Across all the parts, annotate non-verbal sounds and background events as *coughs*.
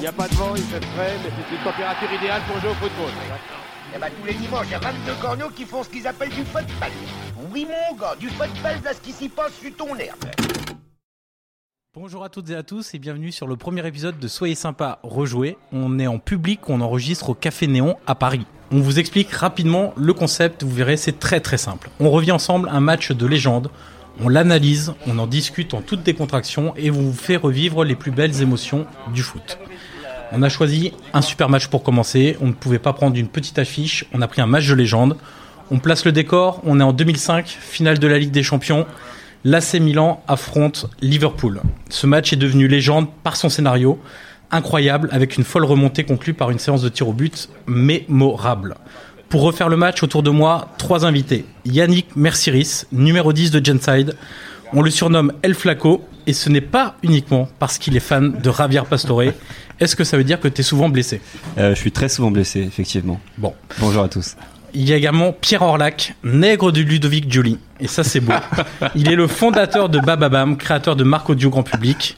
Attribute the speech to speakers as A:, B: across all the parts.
A: n'y a pas de vent, il fait frais, mais c'est une température idéale pour jouer au football.
B: Eh ben, tous les dimanches, il y a 22 corneaux qui font ce qu'ils appellent du football. Oui, mon gars, du football, là, ce qui s'y passe, sur ton herbe.
C: Bonjour à toutes et à tous et bienvenue sur le premier épisode de Soyez sympa, rejouez. On est en public, on enregistre au Café Néon à Paris. On vous explique rapidement le concept, vous verrez, c'est très très simple. On revient ensemble un match de légende, on l'analyse, on en discute en toute décontraction et vous fait revivre les plus belles émotions du foot. On a choisi un super match pour commencer, on ne pouvait pas prendre une petite affiche, on a pris un match de légende. On place le décor, on est en 2005, finale de la Ligue des Champions. L'AC Milan affronte Liverpool. Ce match est devenu légende par son scénario, incroyable, avec une folle remontée conclue par une séance de tir au but mémorable. Pour refaire le match, autour de moi, trois invités. Yannick Merciris, numéro 10 de Genside. On le surnomme El Flaco, et ce n'est pas uniquement parce qu'il est fan de Javier Pastore. Est-ce que ça veut dire que tu es souvent blessé
D: Euh, je suis très souvent blessé, effectivement.
C: Bon.
D: Bonjour à tous.
C: Il y a également Pierre Orlac, nègre de Ludovic Joly. Et ça, c'est
E: *laughs*
C: beau. Il est le fondateur de Bababam, créateur de Marc Audio Grand Public.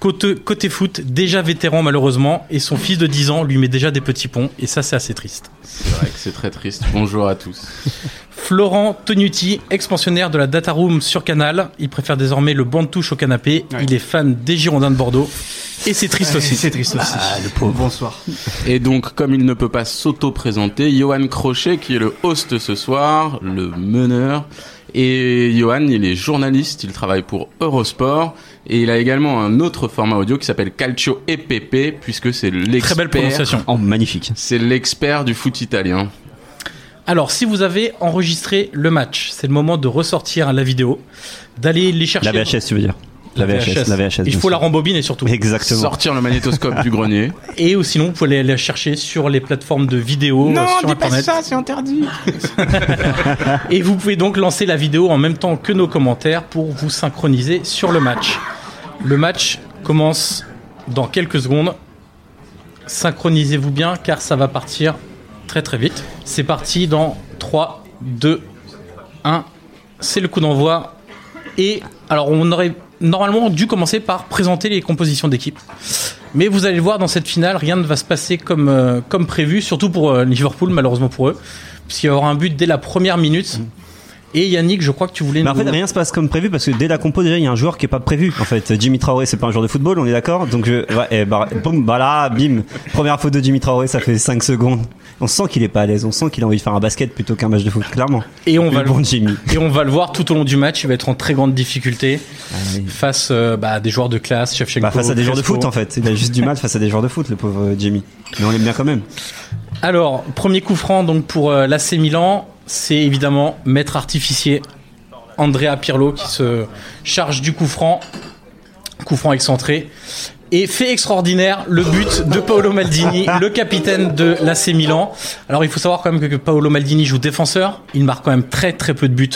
C: Côté, côté foot, déjà vétéran malheureusement, et son fils de 10 ans lui met déjà des petits ponts, et ça, c'est assez triste.
F: C'est vrai que c'est très triste. Bonjour à tous.
C: Florent Tonuti, expansionnaire de la Data Room sur Canal. Il préfère désormais le banc de touche au canapé. Il est fan des Girondins de Bordeaux. Et c'est triste aussi.
E: C'est triste aussi. Bonsoir.
F: Et donc, comme il ne peut pas s'auto-présenter, Johan Crochet, qui est le host ce soir, le meneur. Et Johan, il est journaliste, il travaille pour Eurosport. Et il a également un autre format audio qui s'appelle Calcio EPP, puisque c'est
C: Très belle
F: l'expert.
C: prononciation.
D: Oh, magnifique.
F: C'est l'expert du foot italien.
C: Alors, si vous avez enregistré le match, c'est le moment de ressortir la vidéo, d'aller les chercher.
D: La VHS, tu veux dire La VHS, la VHS.
C: Il
D: bien
C: faut la
D: sûr.
C: rembobiner surtout.
D: Exactement.
F: Sortir le magnétoscope du
C: *laughs*
F: grenier.
C: Et ou sinon, vous pouvez aller la chercher sur les plateformes de vidéos euh, sur Internet.
F: c'est interdit.
C: *laughs* Et vous pouvez donc lancer la vidéo en même temps que nos commentaires pour vous synchroniser sur le match. Le match commence dans quelques secondes. Synchronisez-vous bien car ça va partir très très vite. C'est parti dans 3, 2, 1. C'est le coup d'envoi. Et alors on aurait normalement dû commencer par présenter les compositions d'équipe. Mais vous allez le voir dans cette finale, rien ne va se passer comme, euh, comme prévu, surtout pour euh, Liverpool malheureusement pour eux. Parce qu'il y aura un but dès la première minute. Et Yannick, je crois que tu voulais
D: Mais en
C: nous-
D: fait, rien se passe comme prévu parce que dès la compo, déjà, il y a un joueur qui est pas prévu. En fait, Jimmy Traoré, c'est pas un joueur de football, on est d'accord Donc, je. ouais, et bah, boum, bah là, bim. Première faute de Jimmy Traoré, ça fait 5 secondes. On sent qu'il est pas à l'aise, on sent qu'il a envie de faire un basket plutôt qu'un match de foot, clairement.
C: et, on
D: Mais
C: va le...
D: bon, Jimmy.
C: et on va le voir tout au long du match, il va être en très grande difficulté face euh, bah, à des joueurs de classe, Shevchenko.
D: Ah Bah, face à des joueurs de
C: Crespo.
D: foot, en fait. Il a juste du mal face à des joueurs de foot, le pauvre euh, Jimmy. Mais on l'aime bien quand même.
C: Alors, premier coup franc donc pour euh, l'AC Milan, c'est évidemment maître artificier Andrea Pirlo qui se charge du coup franc, coup franc excentré. Et fait extraordinaire le but de Paolo Maldini, le capitaine de l'AC Milan. Alors il faut savoir quand même que, que Paolo Maldini joue défenseur. Il marque quand même très très peu de buts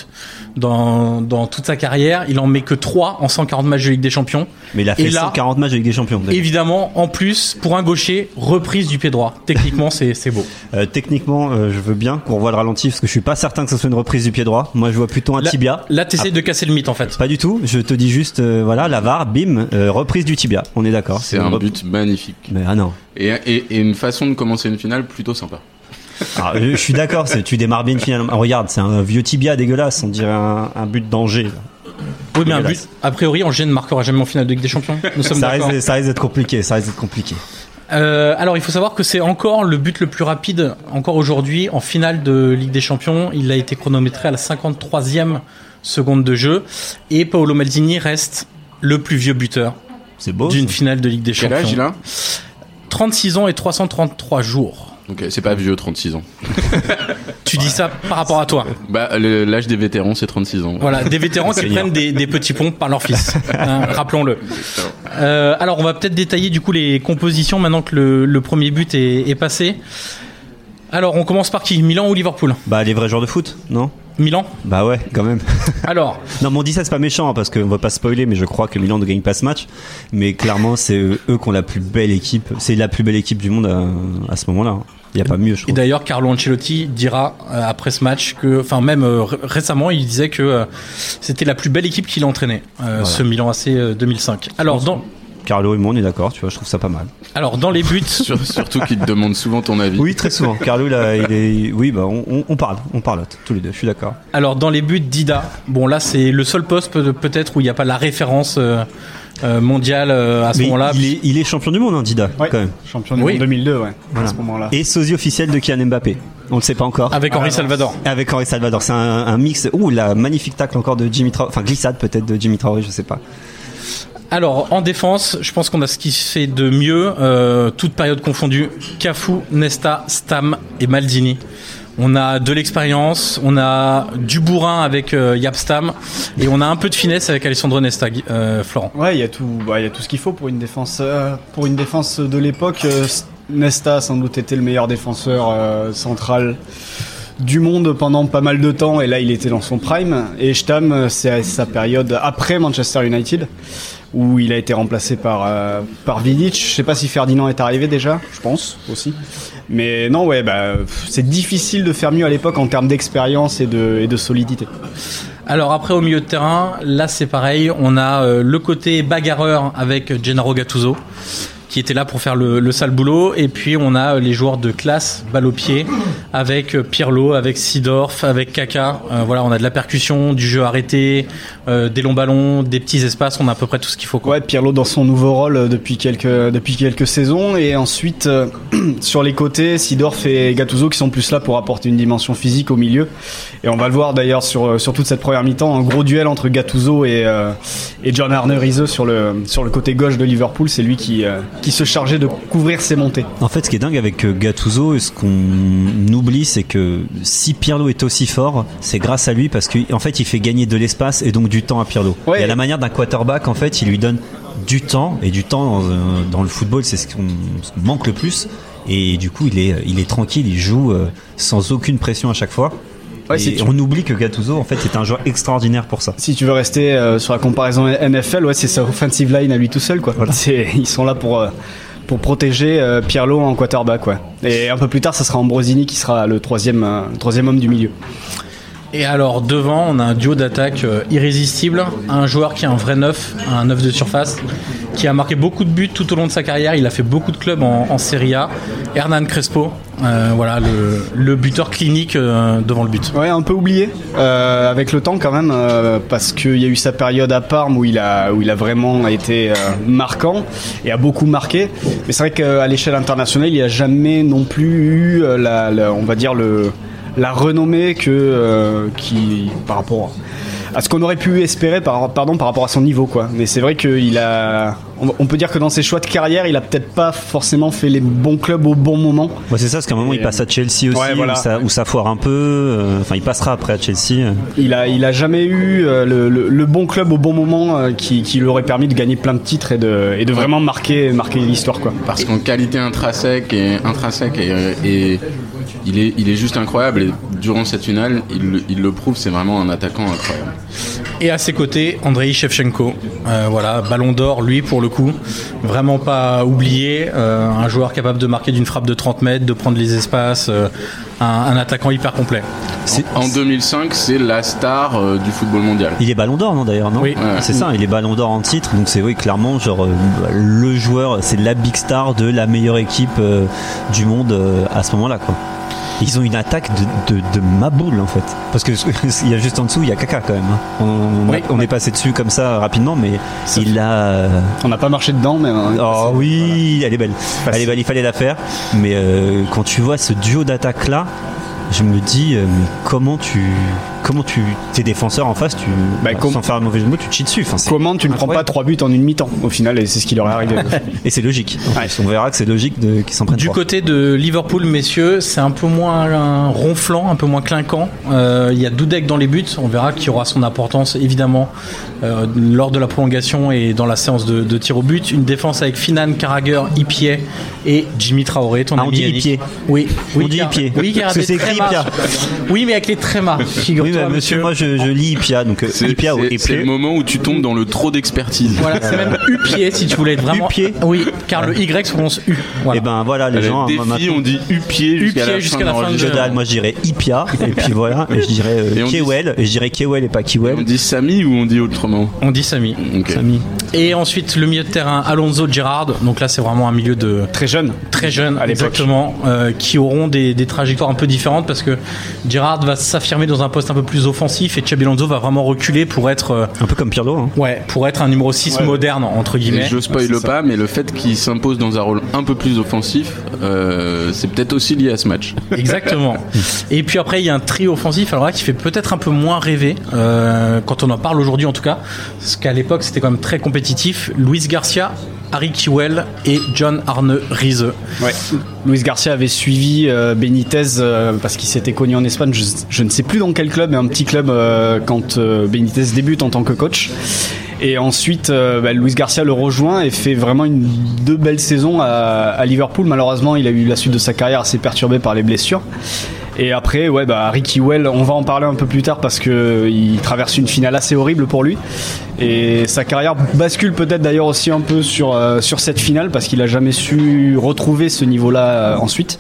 C: dans, dans toute sa carrière. Il en met que 3 en 140 matchs de Ligue des Champions.
D: Mais il a
C: Et
D: fait
C: là-
D: 140 matchs de Ligue des Champions. d'accord.
C: Évidemment, en plus, pour un gaucher, reprise du pied droit. Techniquement, c'est c'est beau.
D: Euh, techniquement, euh, je veux bien qu'on revoie le ralenti parce que je suis pas certain que ce soit une reprise du pied droit. Moi, je vois plutôt un
C: Là-
D: tibia.
C: Là, t'essayes de casser le mythe en fait.
D: Pas du tout. Je te dis juste, euh, voilà, la VAR, bim, euh, reprise du tibia. On est d'accord.
F: C'est
D: Une
F: un
D: rep-
F: but magnifique.
D: Mais ah non.
F: Et, et- et une façon de commencer une finale plutôt sympa.
D: Ah, je je suis d'accord. c'est- Tu démarres bien finalement. Oh, Regarde, c'est un vieux tibia dégueulasse. On dirait un, un but d'Angers. là.
C: Oui, mais un but.
D: Dégueulasse.
C: A priori, Angers ne marquera jamais en finale de Ligue des Champions. Nous sommes
D: Ça
C: d'accord.
D: risque, ça risque d'être compliqué. Ça risque d'être compliqué.
C: Euh, alors, il faut savoir que c'est encore le but le plus rapide, encore aujourd'hui, en finale de Ligue des Champions. Il a été chronométré à la 53e seconde de jeu. Et Paolo Maldini reste le plus vieux buteur
D: C'est beau.
C: d'une
D: ça.
C: finale de Ligue des
F: Quel
C: Champions.
F: âge il a
C: 36 ans et 333 jours.
F: Ok, c'est pas vieux, 36 ans.
C: Tu dis ça par rapport à toi.
F: Bah, le- l'âge des vétérans, c'est 36 ans.
C: Voilà, des vétérans qui
D: Seigneur.
C: prennent des, des petits ponts par leur fils. Hein, Rappelons-le.
F: Exactement.
C: Euh, alors, on va peut-être détailler du coup les compositions maintenant que le, le premier but est, est passé. Alors, on commence par qui Milan ou Liverpool
D: Bah les vrais joueurs de foot, non
C: Milan.
D: Bah ouais, quand même.
C: Alors,
D: Non, mais on dit ça, c'est pas méchant, hein, parce qu'on va pas spoiler, mais je crois que Milan ne gagne pas ce match. Mais clairement, c'est eux eux qui ont la plus belle équipe. C'est la plus belle équipe du monde euh, à, à ce moment-là. hein. Il n'y a pas mieux, je
C: et
D: trouve.
C: d'ailleurs, Carlo Ancelotti dira euh, après ce match que, enfin même euh, ré- récemment, il disait que euh, c'était la plus belle équipe qu'il a entraînée, euh, ce Milan AC euh, 2005. Alors, dans,
D: Carlo et moi, on est d'accord, tu vois, je trouve ça pas mal.
C: Alors, dans les buts,
F: Sur- surtout qu'il te demande souvent ton avis.
D: Oui, très souvent. *laughs* Carlo, là, il est. Oui, bah, on, on- on parle, on parlote, tous les deux, je suis d'accord.
C: alors dans les buts d'Ida, bon là c'est le seul poste peut- peut-être où il n'y a pas la référence euh, euh, mondiale euh, à ce
D: Mais
C: moment-là.
D: il, est, il est champion du monde, hein, Dida,
E: Ouais,
D: quand même.
E: Champion du
C: Oui.
E: monde 2002, ouais. À ce moment-là.
D: Et sosie officiel de Kylian Mbappé. On le sait pas encore.
C: Avec Henri Salvador.
D: Avec Henri Salvador, c'est un, un mix. Ouh, la magnifique tacle encore de Jimmy Traoré, enfin glissade peut-être de Jimmy Traoré, je sais pas.
C: Alors en défense, je pense qu'on a ce qui se fait de mieux, euh, toute période confondue, Cafu, Nesta, Stam et Maldini. On a de l'expérience, on a du bourrin avec euh, Yap Stam et on a un peu de finesse avec Alessandro Nesta, Gui- euh, Florent.
E: Ouais, il y a tout, bah, il y a tout ce qu'il faut pour une défense, euh, pour une défense de l'époque. Euh, Nesta a sans doute été le meilleur défenseur euh, central du monde pendant pas mal de temps, et là il était dans son prime. Et Stam, euh, c'est à sa période après Manchester United, où il a été remplacé par euh, par Vidic. Je sais pas si Ferdinand est arrivé déjà, je pense aussi. Mais non, ouais, bah pff, c'est difficile de faire mieux à l'époque en termes d'expérience et de, et de solidité.
C: Alors après au milieu de terrain, là c'est pareil, on a euh, le côté bagarreur avec Gennaro Gattuso qui était là pour faire le, le sale boulot et puis on a euh, les joueurs de classe balle au pied avec euh, Pirlo, avec Sidorf, avec Kaka. Euh, voilà, on a de la percussion, du jeu arrêté, euh, des longs ballons, des petits espaces, on a à peu près tout ce qu'il faut quoi.
E: Ouais, Pirlo dans son nouveau rôle euh, depuis quelques, depuis quelques saisons. Et ensuite, euh, *clears throat* sur les côtés, Sidorf et Gattuso qui sont plus là pour apporter une dimension physique au milieu. Et on va le voir d'ailleurs sur, euh, sur toute cette première mi-temps, un gros duel entre Gattuso et, euh, et John Arne Rize sur le, sur le côté gauche de Liverpool. C'est lui qui, euh, qui se chargeait de couvrir ses montées.
D: En fait, ce qui est dingue avec euh, Gattuso, et ce qu'on oublie, c'est que si Pirlo est aussi fort, c'est grâce à lui parce qu'en fait, il fait gagner de l'espace et donc du temps à Pirlo.
E: Ouais.
D: Et à la manière d'un quarterback, en fait, il lui donne du temps et du temps dans, euh, dans le football, c'est ce qu'on ce qu'on manque le plus. Et du coup, il est, euh, il est tranquille, il joue euh, sans aucune pression à chaque fois.
E: Ouais,
D: Et
E: c'est tout.
D: on oublie que Gattuso, en fait, est un joueur extraordinaire pour ça.
E: Si tu veux rester euh, sur la comparaison NFL, ouais, c'est sa offensive line à lui tout seul, quoi. C'est- Ils sont là pour, euh, pour protéger euh, Pirlo en quarterback, ouais. Et un peu plus tard, ça sera Ambrosini qui sera le troisième, euh, le troisième homme du milieu.
C: Et alors devant, on a un duo d'attaque euh, irrésistible, un joueur qui est un vrai neuf, un neuf de surface, qui a marqué beaucoup de buts tout au long de sa carrière. Il a fait beaucoup de clubs en, en Serie A. Hernan Crespo, euh, voilà le, le buteur clinique euh, devant le but.
E: Ouais, un peu oublié euh, avec le temps quand même, euh, parce qu'il y a eu sa période à Parme où il a, où il a vraiment été euh, marquant et a beaucoup marqué. Mais c'est vrai qu'à l'échelle internationale, il n'y a jamais non plus eu, euh, la, la- on va dire, le, la renommée que, euh, qui, par rapport à ce qu'on aurait pu espérer par, pardon, par rapport à son niveau. Quoi. Mais c'est vrai qu'il a. On, on peut dire que dans ses choix de carrière, il a peut-être pas forcément fait les bons clubs au bon moment.
D: Moi, c'est ça, parce qu'à un moment, il passe à Chelsea aussi,
E: euh, Ouais, voilà.
D: où, ça, où ça foire un peu. euh, Enfin, il passera après à Chelsea. euh.
E: Il a, il a jamais eu euh, le, le- le bon club au bon moment euh, qui, qui lui aurait permis de gagner plein de titres et de, et de vraiment marquer, marquer l'histoire. quoi.
F: Parce qu'en qualité intrinsèque et intrinsèque et, et il est il est juste incroyable et durant cette finale il, le- il le prouve c'est vraiment un attaquant incroyable.
C: Et à ses côtés, Andrei Shevchenko, Euh, voilà Ballon d'Or, lui pour le coup, vraiment pas oublié, Euh, un joueur capable de marquer d'une frappe de 30 mètres, de prendre les espaces, euh, un- un attaquant hyper complet.
D: C'est-
F: En 2005 c'est la star euh, du football mondial.
D: Il est ballon d'or, non d'ailleurs, non
C: Oui.
F: Ouais.
D: C'est ça, il est ballon d'or en titre, donc c'est oui, clairement, genre, euh, le joueur, c'est la big star de la meilleure équipe euh, du monde euh, à ce moment-là, quoi. Ils ont une attaque de, de, de maboule en fait. Parce que *laughs* il y a juste en dessous, il y a caca quand même. hein. On, on a-
C: Oui.
D: on est passé dessus comme ça rapidement, mais
E: Ça
D: il a. euh,
E: On n'a pas marché dedans, mais.
F: Ah,
E: euh,
D: Oh oui, elle est belle. Elle
E: Facile.
D: est belle, il fallait la faire. Mais euh, quand tu vois ce duo d'attaque là, je me dis euh, mais comment tu comment tu tes défenseurs en face tu
E: Bah,
D: bah,
E: com-
D: sans faire un mauvais jeu de mots, tu te chies dessus. Enfin, c'est-
E: Comment tu ne prends pas
D: Incroyable.
E: trois buts en une mi-temps au final et c'est ce qui leur est arrivé.
D: et c'est logique. En
E: Ouais.
D: plus, On verra que c'est logique de qu'ils s'en prennent.
C: Du
D: trois.
C: côté de Liverpool, messieurs, c'est un peu moins euh, ronflant, un peu moins clinquant. Euh, Il y a Doudek dans les buts. On verra qu'il aura son importance, évidemment, euh, lors de la prolongation et dans la séance de, de tir au but. Une défense avec Finan, Carragher, Ipier et Jimmy Traoré. Ton
D: Ah, on
C: ami
D: dit
C: Yannick.
D: Ipier.
C: Oui,
D: On
C: oui,
D: dit
C: car-
D: Ipier.
C: Oui, car
D: Parce
C: des
D: que c'est écrit
C: trémas.
D: Ipia.
C: Oui, mais avec les trémas,
D: Oui,
C: figure-toi.
D: mais
C: toi,
D: monsieur, moi je, je lis Ipia, donc euh,
F: C'est
D: Ipia
F: c'est-
D: et
F: c'est le moment où tu tombes dans le trop d'expertise.
C: Voilà, c'est même Upier si tu voulais être vraiment.
D: Upier
C: Oui, car le Y se prononce U. Voilà.
D: Et ben voilà, les
F: Les
D: gens. moi,
F: défis,
D: maintenant,
F: on dit upier jusqu'à
C: Upier
F: la,
C: jusqu'à
F: fin
C: la fin de-
F: d'enregistrement.
D: je dalle, moi je dirais Ipia, et puis voilà,
F: *laughs*
D: et je dirais euh,
F: Et on dit-
D: Kewell, et je dirais Kewell et pas
F: Et On
D: Kewell.
F: dit Samy ou on dit autrement
C: On dit Samy.
F: Ok.
D: Samy.
C: Et ensuite le milieu de terrain Alonso Girard. Donc là c'est vraiment un milieu de
E: Très jeune.
C: très jeunes
E: À l'époque.
C: exactement euh, qui auront des, des trajectoires un peu différentes parce que Girard va s'affirmer dans un poste un peu plus offensif et Xabi Alonso va vraiment reculer pour être euh,
D: Un peu comme Pirlo, hein.
C: ouais, pour être un numéro 6
E: Ouais.
C: moderne entre
F: Et
C: guillemets.
F: je spoil pas, mais le fait qu'il s'impose dans un rôle un peu plus offensif, euh, c'est peut-être aussi lié à ce match.
E: *laughs*
C: Exactement. Et puis après, il y a un trio offensif, alors là, qui fait peut-être un peu moins rêver, euh, quand on en parle aujourd'hui en tout cas, parce qu'à l'époque, c'était quand même très compétitif. Luis Garcia, Harry Kewell et John Arne Riese.
E: Ouais. Luis Garcia avait suivi euh, Benitez euh, parce qu'il s'était connu en Espagne. Je, je ne sais plus dans quel club, mais un petit club euh, quand euh, Benitez débute en tant que coach. Et ensuite, euh, bah, Luis Garcia le rejoint et fait vraiment une, deux belles saisons à, à Liverpool. Malheureusement, il a eu la suite de sa carrière assez perturbée par les blessures. Et après, ouais, bah, Ricky Well, on va en parler un peu plus tard parce que euh, il traverse une finale assez horrible pour lui. Et sa carrière bascule peut-être d'ailleurs aussi un peu sur, euh, sur cette finale parce qu'il a jamais su retrouver ce niveau-là euh, ensuite.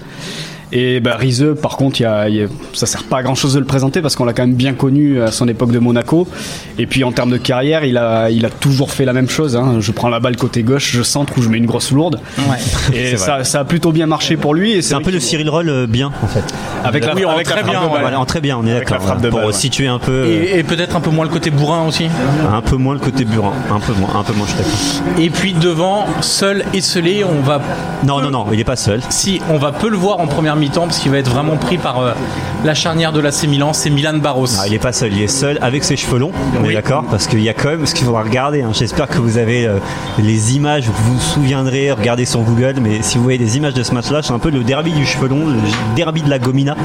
E: Et bah, Rize, par contre, il y a- il y a- ça sert pas à grand chose de le présenter parce qu'on l'a quand même bien connu euh, à son époque de Monaco. Et puis en termes de carrière, il a, il a toujours fait la même chose. hein. Je prends la balle côté gauche, je centre ou je mets une grosse lourde.
D: *laughs* C'est
E: Et
D: vrai.
E: ça, ça a plutôt bien marché pour lui. et
D: C'est un
E: vrai
D: peu le
E: qu'il-
D: Cyril Roll euh, bien, en fait.
E: avec la,
C: Oui, en
E: avec la
C: très
E: frappe
C: bien,
E: de balle.
D: Voilà, en très bien, on est
E: Avec la
D: d'accord. hein,
E: frappe de
D: Pour
E: balle, ouais.
D: situer un peu, euh,
C: Et, et peut-être un peu moins le côté bourrin aussi.
D: un peu moins le côté burin, un peu moins, un peu moins, je suis d'accord.
C: Et puis devant, seul et scellé, on va
D: Non, non, non, il est pas seul.
C: Si, on va peu le voir en première mi-temps parce qu'il va être vraiment pris par euh, la charnière de l'AC Milan, c'est Milan Barros.
D: Ah, il est pas seul, il est seul avec ses cheveux longs, on est d'accord Parce qu'il y a quand même ce qu'il faudra regarder. hein. J'espère que vous avez euh, les images, vous vous souviendrez, regardez sur Google, mais si vous voyez des images de ce match-là, c'est un peu le derby du cheveu long, le derby de la Gomina,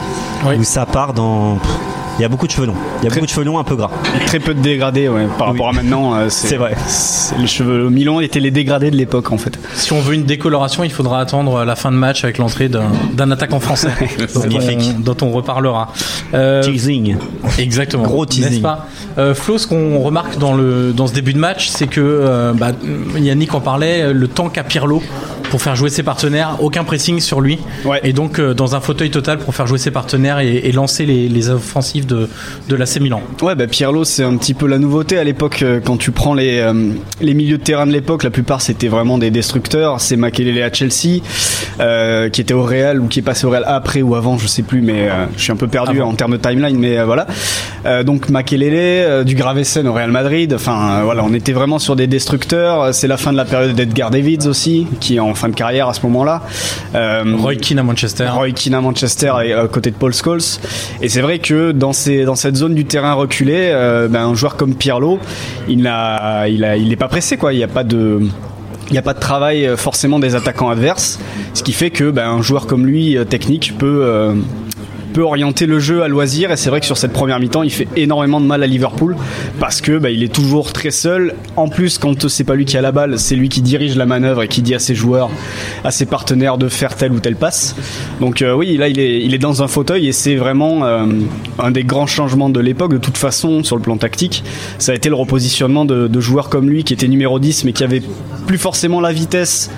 C: Oui.
D: où ça part dans. Pff, Il y a beaucoup de cheveux longs, il y a beaucoup de cheveux longs un peu gras.
E: Très peu de dégradés ouais, par
D: Oui.
E: rapport à maintenant. euh,
D: C'est vrai.
E: c'est- Les cheveux Milan étaient les dégradés de l'époque en fait.
C: Si on veut une décoloration, il faudra attendre la fin de match avec l'entrée d'un d'un attaquant
D: *laughs*
C: français dont, on,
D: Magnifique.
C: dont on reparlera. Euh,
D: Teasing.
C: exactement.
D: Gros teasing.
C: N'est-ce pas Euh, Flo, ce qu'on remarque dans, le, dans ce début de match, c'est que euh, bah, Yannick en parlait, le temps qu'a Pirlo pour faire jouer ses partenaires, aucun pressing sur lui.
E: Ouais.
C: Et donc euh, dans un fauteuil total pour faire jouer ses partenaires et, et lancer les, les offensives de, de l'AC Milan.
E: Ouais, bah Pirlo, c'est un petit peu la nouveauté à l'époque. euh, Quand tu prends les, euh, les milieux de terrain de l'époque, la plupart c'était vraiment des destructeurs. C'est Makelele à Chelsea, euh, qui était au Real ou qui est passé au Real après ou avant, je sais plus, mais euh, je suis un peu perdu en termes de timeline, mais euh, voilà. Euh, donc Makelele, euh, du Gravesen au Real Madrid. Enfin, euh, voilà, on était vraiment sur des destructeurs. Euh, C'est la fin de la période d'Edgar Davids aussi, qui est en fin de carrière à ce moment-là. Euh,
C: Roy Keane à Manchester.
E: Roy Keane à Manchester et à côté de Paul Scholes. Et c'est vrai que dans, ces, dans cette zone du terrain reculé, euh, ben, un joueur comme Pirlo, il n'a il a, il n'est pas pressé quoi. Il n'y a pas de il n'y a pas de travail euh, forcément des attaquants adverses, ce qui fait que ben, un joueur comme lui, euh, technique, peut, euh, peut orienter le jeu à loisir. Et c'est vrai que sur cette première mi-temps, il fait énormément de mal à Liverpool parce que bah, il est toujours très seul. En plus, quand c'est pas lui qui a la balle, c'est lui qui dirige la manœuvre et qui dit à ses joueurs, à ses partenaires de faire telle ou telle passe. Donc euh, oui, là, il est, il est dans un fauteuil et c'est vraiment euh, un des grands changements de l'époque. De toute façon, sur le plan tactique, ça a été le repositionnement de, de joueurs comme lui qui était numéro 10 mais qui avait plus forcément la vitesse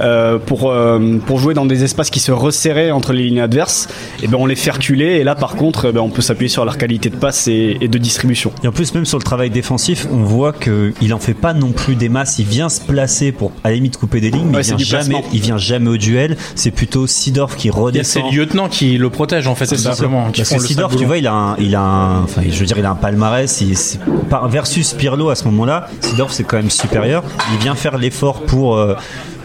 E: euh, pour, euh, pour jouer dans des espaces qui se resserraient entre les lignes adverses, et ben on les fait reculer et là par contre eh ben, on peut s'appuyer sur leur qualité de passe et, et de distribution.
D: Et en plus, même sur le travail défensif, on voit qu'il en fait pas non plus des masses. Il vient se placer pour à la limite couper des lignes, mais
E: Ouais,
D: il,
E: c'est
D: vient
E: du
D: jamais,
E: placement.
D: il vient jamais au duel. C'est plutôt Sidorf qui
C: Il y a ses
D: redescend.
C: lieutenants qui le protègent en fait, tout
E: ça. Bah,
C: simplement. qui
D: Parce
C: font
D: que
C: le
D: Sidorf,
C: sale
D: tu
C: boulot.
E: hein.
D: vois, il a un, il a un- enfin, je veux dire, il a un palmarès. il- c'est pas- versus Pirlo à ce moment-là, Sidorf c'est quand même supérieur. Il vient faire l'effort pour. euh,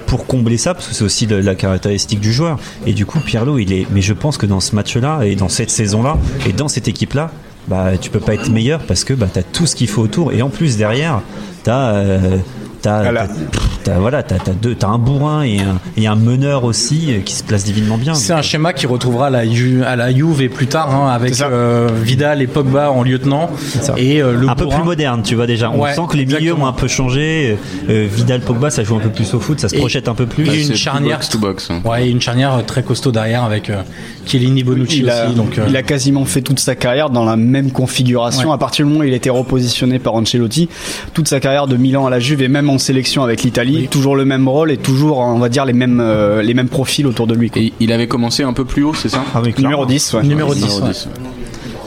D: pour combler ça, parce que c'est aussi le- la caractéristique du joueur. Et du coup, Pirlo, il est. Mais je pense que dans ce match-là, et dans cette saison-là, et dans cette équipe-là, bah, tu peux pas être meilleur parce que bah, t'as tout ce qu'il faut autour. Et en plus, derrière, t'as. euh, t'as-
E: Voilà.
D: t'as- pff, t'as- voilà, t'as, t'as deux, t'as un bourrin et un, et un meneur aussi euh, qui se place divinement bien.
C: C'est un schéma qui retrouvera à la, Ju- à la Juve et plus tard hein, avec
E: C'est ça.
C: euh, Vidal et Pogba en lieutenant
D: ça.
C: et euh, le
D: un peu
C: bourrin.
D: plus moderne, tu vois déjà. On
C: Ouais,
D: sent que les milieux
C: exactement.
D: ont un peu changé. Euh, Vidal Pogba, ça joue un peu plus au foot, ça se
C: Et-
D: projette un peu plus.
C: et
F: Ouais,
C: une
F: c'est
C: charnière
F: box to box, hein.
C: Ouais, et une charnière euh, très costaud derrière avec euh, Chiellini Bonucci
E: Il a,
C: aussi donc euh,
E: il a quasiment fait toute sa carrière dans la même configuration.
C: Ouais.
E: À partir du moment où il a été repositionné par Ancelotti, toute sa carrière de Milan à la Juve et même en sélection avec l'Italie, toujours le même rôle et toujours, on va dire, les mêmes, euh, les mêmes profils autour de lui. quoi.
F: Et il avait commencé un peu plus haut, c'est ça
D: Ah oui, clairement.
E: Numéro 10, ouais.
C: numéro 10. ouais.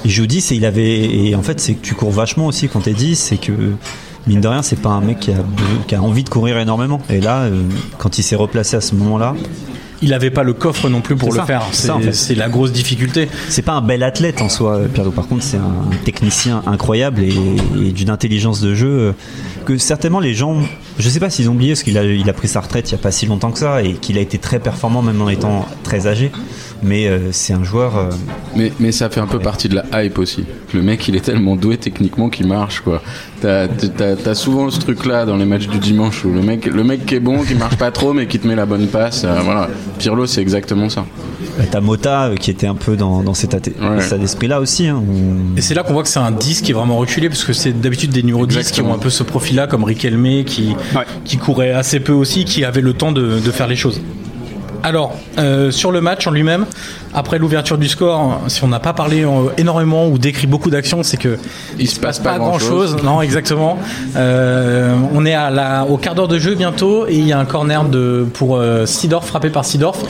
D: Il joue 10 et il avait. Et en fait, c'est que tu cours vachement aussi quand t'es 10, c'est que. Mine de rien, c'est pas un mec qui a, be- qui a envie de courir énormément. Et là, euh, quand il s'est replacé à ce moment-là,
C: Il avait pas le coffre non plus pour
D: C'est
C: le
D: ça.
C: faire.
D: C'est
C: C'est
D: ça, en fait.
C: c'est la grosse difficulté.
D: c'est pas un bel athlète en soi, euh, Pirlo. Par contre, c'est un technicien incroyable et, et d'une intelligence de jeu euh, que certainement les gens, je sais pas s'ils ont oublié, parce qu'il a, il a pris sa retraite il y a pas si longtemps que ça et qu'il a été très performant même en étant très âgé. Mais euh, c'est un joueur. euh,
F: Mais, mais ça fait un peu partie de la hype aussi. Le mec, il est tellement doué techniquement qu'il marche, quoi. T'as t'as- t'as souvent ce truc-là dans les matchs du dimanche où le mec, le mec qui est bon, qui marche pas trop, mais qui te met la bonne passe. euh, voilà. Pirlo, c'est exactement ça.
D: bah, T'as Mota euh, qui était un peu dans, dans cet athé-
F: Ouais.
D: état d'esprit-là aussi. hein, où-
C: Et c'est là qu'on voit que c'est un 10 qui est vraiment reculé, parce que c'est d'habitude des numéros 10 qui
F: Exactement.
C: ont un peu ce profil-là, comme Riquelme, qui, qui courait assez peu aussi, qui avait le temps de, de faire les choses. Alors, euh, sur le match en lui-même, après l'ouverture du score, si on n'a pas parlé euh, énormément ou décrit beaucoup d'actions, c'est que
F: Il se passe pas grand-chose.
C: Non, exactement. Euh, on est à la, au quart d'heure de jeu bientôt et il y a un corner de, pour euh, Sidorf, frappé par Sidorf.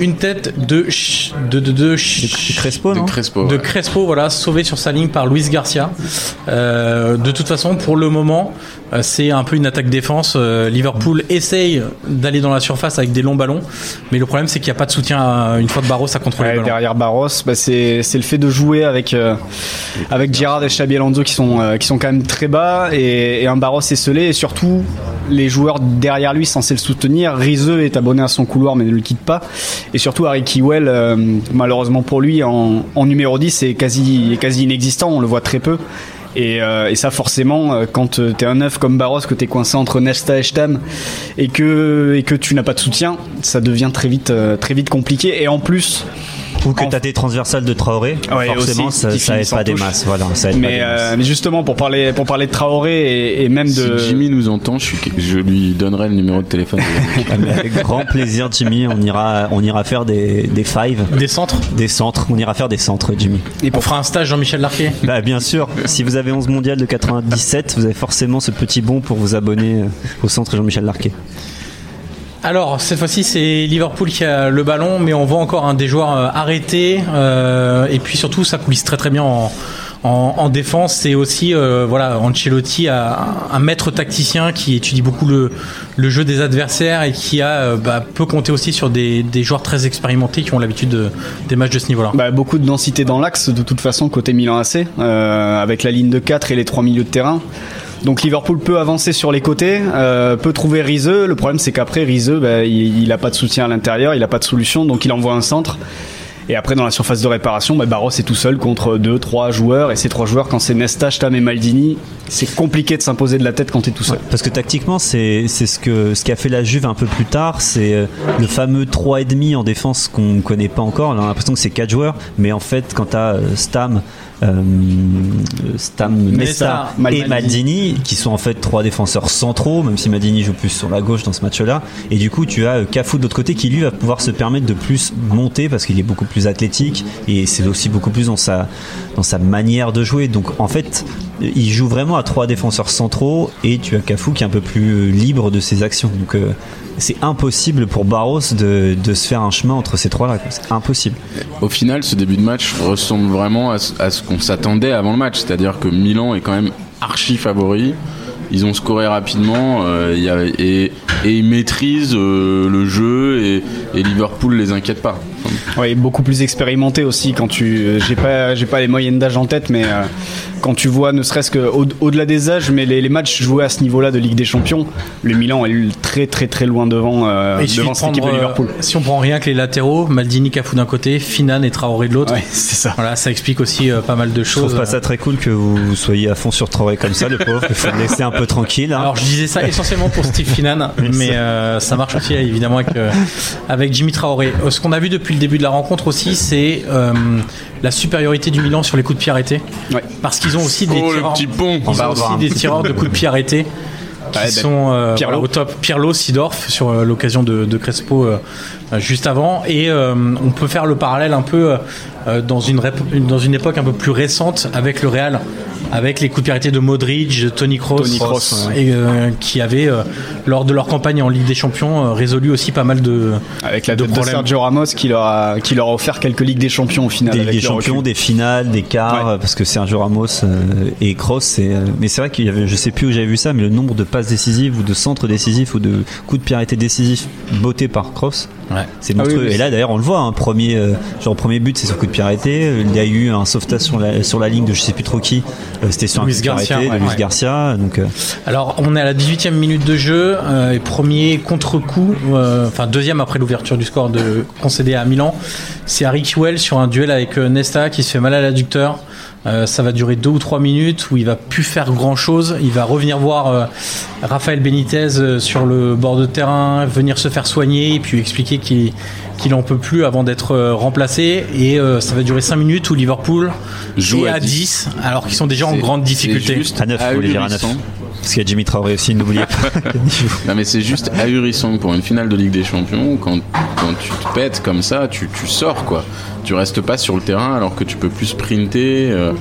C: Une tête de... Ch- de, de, de Ch-
D: Crespo,
F: De
D: non
F: Crespo.
C: de
F: ouais.
C: Crespo, voilà, sauvé sur sa ligne par Luis Garcia. Euh, de toute façon, pour le moment, euh, c'est un peu une attaque défense. Euh, Liverpool essaye d'aller dans la surface avec des longs ballons, mais le problème c'est qu'il n'y a pas de soutien. à- Une fois de Barros, ça contrôle
E: Ouais,
C: les ballons.
E: derrière Barros, bah, c'est c'est le fait de jouer avec, euh, avec Girard et Xabi Alonso qui sont, euh, qui sont quand même très bas et, et un Barros esselé et surtout les joueurs derrière lui censés le soutenir. Rizeux est abonné à son couloir mais ne le quitte pas. Et surtout Harry Kiwell, euh, malheureusement pour lui, en, en numéro 10 est quasi, est quasi inexistant, on le voit très peu. Et, euh, et ça, forcément, euh, quand euh, t'es un neuf comme Barros, que t'es coincé entre Nesta et Stam, et que, et que tu n'as pas de soutien, ça devient très vite, euh, très vite compliqué. Et en plus,
D: Ou que
E: En-
D: t'as des transversales de Traoré,
E: Ouais,
D: forcément
E: aussi,
D: ça,
E: qui
D: ça aide
E: finissent en
D: pas des
E: touche.
D: masses. Voilà, ça aide pas
E: mais,
D: des masses.
E: euh, mais justement, pour parler, pour parler de Traoré et, et même de.
F: Si Jimmy nous entend, je, suis- je lui donnerai le numéro de *laughs* téléphone. de Yannick.
D: Ah, *laughs* mais avec grand plaisir, Jimmy, on ira, on ira faire des, des fives,
C: Des centres.
D: des centres. On ira faire des centres, Jimmy.
C: Et on fera un stage Jean-Michel Larquet.
D: Bah, bien sûr, si vous avez 11 mondiales de 97, vous avez forcément ce petit bon pour vous abonner euh, au centre Jean-Michel Larquet.
C: Alors, cette fois-ci, c'est Liverpool qui a le ballon, mais on voit encore un des joueurs euh, arrêtés. euh, et puis surtout, ça coulisse très très bien en, en- en défense. C'est aussi, euh, voilà, Ancelotti, a un, un maître tacticien qui étudie beaucoup le, le jeu des adversaires et qui a euh, bah, peut compter aussi sur des, des joueurs très expérimentés qui ont l'habitude de- des matchs de ce niveau-là.
E: Bah, beaucoup de densité dans l'axe, de toute façon, côté Milan AC, euh, avec la ligne de 4 et les trois milieux de terrain. Donc Liverpool peut avancer sur les côtés, euh, peut trouver Rizeux. Le problème, c'est qu'après, Rizeux, bah, il n'a pas de soutien à l'intérieur, il n'a pas de solution, donc il envoie un centre. Et après, dans la surface de réparation, bah, Barros est tout seul contre deux, trois joueurs. Et ces trois joueurs, quand c'est Nesta, Stam et Maldini, c'est compliqué de s'imposer de la tête quand t'es tout seul.
D: Parce que tactiquement, c'est c'est ce que ce qu'a fait la Juve un peu plus tard, c'est euh, le fameux 3,5 en défense qu'on ne connaît pas encore. On a l'impression que c'est 4 joueurs, mais en fait, quand tu Stam, euh, Stam, Nesta
E: Nesta, Mal-
D: et Maldini, qui sont en fait trois défenseurs centraux, même si Maldini joue plus sur la gauche dans ce match-là, et du coup, tu as euh, Cafu de l'autre côté qui lui va pouvoir se permettre de plus monter parce qu'il est beaucoup plus athlétique et c'est aussi beaucoup plus dans sa dans sa manière de jouer. Donc en fait, il joue vraiment à trois défenseurs centraux et tu as Cafu qui est un peu plus euh, libre de ses actions. Donc euh, c'est impossible pour Barros de, de se faire un chemin entre ces trois-là. quoi. C'est impossible.
F: Au final, ce début de match ressemble vraiment à, ce- à ce qu'on s'attendait avant le match. C'est-à-dire que Milan est quand même archi favori. Ils ont scoré rapidement euh, il y a- et, et ils maîtrisent euh, le jeu et, et Liverpool les inquiète pas.
E: Oui, beaucoup plus expérimenté aussi quand tu. euh, J'ai pas, j'ai pas les moyennes d'âge en tête, mais euh, Quand tu vois, ne serait-ce que au- au-delà des âges, mais les, les matchs joués à ce niveau-là de Ligue des Champions, le Milan est très très très loin devant, euh,
C: Il suffit
E: devant
C: de
E: cette équipe de
C: prendre, euh,
E: Liverpool.
C: si on prend rien que les latéraux, Maldini Cafu d'un côté, Finan et Traoré de l'autre.
E: Ouais, c'est ça.
C: Voilà, ça explique aussi euh, pas mal de
D: Je trouve
C: choses.
D: pas ça très cool que vous soyez à fond sur Traoré comme ça, le pauvre. Il faut le laisser un peu tranquille. hein.
C: Alors je disais ça essentiellement pour Steve Finan, mais euh, ça marche aussi évidemment avec, euh, avec Jimmy Traoré. Euh, Ce qu'on a vu depuis le début de la rencontre aussi, c'est euh, la supériorité du Milan sur les coups de pied arrêtés.
E: Ouais.
C: Parce qu'ils ont aussi des
F: Oh, le
C: tireurs,
F: petit pont.
C: ils ont
F: Barbara.
C: aussi des tireurs de coups de pied arrêtés qui
E: Ouais, ben,
C: sont euh,
E: Pirlo.
C: voilà, au top. Pirlo, Sidorf sur euh, l'occasion de, de Crespo euh, euh, juste avant. Et euh, on peut faire le parallèle un peu euh, dans, une rép- une- dans une époque un peu plus récente avec le Real, avec les coups de pied arrêtés de Modric, de Tony Kroos,
E: Tony Kroos,
C: et, euh, qui avaient, euh, lors de leur campagne en Ligue des Champions, euh, résolu aussi pas mal de,
E: Avec la
C: de
E: tête de
C: problèmes.
E: Sergio Ramos qui leur a, qui leur a offert quelques Ligues des Champions au final.
D: Des,
E: avec
D: des
E: leur
D: champions,
E: recul.
D: des finales, des quarts,
E: Ouais.
D: euh, parce que Sergio Ramos euh, et Kroos. c'est, euh, mais c'est vrai qu'il y avait, je sais plus où j'avais vu ça, mais le nombre de passes décisives ou de centres décisifs ou de coups de pied arrêtés décisifs bottés par Kroos,
C: Ouais.
D: c'est
E: Ah oui,
D: monstrueux.
E: oui,
D: et là d'ailleurs, on le voit, hein, premier, euh, genre premier but, c'est sur coup de pied arrêté. Il y a eu un sauvetage sur la, sur la ligne de je sais plus trop qui. Euh, C'était sur
C: Luis
D: un coup de pied
C: Garcia,
D: arrêté
C: ouais,
D: de Luis
C: ouais.
D: Garcia. Donc euh,
C: Alors, on est à la 18e minute de jeu, euh, et premier contre-coup, euh, enfin deuxième après l'ouverture du score de concédé à Milan. C'est Harry Kewell sur un duel avec euh, Nesta qui se fait mal à l'adducteur. Euh, ça va durer deux ou trois minutes où il va plus faire grand chose. Il va revenir voir euh, Rafael Benitez euh, sur le bord de terrain, venir se faire soigner et puis expliquer qu'il qu'il en peut plus avant d'être euh, remplacé. Et euh, ça va durer cinq minutes où Liverpool
F: Joue
C: est
F: à
C: à 10,
F: 10,
C: alors qu'ils sont déjà en
F: C'est-
C: grande
F: c'est
C: difficulté.
F: juste
D: à 9, vous voulez dire à 9.
F: ahurissant.
D: Parce qu'il y a Jimmy Traoré aussi, n'oubliez pas.
F: Non mais c'est juste ahurissant pour une finale de Ligue des Champions quand, quand tu te pètes comme ça, tu, tu sors quoi. Tu restes pas sur le terrain alors que tu peux plus sprinter. euh.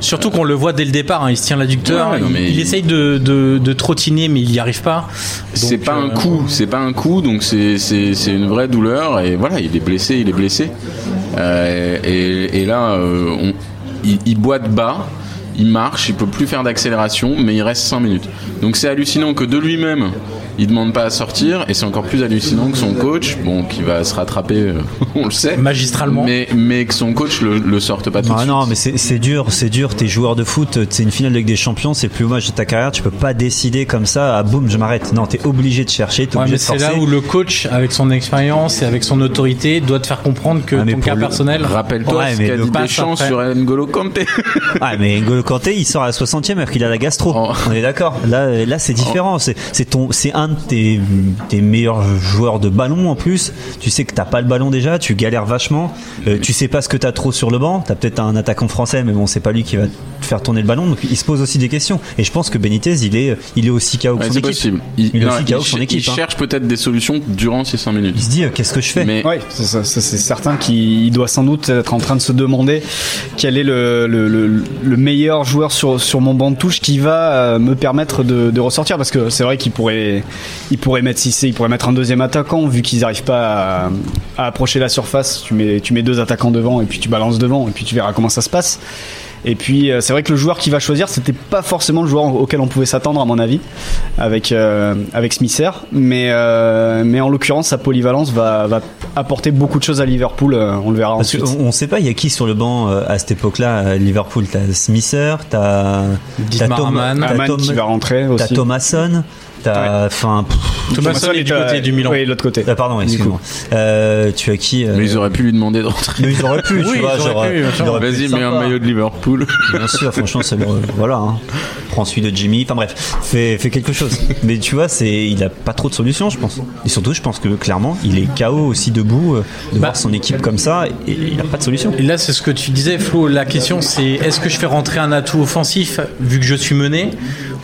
C: Surtout qu'on le voit dès le départ, hein, il se tient l'adducteur,
F: Ouais, non,
C: il-
F: mais
C: il,
F: il-
C: essaye de, de- de trottiner mais il n'y arrive pas. Donc,
F: C'est pas un
C: euh,
F: coup, c'est pas un coup, donc c'est c'est- c'est une vraie douleur et voilà, il est blessé, il est blessé. Euh, et, et là, euh, on- il, il boite bas, il marche, il peut plus faire d'accélération, mais il reste 5 minutes. Donc c'est hallucinant que de lui-même, il demande pas à sortir, et c'est encore plus hallucinant que son coach, bon, qui va se rattraper, euh, *laughs* on le sait,
C: Magistralement.
F: mais, mais que son coach le, le sorte pas tout de
D: Ah
F: suite.
D: non, mais c'est c'est dur, c'est dur. T'es joueur de foot, c'est une finale de Ligue des Champions, c'est le plus haut match de ta carrière. Tu peux pas décider comme ça, ah, boum, je m'arrête. Non, t'es obligé de chercher, t'es
C: ouais,
D: obligé
C: mais
D: de
C: c'est
D: forcer.
C: là où le coach, avec son expérience et avec son autorité, doit te faire comprendre que
D: Ah, mais
C: ton
D: pour
C: cas
D: le-
C: personnel.
F: Rappelle-toi
D: Ouais,
F: ce
D: mais
F: qu'a
D: le
F: dit
C: passe
F: Deschamps
C: après.
F: sur N'Golo Kanté. *laughs*
D: Ah, mais N'Golo Kanté, il sort à la 60e alors qu'il a la gastro.
F: Oh.
D: On est d'accord. Là, là, c'est différent. C'est c'est ton, c'est un de tes, tes meilleurs joueurs de ballon en plus. Tu sais que t'as pas le ballon déjà, tu galères vachement. Euh, tu sais pas ce que t'as trop sur le banc. T'as peut-être un attaquant français, mais bon, c'est pas lui qui va te faire tourner le ballon. Donc, il se pose aussi des questions. Et je pense que Benitez, il est, il est aussi KO que
F: Ouais,
D: son
F: c'est
D: équipe.
F: possible.
D: Il, est
F: non,
D: aussi
F: il
D: KO que son
F: ch-
D: équipe.
F: il
D: hein.
F: cherche peut-être des solutions durant ces 5 minutes.
D: Il se dit euh, qu'est-ce que je fais
F: Mais
E: Oui, c'est ça, ça, c'est certain qu'il il doit sans doute être en train de se demander quel est le, le- le- le meilleur joueur sur, sur mon banc de touche qui va euh, me permettre de, de ressortir. Parce que c'est vrai qu'il pourrait, il pourrait mettre Cissé, il pourrait mettre un deuxième attaquant vu qu'ils n'arrivent pas à, à approcher la surface. Tu mets, tu mets deux attaquants devant et puis tu balances devant et puis tu verras comment ça se passe. Et puis euh, c'est vrai que le joueur qui va choisir, c'était pas forcément le joueur auquel on pouvait s'attendre à mon avis avec euh, avec Smither, mais euh, mais en l'occurrence sa polyvalence va, va apporter beaucoup de choses à Liverpool. euh, on le verra
D: Parce
E: ensuite.
D: qu'on ne sait pas, il y a qui sur le banc euh, à cette époque-là à Liverpool T'as Smither, t'as t'as
C: Dietmar
D: Tom,
C: Hamann.
D: t'as
E: Aman
D: Tom-
E: qui va rentrer
D: t'as
E: aussi.
D: Thomasson, t'as. Enfin. pff,
C: Thomasson est du
E: euh,
C: côté du Milan.
E: Oui, de l'autre côté.
D: ah, pardon, excuse-moi. Euh, tu as qui euh,
F: Mais ils auraient pu lui demander de rentrer.
D: mais ils
C: *laughs*
D: auraient pu, tu
C: Oui,
D: vois,
C: ils
D: genre.
C: auraient pu,
D: euh,
C: bien sûr.
D: il aurait pu
F: Vas-y,
D: être
F: mets un
D: sympa.
F: maillot de Liverpool.
D: Bien sûr, franchement, c'est le- voilà. hein. Prends celui de Jimmy. Enfin bref, fais, fais quelque chose. Mais tu vois, c'est, il a pas trop de solutions, je pense. Et surtout, je pense que clairement, il est KO aussi debout euh, de
C: Bah.
D: voir son équipe comme ça. Et il a pas de solution.
C: Et là, c'est ce que tu disais, Flo. La question, c'est est-ce que je fais rentrer un atout offensif vu que je suis mené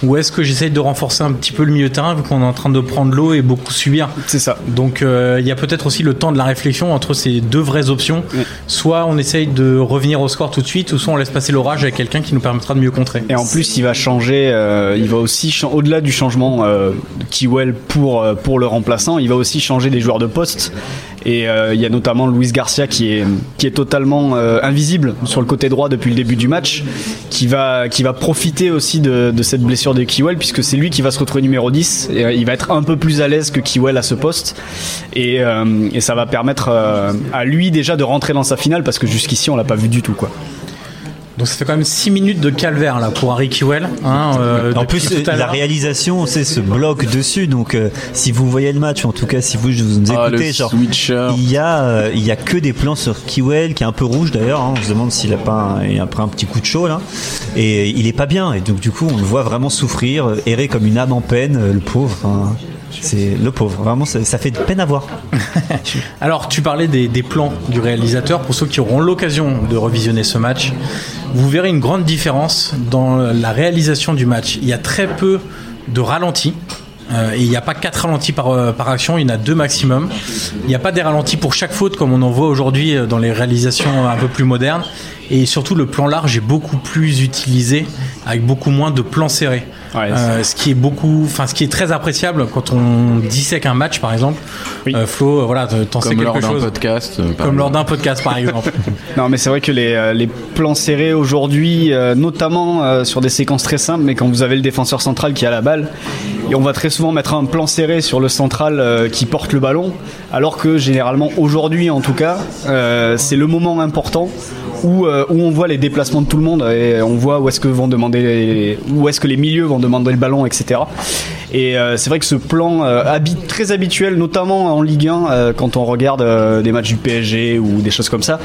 C: ou est-ce que j'essaye de renforcer un petit peu le milieu de terrain vu qu'on est en train de prendre l'eau et beaucoup subir
E: C'est ça.
C: Donc euh, il y a peut-être aussi le temps de la réflexion entre ces deux vraies options. Soit on essaye de revenir au score tout de suite, ou soit on laisse passer l'orage avec quelqu'un qui nous permettra de mieux contrer.
E: Et en plus, il va changer. euh, il va aussi cha- au-delà du changement euh, de Kiwell pour euh, pour le remplaçant, il va aussi changer les joueurs de poste. Et euh, il y a notamment Luis Garcia qui est qui est totalement euh, invisible sur le côté droit depuis le début du match, qui va qui va profiter aussi de, de cette blessure de Kiwell puisque c'est lui qui va se retrouver numéro 10. Et, euh, il va être un peu plus à l'aise que Kiwell à ce poste. Et, euh, et ça va permettre euh, à lui déjà de rentrer dans sa finale parce que jusqu'ici on l'a pas vu du tout quoi.
C: Donc ça fait quand même 6 minutes de calvaire là pour Harry Kewell. hein, euh,
D: En
C: depuis
D: plus,
C: tout à
D: la
C: l'heure.
D: réalisation, c'est ce bloc dessus. Donc, euh, si vous voyez le match, en tout cas, si vous vous nous
F: Ah, le
D: écoutez, genre,
F: switcher.
D: il y a, euh, il y a que des plans sur Kiwell qui est un peu rouge d'ailleurs. hein. on se demande s'il a pas, un, il a pris un petit coup de chaud là. Et il est pas bien. Et donc, du coup, on le voit vraiment souffrir, euh, errer comme une âme en peine, euh, le pauvre. hein. c'est le pauvre. Vraiment, ça, ça fait de peine à voir.
C: Alors, tu parlais des, des plans du réalisateur. Pour ceux qui auront l'occasion de revisionner ce match, vous verrez une grande différence dans la réalisation du match. Il y a très peu de ralentis. euh, et il n'y a pas quatre ralentis par, euh, par action, il y en a deux maximum. Il n'y a pas des ralentis pour chaque faute comme on en voit aujourd'hui euh, dans les réalisations un peu plus modernes. Et surtout, le plan large est beaucoup plus utilisé avec beaucoup moins de plans serrés.
E: Ouais,
C: Euh, ce qui est beaucoup, enfin ce qui est très appréciable quand on dissèque un match par exemple. Euh, Flo, euh, voilà, t- t'en sais
F: Comme lors
C: quelque
F: d'un
C: chose.
F: podcast. euh, par
C: Comme lors
F: exemple.
C: d'un podcast par exemple.
F: *laughs*
E: Non, mais c'est vrai que les, euh, les plans serrés aujourd'hui, euh, notamment euh, sur des séquences très simples, mais quand vous avez le défenseur central qui a la balle, et on va très souvent mettre un plan serré sur le central euh, qui porte le ballon, alors que généralement aujourd'hui, en tout cas, euh, c'est le moment important où, euh, où on voit les déplacements de tout le monde et on voit où est-ce que vont demander, les- où est-ce que les milieux vont demander le ballon, etc. Et euh, c'est vrai que ce plan euh, habi- très habituel, notamment en Ligue 1, euh, quand on regarde euh, des matchs du PSG ou des choses comme ça,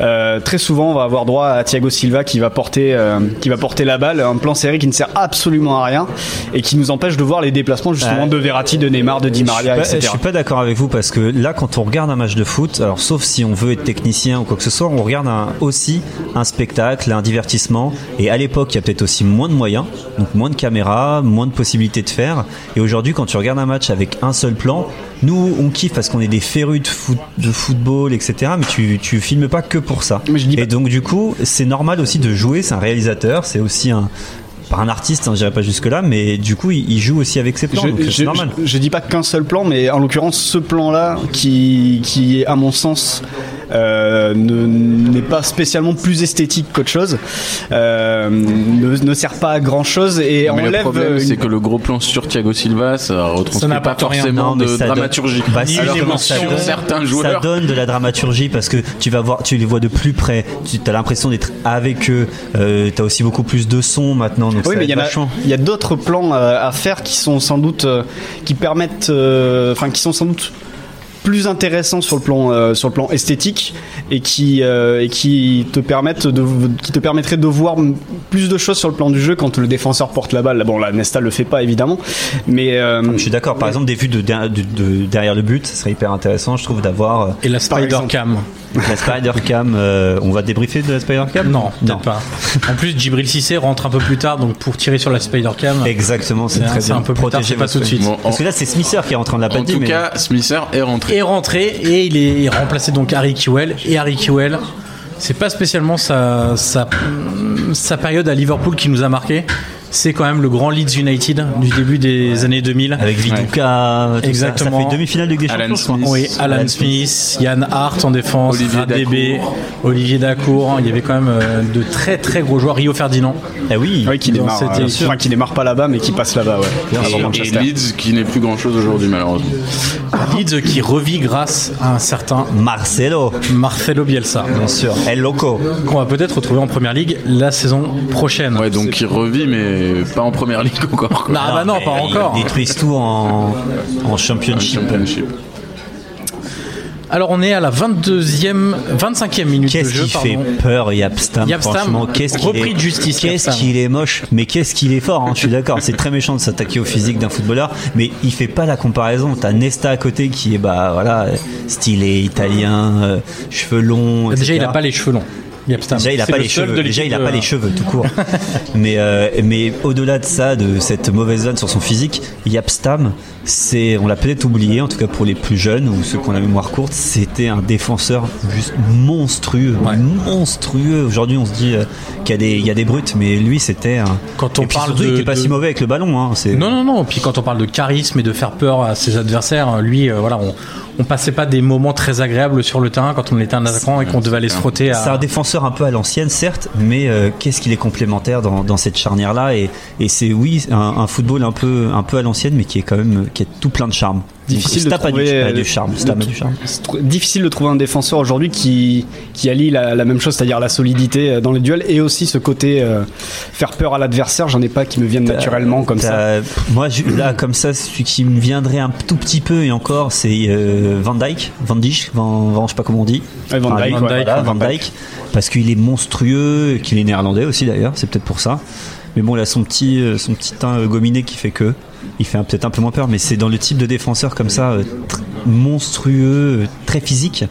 E: euh, très souvent on va avoir droit à Thiago Silva qui va porter, euh, qui va porter la balle, un plan serré qui ne sert absolument à rien et qui nous empêche de voir les déplacements justement
D: Ouais.
E: de Verratti, de Neymar, de Di Maria,
D: je suis pas,
E: etc.
D: je suis pas d'accord avec vous parce que là, quand on regarde un match de foot, alors sauf si on veut être technicien ou quoi que ce soit, on regarde un- aussi un spectacle, un divertissement. Et à l'époque, il y a peut-être aussi moins de moyens, donc moins de caméras, moins de possibilités de faire. Et aujourd'hui, quand tu regardes un match avec un seul plan, nous, on kiffe parce qu'on est des férus de, foot- de football, etc. Mais tu, tu filmes pas que pour ça.
E: Mais je dis pas-
D: Et donc, du coup, c'est normal aussi de jouer. C'est un réalisateur, c'est aussi un. Pas un artiste, hein, j'irai pas jusque-là, mais du coup, il il joue aussi avec ses plans, donc
E: je,
D: c'est normal.
E: je- je dis pas qu'un seul plan, mais en l'occurrence ce plan-là, qui, qui est à mon sens euh, ne- n'est pas spécialement plus esthétique qu'autre chose, euh, ne, ne sert pas à grand chose et
F: Mais le
E: enlève.
F: problème,
E: euh,
F: c'est
E: une-
F: que le gros plan sur Thiago Silva, ça retranscrit
C: n'a
F: pas
C: pas rien.
F: forcément
D: Non, mais
F: de
D: ça donne-
F: dramaturgie.
D: Bah, si,
F: Alors
C: justement,
F: que
C: ça
F: sur
C: donne-
F: certains
D: ça
F: joueurs,
D: donne de la dramaturgie parce que tu vas voir tu les vois de plus près tu as l'impression d'être avec eux euh, t'as aussi beaucoup plus de sons maintenant donc ça
E: Oui, mais
D: aide
E: il y, en a-
D: vachement.
E: il y a d'autres plans euh, à faire qui sont sans doute, euh, qui permettent, euh, enfin, qui sont sans doute plus intéressants sur le plan, euh, sur le plan esthétique et qui, euh, et qui te permettent de, qui te permettraient de voir m- plus de choses sur le plan du jeu quand le défenseur porte la balle. Bon, là, Nesta le fait pas évidemment, mais euh,
D: Ah, je suis d'accord par exemple des vues de, der- de- de- derrière le but ça serait hyper intéressant je trouve d'avoir euh,
C: Et la Spider
E: exemple.
C: Cam.
D: la Spider Cam euh, on va débriefer de la Spider Cam
C: Non, peut-être
D: non
C: pas. En plus, Djibril Cissé rentre un peu plus tard, donc pour tirer sur la Spider Cam,
D: exactement c'est
C: c'est
D: très
C: c'est
D: bien
C: un peu plus tard,
D: Protégez
C: c'est pas
D: votre-
C: tout de suite.
F: Bon, en,
D: parce que là c'est Smither qui est en train de la
F: en
D: pâtir
F: tout
D: mais
F: cas, Smither est rentré.
C: est rentré et il est remplacé donc Harry Kewell et Harry Kewell c'est pas spécialement sa, sa, sa période à Liverpool qui nous a marqué c'est quand même le grand Leeds United du début des années 2000
D: avec Viduka tout ça. ça,
C: Exactement.
D: fait demi-finale de Ligue des
F: Alan
D: Champions je crois.
F: Smith.
C: oui, Alan Smith, Yann Hart en défense,
F: Olivier
C: Radebe,
F: Dacour.
C: Olivier Dacour. Il y avait quand même euh, de très très gros joueurs. Rio Ferdinand.
D: ah oui
E: oui, qui
C: Dans
E: démarre,
C: cette
E: euh,
C: équipe.
E: enfin, qui démarre pas là-bas, mais qui passe là-bas, ouais.
F: Et,
E: Avant
F: et
E: Manchester.
F: Leeds qui n'est plus grand chose aujourd'hui malheureusement.
C: Leeds qui revit grâce à un certain
D: Marcelo
C: Marcelo Bielsa.
D: bien sûr El Loco
C: Qu'on va peut-être retrouver en première ligue la saison prochaine.
F: Ouais donc qui revit mais pas en première *laughs* ligue encore. Quoi.
C: Non, ah bah non,
D: mais
C: pas
D: ils
C: encore.
D: détruisent tout en, en
F: Un
D: championship
F: championship.
C: Alors on est à la 22e, 25e minute de
D: Qu'est-ce
C: jeu.
D: qui fait
C: pardon.
D: peur Yapstam,
C: Yapstam,
D: franchement qu'est-ce qu'il
C: repris
D: est-
C: de justice,
D: Qu'est-ce
C: Yapstam.
D: qu'il est moche, mais qu'est-ce qu'il est fort, hein, je suis d'accord, c'est très méchant de s'attaquer au physique d'un footballeur, mais il fait pas la comparaison, t'as Nesta à côté qui est bah voilà, stylé italien, euh, cheveux longs,
C: Déjà il
D: etc..
C: n'a pas les cheveux longs. Yapstam.
D: Déjà, il a
C: C'est
D: pas
C: le
D: les
C: seul
D: cheveux.
C: de
D: Déjà, il a
C: l'équipe euh,
D: pas
C: de-
D: les cheveux
C: *laughs*
D: tout court. mais euh, mais au-delà de ça, de cette mauvaise zone sur son physique, Yapstam, c'est, on l'a peut-être oublié, en tout cas pour les plus jeunes ou ceux qui ont la mémoire courte, c'était un défenseur juste monstrueux, monstrueux. Aujourd'hui, on se dit euh, qu'il y a des, il y a des brutes, mais lui, c'était. un-
C: Quand on
D: Et puis,
C: parle
D: surtout, il
C: de-
D: était pas
C: de-
D: si mauvais avec le ballon. Hein, c'est-
C: Non, non, non. Puis quand on parle de charisme et de faire peur à ses adversaires, lui, euh, voilà, on, on passait pas des moments très agréables sur le terrain quand on était un attaquant et qu'on devait aller se frotter
D: C'est un
C: à.
D: défenseur un peu à l'ancienne, certes, mais euh, qu'est-ce qu'il est complémentaire dans, dans cette charnière-là Et, et c'est, oui, un, un football un peu, un peu à l'ancienne, mais qui est quand même qui est euh, tout plein de charme.
E: difficile de
D: Stab a du-
E: trouver euh,
D: a du charme,
E: de
D: Stab a du
E: trou-
D: charme.
E: c'est tr- difficile de trouver un défenseur aujourd'hui qui qui allie la, la même chose, c'est-à-dire la solidité euh, dans les duels et aussi ce côté euh, faire peur à l'adversaire. J'en ai pas qui me viennent naturellement comme ça.
D: T'as- Moi, je- là, comme ça, celui qui me viendrait un tout petit peu, et encore, c'est euh, Van Dyke, Van Dijk, Van, Van- je sais pas comment on dit.
E: Ouais, Van
D: Enfin,
E: Dijk,
C: ouais,
D: voilà,
E: Van
D: Van
E: Dijk.
D: Dijk, parce qu'il est monstrueux, et qu'il est néerlandais aussi d'ailleurs, c'est peut-être pour ça. Mais bon, il a son petit, euh, son petit teint euh, gominé qui fait que il fait un- peut-être un peu moins peur, mais c'est dans le type de défenseur comme ça, euh, tr- monstrueux, euh, très physique.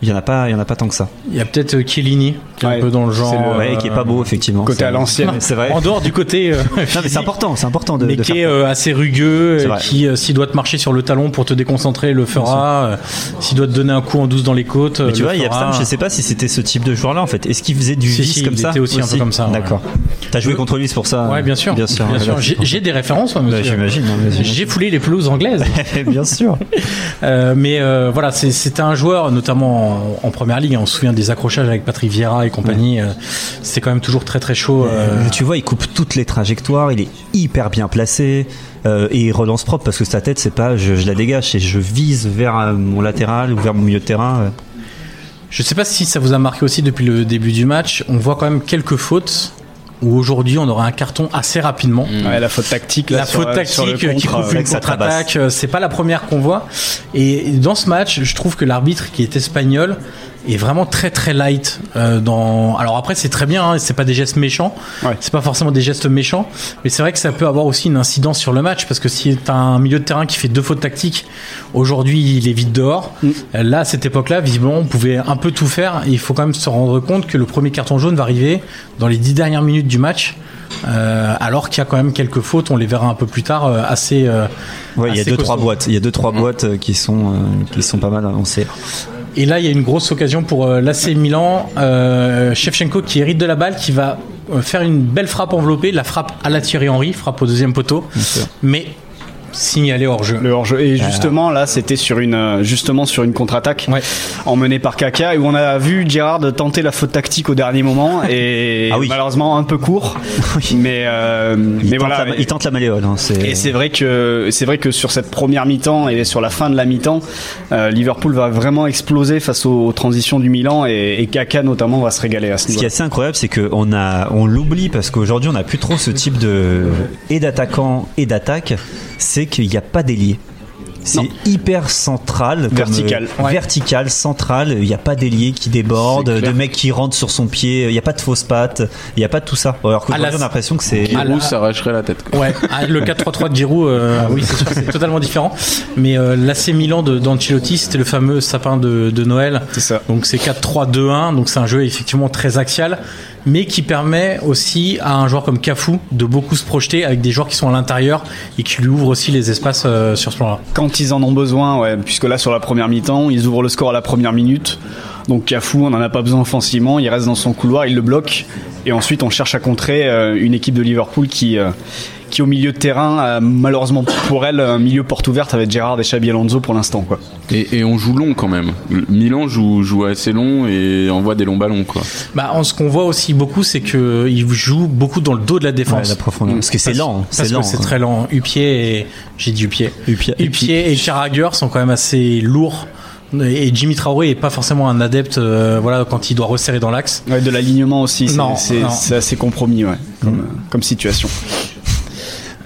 D: Il y en a pas, il y en a pas tant que ça.
C: Il y a peut-être euh, Chiellini qui est
E: Ouais,
C: un peu dans le
E: c'est
C: genre. euh,
E: le-
D: Ouais, et qui est pas beau effectivement.
E: Côté
D: C'est-
E: à l'ancienne.
D: *laughs* c'est vrai.
C: En dehors du côté. euh,
D: Non, mais
C: physique,
D: c'est important, c'est important de.
C: mais
D: de
C: qui
D: faire
C: est euh, assez rugueux,
D: C'est
C: euh,
D: vrai.
C: qui euh, s'il doit te marcher sur le talon pour te déconcentrer, le fera. euh, s'il doit te donner un coup en douce dans les côtes, euh,
D: Mais tu vois, Yapstam, je sais pas si c'était ce type de joueur-là en fait. Est-ce qu'il faisait du
C: Si,
D: vice
C: si,
D: comme
C: il
D: ça
C: était aussi un peu comme ça, ouais.
D: D'accord. T'as joué contre lui c'est pour ça
C: Ouais, bien sûr.
D: Bien sûr. ouais,
C: J'ai-
D: d'accord.
C: J'ai des références, moi,
D: Bah,
C: monsieur.
D: J'imagine. hein, mais-
C: J'ai foulé les pelouses
D: *laughs*
C: anglaises.
D: bien sûr.
C: Euh, mais euh, voilà, c'est- c'était un joueur, notamment en, en première ligue. hein, on se souvient des accrochages avec Patrick Vieira et compagnie. euh, c'était quand même toujours très très chaud. euh,
D: Tu vois, il coupe toutes les trajectoires, il est hyper bien placé euh, et il relance propre parce que sa tête, c'est pas je, je la dégage et je vise vers euh, mon latéral ou vers mon milieu de terrain. euh.
C: Je sais pas si ça vous a marqué aussi depuis le début du match. On voit quand même quelques fautes où aujourd'hui on aura un carton assez rapidement.
E: Ouais, la faute tactique, là,
C: la
E: sur-
C: faute
E: sur le
C: tactique qui
E: contre,
C: trouve
E: euh,
C: une
D: que ça tabasse.
C: contre-attaque, euh, c'est pas la première qu'on voit. Et dans ce match, je trouve que l'arbitre qui est espagnol est vraiment très très light. euh, dans... Alors après, c'est très bien, hein, c'est pas des gestes méchants,
E: Ouais.
C: c'est pas forcément des gestes méchants, mais c'est vrai que ça peut avoir aussi une incidence sur le match parce que si t'as un milieu de terrain qui fait deux fautes tactiques, aujourd'hui il est vite dehors. Euh, Là, à cette époque-là, visiblement, on pouvait un peu tout faire. Et il faut quand même se rendre compte que le premier carton jaune va arriver dans les dix dernières minutes du match. Euh, alors qu'il y a quand même quelques fautes, on les verra un peu plus tard, euh, assez. euh,
D: Ouais, il y a
C: assez
D: deux trois
C: costaud. Mm.
D: boîtes. Il y a deux trois boîtes euh, qui sont euh, qui sont pas mal. On sait.
C: Et là, il y a une grosse occasion pour euh, l'AC Milan. Euh, Shevchenko qui hérite de la balle, qui va euh, faire une belle frappe enveloppée, la frappe à la Thierry Henry, frappe au deuxième poteau, mais signalée hors jeu.
E: Le hors-jeu.
D: Ah.
E: Et justement, là, c'était sur une, euh, justement sur une contre-attaque
C: Ouais.
E: emmenée par Kaka, où on a vu Gérard tenter la faute tactique au dernier moment, et
D: Ah oui.
E: malheureusement un peu court.
D: *laughs*
E: Mais, euh,
D: Il,
E: mais
D: tente
E: voilà.
D: la, il tente la malléole. hein,
E: Et c'est vrai que c'est vrai que sur cette première mi-temps et sur la fin de la mi-temps, euh, Liverpool va vraiment exploser face aux, aux transitions du Milan et, et Kaka notamment va se régaler à ce
D: Ce qui
E: niveau.
D: est assez incroyable, c'est qu'on a, on l'oublie parce qu'aujourd'hui, on n'a plus trop ce type de et d'attaquant et d'attaque. C'est qu'il n'y a pas d'ailier. C'est hyper central, comme,
E: Vertical.
D: euh, vertical, central. Il n'y a pas d'ailier qui déborde, de mec qui rentre sur son pied. Il n'y a pas de fausses pattes. Il n'y a pas de tout ça. Alors
C: À
D: qu'aujourd'hui,
C: la-
D: on a l'impression que c'est.
C: Ah, là-
F: Giroud s'arracherait la tête. quoi.
C: Ouais, ah, le 4-3-3 de Giroud, euh, oui, c'est sûr, c'est totalement différent. Mais euh, l'AC Milan de- d'Ancelotti, c'était le fameux sapin de, de Noël.
E: C'est ça.
C: Donc c'est 4-3-2-1, donc c'est un jeu effectivement très axial, mais qui permet aussi à un joueur comme Cafu de beaucoup se projeter avec des joueurs qui sont à l'intérieur et qui lui ouvrent aussi les espaces euh, sur ce plan-là.
E: Quand ils en ont besoin, ouais, puisque là sur la première mi-temps, ils ouvrent le score à la première minute. Donc Cafou, on n'en a pas besoin offensivement, il reste dans son couloir, il le bloque. Et ensuite, on cherche à contrer euh, une équipe de Liverpool qui, euh, qui au milieu de terrain, a malheureusement pour elle, un milieu porte ouverte avec Gérard et Xabi Alonso pour l'instant. quoi.
F: Et, et on joue long quand même. Le- Milan joue, joue assez long et envoie des longs ballons quoi.
C: Bah, en, ce qu'on voit aussi beaucoup, c'est qu'il joue beaucoup dans le dos de la
D: Ouais,
C: défense.
D: la profondeur. Parce que c'est
C: Mmh. Parce-
D: lent. hein.
C: parce
D: C'est
C: que
D: lent.
C: C'est très lent. Upier et j'ai dit Upier.
D: Upier-
C: Upier et Carragher sont quand même assez lourds. Et Jimmy Traoré est pas forcément un adepte, euh, voilà, quand il doit resserrer dans l'axe.
E: Ouais, de l'alignement aussi, c'est-
C: Non,
E: c'est
C: non. Mm.
E: c'est assez compromis ouais, comme, euh, comme situation.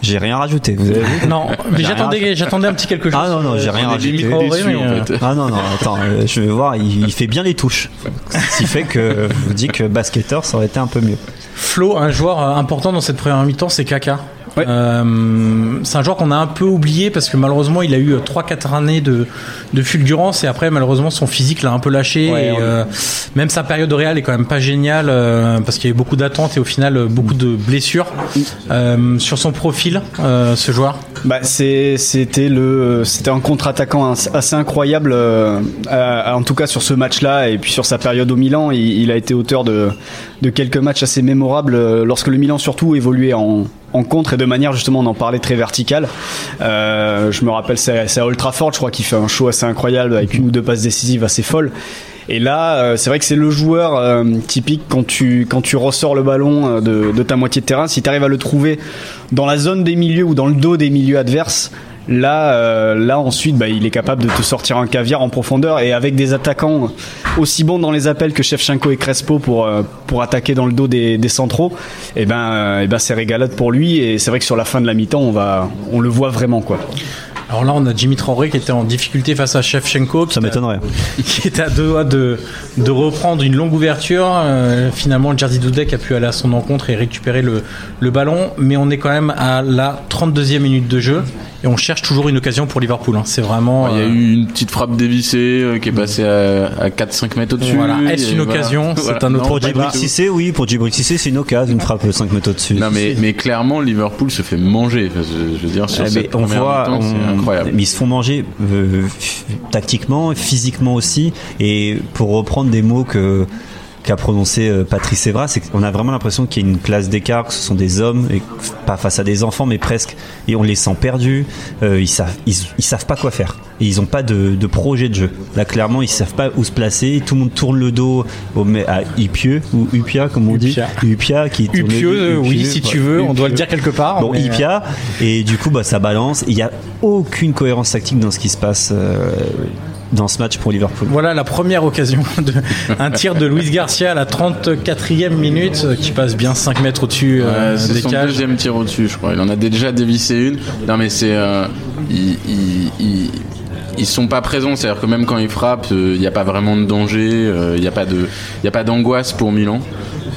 D: J'ai rien rajouté. Vous avez vu *laughs*
C: Non, mais
D: J'ai
C: j'attendais, j'attendais un petit quelque chose.
D: Ah non, non, j'ai rien
F: on est
D: rajouté.
F: limite
C: Oh,
F: déçus,
C: oui, mais,
F: en
C: euh,
F: fait.
D: Ah non, non, attends, euh, je vais voir, il, il fait bien les touches. Ce qui fait que je vous dis que basketteur, ça aurait été un peu mieux.
C: Flo, un joueur euh, important dans cette première mi-temps, c'est Kaka.
E: Ouais.
C: Euh, c'est un joueur qu'on a un peu oublié parce que malheureusement il a eu 3-4 années de, de fulgurance et après malheureusement son physique l'a un peu lâché
E: Ouais,
C: et,
E: on-
C: euh, même sa période réelle est quand même pas géniale euh, parce qu'il y avait beaucoup d'attentes et au final euh, beaucoup de blessures Euh, sur son profil euh, ce joueur
E: Bah, c'est- c'était le c'était un contre-attaquant as- assez incroyable euh, à- à- en tout cas sur ce match-là et puis sur sa période au Milan, il, il a été auteur de de quelques matchs assez mémorables euh, lorsque le Milan surtout évoluait en en contre et de manière justement on en parlait très verticale. Euh, je me rappelle c'est c'est à Old Trafford, je crois qu'il fait un show assez incroyable avec une ou deux passes décisives assez folles. Et là, euh, c'est vrai que c'est le joueur euh, typique quand tu, quand tu ressors le ballon euh, de, de ta moitié de terrain, si tu arrives à le trouver dans la zone des milieux ou dans le dos des milieux adverses, Là, euh, là ensuite, bah, il est capable de te sortir un caviar en profondeur et avec des attaquants aussi bons dans les appels que Shevchenko et Crespo pour, euh, pour attaquer dans le dos des, des centraux, et ben, euh, eh ben c'est régalade pour lui et c'est vrai que sur la fin de la mi-temps, on, va, on le voit vraiment quoi.
C: Alors là, on a Jimmy Traoré qui était en difficulté face à Shevchenko. qui
D: Ça
C: était-
D: m'étonnerait.
C: *laughs* Qui était à deux doigts de, de reprendre une longue ouverture. Euh, finalement, Jerzy Dudek a pu aller à son encontre et récupérer le, le ballon. Mais on est quand même à la 32e minute de jeu et on cherche toujours une occasion pour Liverpool. hein. C'est vraiment.
F: Il y a
C: euh,
F: eu une petite frappe dévissée euh, qui est passée à, à 4-5 mètres au-dessus.
C: Voilà.
F: Et
C: Est-ce une
F: voilà. *laughs*
C: occasion C'est un autre
F: Non,
D: Pour
F: pas
D: Djibril
F: du tout.
D: Cissé, oui, pour Djibril Cissé, c'est une occasion, une frappe 5 mètres au-dessus.
F: Non, mais, mais clairement, Liverpool se fait manger. Enfin, je, je veux dire, sur
D: Eh ben,
F: cette
D: on
F: première
D: voit,
F: mi-temps, c'est
D: on-
F: incroyable.
D: mais ils se font manger euh, f- tactiquement, physiquement aussi. Et pour reprendre des mots que qu'a prononcé euh, Patrice Evra, c'est qu'on a vraiment l'impression qu'il y a une classe d'écart, que ce sont des hommes, et f- pas face à des enfants, mais presque. Et on les sent perdus. euh, ils savent, ils, ils savent pas quoi faire. Et ils n'ont pas de, de projet de jeu. Là, clairement, ils savent pas où se placer. Tout le monde tourne le dos au, mais- à Ipieux ou Upia, comme on
C: Upia.
D: dit. Upia qui tourne le
C: Upieux,
D: dos,
C: euh, oui,
D: Upieux,
C: si tu
D: voilà.
C: veux, on doit le
D: Upieux.
C: dire quelque part.
D: Bon,
C: mais, euh,
D: Ipia, et du coup, bah, ça balance. Il n'y a aucune cohérence tactique dans ce qui se passe euh, dans ce match pour Liverpool.
C: Voilà la première occasion *laughs* de un tir de Luis Garcia à la 34e minute euh, qui passe bien 5 mètres au-dessus euh,
F: Ouais, c'est
C: des
F: son
C: cages.
F: deuxième tir au-dessus, je crois. Il en a déjà dévissé une. Non, mais c'est. euh, ils, ils, ils- ils sont pas présents. C'est-à-dire que même quand ils frappent, euh, il n'y a pas vraiment de danger. euh, Il n'y a pas de, il y a pas d'angoisse pour Milan.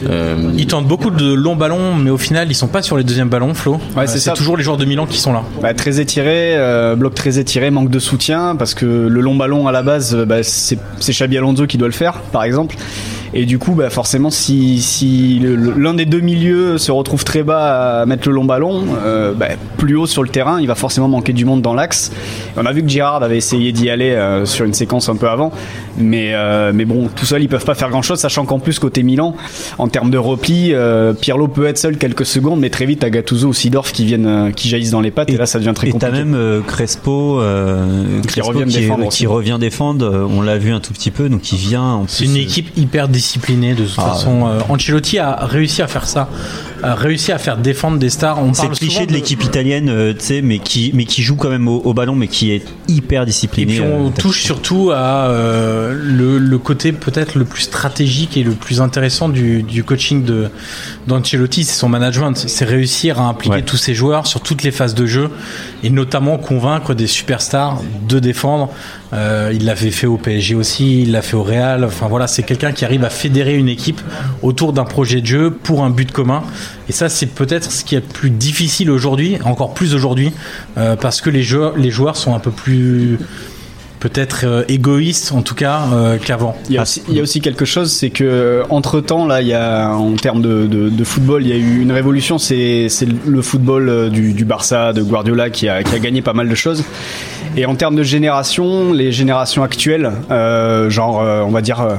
F: Euh,
C: Ils tentent beaucoup de longs ballons, mais au final, ils sont pas sur les deuxièmes ballons, Flo.
E: Ouais,
C: Euh,
E: c'est
C: c'est
E: ça.
C: toujours les joueurs de Milan qui sont là.
E: Bah, très étiré, euh, bloc très étiré, manque de soutien parce que le long ballon à la base, euh, bah, c'est c'est Xabi Alonso qui doit le faire, par exemple. Et du coup, bah, forcément, si, si le- le- l'un des deux milieux se retrouve très bas à mettre le long ballon, euh, bah, plus haut sur le terrain, il va forcément manquer du monde dans l'axe. Et On a vu que Girard avait essayé d'y aller euh, sur une séquence un peu avant, mais, euh, mais bon, tout seul, ils peuvent pas faire grand-chose, sachant qu'en plus, côté Milan, en termes de repli, euh, Pirlo peut être seul quelques secondes, mais très vite, à Gattuso ou Sidorf qui, viennent, euh, qui jaillissent dans les pattes, et, là, ça devient très
D: Et
E: compliqué.
D: t'as même euh, Crespo, euh,
E: Qui
D: Crespo
E: revient
D: qui,
E: défendre
D: qui
E: aussi.
D: revient défendre. euh, On l'a vu un tout petit peu, donc il vient. en
C: C'est
D: plus,
C: une
D: euh,
C: équipe hyper disciplinée de toute
D: Ah,
C: façon. Euh, Ancelotti a réussi à faire ça, a réussi à faire défendre des stars. On
D: C'est
C: parle
D: le cliché
C: souvent
D: de l'équipe italienne, euh, tu sais, mais qui, mais qui joue quand même au, au ballon, mais qui est hyper
C: Et
D: disciplinée.
C: puis on
D: euh,
C: touche
D: tactiquement.
C: surtout à euh, le, le côté peut-être le plus stratégique et le plus intéressant du, du coaching de d'Ancelotti, c'est son management, c'est réussir à impliquer
D: Ouais.
C: tous ses joueurs sur toutes les phases de jeu et notamment convaincre des superstars de défendre. Euh, il l'avait fait au PSG aussi, il l'a fait au Real. Enfin voilà, c'est quelqu'un qui arrive à fédérer une équipe autour d'un projet de jeu pour un but commun. Et ça, c'est peut-être ce qui est le plus difficile aujourd'hui, encore plus aujourd'hui, euh, parce que les joueurs, les joueurs sont un peu plus peut-être euh, égoïstes en tout cas euh, qu'avant.
E: Il y, a aussi, il y a aussi quelque chose, c'est que entre temps, là, il y a, en termes de, de- de football, il y a eu une révolution. C'est c'est le football euh, du, du Barça, de Guardiola, qui a, qui a gagné pas mal de choses. Et en termes de génération, les générations actuelles, euh, genre, euh, on va dire. euh,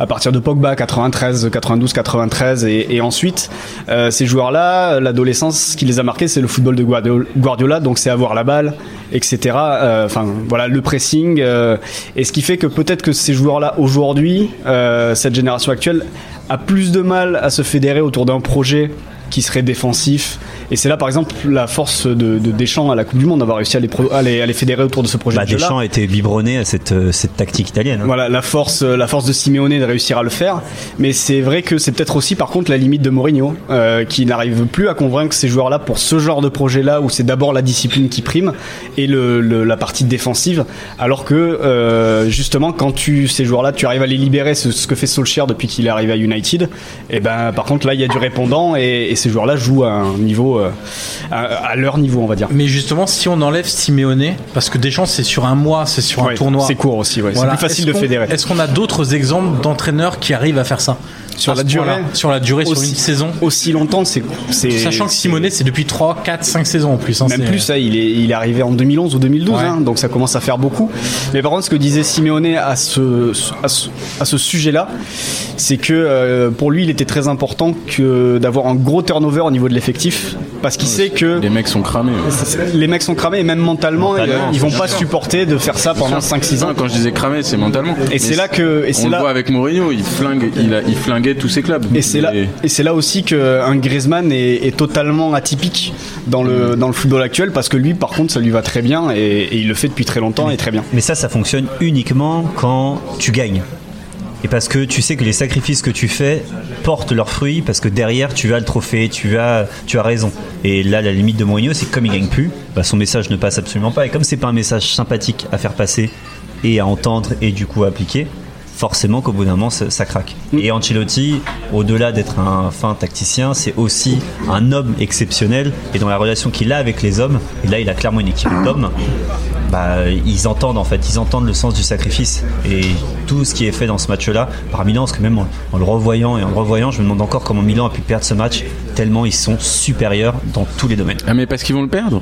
E: à partir de Pogba 93, 92, 93 et, et ensuite, euh, ces joueurs-là, euh, l'adolescence, ce qui les a marqués, c'est le football de Guardio- Guardiola, donc c'est avoir la balle, etc. Euh, Enfin, voilà, le pressing, euh, et ce qui fait que peut-être que ces joueurs-là aujourd'hui, euh, cette génération actuelle, a plus de mal à se fédérer autour d'un projet qui serait défensif. Et c'est là, par exemple, la force de, de Deschamps à la Coupe du Monde d'avoir réussi à les, pro- à les- à les fédérer autour de ce projet.
D: Bah,
E: de jeu-là.
D: Deschamps était biberonné à cette, euh, cette tactique italienne. hein.
E: Voilà, la force, euh, la force de Simeone de réussir à le faire. Mais c'est vrai que c'est peut-être aussi, par contre, la limite de Mourinho, euh, qui n'arrive plus à convaincre ces joueurs-là pour ce genre de projet-là, où c'est d'abord la discipline qui prime et le, le- la partie défensive. Alors que, euh, justement, quand tu ces joueurs-là, tu arrives à les libérer, ce, ce que fait Solskjaer depuis qu'il est arrivé à United. Et ben, par contre, là, il y a du répondant et, et ces joueurs-là jouent à un niveau, euh, à, à leur niveau, on va dire.
C: Mais justement, si on enlève Simeone, parce que Deschamps c'est sur un mois, c'est sur un
E: Ouais,
C: tournoi.
E: C'est court aussi, ouais.
C: Voilà.
E: C'est plus facile
C: Est-ce
E: de
C: qu'on-
E: fédérer.
C: Est-ce qu'on a d'autres exemples d'entraîneurs qui arrivent à faire ça
E: Sur
C: À
E: la
C: ce
E: durée
C: point-là, sur la durée, sur
E: Aussi-
C: une saison.
E: Aussi longtemps, c'est. c'est-
C: Sachant que
E: c'est-
C: Simonet, c'est depuis 3, 4, 5 saisons en plus. hein,
E: Même
C: c'est-
E: plus, hein, il, est, il est arrivé en 2011 ou 2012,
C: Ouais.
E: hein, donc ça commence à faire beaucoup. Mais par contre, ce que disait Simeone à ce, à ce, à ce sujet-là, c'est que euh, pour lui, il était très important que d'avoir un gros turnover au niveau de l'effectif, parce qu'il sait que
F: les mecs sont cramés. ouais.
E: les mecs sont cramés et même mentalement,
F: Mentalement,
E: ils, ils vont
F: c'est
E: pas
F: sûr.
E: supporter de faire ça pendant 5-6 ans.
F: Non, Quand je disais cramé, c'est mentalement.
E: Et c'est là que, et
F: on
E: c'est
F: le voit
E: là,
F: avec Mourinho, il flingue, il, a- il flinguait aider tous ces clubs.
E: Et c'est là,
F: Mais-
E: et c'est là aussi qu'un Griezmann est, est totalement atypique dans le, dans le football actuel parce que lui, par contre, ça lui va très bien et, et il le fait depuis très longtemps et très bien.
D: Mais ça, ça fonctionne uniquement quand tu gagnes. Et parce que tu sais que les sacrifices que tu fais portent leurs fruits, parce que derrière tu as le trophée, tu as, tu as raison. Et là, la limite de Mourinho, c'est que comme il gagne plus, bah, son message ne passe absolument pas. Et comme c'est pas un message sympathique à faire passer et à entendre et du coup à appliquer, forcément qu'au bout d'un moment, ça, ça craque.
E: Mm.
D: Et Ancelotti, au-delà d'être un fin tacticien, c'est aussi un homme exceptionnel. Et dans la relation qu'il a avec les hommes, et là, il a clairement une équipe d'hommes, bah, ils entendent en fait, ils entendent le sens du sacrifice. Et tout ce qui est fait dans ce match-là, par Milan, parce que même en, en le revoyant et en le revoyant, je me demande encore comment Milan a pu perdre ce match, tellement ils sont supérieurs dans tous les
C: *laughs*
D: domaines.
F: Ah mais parce qu'ils vont le perdre.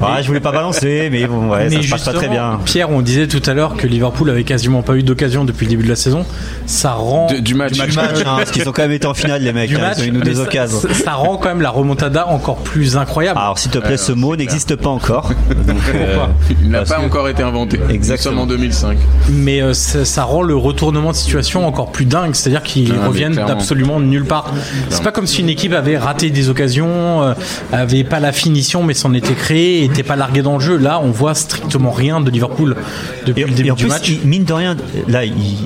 D: Ah, je voulais pas balancer, mais bon, ouais, ça
C: Mais
D: se passe pas très bien.
C: justement, Pierre, on disait tout à l'heure que Liverpool avait quasiment pas eu d'occasion depuis le début de la saison. Ça rend
F: De- du match.
D: Du match, hein, parce qu'ils ont quand même été en finale, les mecs.
C: du
D: hein,
C: match,
D: ils ont eu nous
C: mais
D: deux
C: ça-
D: occasions.
C: ça, ça rend quand même la remontada encore plus incroyable.
E: Ah,
D: Alors, s'il te plaît, ce mot n'existe
C: *laughs*
D: pas encore. euh,
F: Il n'a
D: Parce
F: pas
D: que-
F: encore été inventé.
D: Exactement.
F: Nous sommes en 2005.
C: mais euh, ça, ça rend le retournement de situation encore plus dingue. C'est-à-dire qu'ils
F: Ah, mais
C: reviennent
F: clairement.
C: absolument de nulle part. C'est pas comme si une équipe avait raté des occasions, euh, avait pas la finition, mais s'en était créée, était pas larguée dans le jeu. Là, on voit strictement rien de Liverpool depuis
D: Et,
C: le début
D: et en
C: du
D: plus,
C: match.
D: ils- mine de rien, là, ils, ils-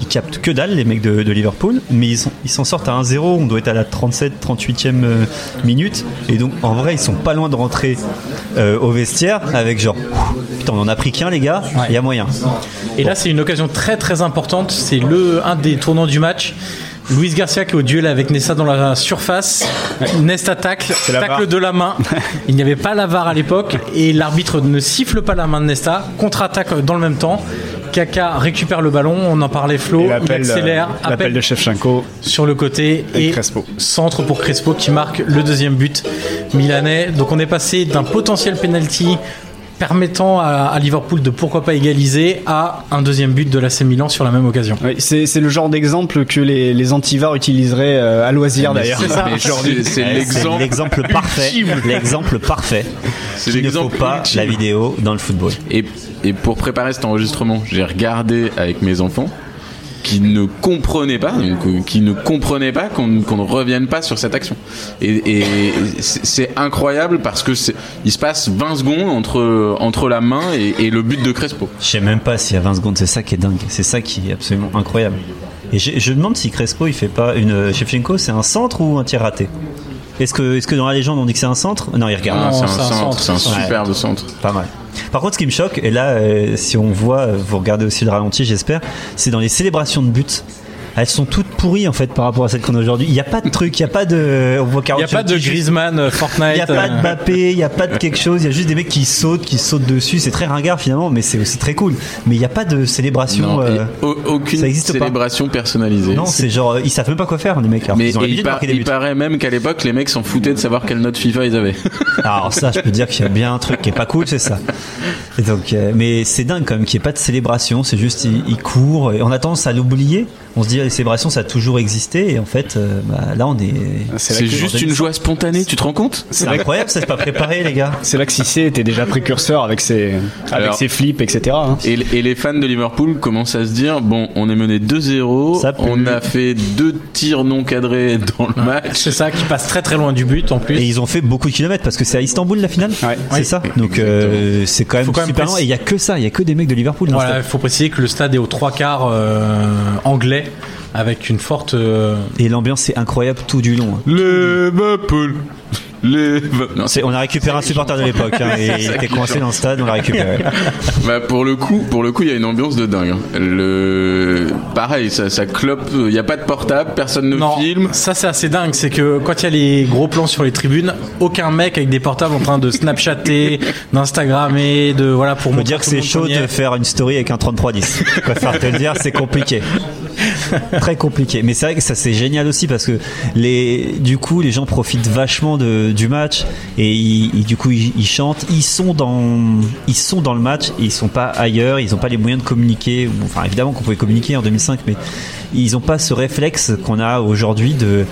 D: ils captent que dalle, les mecs de, de Liverpool, mais ils sont- ils s'en sortent à 1-0. On doit être à la 37, 38e euh, minute. Et donc, en vrai, ils sont pas loin de rentrer euh, au vestiaire avec genre, Ouh, putain, on en a pris qu'un, les gars, il
C: Ouais.
D: y a moyen.
C: Et là, c'est une occasion très très importante. C'est le un des tournants du match. Luis Garcia qui est au duel avec Nesta dans la surface. Nesta tacle,
E: la
C: tacle
E: VAR.
C: de la
E: *laughs*
C: main. Il n'y avait pas la VAR à l'époque et l'arbitre ne siffle pas la main de Nesta. Contre-attaque dans le même temps. Kaka récupère le ballon, on en parlait Flo,
E: Et
C: Oh, il
E: l'appel,
C: accélère,
E: euh, l'appel
C: appel
E: de Shevchenko.
C: sur le côté et,
E: Et Crespo.
C: centre pour Crespo qui marque le deuxième but milanais. Donc on est passé d'un potentiel penalty permettant à, à Liverpool de pourquoi pas égaliser à un deuxième but de l'AC Milan sur la même occasion.
E: Oui, c'est c'est le genre d'exemple que les, les antivars utiliseraient euh, à loisir d'ailleurs.
F: Mais C'est c'est
D: Ouais, C'est
C: *laughs*
F: l'exemple.
D: l'exemple parfait. L'exemple parfait.
F: C'est
D: Il ne faut
F: l'exemple
D: pas
F: ultime.
D: la vidéo dans le football.
F: Et, et pour préparer cet enregistrement, j'ai regardé avec mes enfants qui ne comprenaient pas, donc, euh, qui ne comprenaient pas qu'on qu'on ne revienne pas sur cette action. Et, et c'est c'est incroyable parce que c'est- il se passe 20 secondes entre entre la main et, et le but de Crespo.
D: Je sais même pas s'il y a 20 secondes, c'est ça qui est dingue, c'est ça qui est absolument incroyable. Et je, je me demande si Crespo il fait pas une. Shevchenko c'est un centre ou un tir raté Est-ce que, est que dans la légende on dit que c'est un centre Non, il regarde.
F: Ah,
C: Non,
F: c'est un
C: c'est un
F: centre,
C: centre,
F: c'est un
C: ouais.
F: superbe centre.
D: Pas mal. Par contre, ce qui me choque, et là, euh, si on voit, euh, vous regardez aussi le ralenti, j'espère, c'est dans les célébrations de buts. Elles sont toutes pourries en fait par rapport à celles qu'on a aujourd'hui. Il n'y a pas de truc, il n'y a pas de. On voit
C: Il n'y
D: 40
C: a pas de Griezmann, euh, Fortnite.
D: il n'y a pas de
C: euh,
D: Mbappé, il n'y a pas de quelque chose, il y a juste des mecs qui sautent, qui sautent dessus, c'est très ringard finalement, mais c'est aussi très cool. Mais il n'y a pas de célébration.
F: Non, et
D: euh,
F: au- aucune
D: ça existe pas.
F: célébration personnalisée.
D: Non, c'est genre, euh, ils savent même pas quoi faire, les mecs. Alors,
F: Mais
D: ils ont
F: et il,
D: l'habitude de
F: par-
D: marquer des
F: il
D: buts.
F: paraît même qu'à l'époque, les mecs s'en foutaient de savoir quelle note FIFA ils avaient.
D: Alors, ça, je peux dire qu'il y a bien un truc qui est pas cool, c'est ça. Et donc, euh, mais c'est dingue quand même qu'il n'y ait pas de célébration, c'est juste, ils, ils courent, et on a tendance à l'oublier. On se dit, ah, les célébrations, ça a toujours existé, et en fait, euh, bah, là, on est.
F: *laughs*
E: là
F: C'est
E: que-
F: juste une joie spontanée, tu te rends compte
D: C'est incroyable, ça, c'est pas préparé, les gars.
E: C'est là que Cissé était déjà précurseur avec ses, avec
F: Alors-
E: ses flips, etc. hein.
F: et, et les fans de Liverpool commencent à se dire bon, on est mené 2-0,
D: Ça pue.
F: on a fait deux tirs non cadrés dans
C: Ah.
F: le match.
C: C'est ça qui passe très très loin du but en plus.
D: Et ils ont fait beaucoup de kilomètres parce que c'est à Istanbul la finale,
E: Ouais.
D: c'est ça. Donc euh, c'est quand même
C: Faut quand même
D: super long
C: préciser-
D: et il y a que ça, il y a que des mecs de Liverpool. dans le
C: Voilà, il
D: stade.
C: faut préciser que le stade est aux trois quarts euh, anglais avec une forte. euh,
D: Et l'ambiance est incroyable tout du long. hein.
F: Liverpool, Liverpool. Non, c'est-
D: C'est- On a récupéré un supporter de l'époque hein, et il était coincé dans le stade, on l'a récupéré.
F: bah, pour le coup, pour le coup, il y a une ambiance de dingue. hein. Le pareil, ça, ça clope. Il n'y a pas de portable, personne ne
C: Non,
F: filme.
C: ça c'est assez dingue, c'est que quand il y a les gros plans sur les tribunes, aucun mec avec des portables en train de
D: *laughs*
C: snapchatter, d'instagrammer, de voilà pour
D: Faut
C: me
D: dire que c'est chaud de faire une story avec un 3310. Je préfère te le dire, c'est compliqué. Très compliqué. Mais c'est vrai que ça c'est génial aussi parce que les, du coup, les gens profitent vachement de, du match et ils- ils- du coup ils, ils chantent, ils sont dans, ils sont dans le match, et ils sont pas ailleurs, ils ont pas les moyens de communiquer. Bon, Enfin, évidemment qu'on pouvait communiquer en 2005, mais ils ont pas ce réflexe qu'on a aujourd'hui de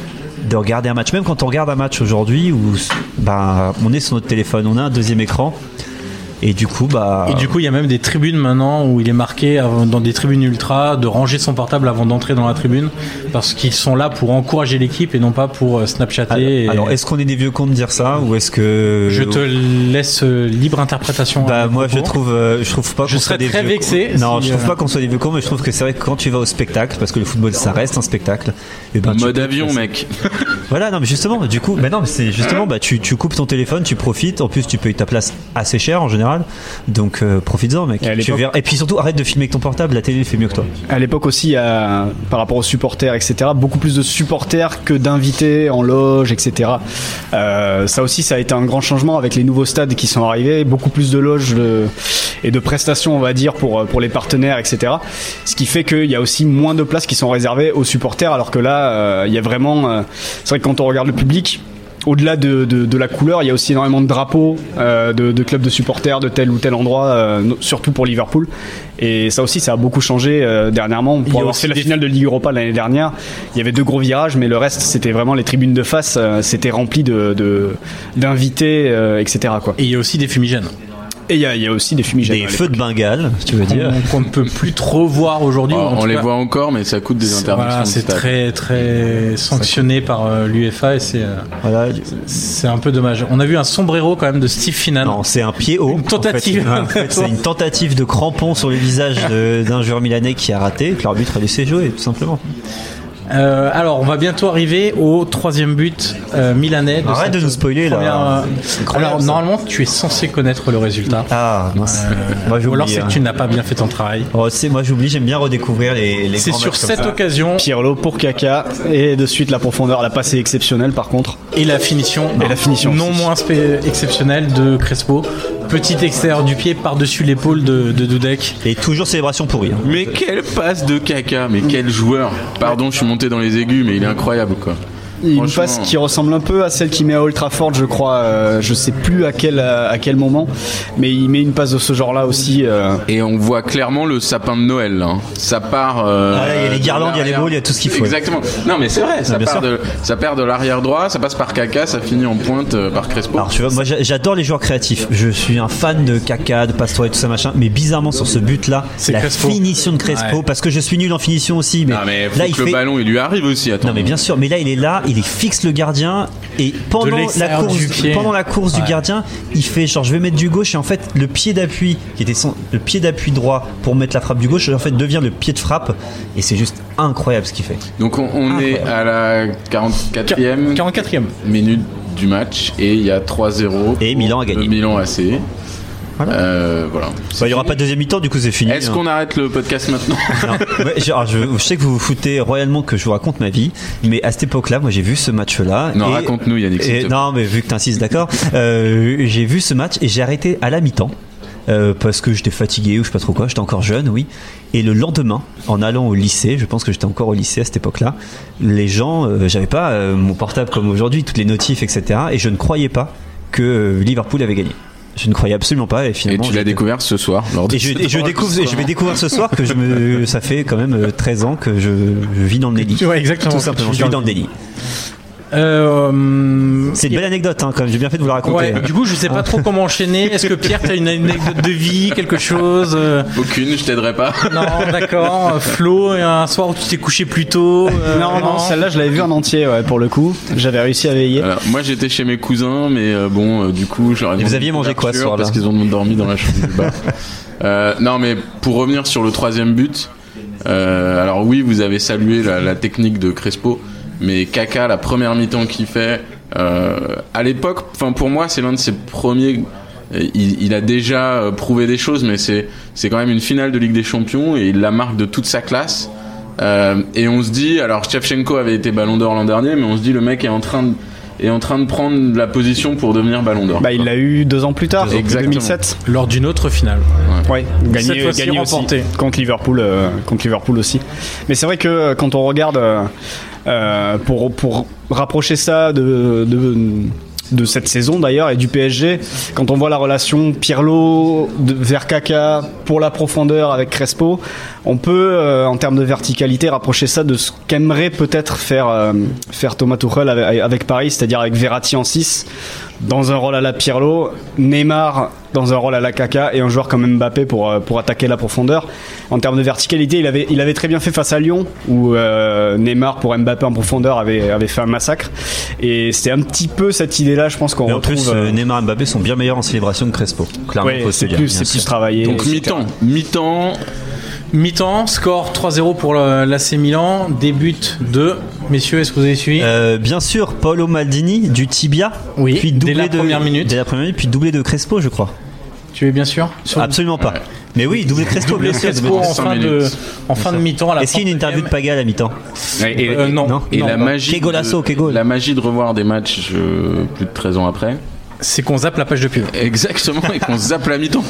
D: de regarder un match. bah, Même quand on regarde un match aujourd'hui où ben, on est sur notre téléphone, on a un deuxième écran Et du coup, bah.
C: Et du coup, il y a même des tribunes maintenant où il est marqué avant- dans des tribunes ultra de ranger son portable avant d'entrer dans la tribune parce qu'ils sont là pour encourager l'équipe et non pas pour euh,
D: alors,
C: snapchatter. et-
D: alors, est-ce qu'on est des vieux cons de dire ça ou est-ce que
C: je te laisse euh, libre interprétation. à
D: Bah
C: mes
D: moi
C: propos.
D: je trouve euh, je trouve pas
C: Je
D: qu'on
C: serais
D: soit des
C: très
D: vieux
C: vexé
D: cons. Non,
C: si,
D: je
C: euh,
D: trouve pas qu'on soit des vieux cons mais je trouve que c'est vrai que quand tu vas au spectacle parce que le football ça reste un spectacle
C: Ah,
D: et ben tu-
F: Mode
C: *laughs*
F: avion, mec.
D: Voilà, non mais justement, du coup, bah non mais c'est justement bah tu, tu coupes ton téléphone, tu profites, en plus tu payes ta place assez cher en général. Donc euh, profites-en mec.
E: Et à
D: Tu
E: l'époque-
D: verras- et puis surtout arrête de filmer avec ton portable, la télé fait mieux que toi.
E: À l'époque aussi, il y a, par rapport aux supporters, etc., beaucoup plus de supporters que d'invités en loge, etc. Euh, ça aussi, ça a été un grand changement avec les nouveaux stades qui sont arrivés, beaucoup plus de loges de- et de prestations, on va dire, pour, pour les partenaires, etc. Ce qui fait qu'il y a aussi moins de places qui sont réservées aux supporters, alors que là, euh, il y a vraiment... euh, c'est vrai que quand on regarde le public... Au-delà de, de- de la couleur, il y a aussi énormément de drapeaux euh, de, de clubs de supporters de tel ou tel endroit, euh, no- surtout pour Liverpool. Et ça aussi, ça a beaucoup changé euh, dernièrement.
C: Il y a
E: Pour avoir
C: aussi
E: fait la
C: des-
E: finale de Ligue Europa l'année dernière, il y avait deux gros virages, mais le reste, c'était vraiment les tribunes de face. euh, c'était rempli de, de- d'invités, euh, etc. Quoi.
C: Et il y a aussi des fumigènes
E: Et il y, a- il y a aussi des fumigènes.
D: Des
E: à
D: feux de Bengale, tu veux dire.
C: qu'on qu'on ne peut plus trop voir aujourd'hui.
F: Oh,
C: ou en
F: on
C: tout
F: les
C: cas-
F: voit encore, mais ça coûte des
C: c'est-
F: interdictions.
C: voilà,
F: de
C: c'est
F: stade.
C: très très sanctionné par euh, l'UEFA et c'est euh,
D: Voilà.
C: c'est un peu dommage. On a vu un sombrero quand même de Steve Finan.
D: Non, c'est un pied haut.
C: Ah Une tentative.
D: En fait, En fait, c'est une tentative de crampon sur le visage de- d'un joueur milanais qui a raté, que l'arbitre a laissé jouer, tout simplement.
C: Euh, alors, on va bientôt arriver au troisième but euh, milanais. De
D: Arrête
C: cette
D: de nous spoiler, là.
C: première, euh,
D: C'est incroyable,
C: Alors,
D: ça.
C: normalement, tu es censé connaître le résultat.
D: Ah, mince. Moi,
C: Euh, Ou alors,
D: j'oublie.
C: c'est
D: hein.
C: que tu n'as pas bien fait ton travail.
D: Oh, tu sais, moi, j'oublie, j'aime bien redécouvrir les, les
C: C'est
D: grands
C: sur
D: matchs comme
C: cette
D: ça.
C: occasion
E: Pirlo pour Kaka. Et de suite, la profondeur, la passe est exceptionnelle par contre.
C: et la finition,
E: Et la finition
C: non
E: aussi.
C: moins spé- exceptionnelle de Crespo. Petit extérieur du pied par-dessus l'épaule de, de Dudek.
D: Et toujours célébration pourrie. hein.
F: Mais quelle passe de caca, mais quel joueur Pardon, je suis monté dans les aigus, mais il est incroyable quoi.
E: Une
F: Franchement.
E: passe qui ressemble un peu à celle qu'il met à Old Trafford, je crois. euh, je sais plus à quel, à quel moment, mais il met une passe de ce genre-là aussi. euh,
F: Et on voit clairement le sapin de Noël. là, hein. Ça part. euh,
D: Ah là, il y a les
F: de
D: guirlandes, il y a les
F: l'arrière.
D: boules, il y a tout ce qu'il faut. Ah,
F: Exactement. Non, mais c'est vrai. Ça,
D: bien sûr.
F: part de, ça part de l'arrière droit, ça passe par Caca, ça finit en pointe euh, par Crespo.
D: Alors tu vois, moi j'a- j'adore les joueurs créatifs. Je suis un fan de Kaka, de Pastore et tout ça machin. Mais bizarrement sur ce but-là,
C: C'est
D: la
C: Crespo.
D: finition de Crespo,
C: Ouais.
D: parce que je suis nul en finition aussi. Mais,
F: Ah, mais faut
D: là
F: que
D: il
F: le
D: fait.
F: ballon, il lui arrive aussi. Attends.
D: Non mais bien sûr, mais là il est là, il est fixe le gardien et pendant la
C: l'extérieur
D: course,
C: du pied.
D: pendant la course
C: Ouais.
D: du gardien, il fait genre je vais mettre du gauche et en fait le pied d'appui qui était son, le pied d'appui droit pour mettre la frappe du gauche en fait devient le pied de frappe et c'est juste incroyable ce qu'il fait.
F: Donc on, on est à la 44e
C: 44e.
F: minute du match et il y a 3-0.
D: Et Milan a gagné.
F: Le Milan AC. Voilà. Euh, voilà.
D: Bah, il y aura pas de deuxième mi-temps du coup c'est fini.
F: Est-ce
D: hein.
F: qu'on arrête le
D: *laughs*
F: podcast maintenant
D: Non, ouais, je, alors, je, je sais que vous vous foutez royalement que je vous raconte ma vie, mais à cette époque-là, moi j'ai vu ce match-là.
F: Non,
D: et-
F: raconte-nous, Yannick, s'il
D: et-
F: te plaît.
D: non, mais vu que t'insistes, d'accord. euh, j'ai vu ce match et j'ai arrêté à la mi-temps. euh, parce que j'étais fatigué ou je sais pas trop quoi, j'étais encore jeune, oui. Et le lendemain, en allant au lycée, je pense que j'étais encore au lycée à cette époque-là, les gens, euh, j'avais pas euh, mon portable comme aujourd'hui, toutes les notifs, etc. Et je ne croyais pas que euh, Liverpool avait gagné. Je ne croyais absolument pas. Et
F: Et
D: finalement,
F: tu l'as
D: j'étais-
F: découvert ce soir lors de
D: et je,
F: cet
D: et je découvre, et je vais découvrir ce soir que je me, ça fait quand même euh, 13 ans que je, je vis dans le délit.
C: Ouais, exactement.
D: Tout simplement,
C: Tu
D: je
C: vis
D: vis
C: dans
D: dans le
C: le
D: délit.
C: Euh,
D: C'est une belle anecdote, hein, quand même. J'ai bien fait de vous la raconter.
C: Ouais, du coup, je sais pas trop comment enchaîner. Est-ce que Pierre, t'as une anecdote de vie, quelque chose euh,
F: Aucune, je t'aiderai pas.
C: Non, d'accord. Euh, Flo, un soir où tu t'es couché plus tôt. euh,
E: non, non, celle-là, je l'avais vue en entier, ouais, pour le coup. J'avais réussi à veiller.
F: Voilà. Moi j'étais chez mes cousins, mais euh, bon, euh, du coup, j'aurais
D: Et vous
F: demandé
D: aviez
F: une
D: mangé quoi ce
F: couverture
D: soir-là
F: Parce qu'ils ont dormi dans la chambre du bas. *laughs* Euh, non, mais pour revenir sur le troisième but, euh, alors oui, vous avez salué la, la technique de Crespo, mais Kaka, la première mi-temps qu'il fait, euh, à l'époque, enfin pour moi, c'est l'un de ses premiers. euh, Il, il a déjà euh, prouvé des choses, mais c'est c'est quand même une finale de Ligue des Champions et il la marque de toute sa classe. Euh, et on se dit, alors Shevchenko avait été Ballon d'Or l'an dernier, mais on se dit le mec est en train de, est en train de prendre la position pour devenir Ballon d'Or.
E: Bah, il l'a eu deux ans plus tard,
F: Deux ans.
E: en 2007.
C: Lors d'une autre finale.
E: Ouais,
C: Cette
E: gagné,
C: fois-ci
E: gagné aussi
C: remporté.
E: contre Liverpool, euh, contre Liverpool aussi. Mais c'est vrai que euh, quand on regarde euh, euh, pour pour rapprocher ça de, de de cette saison d'ailleurs et du PSG, quand on voit la relation Pirlo de- vers Kaka pour la profondeur avec Crespo, on peut euh, en termes de verticalité rapprocher ça de ce qu'aimerait peut-être faire euh, faire Thomas Tuchel avec, avec Paris, c'est-à-dire avec Verratti en 6 dans un rôle à la Pirlo, Neymar dans un rôle à la Kaka et un joueur comme Mbappé pour, euh, pour attaquer la profondeur. En termes de verticalité, il avait, il avait très bien fait face à Lyon où euh, Neymar pour Mbappé en profondeur avait, avait fait un massacre. Et c'était un petit peu cette idée-là, je pense qu'on
D: Mais en
E: retrouve.
D: plus,
E: euh,
D: euh, Neymar et Mbappé sont bien meilleurs en célébration que Crespo. Clairement,
E: ouais,
D: faut se
E: c'est
D: le dire,
E: plus,
D: bien
E: c'est
D: sûr.
E: plus travaillé.
F: Donc
E: etc.
F: mi-temps, mi-temps,
C: Mi-temps, score 3-0 pour le- l'AC Milan, des buts de. Messieurs, est-ce que vous avez suivi
D: Euh, bien sûr, Paolo Maldini du Tibia,
C: Oui,
D: puis
C: dès
D: doublé
C: la
D: de,
C: première minute.
D: dès la première minute, puis doublé de Crespo, je crois.
C: Tu es bien sûr Sur-
D: Absolument pas. Mais oui, doublé de Crespo,
C: Doublé
D: bien sûr,
C: Crespo
D: doublé de
C: en
D: Crespo.
F: cinq
C: fin de,
F: minutes.
C: en fin de mi-temps. à la
D: Est-ce qu'il y a une interview de
C: 39e?
D: Paga à la mi-temps
F: Et, et-
C: Euh, non.
D: non.
F: et
D: Non,
F: la
D: non.
F: magie,
D: Quel golasso, quel
F: de,
D: goal.
F: la magie de revoir des matchs euh, plus de 13 ans après.
C: C'est qu'on zappe la page de pub.
F: Exactement, et qu'on zappe la *laughs* mi-temps.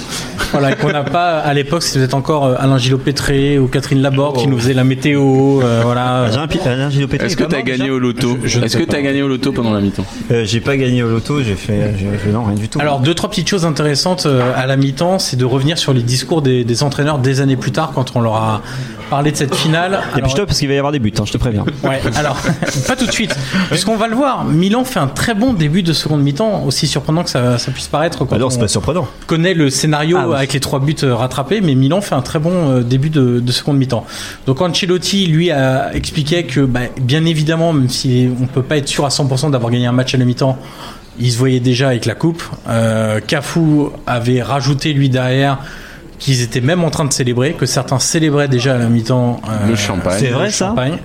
C: Voilà, et qu'on n'a pas à l'époque, si vous êtes encore euh, Alain Gillot-Pétré ou Catherine Laborde
D: Oh.
C: qui nous faisait la météo, euh, voilà.
D: Alain Pi- Alain Gilopété
F: Est-ce
D: est
F: que
D: pas
F: t'as
D: mort,
F: gagné
D: déjà
F: au loto
C: Je- je ne
F: Est-ce
C: sais
F: que
C: pas.
F: t'as gagné au loto pendant la mi-temps
D: Euh, J'ai pas gagné au loto, j'ai fait, euh, j'ai fait non, rien du tout.
C: Alors deux trois petites choses intéressantes euh, à la mi-temps, c'est de revenir sur les discours des, des entraîneurs des années plus tard quand on leur a parlé de cette finale.
D: et puis
C: Alors,
D: je te parce qu'il va y avoir des buts, hein, je te préviens.
C: Ouais, alors, *laughs* pas tout de suite. Puisqu'on va le voir, Milan fait un très bon début de seconde mi-temps, aussi surprenant que ça, ça puisse paraître quand
D: Alors, c'est
C: on
D: pas surprenant.
C: connaît le scénario
D: Ah oui.
C: avec les trois buts euh, rattrapés, mais Milan fait un très bon euh, début de, de seconde mi-temps. Donc Ancelotti, lui, a expliqué que, bah, bien évidemment, même si on peut pas être sûr à 100% d'avoir gagné un match à la mi-temps, il se voyait déjà avec la coupe. Euh, Cafu avait rajouté, lui, derrière qu'ils étaient même en train de célébrer, que certains célébraient déjà à la mi-temps euh,
F: Le champagne.
D: C'est vrai ça
C: Champagne.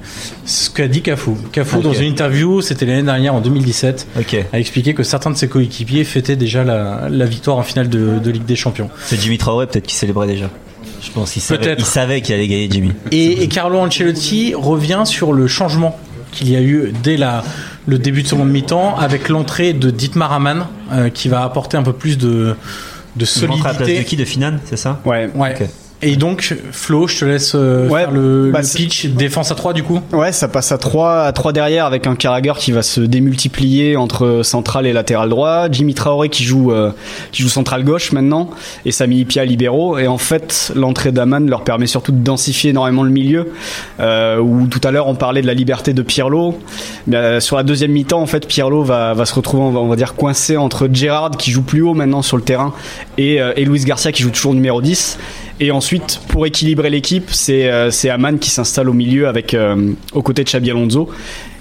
C: C'est ce qu'a dit Cafou. Cafou,
D: Ok.
C: dans une interview, c'était l'année dernière, en 2017,
D: Ok.
C: a expliqué que certains de ses coéquipiers fêtaient déjà la, la victoire en finale de, de Ligue des Champions.
D: C'est Jimmy Traoré peut-être qui célébrait déjà. Je pense qu'il savait,
C: Peut-être.
D: il savait qu'il allait gagner Jimmy.
C: Et, et Carlo Ancelotti revient sur le changement qu'il y a eu dès la, le début de seconde mi-temps avec l'entrée de Dietmar Hamann euh, qui va apporter un peu plus de, de
D: Tu rentres à la place de
C: solidité.
D: qui De Finan, c'est ça
E: Ouais.
C: Ouais.
D: Ok.
C: Et donc, Flo, je te laisse euh,
E: Ouais,
C: faire le,
E: bah,
C: le
E: c'est-
C: pitch. Défense à 3 du coup
E: Ouais, ça passe à 3 à 3 derrière avec un Carragher qui va se démultiplier entre central et latéral droit, Jimmy Traoré qui joue euh, qui joue central gauche maintenant et Sami Ipia libéraux et en fait, l'entrée d'Aman leur permet surtout de densifier énormément le milieu euh, où tout à l'heure on parlait de la liberté de Pirlo. Mais, euh, sur la deuxième mi-temps en fait, Pirlo va, va se retrouver on va, on va dire coincé entre Gerrard qui joue plus haut maintenant sur le terrain et euh, et Luis Garcia qui joue toujours numéro 10 et ensuite, pour équilibrer l'équipe, c'est euh, c'est Aman qui s'installe au milieu avec euh, aux côtés de Xabi Alonso.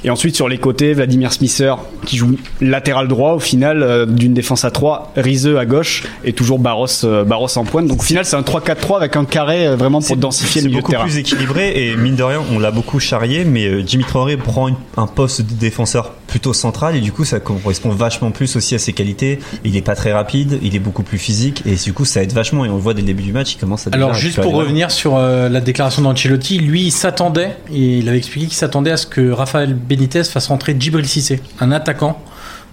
E: Et ensuite, sur les côtés, Vladimir Smisser qui joue latéral droit au final euh, d'une défense à 3, Riseux à gauche et toujours Barros, euh, Barros en pointe. Donc au final, c'est un 3-4-3 avec un carré euh, vraiment pour densifier
D: c'est
E: le milieu de
D: beaucoup
E: terrain.
D: plus équilibré et mine de rien, on l'a beaucoup charrié, mais euh, Jimmy Traoré prend une- un poste de défenseur plutôt central et du coup ça correspond vachement plus aussi à ses qualités. Il est pas très rapide, il est beaucoup plus physique et du coup ça aide vachement et on le voit dès le début du match, il commence à.
C: Alors
D: déjà
C: juste
D: récupérer
C: pour
D: les balles.
C: revenir sur euh, la déclaration d'Ancelotti, lui il s'attendait, et il avait expliqué qu'il s'attendait à ce que Rafael Benitez fasse rentrer Djibril Cissé, un attaquant,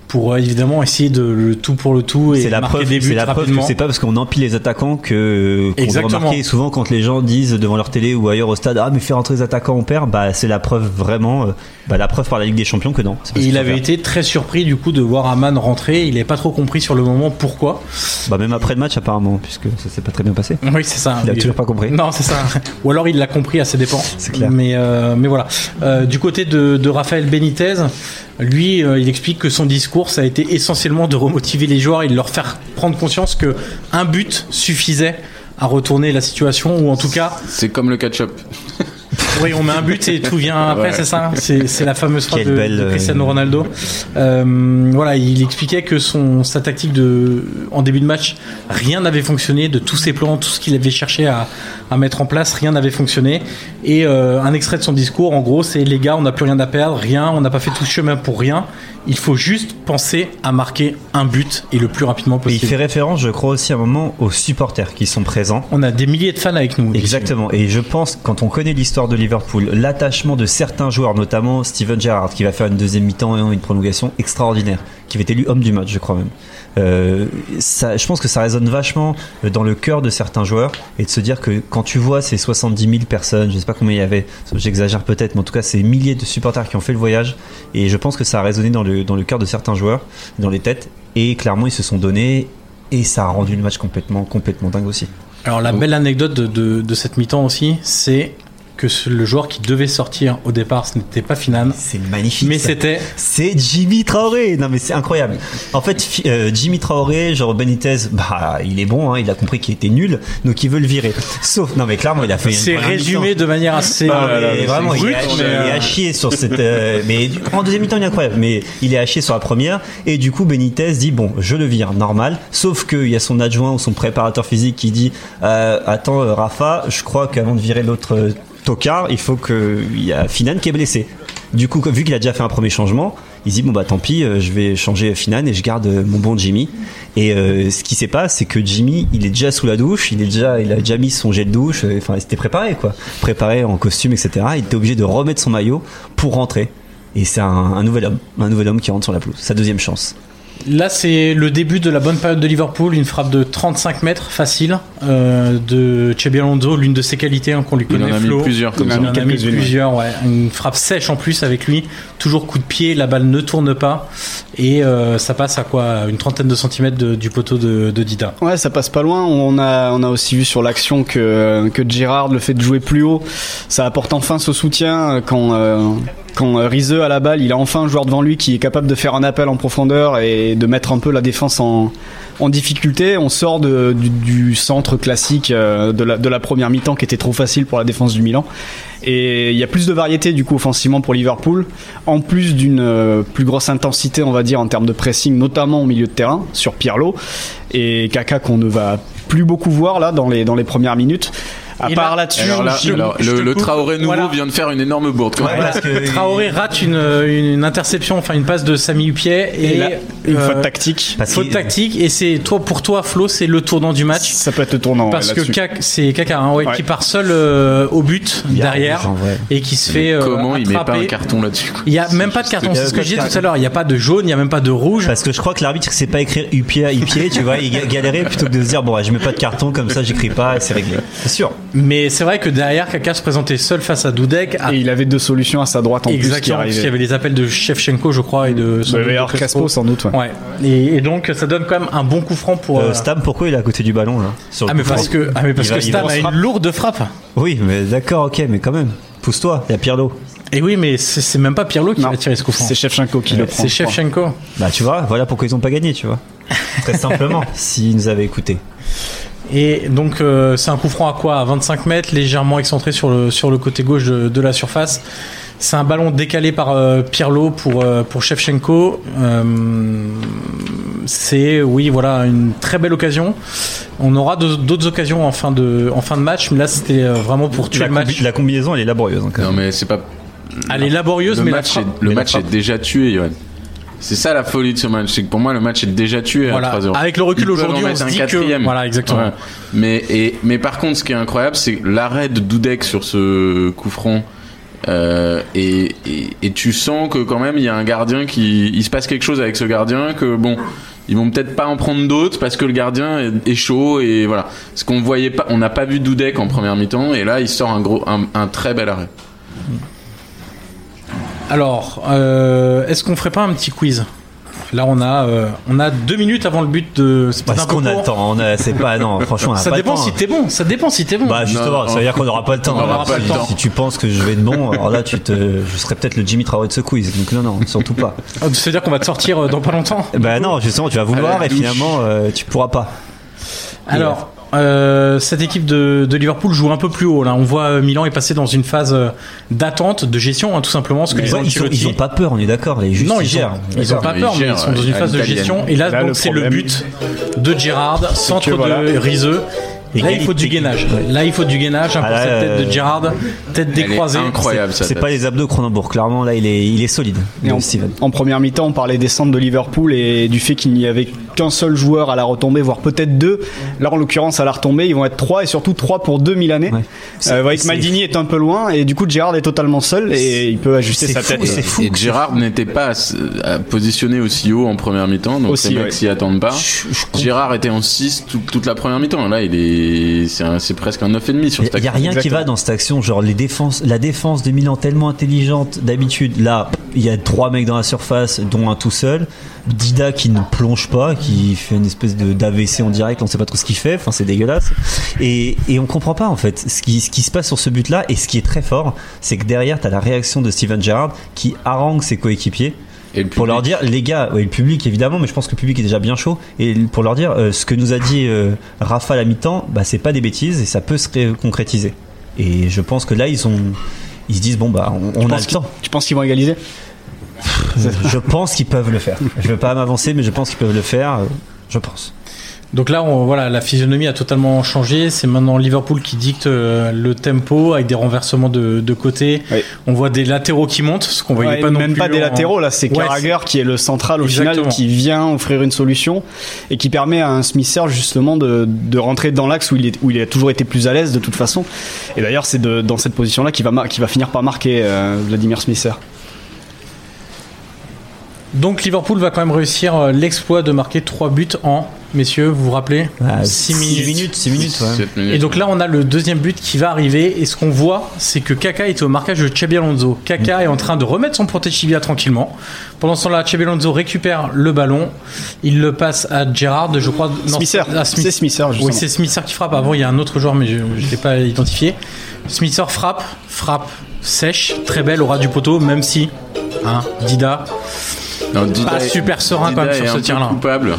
C: pour euh, évidemment essayer de le tout pour le tout et
D: C'est la
C: marquer
D: preuve,
C: des
D: c'est
C: buts
D: la preuve que
C: rapidement.
D: c'est pas parce qu'on empile les attaquants que qu'on doit
C: Exactement.
D: remarquer souvent quand les gens disent devant leur télé ou ailleurs au stade ah mais faire entrer les attaquants on perd bah c'est la preuve vraiment euh, bah la preuve par la Ligue des Champions que non. C'est pas
C: Et
D: ce
C: il
D: qu'il faut
C: avait
D: faire.
C: été très surpris du coup de voir Aman rentrer, il n'avait pas trop compris sur le moment pourquoi.
D: bah même après le match apparemment puisque ça s'est pas très bien passé.
C: Oui c'est ça.
D: Il a
C: Oui.
D: toujours pas compris.
C: Non c'est ça. Ou alors il l'a compris à ses dépens.
D: C'est clair.
C: Mais, euh, mais voilà. Euh, du côté de, de Rafael Benitez, lui, euh, il explique que son discours, ça a été essentiellement de remotiver les joueurs et de leur faire prendre conscience que un but suffisait à retourner la situation, ou en tout cas,
F: C'est comme le ketchup.
C: oui, on met un but et tout vient après,
F: Ouais.
C: c'est ça C'est c'est la fameuse phrase
D: Quelle
C: de,
D: belle,
C: de Cristiano
D: euh,
C: Ronaldo. Euh, voilà, il expliquait que son, sa tactique de, en début de match, rien n'avait fonctionné de tous ses plans, tout ce qu'il avait cherché à, à mettre en place, rien n'avait fonctionné. Et euh, un extrait de son discours, en gros, c'est les gars, on n'a plus rien à perdre, rien, on n'a pas fait tout ce chemin pour rien. Il faut juste penser à marquer un but et le plus rapidement
D: Et il
C: possible.
D: fait référence, je crois aussi à un moment, aux supporters qui sont présents.
C: On a des milliers de fans avec nous.
D: Exactement. Et je pense, quand on connaît l'histoire de Liverpool, l'attachement de certains joueurs, notamment Steven Gerrard, qui va faire une deuxième mi-temps et une prolongation extraordinaire, qui va être élu homme du match, je crois même. Euh, ça, je pense que ça résonne vachement dans le cœur de certains joueurs et de se dire que quand tu vois ces 70 000 personnes, je sais pas combien il y avait, j'exagère peut-être, mais en tout cas ces milliers de supporters qui ont fait le voyage et je pense que ça a résonné dans le, dans le cœur de certains joueurs, dans les têtes et clairement ils se sont donnés et ça a rendu le match complètement, complètement dingue aussi.
C: Alors la belle anecdote de, de- de cette mi-temps aussi, c'est que ce- le joueur qui devait sortir au départ, ce n'était pas Finan,
D: C'est magnifique.
C: mais
D: ça.
C: c'était
D: C'est Jimmy Traoré. Non mais c'est incroyable. En fait, fi- euh, Jimmy Traoré, genre Benitez, bah il est bon, hein, il a compris qu'il était nul, donc il veut le virer. Sauf, non mais clairement, il a fait. une
C: c'est
D: première
C: résumé Ah
D: mi-temps.
C: de manière assez euh,
D: Non,
F: là, là,
D: mais
F: c'est
D: vraiment, il, est
F: brut,
D: à,
F: mais,
D: il est à
F: euh,
D: chier sur cette. euh, mais du- en deuxième mi-temps, il est incroyable. Mais il est à chier sur la première. Et du coup, Benitez dit bon, je le vire, normal. Sauf qu'il y a son adjoint ou son préparateur physique qui dit euh, attends, euh, Rafa, je crois qu'avant de virer l'autre euh, tocard, il faut que il y a Finan qui est blessé. Du coup, comme- vu qu'il a déjà fait un premier changement, il se dit bon bah tant pis, euh, je vais changer Finan et je garde euh, mon bon Jimmy. Et euh, ce qui s'est passé, c'est que Jimmy, il est déjà sous la douche, il est déjà, il a déjà mis son gel de douche. euh, Enfin, il s'était préparé quoi, préparé en costume, etc. Il était obligé de remettre son maillot pour rentrer. Et c'est un, un nouvel homme, un nouvel homme qui rentre sur la pelouse, sa deuxième chance.
C: Là, c'est le début de la bonne période de Liverpool, une frappe de 35 mètres facile euh, de Xabi Alonso, l'une de ses qualités hein, qu'on lui
F: Il
C: connaît.
F: en a mis
C: Flo.
F: plusieurs comme
C: Il
F: ça.
C: en a mis
E: Quelques-unes,
C: plusieurs, ouais. Une frappe sèche en plus avec lui, toujours coup de pied, la balle ne tourne pas et euh, ça passe à quoi Une trentaine de centimètres de- du poteau de, de Dida.
E: Ouais, ça passe pas loin. On a, on a aussi vu sur l'action que, que Gérard, le fait de jouer plus haut, ça apporte enfin ce soutien euh, quand, euh, quand euh, Rizeux à la balle, il a enfin un joueur devant lui qui est capable de faire un appel en profondeur et de mettre un peu la défense en, en difficulté. On sort de, du, du centre classique euh, de la, de la première mi-temps qui était trop facile pour la défense du Milan. Et il y a plus de variété du coup offensivement pour Liverpool, en plus d'une euh, plus grosse intensité, on va dire, en termes de pressing, notamment au milieu de terrain sur Pirlo et Kaka qu'on ne va plus beaucoup voir là dans les dans les premières minutes. À
C: Et
E: part
C: là-
E: là-dessus,
F: Alors là,
E: je-
F: alors,
C: je te
F: le, le
C: coupe.
F: Traoré nouveau
C: Voilà.
F: vient de faire une énorme bourde. quand même.
D: parce que-
C: Traoré rate une, une interception, enfin une passe de Samy Hupier et,
E: et là, une
C: euh,
E: faute tactique,
D: parce
C: faute
D: qu'il-
C: tactique. Et c'est toi pour toi, Flo, c'est le tournant du match.
E: ça peut être le tournant. ouais,
C: Parce que
E: là-dessus.
C: Kak- c'est Kaka hein, ouais,
E: Ouais.
C: qui part seul euh, au but
D: Il y a
C: derrière
D: rouge, en vrai.
C: et qui se fait
F: Mais
C: euh,
F: Comment il met pas un
C: attraper.
F: carton là-dessus quoi
C: Il y a même pas de carton,
D: Il y a
C: c'est ce que
D: pas
C: je disais
D: de
C: tout à l'heure. Il n'y a pas de jaune, il n'y a même pas de rouge.
D: Parce que je crois que l'arbitre sait pas écrire Upier à Upier, tu vois, il ga- galérait plutôt que de se dire bon, ouais, je mets pas de carton comme ça, j'écris pas, c'est réglé. C'est sûr.
C: Mais c'est vrai que derrière, Kaka se présentait seul face à Dudek. à-
E: Et il avait deux solutions à sa droite en plus qui
C: Exactement, parce qu'il y
E: arrivaient.
C: avait les appels de Shevchenko, je crois, et de, sans doute
E: Il y
C: de
E: avait Hors Bah, Crespo sans doute. ouais.
C: Ouais. Et, et donc, ça donne quand même un bon coup franc pour.
D: Euh,
C: euh,
D: Stam, pourquoi il est à côté du ballon là sur le
C: Ah mais
D: coup
C: parce
D: franc
C: que, ah mais parce
D: Il va-
C: que
D: il
C: Stam
D: va
C: a
D: se
C: une
D: frappe-
C: lourde frappe.
D: Oui, mais d'accord, ok, mais quand même. Pousse-toi, il y a Pirlo.
C: Et oui, mais c'est c'est même pas Pirlo qui
E: Non.
C: va tirer ce coup franc.
E: C'est Shevchenko qui le prend.
C: C'est
E: je crois.
C: Shevchenko.
D: Bah tu vois, voilà pourquoi ils ont pas gagné,
C: *laughs*
D: tu vois. Très simplement, s'ils nous avaient écoutés.
C: Et donc euh, c'est un coup franc à quoi À 25 mètres, légèrement excentré sur le, sur le côté gauche de, de la surface. C'est un ballon décalé par euh, Pirlo pour, euh, pour Shevchenko. Euh, c'est oui voilà une très belle occasion. On aura de- d'autres occasions en fin, de, en fin de match, mais là c'était euh, vraiment pour tuer
D: La,
C: le
D: combi-
C: match.
D: la combinaison, elle est laborieuse. hein, quand
F: Non
D: même.
F: mais c'est pas.
C: Elle est laborieuse,
F: Le
C: mais la
F: match,
C: frappe-
F: est, le
C: mais la
F: match est
C: frappe-
F: déjà tué, Johan. C'est ça la folie de ce match, c'est que pour moi le match est déjà tué
C: Voilà.
F: à 3-0.
C: Avec le recul
F: Ils peuvent
C: aujourd'hui,
F: en
C: on
F: mettre
C: se
F: un
C: dit que-
F: quatrième.
C: voilà, exactement.
F: Mais et mais par contre, ce qui est incroyable, c'est l'arrêt de Dudek sur ce coup franc. Euh, et, et, et tu sens que quand même il y a un gardien qui il se passe quelque chose avec ce gardien que bon ils vont peut-être pas en prendre d'autres parce que le gardien est, est chaud et voilà ce qu'on voyait pas on n'a pas vu Dudek en première mi-temps et là il sort un gros un, un très bel arrêt
C: Alors, euh, est-ce qu'on ferait pas un petit quiz Là, on a, euh, on a deux minutes avant le but de. C'est
D: Parce
C: peut-être un peu
D: Bah, qu'on
C: court.
D: attend, on a- c'est pas non, franchement, on a
C: Ça
D: pas le
C: dépend
D: temps,
C: si
D: hein.
C: t'es bon. Ça dépend si t'es bon.
D: Bah justement,
F: Non,
D: ça veut dire qu'on n'aura pas le temps.
F: on n'aura
D: Alors,
F: pas
D: si-
F: le temps.
D: Si tu penses que je vais être bon, alors là tu te, je serais peut-être le Jimmy Traoré de ce quiz. Donc non, non, surtout pas.
C: C'est-à-dire qu'on va te sortir euh, dans pas longtemps.
D: Bah non, justement, tu vas
F: À
D: vouloir
F: la
D: et
F: douche.
D: finalement euh, tu pourras pas.
C: Alors, euh, cette équipe de, de Liverpool joue un peu plus haut. Là, on voit euh, Milan est passé dans une phase euh, d'attente, de gestion, hein, tout simplement. Ce que
D: Ouais,
C: disait
D: ils, ont,
C: Ancelotti.
D: ils ont pas hein. peur, on est d'accord. Les juste
C: non, ils,
D: ils gèrent.
C: ont, ils ont pas
F: Ils
C: peur, mais
F: gèrent,
C: ils sont dans
F: ouais,
C: une
F: à
C: phase de
F: l'italienne.
C: gestion. Et là,
E: Là, le
C: donc, c'est le
E: problème,
C: but de Gerrard, centre
E: voilà.
C: de Rizeux.
D: Et
C: Là, il
D: Galli-
C: faut du gainage.
D: Ouais.
C: Là, il faut du gainage hein, pour
D: Ah, là,
C: cette tête
D: euh,
C: de Gerrard, tête
F: Elle est
C: décroisée.
F: incroyable ça
D: C'est pas les abdos Cronenbourg. Clairement, là, il est, il est solide.
E: Et en,
D: le Steven.
E: en première mi-temps, on parlait des centres de Liverpool et du fait qu'il n'y avait qu'un seul joueur à la retombée, voire peut-être deux. Là, en l'occurrence, à la retombée, ils vont être trois et surtout trois pour deux Milanais.
D: Ouais.
E: Euh, vous voyez que
D: C'est-
E: Maldini est un peu loin et du coup, Gérard est totalement seul et il peut ajuster
D: c'est
E: sa
D: fou,
E: tête.
D: c'est fou.
F: Et Gérard n'était pas euh, positionné aussi haut en première mi-temps, donc
E: Aussi,
F: les mecs
E: ouais.
F: s'y attendent pas.
D: Je- je comprends.
F: Gérard était en 6 tout- toute la première mi-temps. Là, il est, c'est un- c'est presque un 9,5 sur cette
D: Il n'y a
F: action.
D: rien qui va dans cette action. Genre, les défenses, la défense de Milan tellement intelligente d'habitude. Là, il y a trois mecs dans la surface, dont un tout seul. Dida qui ne plonge pas, qui qui fait une espèce de d'AVC en direct, on sait pas trop ce qu'il fait, enfin c'est dégueulasse. Et, et on comprend pas en fait ce qui, ce qui se passe sur ce but là. Et ce qui est très fort, c'est que derrière t'as la réaction de Steven Gerrard qui harangue ses coéquipiers.
F: Et le
D: Pour
F: public.
D: leur dire, les gars, ouais, le public évidemment, mais je pense que le public est déjà bien chaud. Et pour leur dire, euh, ce que nous a dit euh, Rafa à la mi-temps, bah, c'est pas des bêtises et ça peut se ré- concrétiser. Et je pense que là, ils ont, ils se disent, bon bah, on, on a le
E: penses qu'ils-
D: temps.
E: Tu penses qu'ils vont égaliser
D: Je pense qu'ils peuvent le faire. Je veux pas m'avancer, mais je pense qu'ils peuvent le faire. euh, Je pense.
C: Donc là, on, voilà, la physionomie a totalement changé. C'est maintenant Liverpool qui dicte euh, le tempo avec des renversements de, de côté.
E: Oui.
C: On voit des latéraux qui montent, ce qu'on voyait
E: Ouais,
C: pas non
E: même
C: plus
E: pas des
C: en-
E: latéraux là, c'est
C: Ouais,
E: Carragher qui est le central au
C: Exactement.
E: final qui vient offrir une solution et qui permet à un Smith-Serge justement de, de rentrer dans l'axe où il est où il a toujours été plus à l'aise de toute façon. Et d'ailleurs c'est de- dans cette position là qui va mar- qui va finir par marquer euh, Vladimir Smith-Serge.
D: Oh,
C: Donc Liverpool va quand même réussir euh, l'exploit de marquer 3 buts en, messieurs, vous vous rappelez
D: Ah,
C: Six
D: six minutes, six minutes, ouais.
F: Sept minutes.
C: Et donc là, on a le deuxième but qui va arriver. Et ce qu'on voit, c'est que Kaka est au marquage de Xabi Alonso. Kaka est en train de remettre son protège tibia tranquillement. Pendant ce temps-là, Xabi Alonso récupère le ballon. Il le passe à Gerrard, je crois. non,
E: Smith-Serge.
C: à
E: C'est Smith-Serge, justement.
C: Oui, c'est Smither qui frappe. Avant, il y a un autre joueur, mais je ne l'ai pas identifié. Smither frappe, frappe sèche, très belle au ras du poteau, même si. Hein, Dida.
F: Non, Dida
C: pas
F: est-
C: super serein
F: Dida
C: quand même sur
F: est
C: ce
F: un peu
C: tir-là.
F: coupable,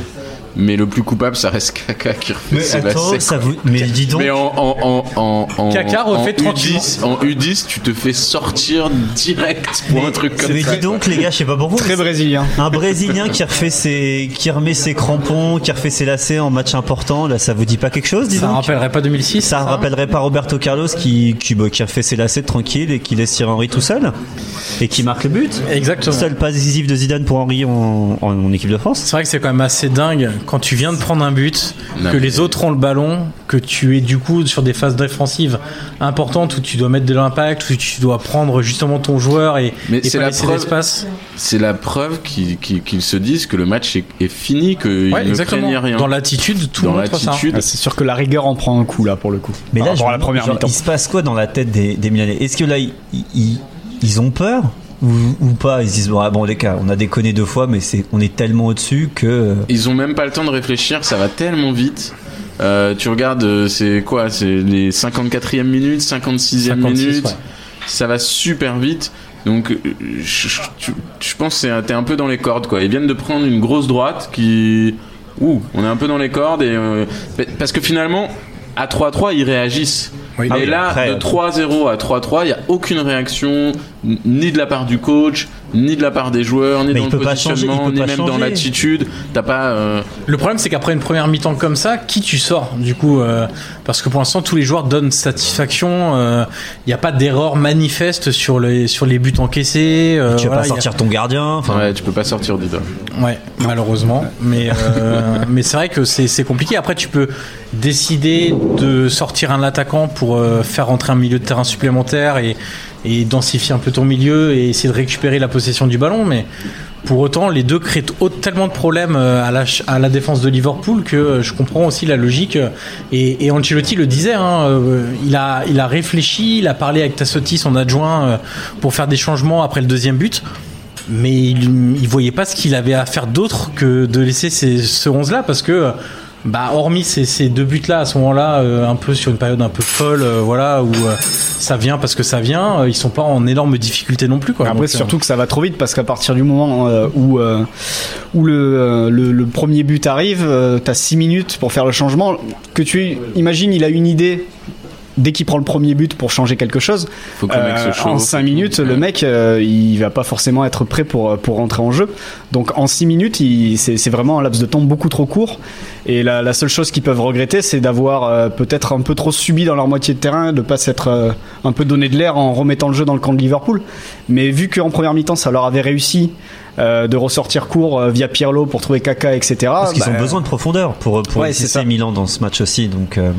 F: mais le plus coupable, ça reste Kaka qui refait ses lacets.
D: ça vous. Mais dis donc.
F: Mais en, en, en, en, en,
C: Kaka
F: en
C: refait
F: U10, en U10, tu te fais sortir direct pour un truc comme
D: mais
F: ça.
D: dis donc, les gars, je sais pas pour vous.
E: Très
D: mais
E: brésilien.
D: Un Brésilien qui refait ses, qui remet ses crampons, qui refait ses lacets en match important, là, ça vous dit pas quelque chose, dis
C: Ça ne
D: donc
C: rappellerait pas 2006
D: Ça
C: hein
D: rappellerait pas Roberto Carlos qui, qui, bah, qui a fait ses lacets tranquille et qui laisse Thierry Henry tout seul et qui marque le but.
C: Exactement.
D: Seul pas décisif de Zidane pour Henry en, en, en équipe de France.
C: C'est vrai que c'est quand même assez dingue quand tu viens de prendre un but,
F: Non,
C: que
F: mais-
C: les autres ont le ballon, que tu es du coup sur des phases défensives importantes où tu dois mettre de l'impact, où tu dois prendre justement ton joueur et,
F: Mais
C: et
F: c'est
C: pas
F: la
C: laisser
F: preuve-
C: d'espace.
F: C'est la preuve qu'ils qu'ils- qu'ils se disent que le match est, est fini, qu'ils
C: Ouais,
F: ne
C: exactement.
F: craignent rien.
C: Dans l'attitude, tout
F: Dans
C: le monde croit ça. hein.
F: l'attitude,
E: Ah, c'est sûr que la rigueur en prend un coup là pour le coup.
D: Mais là,
E: Par
D: je
E: rapport à
D: me
E: la
D: demande,
E: première
D: genre,
E: mi-temps.
D: il se passe quoi dans la tête des, des Milanais Est-ce que là, ils, ils, ils ont peur ou, ou pas Ils se disent bon, ah, bon, les gars, on a déconné deux fois, mais c'est, on est tellement au-dessus que.
E: Euh,
F: Ils ont même pas le temps de réfléchir, ça va tellement vite. Euh, tu regardes, euh, c'est quoi C'est les 54e minutes,
C: 56,
F: 56e minute.
C: ouais.
F: Ça va super vite. Donc, euh, je, je- tu- je pense que c'est- t'es un peu dans les cordes, quoi. Ils viennent de prendre une grosse droite qui. Ouh, on est un peu dans les cordes. Et, euh, parce que finalement, à 3-3, ils réagissent.
C: Oui.
F: et
D: Ah oui,
F: là,
D: après,
F: de
D: euh,
F: 3-0 à 3-3, il n'y a aucune réaction, n- ni de la part du coach, ni de la part des joueurs, ni
D: Mais
F: dans
D: il
F: le
D: peut pas changer, il
F: positionnement,
D: peut
F: ni
D: pas
F: même dans
D: changer.
F: l'attitude. T'as pas. euh,
C: Le problème, c'est qu'après une première mi-temps comme ça, qui tu sors du coup euh, Parce que pour l'instant, tous les joueurs donnent satisfaction. Il n'y a pas d'erreur manifeste sur les sur les buts encaissés. euh,
D: tu vas
C: voilà,
D: pas
C: y a-
D: sortir ton gardien.
E: Ah,
D: Enfin,
F: Ouais, tu peux pas sortir du
C: Ouais, malheureusement. Mais, euh, mais c'est vrai que c'est c'est compliqué. Après, tu peux décider de sortir un attaquant pour euh, faire rentrer un milieu de terrain supplémentaire et, et densifier un peu ton milieu et essayer de récupérer la possession du ballon. Mais pour autant, les deux créent au- tellement de problèmes euh, à la, ch- à la défense de Liverpool que euh, je comprends aussi la logique. euh, Et, et Ancelotti le disait, hein, euh, il, a, il a réfléchi, il a parlé avec Tassotti, son adjoint, euh, pour faire des changements après le deuxième but mais il, il voyait pas ce qu'il avait à faire d'autre que de laisser ces, ce 11 là parce que bah hormis ces, ces deux buts là à ce moment là un peu sur une période un peu folle euh, voilà où euh, ça vient parce que ça vient euh, ils sont pas en énorme difficulté non plus quoi
E: Après,
C: Donc, euh,
E: c'est surtout que ça va trop vite parce qu'à partir du moment euh, où, euh, où le, euh, le, le premier but arrive, euh, t'as 6 minutes pour faire le changement. Que tu imagines, il a une idée dès qu'il prend le premier but pour changer quelque chose.
F: Faut que le
C: Euh,
F: mec se chauffe.
E: Euh, en 5 minutes, le mec, euh, il va pas forcément être prêt pour, euh, pour rentrer en jeu. Donc en 6 minutes, il- c'est c'est vraiment un laps de temps beaucoup trop court. Et la, la seule chose qu'ils peuvent regretter, c'est d'avoir euh, peut-être un peu trop subi dans leur moitié de terrain, de pas s'être euh, un peu donné de l'air en remettant le jeu dans le camp de Liverpool. Mais vu qu'en première mi-temps, ça leur avait réussi euh, de ressortir court euh, via Pirlo pour trouver Kaka, etc.
D: Parce qu'ils
E: bah,
D: ont besoin de profondeur pour pour
E: Ouais,
D: laisser
E: c'est ça.
D: Milan dans ce match aussi. Donc, euh,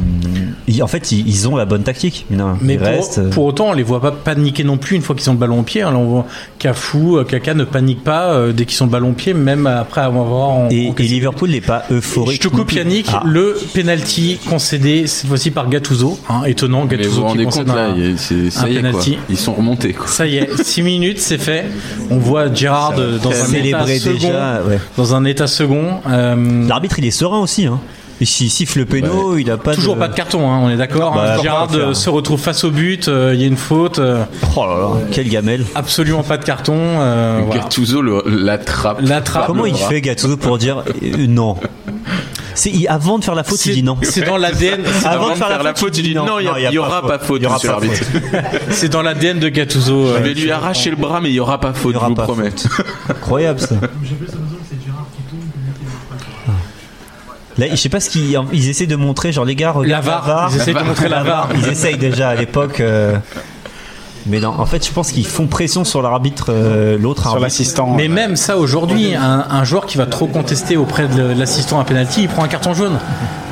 D: ils- en fait, ils, ils ont la bonne tactique. Mais, non,
C: Mais
D: il
C: pour,
D: reste. euh,
C: pour autant, on les voit pas paniquer non plus une fois qu'ils ont le ballon au pied. Alors on voit Cafu, euh, Kaka ne panique pas euh, dès qu'ils ont le ballon au pied, même après avoir en,
D: et,
C: en-
D: et Liverpool n'est pas euphorique.
C: Je te coupe Yannick,
D: Ah.
C: le penalty concédé cette fois-ci par Gattuso, hein, étonnant
F: Mais vous
C: Gattuso
F: vous
C: qui
F: rendez
C: concède
F: compte là,
C: un-
F: il y a- c'est- ça
C: un
F: y est quoi.
C: penalty.
F: Ils sont remontés quoi.
C: Ça y est, 6 minutes, c'est fait. On voit Gérard euh, dans un état
D: célébrer
C: second.
D: déjà. ouais.
C: Dans un état second. euh,
D: L'arbitre, il est serein aussi. Hein. Il s'il siffle le péno, il a pas
C: toujours
D: de...
C: pas de carton, hein, on est d'accord.
D: Bah,
C: hein.
D: faut
C: Gérard
D: pas le faire.
C: euh, se retrouve face au but, euh, il y a une faute, euh,
D: Oh là là, quelle gamelle.
C: absolument pas de carton. euh, voilà.
F: Gattuso le- l'attrape.
C: L'attrape.
D: Comment il fait Gattuso pour dire euh, non C'est il- avant de faire la faute,
C: C'est
D: il dit non.
C: c'est dans l'ADN, c'est
D: Avant
F: Avant
D: de faire la faute,
F: il dit non, il n'y aura pas faute,
D: Il y aura
F: monsieur
D: pas
F: l'arbitre.
C: c'est dans l'ADN de Gattuso. euh,
F: Je vais lui arracher le bras, mais il n'y aura pas faute,
D: Il y aura
F: je vous
D: pas
F: promets.
D: Incroyable ça. Ah. Là, je sais pas ce qu'ils ils essaient de montrer, genre les gars, regarde
C: La VAR, ils essayent de montrer la VAR.
D: Ils essayent déjà à l'époque. euh, Mais non, en fait, je pense qu'ils font pression sur l'arbitre, euh, l'autre
E: Sur
D: arbitre.
E: l'assistant.
C: Mais même ça aujourd'hui, un, un joueur qui va trop contester auprès de l'assistant à penalty, il prend un carton jaune.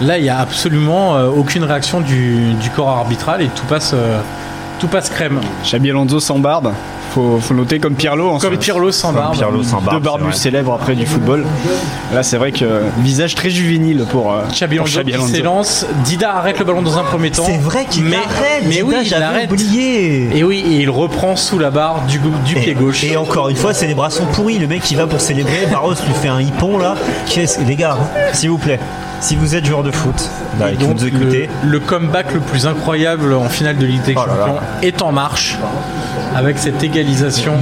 C: Là, il n'y a absolument euh, aucune réaction du, du corps arbitral et tout passe, euh, tout passe crème.
E: Xabi Alonso sans barbe. Faut, faut noter comme Pirlo. ensuite.
C: Comme Pirlo sans
D: Comme
C: barbe.
D: Pirlo sans barbe,
E: Deux barbus
D: c'est
E: célèbres après du football. Là, c'est vrai que euh, visage très juvénile pour euh,
C: Xabi
E: pour
C: Alonso
E: Xabi
C: qui
E: Alonso.
C: s'élance. Dida arrête le ballon dans un premier temps.
D: vrai. C'est vrai qu'il
C: mais,
D: arrête.
C: Mais oui,
D: putain,
C: il
D: j'avais
C: arrête.
D: oublié.
C: Et oui, et il reprend sous la barre du, gou- du pied gauche.
D: et encore une fois, c'est les bras sont pourris. Le mec, il va pour célébrer. Barros lui fait un hippon là. Qu'est-ce- Les gars, hein, s'il vous plaît, si vous êtes joueur de foot, là, et que vous
C: Donc,
D: Bah, nous
C: le,
D: écoutez,
C: le comeback le plus incroyable en finale de Ligue des
D: Oh là là.
C: Champions est en marche avec cette égalisation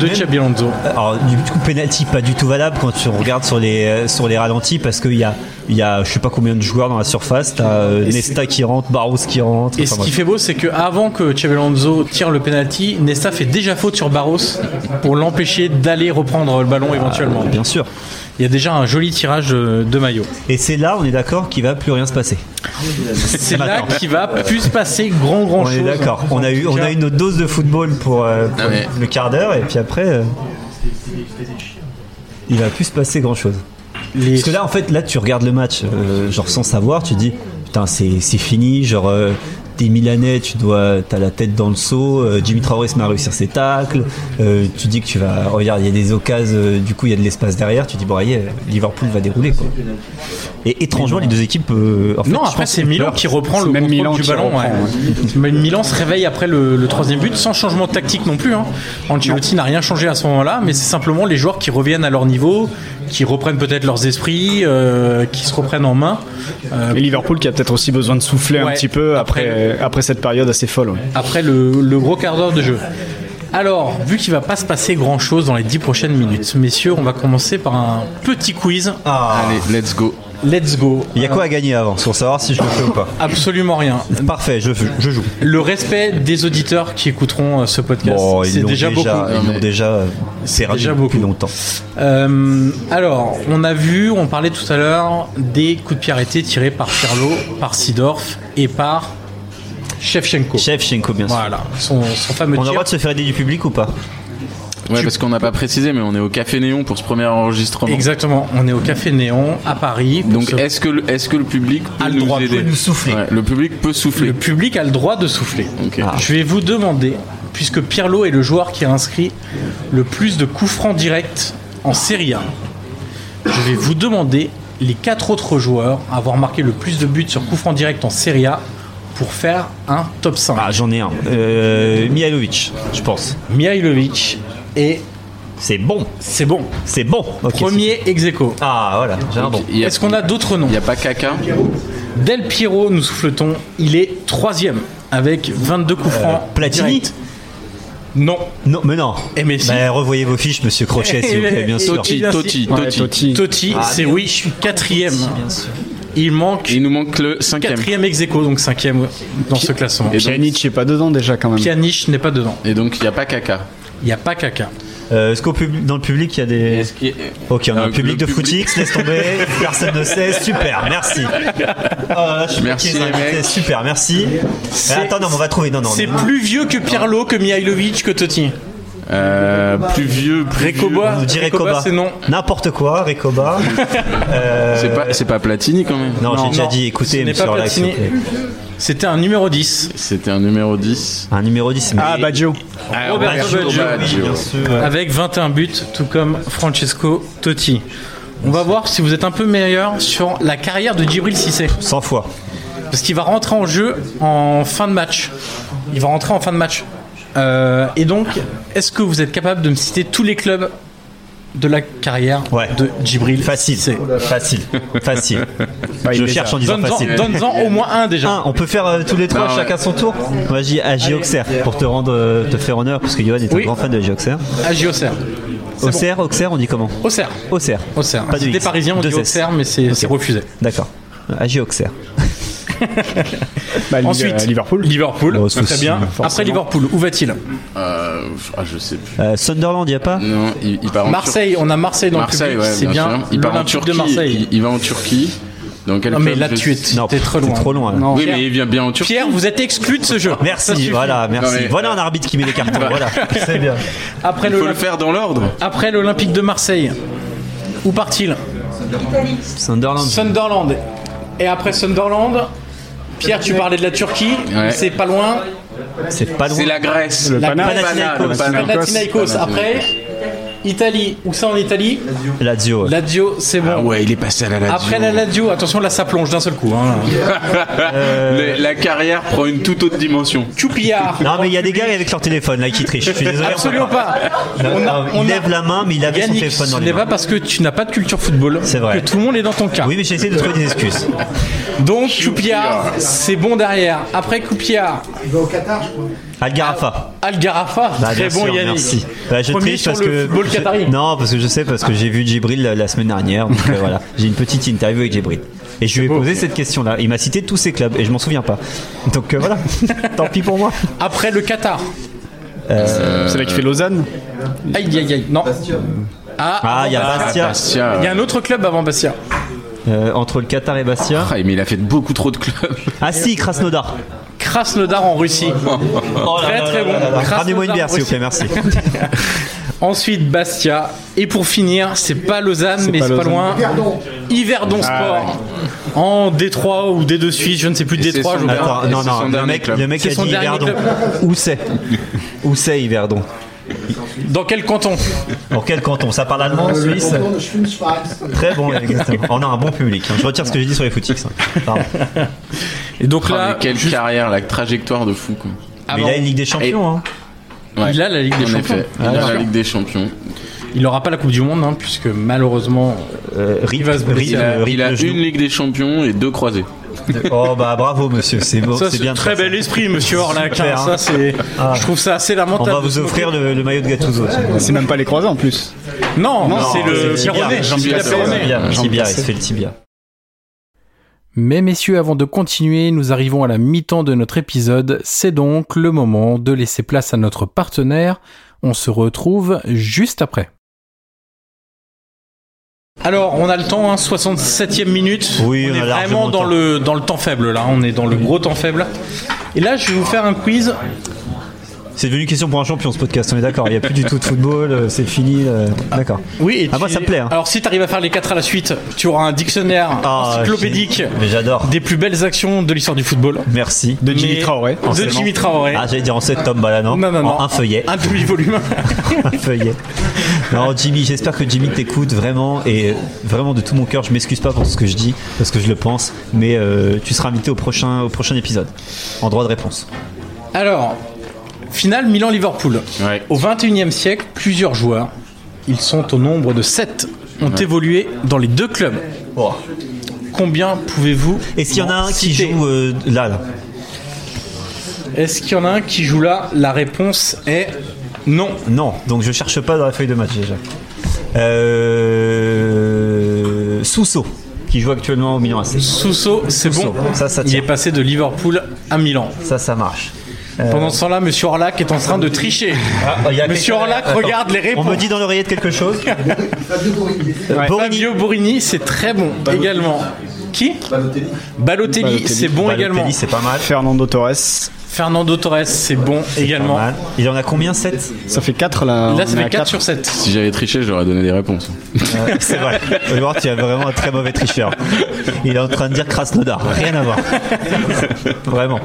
C: de Xabi Alonso.
D: euh, Alors, du coup, penalty pas du tout valable quand tu regardes sur les, euh, sur les ralentis parce qu'il y a, il y a je sais pas combien de joueurs dans la surface. T'as euh, Nesta qui rentre, Barros qui rentre.
C: Et
D: enfin,
C: ce qui
D: bref.
C: fait beau, c'est que avant que Xabi Alonso tire le penalty, Nesta fait déjà faute sur Barros pour l'empêcher d'aller reprendre le ballon éventuellement.
D: Ah, Bien sûr.
C: Il y a déjà un joli tirage de, de maillot.
D: Et c'est là, on est d'accord, qu'il va plus rien se passer.
C: C'est là qu'il va plus se passer grand grand
D: On
C: chose.
D: est d'accord. On a eu, on a eu notre dose de football pour, euh, pour
F: Ah ouais.
D: le quart d'heure et puis après. euh, il va plus se passer grand chose.
C: Les-
D: Parce que là, en fait, là, tu regardes le match, euh, genre sans savoir, tu dis, putain, c'est c'est fini, genre, euh, t'es Milanais, tu dois, t'as la tête dans le seau, euh, Jimmy Traoré se met à réussir ses tacles, euh, tu dis que tu vas, regarde, il y a des occasions, euh, du coup, il y a de l'espace derrière, tu dis, bon, allez, euh, Liverpool va dérouler, quoi. Et étrangement, les deux équipes, euh, en fait,
C: Non,
D: je
C: après
D: pense
C: c'est
D: que-
C: Milan qui reprend
E: C'est
C: le
E: même
C: contrôle
E: Milan
C: du
E: qui
C: ballon.
E: reprend,
C: ouais. Mais Milan se réveille après le, le troisième but sans changement de tactique non plus. hein. Ancelotti n'a rien changé à ce moment-là, mais c'est simplement les joueurs qui reviennent à leur niveau, qui reprennent peut-être leurs esprits, euh, qui se reprennent en main. Euh,
E: Et Liverpool qui a peut-être aussi besoin de souffler
C: Ouais.
E: un petit peu après, euh, après cette période assez folle. ouais.
C: après le, le gros quart d'heure de jeu. Alors, vu qu'il va pas se passer grand-chose dans les dix prochaines minutes, messieurs, on va commencer par un petit quiz.
D: Ah.
F: Allez, let's go.
C: Let's go.
D: Il y a quoi à gagner avant, pour savoir si je le fais ou pas
C: Absolument rien.
D: Parfait, je, je joue.
C: Le respect des auditeurs qui écouteront euh, ce podcast,
D: Bon, ils
C: c'est
D: l'ont
C: déjà,
D: déjà,
C: beaucoup.
D: ils l'ont déjà euh, perdu
C: déjà
D: depuis
C: beaucoup.
D: longtemps.
C: Euh, alors, on a vu, on parlait tout à l'heure des coups de pied arrêtés tirés par Pirlo, par Sidorf et par Shevchenko.
D: Chef Shenko, bien sûr.
C: Voilà, son, son fameux
D: On a le
C: tir.
D: droit de se faire aider du public ou pas
F: Ouais, parce qu'on n'a pas précisé, mais on est au Café Néon pour ce premier enregistrement.
C: Exactement, on est au Café Néon à Paris. pour
F: Donc
C: ce-
F: est-ce que, le- est-ce que le public peut
C: A le
F: nous
C: droit,
F: aider
D: peut nous souffler.
F: Ouais, Le public peut
C: le
F: souffler.
C: public a le droit de souffler.
F: Ok.
C: Je vais vous demander, puisque Pirlo est le joueur qui a inscrit le plus de coups francs directs en Serie A, je vais vous demander les quatre autres joueurs à avoir marqué le plus de buts sur coups francs directs en Serie A pour faire un top 5.
D: Ah, j'en ai un. Euh, Mihailovic, je pense.
C: Mihailovic et
D: C'est bon,
C: c'est bon.
D: c'est bon. Ok,
C: Premier ex aequo.
D: c'est- Ah, voilà, j'ai un bon.
F: Il y a-
C: Est-ce qu'on a d'autres noms
F: Il n'y a pas caca.
C: Del Piero, nous souffletons, il est troisième avec 22 coups
F: Euh,
C: francs.
D: Platini
C: directs. Non.
D: Non, mais non.
C: Eh, mais si.
D: Bah, revoyez vos fiches, monsieur Crochet, s'il vous plaît, bien *laughs*
C: Et-
D: sûr.
C: et-
F: Totti,
C: bien
F: Totti,
C: sûr.
E: Ouais,
F: Totti.
E: Totti.
C: Totti, c'est oui, je suis quatrième. Il manque
F: Il nous manque le cinquième.
C: quatrième ex aequo, donc cinquième dans ce classement.
F: Et donc-
E: Pjanic est pas dedans déjà quand même.
C: Pjanic n'est pas dedans.
F: Et donc il n'y a pas caca.
C: Il n'y a pas Kaka.
D: Euh, Est-ce qu'au pub- dans le public, il y a des.
F: Est-ce qu'il y a-
D: Ok, on a
F: Euh,
D: un public de
F: le
D: Footix,
C: *laughs*
D: laisse tomber, personne ne sait, super, merci. Oh là là, je suis
F: Merci,
D: inquiet,
F: les
D: inquiet,
F: mecs.
D: super, merci. Eh, Attends, non, mais on va trouver, non, non.
C: C'est
D: non.
C: plus vieux que Pirlo, que Mihailovic, que Totti.
F: Euh, plus vieux, plus vieux.
D: On
C: Recoba,
D: dirait
C: Recoba
D: Koba.
C: c'est non.
D: N'importe quoi,
C: *laughs*
D: Recoba. Euh,
F: C'est pas, c'est pas Platini quand même.
D: Non, j'ai
C: Non,
D: déjà
C: non,
D: dit,
C: ce
D: écoutez,
C: n'est
D: monsieur
C: pas
D: Relax.
C: Platini.
D: s'il vous plaît.
C: C'était un numéro 10.
F: C'était un numéro 10.
D: Un numéro 10, mais.
E: Ah, Baggio.
C: Roberto Baggio.
F: Baggio.
D: bien sûr. ouais.
C: avec 21 buts, tout comme Francesco Totti. On va voir si vous êtes un peu meilleur sur la carrière de Djibril Cissé.
D: 100 fois.
C: Parce qu'il va rentrer en jeu en fin de match. Il va rentrer en fin de match. Euh, et donc, est-ce que vous êtes capable de me citer tous les clubs de la carrière
D: Ouais.
C: de Djibril Ah,
D: Facile.
C: Cissé *laughs*
D: Facile. Facile.
E: il
D: Je
E: est
D: cherche
E: là.
D: en disant
C: Donne-en
D: facile.
C: donne-en au moins un déjà.
D: Un, on peut faire euh, tous les trois,
F: ouais.
D: chacun son tour. Moi, j'ai Agi Auxerre pour te rendre, euh, te faire honneur, parce que Johan est un
C: Oui.
D: grand fan de Agi Auxerre.
C: À Ah, Auxerre. bon.
D: Auxerre, Auxerre, on dit comment
C: Auxerre.
D: Auxerre.
C: Auxerre.
D: Pas de
C: C'est Des
D: X.
C: Parisiens on
D: Deux
C: dit
D: S.
C: Auxerre, mais c'est c'est refusé.
D: D'accord. Agi Auxerre.
E: Bah, Ligue-
C: Ensuite,
E: euh, Liverpool.
C: Liverpool.
D: Oh,
C: très
D: souci,
C: bien. Après
D: forcément.
C: Liverpool, où va-t-il
F: Euh, ah, je sais plus.
D: Euh, Sunderland, y a pas
F: Non, il, il part en
C: Marseille, on a Marseille dans
F: Turquie. Marseille,
C: le public,
F: ouais,
C: c'est bien,
F: sûr. Il part en
C: l'Olympique
F: Turquie.
C: de Marseille.
F: Il, il va en Turquie. Dans quel
C: Non mais
F: club,
C: là
F: je
C: tu es,
F: sais-
D: Non,
C: t'es trop
D: t'es
C: loin.
D: trop loin, là.
C: Non,
F: Oui,
C: Pierre,
F: mais il vient bien en Turquie. Ah,
C: Pierre, vous êtes exclu de ce jeu. Ça
D: Merci,
C: suffit.
D: voilà, merci.
F: mais,
C: euh,
D: voilà un arbitre qui met
C: *laughs*
D: les cartons, voilà. C'est bien.
C: Après,
F: Il faut le
C: l'Olymp-
F: faire dans l'ordre.
C: après l'Olympique de Marseille, où part-il
D: Sunderland.
C: Sunderland. Et après Sunderland, Pierre, tu parlais de la Turquie,
F: Ouais.
C: c'est pas loin.
D: C'est pas loin.
F: C'est la Grèce.
E: Le
F: La
E: Pana-
F: Pana, le Pana.
C: Panathinaikos. Après, Italie. Où ça en Italie
D: Lazio. ouais.
C: Lazio, c'est bon.
F: Ah ouais, il est passé à la Lazio.
C: Après la Lazio, attention là ça plonge d'un seul coup. Hein.
F: *laughs* Le- la carrière prend une toute autre dimension.
C: Choupillard.
D: Non, mais il y a des gars avec leur téléphone là qui trichent. Je suis désolé.
C: Absolument pas.
D: Non,
C: On a-
D: non,
C: on
D: Euh, il
C: a-
D: lève la main, mais il avait son
C: Yannick,
D: téléphone
C: ce
D: dans
C: n'est
D: les
C: pas
D: mains.
C: parce que tu n'as pas de culture football
D: C'est vrai.
C: que tout le monde est dans ton cas.
D: Oui, mais j'ai essayé de trouver des excuses.
C: Donc Choupillard, c'est bon derrière. Après Choupillard,
D: Algarafa.
C: Algarafa,
D: Bah,
C: très
D: bien
C: bon
D: sûr,
C: Yannick.
D: Merci. Bah, je
C: Premier
D: triche
C: sur
D: parce
C: le
D: que.
C: football
D: je-
C: qatari.
D: Non, parce que je sais, parce que j'ai vu Djibril la, la semaine dernière. Donc, euh, voilà. J'ai une petite interview avec Djibril. Et je lui ai posé cette question-là. Il m'a cité tous ses clubs et je m'en souviens pas. Donc euh,
C: *laughs*
D: voilà. Tant pis pour moi.
C: Après le Qatar.
E: C'est là qui fait Lausanne.
C: Aïe aïe aïe. Non. Ah,
D: Ah, il y a
C: avant Bastia.
D: Bastia.
F: Bastia.
C: Il y a un autre club avant Bastia.
D: Euh, entre le Qatar et Bastia.
F: Ah, mais il a fait beaucoup trop de clubs.
D: Ah si, Krasnodar.
C: Euh, Krasnodar en Russie.
D: Oh là
C: Très,
D: là
C: très
D: là
C: bon.
D: là là là.
C: Krasnodar
D: Ramenez-moi une bière, s'il vous plaît, merci.
C: Ensuite Bastia. Et pour finir, c'est pas Lausanne, mais
E: pas
C: c'est pas
E: Lausanne.
C: loin.
D: Ah
C: Yverdon Sport. En D3 ou D2 Suisse, je ne sais plus,
F: Et c'est
C: D3, je
F: son
C: crois.
F: dernier-
D: Attends,
F: Et
D: non,
F: c'est son
D: non, le
F: dernier
D: mec,
F: club.
D: le mec
C: C'est
D: a
C: son
D: dit
C: dernier
D: Yverdon.
C: club.
D: Où c'est Où c'est Yverdon
C: Dans quel canton
D: Pour quel canton Ça parle
C: Euh,
D: allemand, suisse Très bon, exactement. On a un bon public. hein. Je retire ce que j'ai dit sur les footix. hein. Pardon.
C: Et donc
F: *laughs* Ah,
C: là,
F: mais quelle
C: juste
F: carrière, la trajectoire de fou. Quoi.
C: Ah
D: Mais il a une Ligue des Champions. hein.
F: Ouais.
C: Il a la Ligue des
F: En
C: Champions.
F: effet, il
C: Ah,
F: a
C: bien
F: la
C: sûr.
F: Ligue des Champions.
C: il n'aura pas la Coupe du Monde, hein, puisque malheureusement,
D: Euh,
C: Il
D: rip,
C: va se blesser.
D: rip,
F: Il a,
D: euh, rip
F: il a
D: le
F: une
D: genou.
F: Ligue des Champions et deux croisés.
D: Oh bah bravo monsieur, c'est beau,
C: ça
D: c'est
C: c'est
D: bien. de
C: très
D: faire
C: bel
D: ça.
C: esprit, monsieur Orlac. hein.
D: *laughs* Super, hein.
C: Ça c'est,
D: Ah.
C: je trouve ça assez
D: On
C: lamentable.
D: va
C: de
D: vous
C: se
D: offrir le, le maillot de Gattuso. aussi.
E: C'est même pas les croisés en plus.
C: moquer. Non,
E: Non,
C: c'est le
D: C'est le
C: Pironnet.
D: tibia,
F: Jean-Pierre
C: Jean-Pierre
F: Pironnet.
C: Pironnet.
D: Tibia,
F: Jean
D: tibia, il se fait le tibia.
C: Mais messieurs, avant de continuer, nous arrivons à la mi-temps de notre épisode. C'est donc le moment de laisser place à notre partenaire. On se retrouve juste après. Alors, on a le temps, hein, 67e minute.
D: Oui,
C: on,
D: on
C: est
D: a
C: vraiment
D: largement
C: dans le, dans le temps faible, là. On est dans le gros temps faible. Et là, je vais vous faire un quiz.
D: C'est devenu question pour un champion ce podcast, on est d'accord. Il n'y a plus du tout de football, euh, c'est fini. euh, D'accord.
C: Oui, et
D: Ah, moi,
C: tu-
D: ça me plaît, hein.
C: Alors, si tu arrives à faire les quatre à la suite, tu auras un dictionnaire
D: Ah,
C: encyclopédique
D: j'ai- Mais j'adore.
C: des plus belles actions de l'histoire du football.
D: Merci.
E: De Jimmy
C: Mais-
E: Traoré.
C: De Jimmy Traoré.
D: Ah, j'allais dire en 7 tomes, bah là non.
C: Non, non,
D: En
C: non.
D: un feuillet.
C: Un demi-volume.
D: *laughs* Un feuillet. Non, Jimmy, j'espère que Jimmy t'écoute vraiment et vraiment de tout mon cœur. Je m'excuse pas pour ce que je dis, parce que je le pense, mais euh, tu seras invité au prochain, au prochain épisode en droit de réponse.
C: *laughs* Alors, finale Milan-Liverpool.
F: Ouais.
C: Au 21e siècle, plusieurs joueurs, ils sont au nombre de 7, ont évolué dans les deux clubs.
D: Oh.
C: Combien pouvez-vous
D: Est-ce qu'il y en a
C: en
D: un qui
C: citer
D: joue euh, là, là
C: Est-ce qu'il y en a un qui joue là La réponse est non.
D: Non, donc je cherche pas dans la feuille de match déjà. Euh... Sousso, qui joue actuellement au Milan AC.
C: Sousso, c'est
D: Sousso,
C: bon.
D: ça, ça
C: Il
D: tient.
C: est passé de Liverpool à Milan.
D: Ça, ça marche. Euh.
C: Pendant ce temps-là, Monsieur Orlac est en train de tricher.
D: Ah, il y a
C: Monsieur
D: quelqu'un-
C: Orlac
D: Attends.
C: regarde les réponses.
D: On me dit dans l'oreillette quelque chose. Euh, Borini.
C: Fabio Borini, c'est très bon également. qui
F: Balotelli.
C: Balotelli,
E: Balotelli.
C: c'est bon
D: Balotelli,
C: également.
D: Bah, c'est pas mal.
E: Fernando Torres.
C: Fernando Torres, c'est bon
D: Pas
C: également.
D: mal. Il en a combien 7
E: Ça fait 4 là.
C: Là,
E: on
C: ça
E: est à
C: fait 4
E: quatre.
C: sur 7.
F: Si j'avais triché, j'aurais donné des réponses.
D: C'est vrai. Edouard, tu as vraiment un très mauvais tricheur. Il est en train de dire Krasnodar. Rien à voir. Vraiment.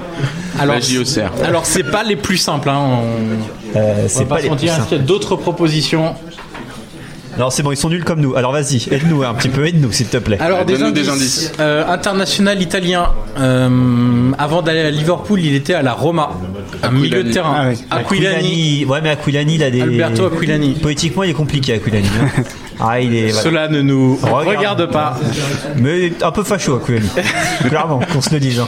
C: Alors,
F: Magie
C: *laughs*
F: au cerf.
C: alors c'est pas les plus simples. Hein. On...
D: Euh,
C: On va
D: c'est
C: pas,
D: pas
C: se
D: les plus
C: mentir, est-ce
D: simples.
C: qu'il y a d'autres propositions
D: Non, c'est bon, ils sont nuls comme nous. Alors vas-y, aide-nous un petit peu, aide-nous s'il te plaît.
C: Alors, des
F: donne-nous
C: indices.
F: des
C: Euh, international italien. Euh, avant d'aller à Liverpool, il était à la Roma. Un milieu de terrain.
E: Ah oui.
C: Aquilani.
D: Aquilani. Ouais, mais Aquilani, il a des.
C: Alberto Aquilani.
D: Poétiquement, il est compliqué, Aquilani.
C: *laughs*
D: hein. ah, il est. voilà.
C: Cela ne nous regarde,
D: Regarde.
C: pas.
D: Mais un peu facho, Aquilani. Clairement, qu'on se le dise. hein.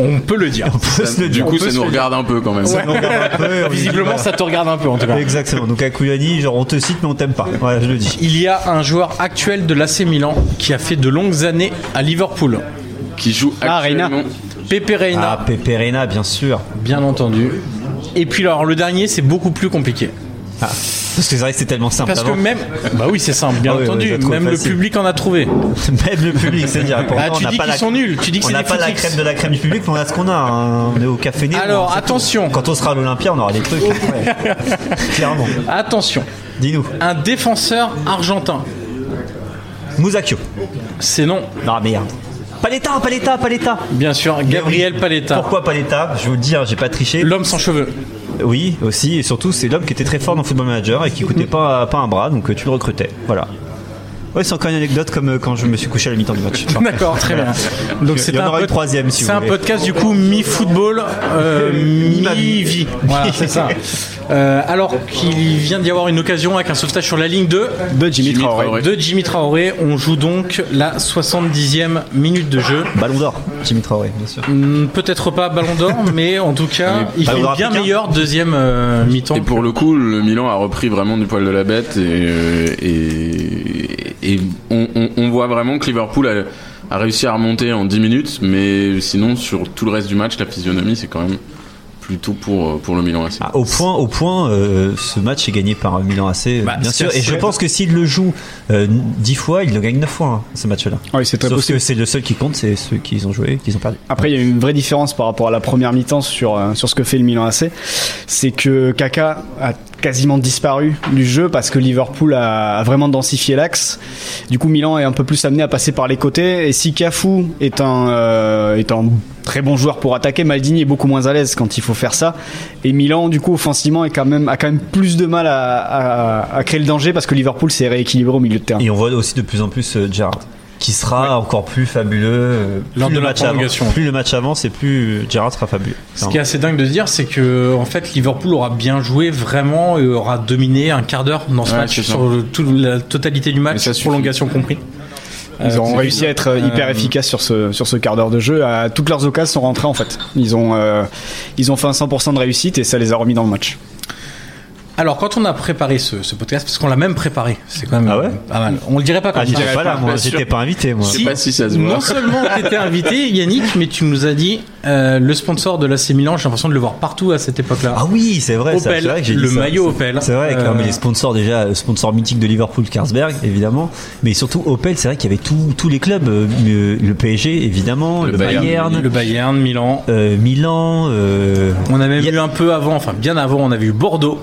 C: On peut le dire.
D: On peut se le
F: Du
D: dire.
F: coup, ça nous regarde un peu quand même.
D: On regarde un peu, on se dit,
C: Visiblement,
D: voilà.
C: ça te regarde un peu en tout cas.
D: Exactement. Donc Aquilani, genre on te cite mais on t'aime pas. Voilà, je le dis.
C: Il y a un joueur actuel de l'AC Milan qui a fait de longues années à Liverpool.
F: Qui joue
E: Ah, Reina.
F: actuellement.
C: Pepe Reina,
D: Ah, Pepe Reina, Ah, bien sûr.
C: bien entendu. Et puis alors le dernier, c'est beaucoup plus compliqué.
D: Ah, parce que c'est vrai que c'est tellement simple.
C: Parce que
D: avant.
C: même, bah oui, c'est simple, bien
D: Ah oui, oui,
C: entendu.
D: c'est trop
C: même
D: facile.
C: le public en a trouvé.
D: *laughs* Même le public, c'est dire. Pourtant,
C: Ah, tu
D: on n'a
C: dis
D: pas
C: qu'ils
D: la-
C: sont nuls, tu dis que
D: On
C: c'est
D: n'a
C: des
D: pas la
C: footix.
D: crème de la crème du public, mais on a ce qu'on a. hein. On est au café né.
C: Alors,
D: on sait
C: attention.
D: tout. Quand on sera à l'Olympia, on aura
C: *laughs*
D: des trucs. Ouais. Clairement.
C: Attention,
D: Dis-nous.
C: un défenseur argentin.
D: Mousakio.
C: C'est non,
D: Non, merde. Paletta, Paletta, Paletta.
C: bien sûr, Gabriel Paletta.
D: Pourquoi Paletta Je vous le dis, hein, j'ai pas triché.
C: L'homme sans cheveux.
D: Oui, aussi, et surtout, c'est l'homme qui était très fort dans Football Manager et qui coûtait pas, pas un bras, donc euh, tu le recrutais. Voilà. Ouais, c'est encore une anecdote comme euh, quand je me suis couché à la mi-temps du match.
C: D'accord, *laughs* très bien. Donc
D: Il y
C: c'est
D: en
C: un,
D: aura une
C: pod-
D: troisième, si vous
C: c'est un
D: voulez.
C: podcast du coup mi-football, *laughs* euh, mi-vie. *laughs* Voilà, c'est ça. Euh, alors qu'il vient d'y avoir une occasion avec un sauvetage sur la ligne 2
E: De Jimmy
F: Jimmy
E: Traoré.
F: Traoré.
C: de Jimmy Traoré. On joue donc la 70e minute de jeu.
D: *laughs* Ballon d'or, Jimmy Traoré, bien sûr.
C: Hmm, Peut-être pas Ballon d'Or, *laughs* mais en tout cas, il fait
D: Ballon
C: une
D: d'Or
C: bien
D: africain.
C: meilleur deuxième euh, mi-temps.
F: Et pour le coup, le Milan a repris vraiment du poil de la bête et, euh, et, et on, on- on voit vraiment que Liverpool a, a réussi à remonter en 10 minutes, mais sinon sur tout le reste du match, la physionomie c'est quand même plutôt pour, euh, pour le Milan AC.
D: Ah, au point, au point euh, ce match est gagné par Milan AC, euh,
C: Bah,
D: bien
C: c'est
D: sûr. Et je
C: assez-
D: pense que s'il le joue euh, 10 fois, il le gagne 9 fois, hein, ce match-là.
E: Oui, c'est très
D: Sauf
E: possible.
D: que c'est le seul qui compte, c'est ceux qui ont joué, qui ont perdu.
E: Après, il y a une vraie différence par rapport à la première mi-temps sur, euh, sur ce que fait le Milan AC. C'est que Kaka a quasiment disparu du jeu parce que Liverpool a, a vraiment densifié l'axe. Du coup, Milan est un peu plus amené à passer par les côtés. Et si Cafu est un, euh, est un très bon joueur pour attaquer, Maldini est beaucoup moins à l'aise quand il faut faire ça. Et Milan, du coup, offensivement, est quand même, a quand même plus de mal à, à- à créer le danger parce que Liverpool s'est rééquilibré au milieu de terrain.
D: Et on voit aussi de plus en plus euh, Gerrard, qui sera encore plus fabuleux. euh,
C: Lors
D: plus,
C: de
D: le
C: la
D: match avance,
C: prolongation.
D: plus le match avance et plus euh, Gerrard sera fabuleux.
C: Ce qui est assez dingue de se dire, c'est que en fait, Liverpool aura bien joué vraiment et aura dominé un quart d'heure dans ce
F: Ouais,
C: match,
F: c'est ça.
C: sur le- tout- la totalité du
F: Mais
C: match,
F: ça suffit.
C: prolongation compris.
E: Ils ont
C: Euh,
E: réussi à être hyper efficaces sur ce, sur ce quart d'heure de jeu. À, toutes leurs occasions sont rentrées en fait. Ils ont, euh, ils ont fait un 100% de réussite et ça les a remis dans le match.
C: Alors, quand on a préparé ce, ce podcast, parce qu'on l'a même préparé, c'est quand même
D: Ah ouais
C: euh, pas mal. On le dirait pas comme
D: Ah,
C: ça.
D: j'étais pas là, moi,
F: pas sûr.
D: j'étais pas invité, moi.
F: sais pas si ça se voit.
C: Non seulement tu étais invité, Yannick, mais tu nous as dit euh, le sponsor de l'AC Milan. J'ai l'impression de le voir partout à cette époque-là.
D: Ah oui, c'est vrai, ça,
C: Opel,
D: c'est vrai que j'ai dit
C: le
D: ça.
C: maillot Opel.
D: C'est vrai que
C: Euh,
D: non, mais les sponsors déjà, euh, sponsor mythique de Liverpool, Carlsberg évidemment, mais surtout Opel, c'est vrai qu'il y avait tout- tous les clubs, euh, le, le PSG évidemment,
F: Le
D: le,
F: Bayern.
D: Bayern,
C: le Bayern, Milan.
D: euh, Milan, euh,
C: On a même
D: il y a-
C: eu un peu avant, enfin bien avant, on avait eu Bordeaux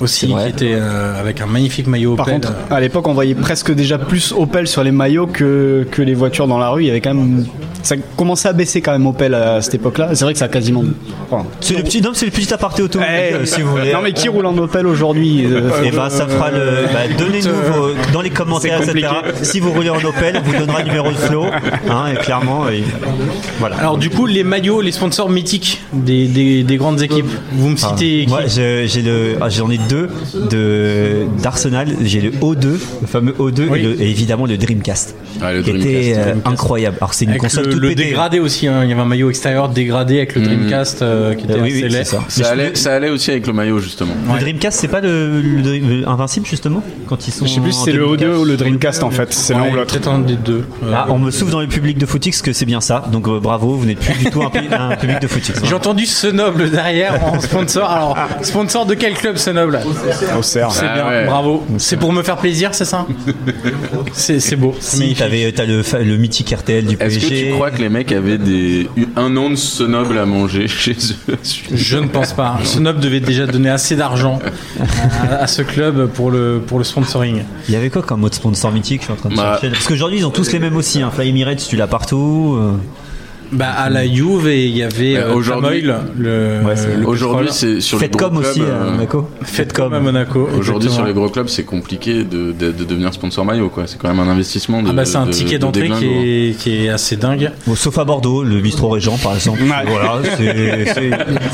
C: aussi, qui
D: vrai.
C: était euh, avec un magnifique maillot
E: Par
C: Opel. euh,
E: contre, à l'époque, on voyait presque déjà plus Opel sur les maillots que, que les voitures dans la rue. Il y avait quand même, ça commençait à baisser quand même Opel à cette époque-là. C'est vrai que ça a quasiment. enfin,
D: c'est le petit, non, c'est le petit aparté auto, euh,
E: eh,
D: si vous voulez.
E: Non mais qui roule en Opel aujourd'hui euh,
D: Et ben ça fera le. bah,
C: *laughs*
D: Donnez-nous vos- dans les commentaires,
E: c'est
D: etc. Si vous roulez en Opel, on vous donnera le numéro de Flo. Hein, et clairement, et- voilà.
C: Alors du coup, les maillots, les sponsors mythiques des, des- des grandes équipes. Vous me citez
D: Moi,
C: qui
D: je- j'ai le, ah, j'en ai deux de d'Arsenal. J'ai le O2, le fameux O2,
C: Oui.
D: et, le- et évidemment le Dreamcast,
F: Ah, le
D: qui
F: Dreamcast,
D: était euh,
F: Dreamcast.
D: incroyable. Alors c'est une
C: Avec
D: console
C: le-
D: toute
C: le
D: pétée.
C: dégradé aussi. hein. Il y avait un maillot extérieur dégradé avec le Dreamcast euh, qui était
D: Euh, Mhm. oui,
C: assez
D: oui,
C: laid.
D: c'est ça.
F: Ça allait, ça allait aussi avec le maillot justement.
D: Le Dreamcast, c'est pas le, le- le Invincible justement quand ils sont.
E: Je sais plus si c'est le O2 ou le Dreamcast en fait, c'est l'un
C: Ouais,
E: ou l'autre.
C: peut-être un des deux. Euh,
D: Ah, on me souffle dans le public de Footix que c'est bien ça, donc euh, bravo, vous n'êtes plus du tout un, pu- un public de Footix.
C: J'ai entendu ce noble derrière
D: *laughs*
C: en sponsor. Alors, sponsor de quel club ce noble
E: Au cerf.
C: C'est
F: Ah
C: bien,
F: ouais.
C: bravo. C'est pour me faire plaisir, c'est ça C'est c'est beau. c'est
D: Si,
C: magnifique.
D: t'avais- t'as le, fa- le mythique RTL du
F: Est-ce
D: PSG.
F: que tu crois que les mecs avaient des, eu un an de Sonoble à manger *laughs* chez eux
C: Je ne pense pas. Ce noble devait déjà donner assez d'argent à, à ce club pour le, pour le sponsoring.
D: Il y avait quoi comme autre sponsor mythique Je suis en train de
F: Bah.
D: chercher. Parce qu'aujourd'hui, ils ont tous les mêmes aussi. Hein. Fly Emirates, tu l'as partout. euh.
C: Bah, à la Juve, et il y avait
F: Euh,
C: euh,
F: aujourd'hui-
C: Tamoil, le,
D: Ouais, c'est-
C: le
F: Aujourd'hui,
C: pétrole.
F: c'est sur les
D: Faites
F: gros
D: comme
F: clubs.
D: aussi
F: euh,
D: à Monaco.
C: Faites comme
D: euh,
C: à Monaco.
F: Aujourd'hui,
C: exactement.
F: sur les gros clubs, c'est compliqué de, de- de devenir sponsor maillot. quoi. C'est quand même un investissement. De,
C: Ah bah c'est un
F: de-
C: ticket
F: de
C: d'entrée qui,
F: déglingo.
C: est- qui est assez dingue.
D: Bon, sauf à Bordeaux, le bistrot Régent par exemple.
E: Ouais.
F: *laughs*
D: Voilà, c'est. c'est-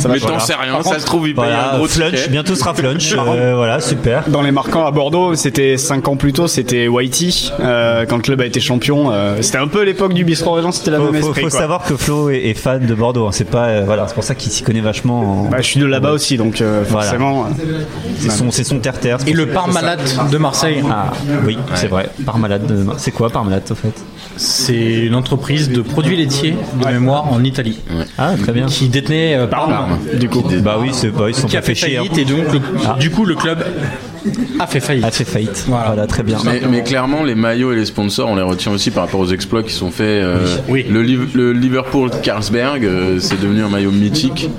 F: Mais
D: voilà.
F: t'en sais rien,
D: Par
F: ça
D: contre,
F: se trouve, il paye
D: voilà,
F: un gros
D: Flunch,
F: ticket.
D: bientôt sera Flunch. euh, voilà, super.
E: Dans les marquants à Bordeaux, c'était 5 ans plus tôt, c'était Whitey, euh, quand le club a été champion. euh, c'était un peu l'époque du bistrot régent, c'était la
D: Faut,
E: même
D: faut-
E: esprit.
D: faut
E: quoi.
D: savoir que Flo est, est fan de Bordeaux. hein. C'est pas euh, voilà, c'est pour ça qu'il s'y connaît vachement. en-
E: Bah, je suis de là-bas aussi, donc euh,
D: Voilà.
E: forcément. euh,
D: c'est son, c'est son terre-terre. c'est
C: Et
D: pour
C: le
D: ça-
C: Parmalat de Marseille,
D: Ah oui, c'est vrai. Parmalat. de- C'est quoi Parmalat au fait
C: c'est une entreprise de produits laitiers de mémoire en Italie
D: Ah très bien.
C: qui détenait euh, Parme,
E: du coup.
D: Bah oui, c'est bah, ils se sont
C: qui a
D: pas
C: fait Ah.
D: fait chier. hein.
C: faillite et donc le- du coup le club a fait faillite.
D: A fait faillite.
C: Voilà.
D: Voilà, très bien.
F: Mais, mais clairement, les maillots et les sponsors, on les retient aussi par rapport aux exploits qui sont faits. euh,
C: Oui.
F: Le, Liv- le Liverpool Carlsberg, euh, c'est devenu un maillot mythique,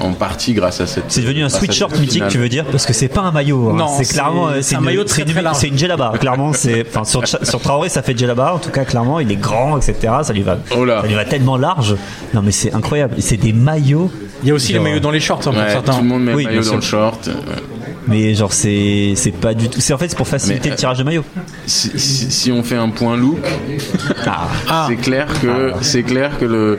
F: en partie grâce à cette.
D: C'est devenu un
F: grâce à cette
D: sweatshirt mythique,
F: finale.
D: tu veux dire Parce que c'est pas un maillot. hein.
C: Non,
D: c'est
C: c'est-
D: clairement euh,
C: c'est un
D: une-
C: maillot très,
D: c'est une-
C: très large.
D: C'est
C: *laughs*
D: une djellaba. Clairement, c'est enfin sur, Cha- sur Traoré, ça fait djellaba. En tout cas, clairement, il est grand, etc. Ça lui va.
F: Oh là.
D: Ça lui va tellement large. Non, mais c'est incroyable. Et C'est des maillots.
C: Il y a aussi les
D: Genre,
C: maillots dans les shorts hein, pour
F: Ouais,
C: certains.
F: tout le monde met
D: Oui,
F: le
D: bien
F: maillot
D: sûr.
F: dans le short. euh,
D: Mais genre, c'est c'est pas du tout. C'est en fait c'est pour faciliter
F: Mais, euh,
D: le tirage de maillots.
F: Si, si- si on fait un point look,
D: Ah.
F: c'est clair que c'est clair que le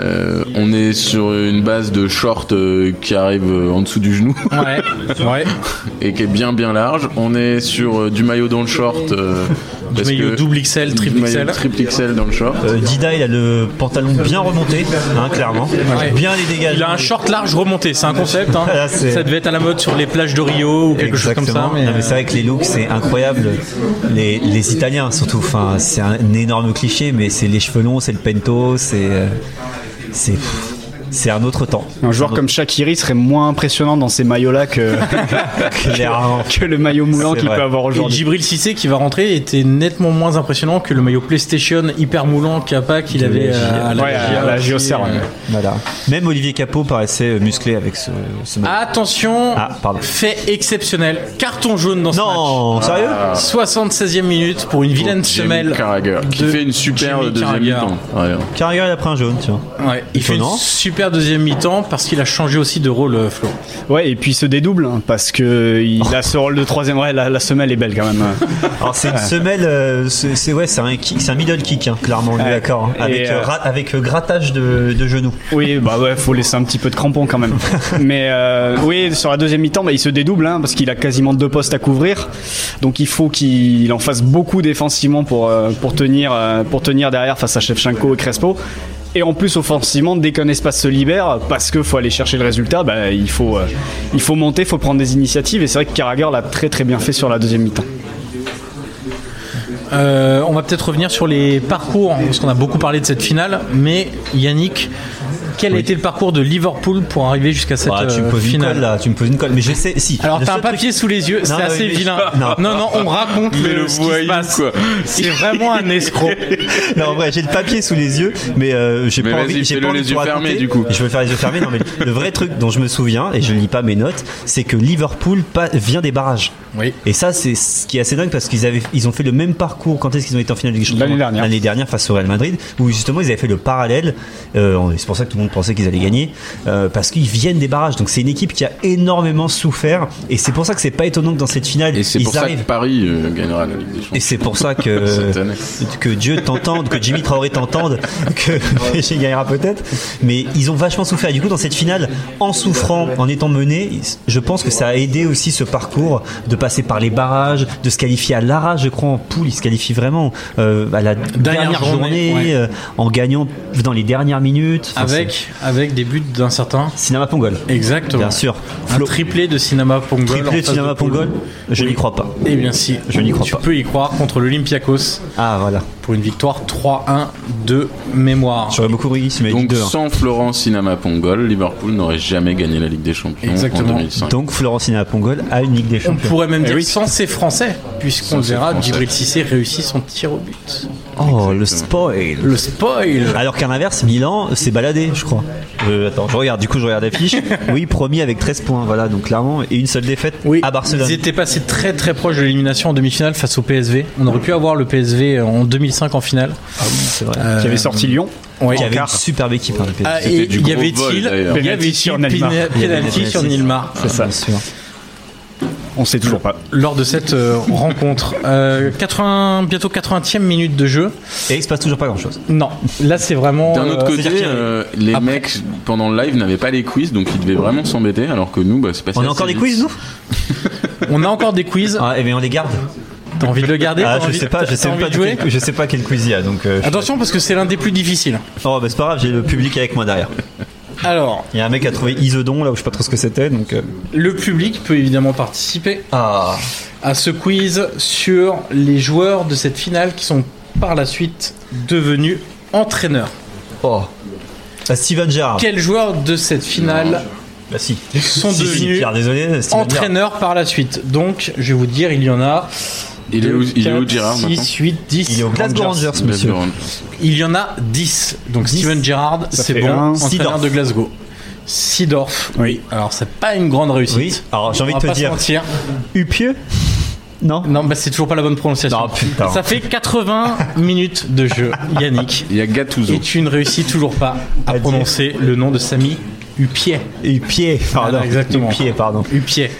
F: euh, on est sur une base de short euh, qui arrive euh, en dessous du genou
C: Ouais, ouais.
F: et qui est bien bien large. On est sur euh, du maillot dans le short. euh, parce
C: maillot double XL,
F: du
C: triple
F: maillot
C: XL.
F: triple XL dans le short.
D: Euh, Dida, il a le pantalon bien remonté, hein, clairement.
C: Ouais.
D: Bien les dégâts.
C: Il a un short large remonté, c'est un concept. hein.
D: Là, c'est-
C: ça devait être à la mode sur les plages de Rio ou quelque chose
D: Exactement.
C: comme ça. Ah, Mais,
D: Non, mais euh, c'est vrai que les looks, c'est incroyable. Les, les Italiens, surtout. Enfin, c'est un énorme cliché, mais c'est les cheveux longs, c'est le pento, c'est. euh, C'est. C'est un autre temps.
E: Un joueur comme Shakiri serait moins impressionnant dans ces
D: *laughs*
E: maillots-là que,
D: Clairement.
E: que le maillot moulant
D: C'est
E: qu'il
D: vrai.
E: peut avoir
C: Et
E: aujourd'hui.
C: Djibril Cissé qui va rentrer était nettement moins impressionnant que le maillot PlayStation hyper moulant Kappa qu'il avait euh, à la,
E: Ouais, à la
C: GIA aussi,
E: JOCR, ouais.
C: euh.
D: Voilà. Même Olivier Capot paraissait euh, musclé avec ce. ce maillot.
C: Attention,
D: Ah, pardon.
C: fait exceptionnel, carton jaune dans ce
D: non, sérieux
C: match. Ah. 76e minute pour une vilaine
F: Jamie
C: semelle.
F: Carragher, qui
C: de
F: fait une super
C: Jamie
F: deuxième
C: Carragher.
F: mi-temps. Ouais.
D: Carragher, il a pris un jaune, tiens.
C: Ouais, il fait
D: Étonnant.
C: une super deuxième mi-temps parce qu'il a changé aussi de rôle, euh, Flo.
E: Ouais, et puis il se dédouble hein, parce que il a ce rôle de troisième. Ouais, la, la semelle est belle quand même.
D: Alors c'est une semelle, euh, c'est c'est- ouais, c'est un kick, c'est un middle kick, hein, clairement, on est
E: Ouais.
D: d'accord, hein,
E: Et,
D: avec euh,
E: euh,
D: gra- avec euh, grattage de, de genoux.
E: Oui, bah ouais, faut laisser un petit peu de crampon quand même. Mais euh, oui, sur la deuxième mi-temps, bah, il se dédouble hein, parce qu'il a quasiment deux postes à couvrir. Donc il faut qu'il en fasse beaucoup défensivement pour, euh, pour, tenir, euh, pour tenir derrière face à Shevchenko et Crespo. Et en plus, offensivement, dès qu'un espace se libère, parce que faut aller chercher le résultat, bah, il, faut, euh, il faut monter, il faut prendre des initiatives. Et c'est vrai que Carragher l'a très très bien fait sur la deuxième mi-temps.
C: Euh, on va peut-être revenir sur les parcours, parce qu'on a beaucoup parlé de cette finale, mais Yannick, quel a été le parcours de Liverpool pour arriver jusqu'à cette
D: Ah, tu me
C: euh,
D: poses une
C: finale
D: colle là, tu me poses une colle, mais je sais, si.
C: Alors
D: le
C: t'as un
D: seul truc-
C: papier sous les yeux, c'est
D: non,
C: assez
D: mais-
C: vilain.
D: *laughs* Non.
C: Non. non, on raconte
F: Mais
C: le,
F: le
C: ce qui se
F: voyou,
C: passe.
F: quoi.
C: C'est vraiment un escroc.
F: *laughs*
D: Non, en vrai, j'ai le papier sous les yeux, mais euh, j'ai
F: Mais
D: pas
F: vas-y,
D: envie. J'ai
F: fais-le
D: pas envie de
F: les
D: tout
F: yeux fermés,
D: raconter.
F: du coup.
D: Je veux faire les yeux fermés. Non, mais le vrai truc dont je me souviens et je lis pas mes notes, c'est que Liverpool pa- vient des barrages.
C: Oui.
D: Et ça, c'est ce qui est assez dingue parce qu'ils avaient, ils ont fait le même parcours. Quand est-ce qu'ils ont été en finale de Ligue des Champions
E: L'année dernière.
D: L'année dernière face au Real Madrid, où justement ils avaient fait le parallèle. Euh, c'est pour ça que tout le monde monde pensait qu'ils allaient gagner euh, parce qu'ils viennent des barrages. Donc c'est une équipe qui a énormément souffert et c'est pour ça que c'est pas étonnant que dans cette finale
F: Et c'est
D: ils
F: pour ça
D: arrivent.
F: que Paris euh, gagnera la Ligue des Champions.
D: Et *laughs* c'est pour ça
F: Cette
D: que
F: année.
D: que Dieu t'entende, que Jimmy Traoré t'entende, *laughs* que PSG gagnera peut-être. Mais ils ont vachement souffert. Et du coup, dans cette finale, en souffrant, en étant menés, je pense que ça a aidé aussi ce parcours de passer par les barrages, de se qualifier à l'arrache, je crois, en poule. Ils se qualifient vraiment euh, à la dernière, journée,
C: journée, ouais.
D: euh, en gagnant dans les dernières minutes. Enfin, c'est-
C: Avec, avec des buts d'un certain.
D: Cinema Pongol.
C: Exactement.
D: Bien sûr.
C: Un
D: Flo-
C: triplé de Cinema Pongol. en
D: Triplé
C: face
D: de Cinema
C: de Pau.
D: Pongol, je
C: Oui.
D: n'y crois pas.
C: Eh bien si,
D: Je n'y crois
C: tu
D: pas.
C: peux y croire contre l'Olympiakos
D: Ah voilà,
C: pour une victoire 3-1 de mémoire.
D: j'aurais beaucoup ri si tu m'avais dit
F: Donc
D: deux, hein.
F: sans Florent Sinama Pongol, Liverpool n'aurait jamais gagné la Ligue des Champions
C: Exactement.
F: en 2005.
D: Donc Florent Cinema Pongol a une Ligue des
C: On
D: Champions.
C: pourrait même dire
F: Eh oui.
C: sans ces Français, puisqu'on
F: Sans
C: le
F: ces
C: verra,
F: Français.
C: Djibril Cissé réussit son tir au but.
D: Oh, le spoil
C: Le spoil
D: Alors qu'à l'inverse, Milan s'est baladé, je crois. Euh, attends, je regarde, du coup, je regarde la fiche. *laughs* oui, premier avec 13 points, voilà, donc clairement, et une seule défaite
C: Oui,
D: à Barcelone.
C: ils étaient passés très très proches de l'élimination en demi-finale face au PSV. On aurait pu avoir le PSV en 2005 en finale.
D: C'est vrai.
C: Euh,
E: Qui avait sorti Lyon.
C: oui.
D: Qui avait une superbe équipe, hein, le PSG.
C: Ah,
F: C'était
C: et
F: du
C: il y
F: gros vol,
C: avait-il
F: d'ailleurs.
C: il y avait-il
E: Penalty sur Neymar.
C: pena-
D: Il y avait
C: penalty
D: des
C: sur
D: penalties.
C: Nilmar
D: Ah, C'est ça. sûr.
E: On sait toujours pas.
C: lors de cette euh, rencontre Euh, 80 bientôt 80e minute de jeu.
D: Et il se passe toujours pas grand chose.
C: Non, là c'est vraiment
F: D'un autre
C: euh,
F: côté,
D: c'est-à-dire qu'il y a-
F: euh, les
C: Après-
F: mecs pendant le live n'avaient pas les quiz, donc ils devaient vraiment s'embêter, alors que nous, bah, c'est passé.
D: On a
F: assez
D: encore des
F: vite.
D: quiz, nous
C: on a encore des quiz.
D: Ah, eh bien, on les garde.
C: T'as envie de le garder
D: Ah,
C: T'as
D: je
C: envie-
D: sais pas, je
C: t'as
D: sais
C: envie
D: pas,
C: de
D: de
C: jouer
D: quel- je sais pas quel quiz il y a, donc. euh, je-
C: Attention parce que c'est l'un des plus difficiles.
D: Oh, bah, c'est pas grave, j'ai le public avec moi derrière.
C: Alors,
D: Il y a un mec qui a trouvé Isedon, là où je sais pas trop ce que c'était, donc. euh,
C: le public peut évidemment participer
D: Ah,
C: à ce quiz sur les joueurs de cette finale qui sont par la suite devenus entraîneurs.
D: oh. Ah, Steven Gerrard.
C: Quels joueurs de cette finale
D: Bah, si.
C: sont
D: Si, si,
C: devenus
D: Pierre, désolé, Steven Gerrard.
C: entraîneurs par la suite Donc, je vais vous dire, il y en a
F: Il est où, il est où Gérard
C: 6, 8, 10.
D: Il est au Glasgow Rangers,
F: maintenant
D: monsieur.
C: Il y en a 10. Donc Steven Gerrard, c'est
E: fait
C: bon,
E: un.
C: entraîneur
D: Seedorf.
C: de Glasgow. Seedorf, oui. Alors c'est pas une grande réussite.
D: Oui, alors, j'ai envie
C: On va
D: de te
C: pas se
D: dire.
C: mentir.
D: Upieux Non
C: Non, bah c'est toujours pas la bonne prononciation.
D: Non, putain.
C: Ça fait 80 minutes de jeu,
F: *laughs*
C: Yannick.
F: Il y a Gattuso.
C: Et tu ne réussis toujours pas à
D: dire.
C: prononcer le nom de Samy Hupier.
D: Upier, pardon.
C: Voilà, Ah, exactement.
D: Upier, pardon.
C: Hupier.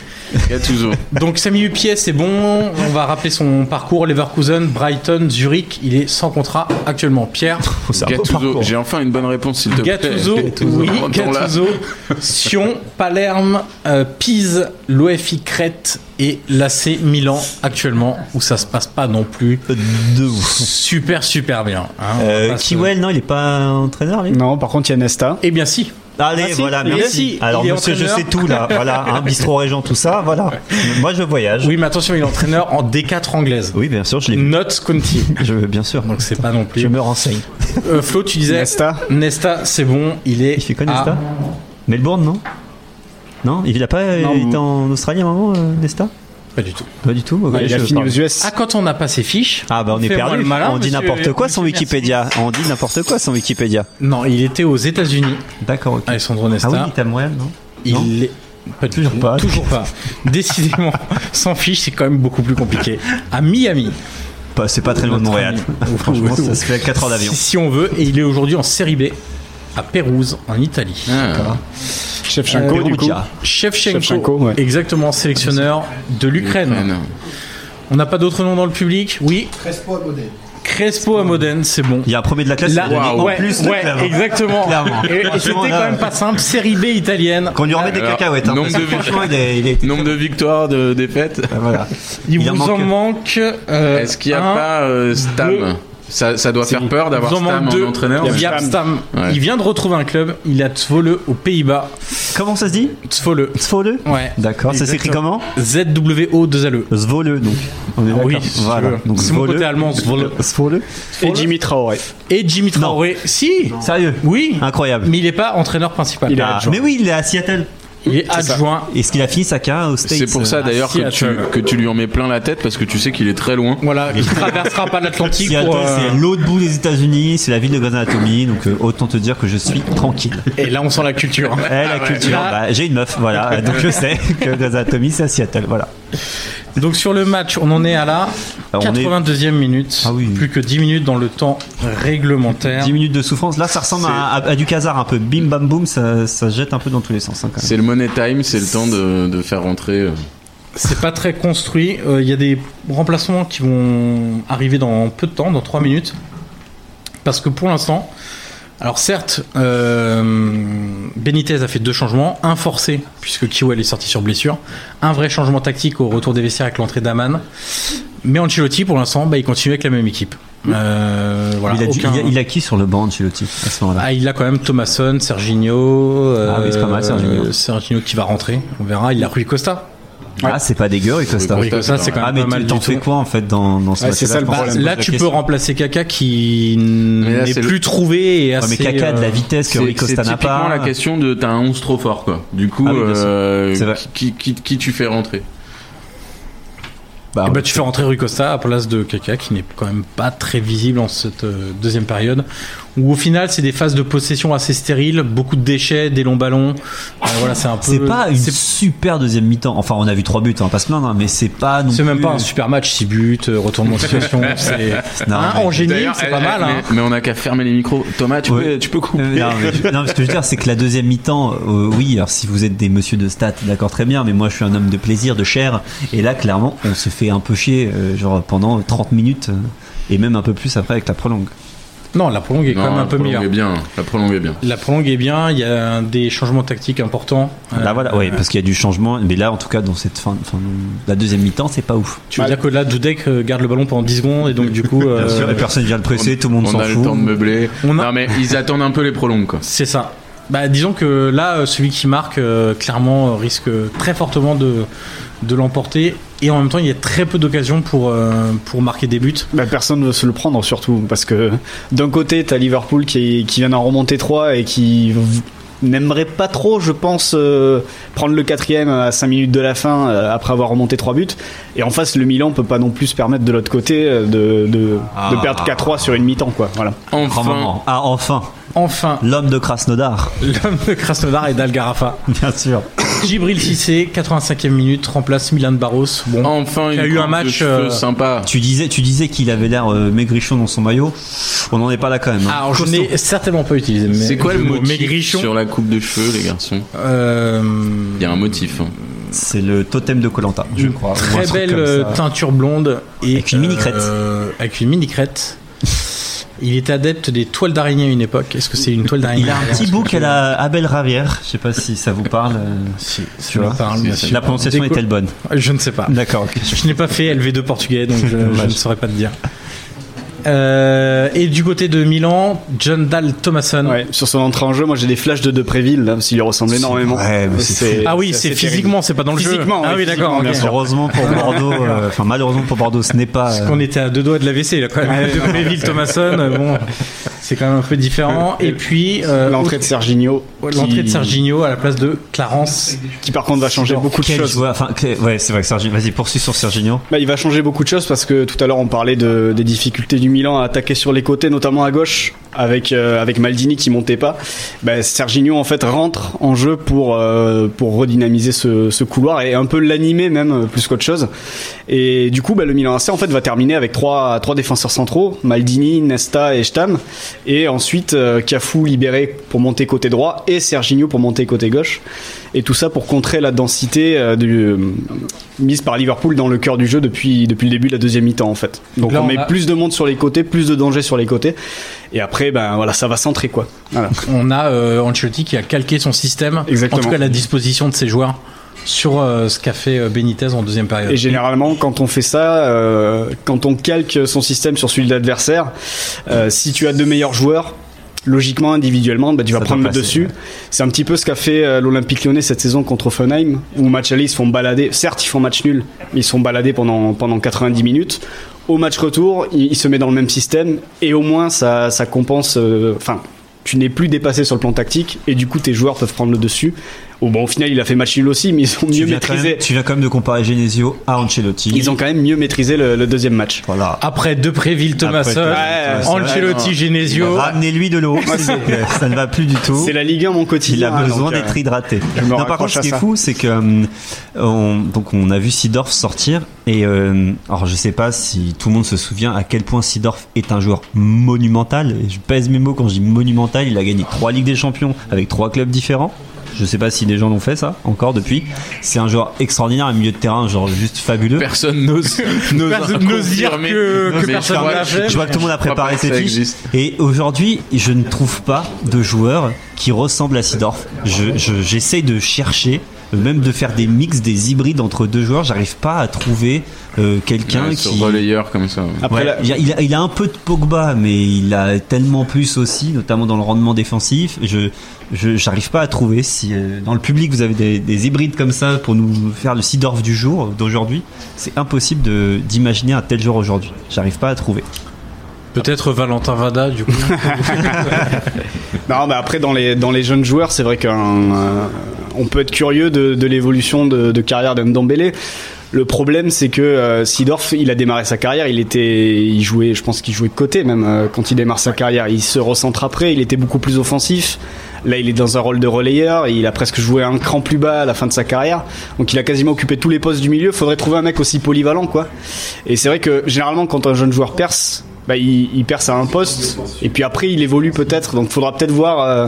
F: Gattuso.
C: Donc Samy Hupier, c'est bon. On va rappeler son parcours Leverkusen, Brighton, Zurich. Il est sans contrat actuellement. Pierre,
D: Faut ça.
F: Gattuso. J'ai enfin une bonne réponse, s'il te plaît. *laughs*
C: Gattuso, oui,
F: Entends-la.
C: Gattuso, Sion, Palerme, euh, Pise, l'OFI Crète et l'AC Milan actuellement où ça se passe pas non plus
D: Euh, De ouf.
C: super super bien. hein. On
D: Euh,
C: passe,
D: Kiwell, non, il est pas entraîneur, lui
E: Non, par contre, il y a Nesta.
C: Eh bien si.
D: Allez,
C: Ah, si,
D: voilà,
C: il est-
D: merci.
C: si,
D: Alors,
C: il est
D: monsieur, je sais
C: entraîneur. *laughs*
D: tout, là. Voilà, un bistrot régent, tout ça, voilà. Moi, je voyage.
C: Oui, Mm. mais attention, il est entraîneur en D4 anglaise.
D: Oui, bien sûr, je l'ai vu.
C: Not County.
D: Je, bien sûr.
C: Donc c'est pas non plus.
D: Je me renseigne.
C: Euh, Flo, tu disais
E: Nesta.
C: Nesta, c'est bon, il est
D: Il fait quoi,
C: à-
D: Nesta Melbourne, non Non Il a pas
F: Non,
D: été
F: vous-
D: en Australie à un moment, euh, Nesta
C: Pas du tout.
D: Pas du tout. ok,
E: il a
D: je-
E: fini aux
D: pardon.
E: US.
C: Ah quand on n'a pas ses fiches.
D: Ah, bah, on est
C: Fais-moi
D: perdu.
C: le malin,
D: on dit
C: monsieur-
D: n'importe quoi sans
C: monsieur Mercier.
D: Wikipédia. On dit n'importe quoi sans Wikipédia.
C: Non, il était aux États-Unis.
D: D'accord, ok.
C: Alessandro
D: Ah
C: Nesta.
D: oui, t'as moyen, non Non
C: Il est... Pas toujours
D: pas.
C: Toujours
D: *laughs*
C: pas. Décidément, sans fiche, c'est quand même beaucoup plus compliqué. À Miami.
D: Pas- C'est pas très loin de
C: Notre
D: Montréal.
C: ami.
D: *laughs* Franchement,
C: Oui.
D: ça se fait à 4 heures d'avion.
C: Si, si on veut, et il est aujourd'hui en série B, à Pérouse, en Italie.
F: Ah,
E: Shevchenko, du coup.
D: Perugia.
C: Shevchenko,
E: Shevchenko, ouais.
C: exactement sélectionneur de l'Ukraine.
F: Ukraine.
C: On n'a pas d'autres noms dans le public Oui. Crespo à Modène. Crespo à Modène, c'est bon.
D: Il y a un premier de la classe,
C: Là,
D: il y a un
F: Waouh.
D: en
C: ouais,
D: plus
C: ouais,
D: clairement.
C: exactement.
D: Clairement.
C: Et, et c'était
D: Franchement,
C: quand
D: là,
C: même pas simple. Série B italienne.
D: Qu'on lui remet des
F: Alors,
D: cacahuètes. hein,
F: nombre
D: parce
F: de
D: que franchement, il est. il
C: *laughs*
D: est-
F: Nombre de victoires, de défaites.
D: Voilà.
C: Il,
D: Il en
C: vous en
D: manque.
C: manque. euh,
F: Est-ce qu'il n'y a
C: un.
F: pas euh, Stam
C: deux.
F: ça, ça doit faire peur d'avoir
C: Vous en
F: Stam
C: manque
F: en
C: deux.
F: entraîneur.
C: Il y a Amsterdam.
F: Ouais.
C: Il vient de retrouver un club. Il a Zwolle aux Pays-Bas.
D: Comment ça se dit
C: Zwolle.
D: Svoleux
C: Ouais.
D: D'accord, ça s'écrit comment
C: ZWO2LE.
D: Svoleux, donc. On est
C: Ah
D: d'accord.
C: oui, si tu
D: voilà.
C: veux.
D: Donc,
C: C'est mon côté
D: Svoleux.
C: allemand, Zwolle.
D: Svoleux.
E: Et Jimmy Traoré.
C: Et Jimmy Traoré. Si
D: Sérieux
C: Oui
D: Incroyable.
C: Mais il n'est pas entraîneur principal.
E: Il est
D: Ah,
E: adjoint.
D: mais oui, il est à Seattle.
C: Il est adjoint.
D: Est-ce qu'il a fini sa carrière au States
F: C'est pour ça
D: euh,
F: d'ailleurs que tu,
C: Seattle.
F: que tu lui en mets plein la tête parce que tu sais qu'il est très loin.
C: Voilà, il traversera
D: *laughs*
C: pas l'Atlantique
D: Seattle,
C: pour. euh,
D: c'est l'autre bout des États-Unis, c'est la ville de Grande Anatomie, donc euh, autant te dire que je suis
C: *laughs*
D: tranquille.
C: Et là, on sent la
D: *laughs*
C: culture.
D: Eh, la culture,
C: Là-
D: bah, j'ai une meuf,
C: *laughs*
D: voilà, donc je sais que Grande Anatomie, c'est à Seattle, voilà.
C: Donc sur le match, on en est à là.
D: Alors, Ah, on est
C: 82e minute.
D: Ah oui.
C: Plus que 10 minutes dans le temps réglementaire.
D: 10 minutes de souffrance. Là, ça ressemble à, à- à du casar un peu. Bim bam boum, ça, ça se jette un peu dans tous les sens. hein, quand même.
F: C'est le money time, c'est le temps de, de faire rentrer. euh.
C: C'est pas très construit. Euh, Il y a des remplacements qui vont arriver dans peu de temps, dans 3 minutes. Parce que pour l'instant, alors certes, euh, Benitez a fait deux changements. Un forcé, puisque Kiwell est sorti sur blessure. Un vrai changement tactique au retour des vestiaires avec l'entrée d'Aman. Mais Ancelotti, pour l'instant, bah, il continue avec la même équipe. Euh, voilà,
D: il, a du-
C: aucun-
D: il a- il a qui sur le banc, Ancelotti, à ce moment-là
C: Ah, il a quand même Thomasson, Serginho.
D: Ah oui, c'est pas mal, Serginho.
C: euh, Serginho qui va rentrer. On verra. Il a Rui Costa.
D: Ah, c'est pas dégueu, et Costa.
F: Oui,
C: Rui Costa, c'est quand même
D: Ah,
C: pas mal
D: mais t'en
C: du tout.
D: fais quoi en fait dans, dans ce
E: Ouais,
D: match-là
E: c'est ça,
D: je
E: le
D: pense
E: problème.
D: que
C: Bah, Là,
D: la
C: tu peux
D: question.
C: remplacer Kaka qui
F: Mais là,
C: n'est
F: c'est
C: plus
F: le-
C: trouvé et
D: Ouais, mais
C: assez,
D: Kaka de
C: euh,
D: la vitesse que
F: C'est
D: Rui
F: c'est
D: Costa n'a pas.
F: typiquement la question de t'as un 11 trop fort quoi. Du coup,
D: Ah oui, bien sûr.
F: euh,
D: C'est vrai.
F: qui, qui, qui tu fais rentrer
D: Bah,
C: Eh ben, tu fais rentrer Rui Costa à la place de Kaka qui n'est quand même pas très visible en cette euh, deuxième période où au final c'est des phases de possession assez stériles, beaucoup de déchets, des longs ballons. Euh, voilà, c'est un peu.
D: C'est pas une
C: c'est-
D: super deuxième mi-temps. Enfin, on a vu trois buts, on va pas se plaindre, hein, mais c'est pas non
C: c'est même
D: plus- euh,
C: pas un super match, 6 buts, euh, retournement de
F: *laughs*
C: situation. c'est
D: Non,
C: Hein,
D: mais-
C: en génie,
F: D'ailleurs,
C: c'est
F: elle-
C: pas
F: elle-
C: mal. hein.
F: Mais, mais on a qu'à fermer les micros. Thomas, tu,
D: Ouais.
F: peux, tu peux couper.
D: Euh, *laughs* non, mais, je- non, mais ce que je veux dire, c'est que la deuxième mi-temps, euh, oui, alors si vous êtes des monsieur de stats, d'accord, très bien, mais moi je suis un homme de plaisir, de chair, et là, clairement, on se fait un peu chier, euh, genre pendant 30 minutes, euh, et même un peu plus après avec la prolongue.
C: Non, la prolongue est
F: Non,
C: quand même un
F: la
C: peu hein.
F: prolongue
C: meilleure.
F: est bien. La prolongue est bien.
C: La prolongue est bien, il y a des changements tactiques importants.
D: Là,
C: Euh,
D: voilà, oui, parce qu'il y a du changement, mais là, en tout cas, dans cette fin, enfin, la deuxième mi-temps, c'est pas ouf.
C: Tu veux dire que là, Dudek euh, garde le ballon pendant 10 secondes et donc du
F: *laughs*
C: coup. euh,
D: et personne vient le presser, tout le monde
F: on
D: s'en
F: a le
D: fout.
F: temps de meubler.
C: On a-
F: Non, mais ils attendent un peu les prolongues quoi.
C: C'est ça. Bah, disons que là, euh, celui qui marque, euh, clairement, euh, risque très fortement de, de l'emporter. Et en même temps, il y a très peu d'occasions pour, euh, pour marquer des buts.
E: Bah, personne ne veut se le prendre surtout parce que d'un côté t'as Liverpool qui, qui vient d'en remonter 3 et qui v- n'aimerait pas trop je pense euh, prendre le quatrième à 5 minutes de la fin euh, après avoir remonté 3 buts et en face le Milan peut pas non plus se permettre de l'autre côté euh, de, de,
D: Ah.
E: de perdre 4-3 sur une mi-temps quoi
C: *laughs*
E: voilà.
D: Grand
F: Enfin,
D: moment. Ah, enfin,
C: Enfin, *laughs*
D: l'homme de Krasnodar,
C: l'homme de Krasnodar et d'Algarafa.
D: bien sûr.
C: Gibril Cissé, 85e minute, remplace Milan Barros. Bon,
F: enfin,
C: Il y
F: une
C: a eu
F: coupe
C: un match,
F: de cheveux
C: euh,
F: sympa.
D: Tu disais, tu disais qu'il avait l'air euh, maigrichon dans son maillot. On n'en est pas là quand même. hein.
C: alors je n'ai certainement pas utilisé. mais-
F: C'est quoi le
C: mot
F: motif
C: Maigrichon.
F: sur la coupe de cheveux, les garçons
C: Euh,
F: Il y a un motif. hein.
D: C'est le totem de Colanta, je crois. Ou un
C: Très
D: truc
C: belle
D: comme ça.
C: euh, teinture blonde et
D: Avec une mini-crête.
C: euh, avec une mini crête. Il était adepte des toiles d'araignée à une époque. Est-ce que c'est une toile d'araignée
D: Il a un petit bouc à la Abel Ravière. Je sais pas si ça vous parle. euh,
C: Si, ça
D: Tu
C: me
D: vois.
C: parle, bien sûr.
D: La prononciation
C: Déco-
D: est-elle bonne
C: Je ne sais pas.
D: D'accord. ok.
C: Je n'ai pas fait LV2 portugais, donc je, je ne
D: Dommage.
C: saurais pas te dire. Euh, et du côté de Milan, John Dahl Thomason.
E: Ouais, sur son entrée en jeu moi j'ai des flashs de Depréville là, parce qu'il lui ressemble énormément
D: ouais, mais c'est
C: Ah oui, c'est
E: assez terrible.
C: physiquement, c'est pas dans le jeu.
E: Physiquement,
C: Ah
E: ouais,
C: oui, d'accord.
E: physiquement, bien
C: ok.
E: sûr.
D: Heureusement pour Bordeaux, euh, *laughs* enfin malheureusement pour Bordeaux, ce n'est pas.
C: Parce
D: euh,
C: qu'on était à deux doigts de l'AVC, là, quand même. De Préville, Thomason, euh, bon, c'est quand même un peu différent.
E: *laughs*
C: Et puis, euh,
E: l'entrée de Serginho
C: autre- l'entrée de
E: qui-
C: Serginho à la place de Clarence.
E: qui par contre va changer beaucoup de
D: quel
E: choses
D: joueur- enfin, que- ouais, c'est vrai que Serginho. Vas-y, poursuis sur Serginho.
E: Bah, il va changer beaucoup de choses parce que tout à l'heure on parlait de, des difficultés du Milan à attaquer sur les côtés, notamment à gauche, avec, euh, avec Maldini qui montait pas. Bah, Serginho en fait rentre en jeu pour, euh, pour redynamiser ce, ce couloir et un peu l'animer même euh, plus qu'autre chose. Et du coup bah, le Milan AC en fait va terminer avec trois, trois défenseurs centraux, Maldini, Nesta et Stam. Et ensuite euh, Cafu libéré pour monter côté droit et Serginho pour monter côté gauche. Et tout ça pour contrer la densité euh, du, mise par Liverpool dans le cœur du jeu depuis, depuis le début de la deuxième mi-temps en fait. Donc
C: Là,
E: on,
C: on
E: met
C: a-
E: plus de monde sur les côtés, plus de danger sur les côtés, et après ben voilà ça va centrer quoi. Voilà.
C: on a euh, Ancelotti qui a calqué son système,
E: Exactement.
C: en tout cas la disposition de ses joueurs, sur euh, ce qu'a fait euh, Benitez en deuxième période.
E: Et généralement quand on fait ça, euh, quand on calque son système sur celui de l'adversaire, euh, si tu as deux meilleurs joueurs. Logiquement, individuellement, ben, tu
D: Ça
E: vas
D: doit
E: prendre le
D: passer,
E: dessus.
D: ouais.
E: C'est un petit peu ce qu'a fait euh, l'Olympique lyonnais cette saison contre Offenheim, où match aller, ils se font balader. Certes, ils font match nul, mais ils se font balader pendant, pendant 90 minutes. Au match retour, il, il se met dans le même système et au moins ça, ça compense. euh, Enfin, tu n'es plus dépassé sur le plan tactique et du coup tes joueurs peuvent prendre le dessus. où, bon, au final, il a fait match nul aussi, mais ils
D: Tu
E: ont mieux
D: viens, quand
E: maîtrisé.
D: même, tu viens quand même de comparer Genesio à Ancelotti.
E: Ils ont quand même mieux maîtrisé le, le deuxième match.
D: Voilà.
C: Après Depréville, Thomas,
E: Après,
D: ouais,
C: Ancelotti, Genesio.
D: Ramenez-lui de
C: Ah,
D: l'eau, s'il vous plaît. Ça ne va plus du tout.
E: C'est la Ligue 1, mon
D: Il
E: quotidien.
D: a besoin
E: donc, euh,
D: d'être hydraté.
E: je me
D: Non, par
E: raccroche
D: contre, ce
E: à
D: qui est
E: ça.
D: fou, c'est que hum, on, donc on a vu Sidorf sortir et euh, alors je sais pas si tout le monde se souvient à quel point Sidorf est un joueur monumental. Et je pèse mes mots quand je dis monumental. Il a gagné trois ligues des champions avec trois clubs différents. Je sais pas si des gens l'ont fait ça encore depuis. C'est un joueur extraordinaire, un milieu de terrain genre juste fabuleux.
F: *laughs* Personne n'ose n'ose
C: Personne n'ose dire
F: confirmer.
C: que- que
F: Mais je
C: personne
F: crois-
C: l'a fait.
D: Je vois que tout le monde a
F: je crois pas
D: préparé
F: que
D: ses
F: Ah, ça
D: fiches.
F: existe.
D: Et aujourd'hui, je ne trouve pas de joueur qui ressemble à Sidorf. J'essaye je, j'essaie de chercher, euh, même de faire des mix, des hybrides entre deux joueurs. J'arrive pas à trouver euh, quelqu'un
F: Ouais, sur
D: qui.
F: relayeur comme ça.
E: Après,
D: Ouais,
E: la-
D: il, a, il a- il a un peu de Pogba, mais il a tellement plus aussi, notamment dans le rendement défensif. Je je- j'arrive pas à trouver. Si euh, dans le public vous avez des, des hybrides comme ça pour nous faire le Sidorf du jour d'aujourd'hui, c'est impossible de- d'imaginer un tel joueur aujourd'hui. J'arrive pas à trouver.
C: Peut-être Valentin Vada, du coup.
E: *laughs* Non, mais après, dans les, dans les jeunes joueurs, c'est vrai qu'on euh, on peut être curieux de, de l'évolution de, de carrière d'Ndombele. Le problème, c'est que euh, Sidorf, il a démarré sa carrière, il était, il jouait, je pense qu'il jouait de côté même euh, quand il démarre sa carrière. Il se recentre après, il était beaucoup plus offensif. Là, il est dans un rôle de relayeur, et il a presque joué un cran plus bas à la fin de sa carrière. Donc, il a quasiment occupé tous les postes du milieu. Faudrait trouver un mec aussi polyvalent, quoi. Et c'est vrai que généralement, quand un jeune joueur perce, bah, il, il perce à un poste et puis après il évolue peut-être. Donc faudra peut-être voir euh,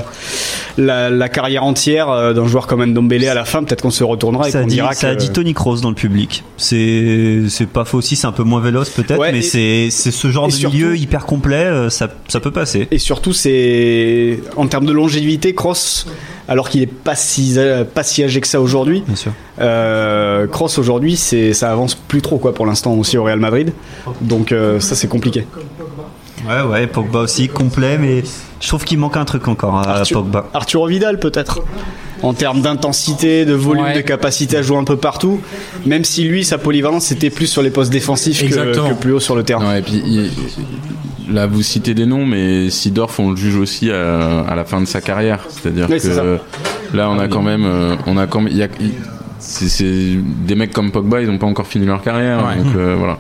E: la, la carrière entière euh, d'un joueur comme Ndombele à la fin. Peut-être qu'on se retournera et
D: ça, a
E: qu'on
D: dit,
E: dira
D: ça
E: que
D: a dit Tony Kroos dans le public. C'est c'est pas faux aussi, c'est un peu moins véloce peut-être,
E: Ouais,
D: mais
E: et-
D: c'est c'est ce genre
E: et
D: de
E: surtout-
D: milieu hyper complet, euh, ça, ça peut passer.
E: Et surtout, c'est en termes de longévité, Cross, alors qu'il est pas si euh, pas si âgé que ça aujourd'hui.
D: Bien sûr.
E: euh, Cross aujourd'hui, c'est ça avance plus trop quoi pour l'instant aussi au Real Madrid. Donc euh, ça c'est compliqué.
D: Ouais, ouais, Pogba aussi complet, mais je trouve qu'il manque un truc encore à
E: Arthur,
D: Pogba.
E: Arturo Vidal peut-être en termes d'intensité, de volume,
C: Ouais.
E: de capacité à jouer un peu partout, même si lui, sa polyvalence, c'était plus sur les postes défensifs que,
C: Exactement.
E: que plus haut sur le terrain.
F: Non, et puis, il- là, vous citez des noms, mais Sidorf, on le juge aussi à, à la fin de sa carrière. C'est-à-dire
E: Oui,
F: que
E: c'est ça.
F: là, on a quand même. euh, On a quand même il y a- il- c'est- c'est- des mecs comme Pogba, ils n'ont pas encore fini leur carrière. Donc, euh, voilà.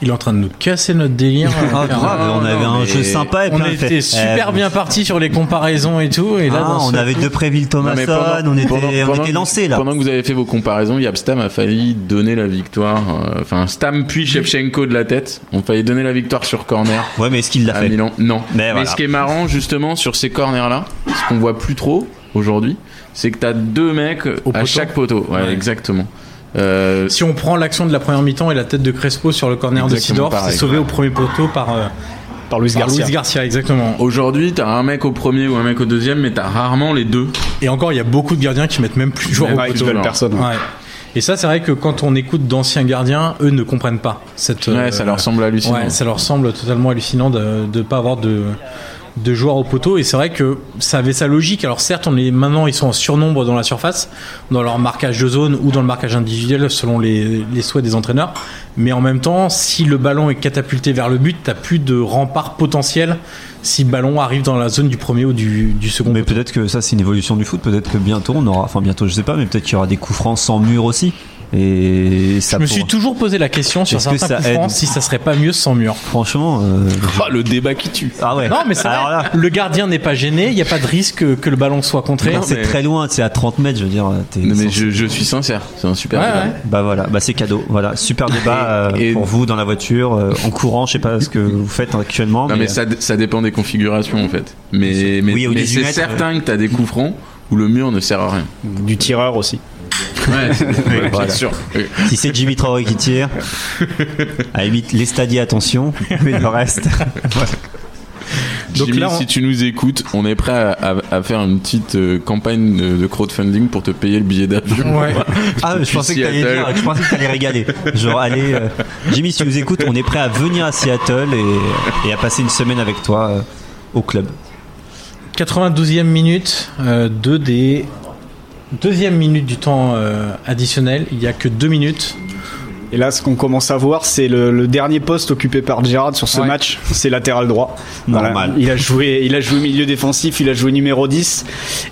C: Il est en train de nous casser notre
E: *laughs*
C: délire.
D: Ah, grave, on avait un jeu sympa et puis
C: On
D: on a fait,
C: était super
D: eh,
C: bien parti sur les comparaisons et tout. Et là,
D: ah,
C: dans
D: on
C: ce-
D: avait Depréville
F: Non,
D: Thomasson,
F: mais pendant-
D: on était,
F: pendant-
D: on
F: pendant
D: était
F: que-
D: lancé là.
F: Pendant que vous avez fait vos comparaisons, Yabstam a failli donner la victoire. euh, Enfin, Stam puis Shevchenko de la tête ont failli donner la victoire sur corner.
D: Ouais, mais est-ce qu'il l'a
F: à
D: fait
F: Ah, Milan. Non.
D: Mais
F: Mais,
D: voilà.
F: ce qui est marrant justement sur ces corners là, ce qu'on voit plus trop aujourd'hui, c'est que t'as deux mecs à
C: poteau.
F: chaque poteau. Ouais,
C: Ouais.
F: exactement. Euh,
C: Si on prend l'action de la première mi-temps et la tête de Crespo sur le corner de
F: Exactement
C: Sidorf,
F: pareil.
C: c'est sauvé au premier poteau par, euh,
E: Par Luis
C: par
E: Garcia.
C: Luis Garcia, exactement.
F: Aujourd'hui, t'as un mec au premier ou un mec au deuxième, mais t'as rarement les deux.
C: Et encore, il y a beaucoup de gardiens qui mettent même plus de joueurs
F: Mais
C: au
F: ouais,
E: Ouais, ils
C: poteau.
E: veulent
F: alors.
E: personne.
C: Ouais. Et ça, c'est vrai que quand on écoute d'anciens gardiens, eux ne comprennent pas cette.
F: Ouais,
C: euh,
F: ça leur semble hallucinant.
C: Ouais, ça leur semble totalement hallucinant de ne pas avoir de, de joueurs au poteau. Et c'est vrai que ça avait sa logique. Alors certes, on est, maintenant ils sont en surnombre dans la surface, dans leur marquage de zone ou dans le marquage individuel selon les, les souhaits des entraîneurs. Mais en même temps, si le ballon est catapulté vers le but, t'as plus de rempart potentiel si le ballon arrive dans la zone du premier ou du, du second.
D: Mais
C: poteau.
D: peut-être que ça c'est une évolution du foot, peut-être que bientôt on aura, enfin bientôt je sais pas, mais peut-être qu'il y aura des coups francs sans mur aussi. Et ça
C: Je me
D: pourra-
C: suis toujours posé la question sur
D: Est-ce que
C: certains
D: ça
C: coups
D: aide
C: francs si ça serait pas mieux sans *laughs* mur.
D: Franchement, euh,
F: Oh, le débat qui tue.
D: ah ouais.
C: Non, mais c'est
D: Alors
C: vrai,
D: là,
C: le gardien n'est pas gêné, il n'y a pas de risque que, que le ballon soit contré.
F: Non,
D: c'est
F: mais-
D: très loin, c'est à 30 mètres, je veux dire. t'es-
F: Non, mais je, je suis sincère, c'est un super
C: Ouais,
F: débat.
C: ouais.
D: Bah voilà, bah c'est cadeau. Voilà, super débat euh,
F: Et- et-
D: pour vous dans la voiture, euh, en courant, je sais pas ce que vous faites actuellement.
F: Non mais, ça, d- ça dépend des configurations en fait. Mais, mais,
D: Oui, au
F: mais
D: 18
F: c'est
D: mètres,
F: certain que t'as des coups francs où le mur ne sert à rien.
E: Du tireur aussi.
F: *laughs* Ouais, c'est- ouais,
D: voilà.
F: bien sûr. Oui.
D: euh, Si c'est Jimmy Traoré qui
F: *laughs*
D: tire, à évite les stadiers, attention, mais le
F: *laughs*
D: reste.
C: Donc
F: Jimmy,
C: là, on-
F: si tu nous écoutes, on est prêt à, à- à faire une petite euh, campagne de, de crowdfunding pour te payer le billet d'avion.
C: Ouais.
D: Ah, je
F: Depuis
D: pensais que t'allais
F: Seattle.
D: dire, je pensais que t'allais régaler. Genre, allez, euh, Jimmy, si tu nous écoutes, on est prêt à venir à Seattle et, et à passer une semaine avec toi euh, au club.
C: 92e minute, euh, deux des deuxième minute du temps euh, additionnel. Il n'y a que deux minutes
E: Et là, ce qu'on commence à voir, c'est le, le dernier poste occupé par Gerrard sur ce
C: Ouais.
E: match, c'est latéral droit. Voilà.
D: Normal.
E: Il a joué, il a joué milieu défensif, il a joué numéro 10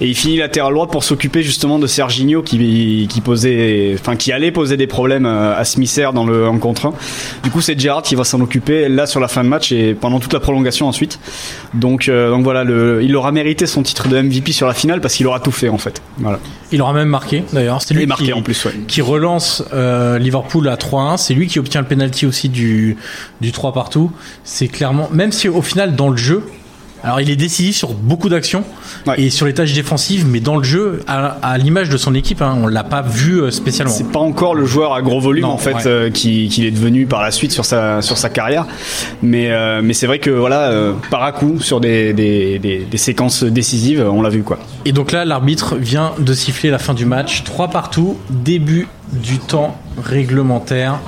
E: et il finit latéral droit pour s'occuper justement de Serginho qui, qui posait, enfin qui allait poser des problèmes euh, à Smisser dans le en contre 1. Du coup, c'est Gerrard qui va s'en occuper là sur la fin de match et pendant toute la prolongation ensuite. Donc, euh, donc voilà, le, il aura mérité son titre de MVP sur la finale parce qu'il aura tout fait en fait. Voilà.
C: Il aura même marqué d'ailleurs. C'est lui
E: Et marqué
C: qui,
E: en plus, ouais.
C: qui relance euh, Liverpool à 3-1. C'est lui qui obtient le penalty aussi du, du 3 partout. C'est clairement, même si au final dans le jeu, alors il est décisif sur beaucoup d'actions
E: Ouais.
C: et sur les tâches défensives, mais dans le jeu, à, à l'image de son équipe, hein, on l'a pas vu euh, spécialement.
E: C'est pas encore le joueur à gros volume
C: Non,
E: en fait
C: ouais.
E: euh, qui- qu'il est devenu par la suite sur sa sur sa carrière, mais euh, mais c'est vrai que voilà euh, par à coup sur des des, des des séquences décisives on l'a vu quoi.
C: Et donc là, l'arbitre vient de siffler la fin du match. 3 partout, début du temps réglementaire.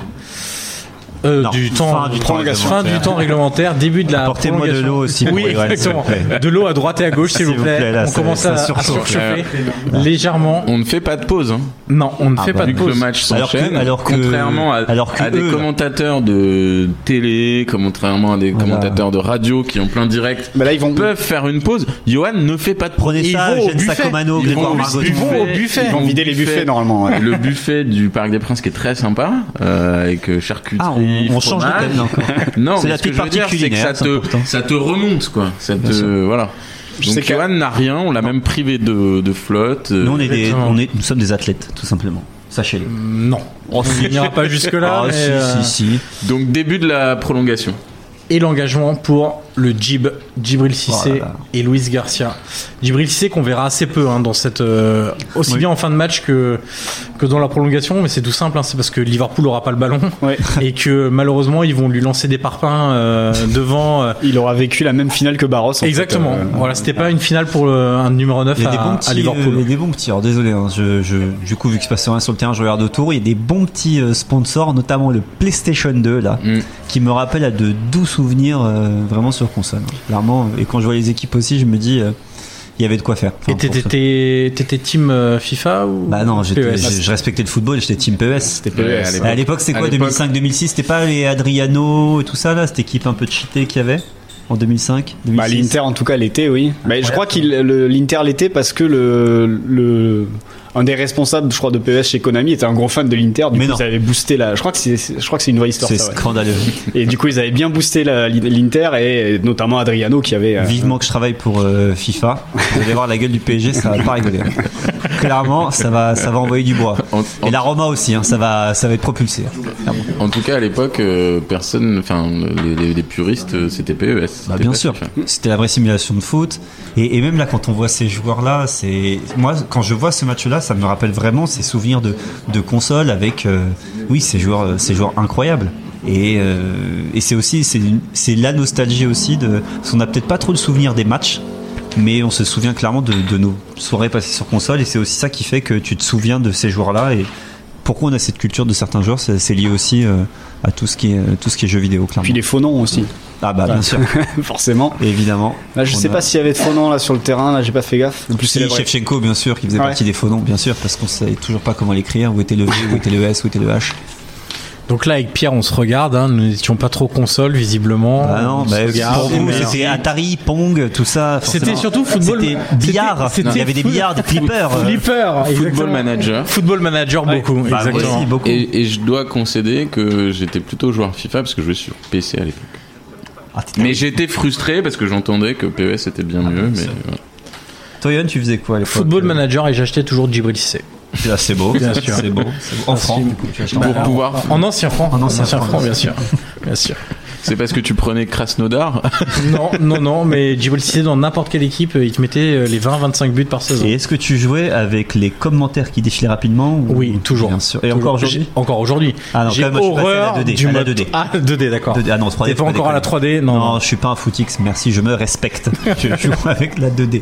C: Euh,
D: Non,
C: du temps,
D: fin du temps
C: prolongation. fin du
D: réglementaire.
C: temps réglementaire, début de la
D: Apportez-moi de
C: prolongation.
D: l'eau aussi pour
C: Oui,
D: Irène,
C: exactement.
D: s'il vous plaît.
C: De l'eau à droite et à gauche, s'il vous plaît.
D: là,
C: on
D: ça-
C: commence
D: ça
C: à, à
D: surchauffe.
C: surchauffer légèrement.
F: On ne fait pas de pause, hein.
C: Non, on ne
D: Ah
C: fait
D: bah,
C: pas de
F: vu que le
C: pause.
F: match
D: Alors que-
F: s'enchaîne.
D: alors que-
F: contrairement à,
D: alors que
F: à des
D: eux, là.
F: commentateurs de télé, contrairement à des commentateurs de radio qui en plein direct
E: Bah là ils vont
F: peuvent faire une pause. Johan ne fait pas de pause.
D: Prenez
F: Ils
D: ça,
F: vont au
D: Jens
F: buffet.
D: Sacomano,
F: Ils
D: Grégoire
F: vont au
D: Margot.
F: buffet.
D: Ils vont
C: au buffet.
E: ils vont vider les buffets normalement. ouais.
F: Le buffet du Parc des Princes qui est très sympa euh, avec euh, charcuterie.
D: Ah, on, on change de
F: fromage.
D: thème là encore.
F: *laughs* Non,
D: C'est
F: mais
D: la petite
F: ce que je veux
D: partie
F: dire, c'est que ça
D: culinaire. c'est
F: te,
D: important.
F: ça te remonte, quoi. Ça te, voilà.
E: Je sais
F: Donc,
E: qu'à-
F: Johan n'a rien, on l'a même privé de, de flotte. euh,
D: Nous, on est des,
C: Exactement.
D: on est, nous sommes des athlètes, tout simplement. Sachez-le.
C: Non, on n'ira pas jusque-là.
D: Ah,
C: mais,
D: si,
C: euh,
D: si, si.
F: Donc, début de la prolongation.
C: et l'engagement pour le Djib, Djibril Cissé
D: Oh là là.
C: et Luis Garcia. Djibril Cissé qu'on verra assez peu hein, dans cette euh, aussi
D: Oui.
C: bien en fin de match que que dans la prolongation, mais c'est tout simple, hein, c'est parce que Liverpool aura pas le ballon
E: Ouais.
C: *laughs* et que malheureusement ils vont lui lancer des parpaings euh, devant. euh,
E: Il aura vécu la même finale que Barros. en fait,
C: Exactement.
E: euh,
C: voilà, c'était pas une finale pour le- un numéro 9
D: Il y a
C: à,
D: des bons
C: à
D: petits,
C: Liverpool.
D: euh, il y a des bons petits. Alors désolé, hein, je, je- du coup vu qu'il se passait rien sur le terrain, je regarde autour. Il y a des bons petits euh, sponsors, notamment le PlayStation 2 là,
F: Mm.
D: qui me rappelle à de doux souvenirs euh, vraiment sur console. hein. Clairement, et quand je vois les équipes aussi, je me dis euh, il y avait de quoi faire. Enfin,
C: et t'étais-
D: pour ça.
C: t'étais t'étais team euh, FIFA ou E
D: Bah non, j'étais-
C: PES?
D: je je respectais le football, j'étais team PES.
F: Ouais, à
D: À
F: l'époque.
D: l'époque, c'est
F: À
D: quoi
F: l'époque.
D: 2005-2006 C'était pas les Adriano et tout ça là, cette équipe un peu cheatée qu'il y avait en 2005 2006.
E: Bah, l'Inter en tout cas l'été oui. Bah, je crois qu'il le- l'Inter l'était parce que le le un des responsables je crois de PES chez Konami était un gros fan de l'Inter. Du
D: Mais
E: coup
D: non.
E: ils avaient boosté la. Je crois que c'est je crois que c'est une vraie histoire.
D: C'est
E: ça, ouais.
D: scandaleux.
E: Et du coup, ils avaient bien boosté la- l'Inter et notamment Adriano qui avait. euh,
D: Vivement que je travaille pour euh, FIFA. Vous allez voir la gueule du PSG, ça va pas rigoler. hein. Clairement, ça va, ça va envoyer du bois.
F: En- en-
D: Et la Roma aussi, hein, ça va, ça va être propulsé. hein. Clairement.
F: En tout cas, à l'époque, euh, personne, enfin, les, les- les puristes, euh, c'était PES.
D: Bah,
F: c'était
D: bien
F: pas
D: sûr,
F: FIFA.
D: c'était la vraie simulation de foot. Et, et même là, quand on voit ces joueurs-là, c'est moi quand je vois ce match-là, ça me rappelle vraiment ces souvenirs de, de console avec euh, oui ces joueurs, euh, ces joueurs incroyables. Et, euh, et c'est aussi c'est une- c'est la nostalgie aussi de parce qu'on n'a peut-être pas trop le souvenir des matchs, mais on se souvient clairement de, de nos soirées passées sur console. Et c'est aussi ça qui fait que tu te souviens de ces joueurs-là et pourquoi on a cette culture de certains joueurs, c'est c'est lié aussi euh, à tout ce qui est euh, tout ce qui est jeux vidéo clairement.
E: Puis les faux noms aussi,
D: Ah
E: *laughs*
D: bah bien sûr,
E: forcément.
D: évidemment.
C: Bah,
E: Là, je
D: On
E: sais
D: a-
E: pas s'il y avait de faux noms là sur le terrain, là j'ai pas fait gaffe. Le plus
D: Si,
E: célèbre.
D: Shevchenko, bien sûr, qui faisait
E: Ouais.
D: partie des faux noms, bien sûr, parce qu'on savait toujours pas comment l'écrire, où était le V, où était le S, où était le H.
C: Donc là avec Pierre on se regarde, hein, nous n'étions pas trop console visiblement.
D: Ah non,
C: On se
D: bah,
C: regarde,
D: pour vous,
C: mais-
D: c'était Atari, Pong, tout ça. forcément.
C: C'était surtout football.
D: C'était
C: c'était-
D: billard.
C: c'était
D: Il y avait des
C: foot-
D: billards, des flippers. euh.
C: Flipper. euh,
F: Football manager.
C: Football manager beaucoup.
D: Bah, moi
C: exactement.
D: aussi, beaucoup.
F: Et, et je dois concéder que j'étais plutôt joueur FIFA parce que je jouais sur PC à l'époque.
D: Ah, t'étais-
F: Mais j'étais frustré parce que j'entendais que PES était bien
D: Ah,
F: mieux. Mais euh, voilà.
D: Toi, Yann, tu faisais quoi à l'époque Euh,
C: Football manager et j'achetais toujours Djibril Cissé.
D: Ah, c'est beau.
C: Bien sûr.
D: C'est beau. c'est beau. En franc.
F: pour pouvoir,
D: Ah,
C: En ancien franc.
D: En ancien franc.
C: bien sûr. Bien sûr.
F: c'est parce que tu prenais Krasnodar.
C: Non,
D: *laughs*
C: non, non, mais Djibril Cissé dans n'importe quelle équipe, il te mettait euh, les 20-25 buts par saison.
D: Et est-ce que tu jouais avec les commentaires qui défilaient rapidement ou-
C: Oui, toujours.
D: Bien sûr. Et
C: Toujours.
D: encore aujourd'hui
C: J'ai- Encore aujourd'hui.
D: Ah non,
C: J'ai
D: quand même, moi, je suis passé à la
C: horreur
D: 2D,
C: du
D: à la
C: mode-
D: 2D.
C: Ah, 2D, d'accord.
D: 2D. Ah non, 3D.
C: T'es pas encore à la 3D, non.
D: *laughs* Non, je suis pas un footix, merci, je me respecte. Je joue avec la 2D.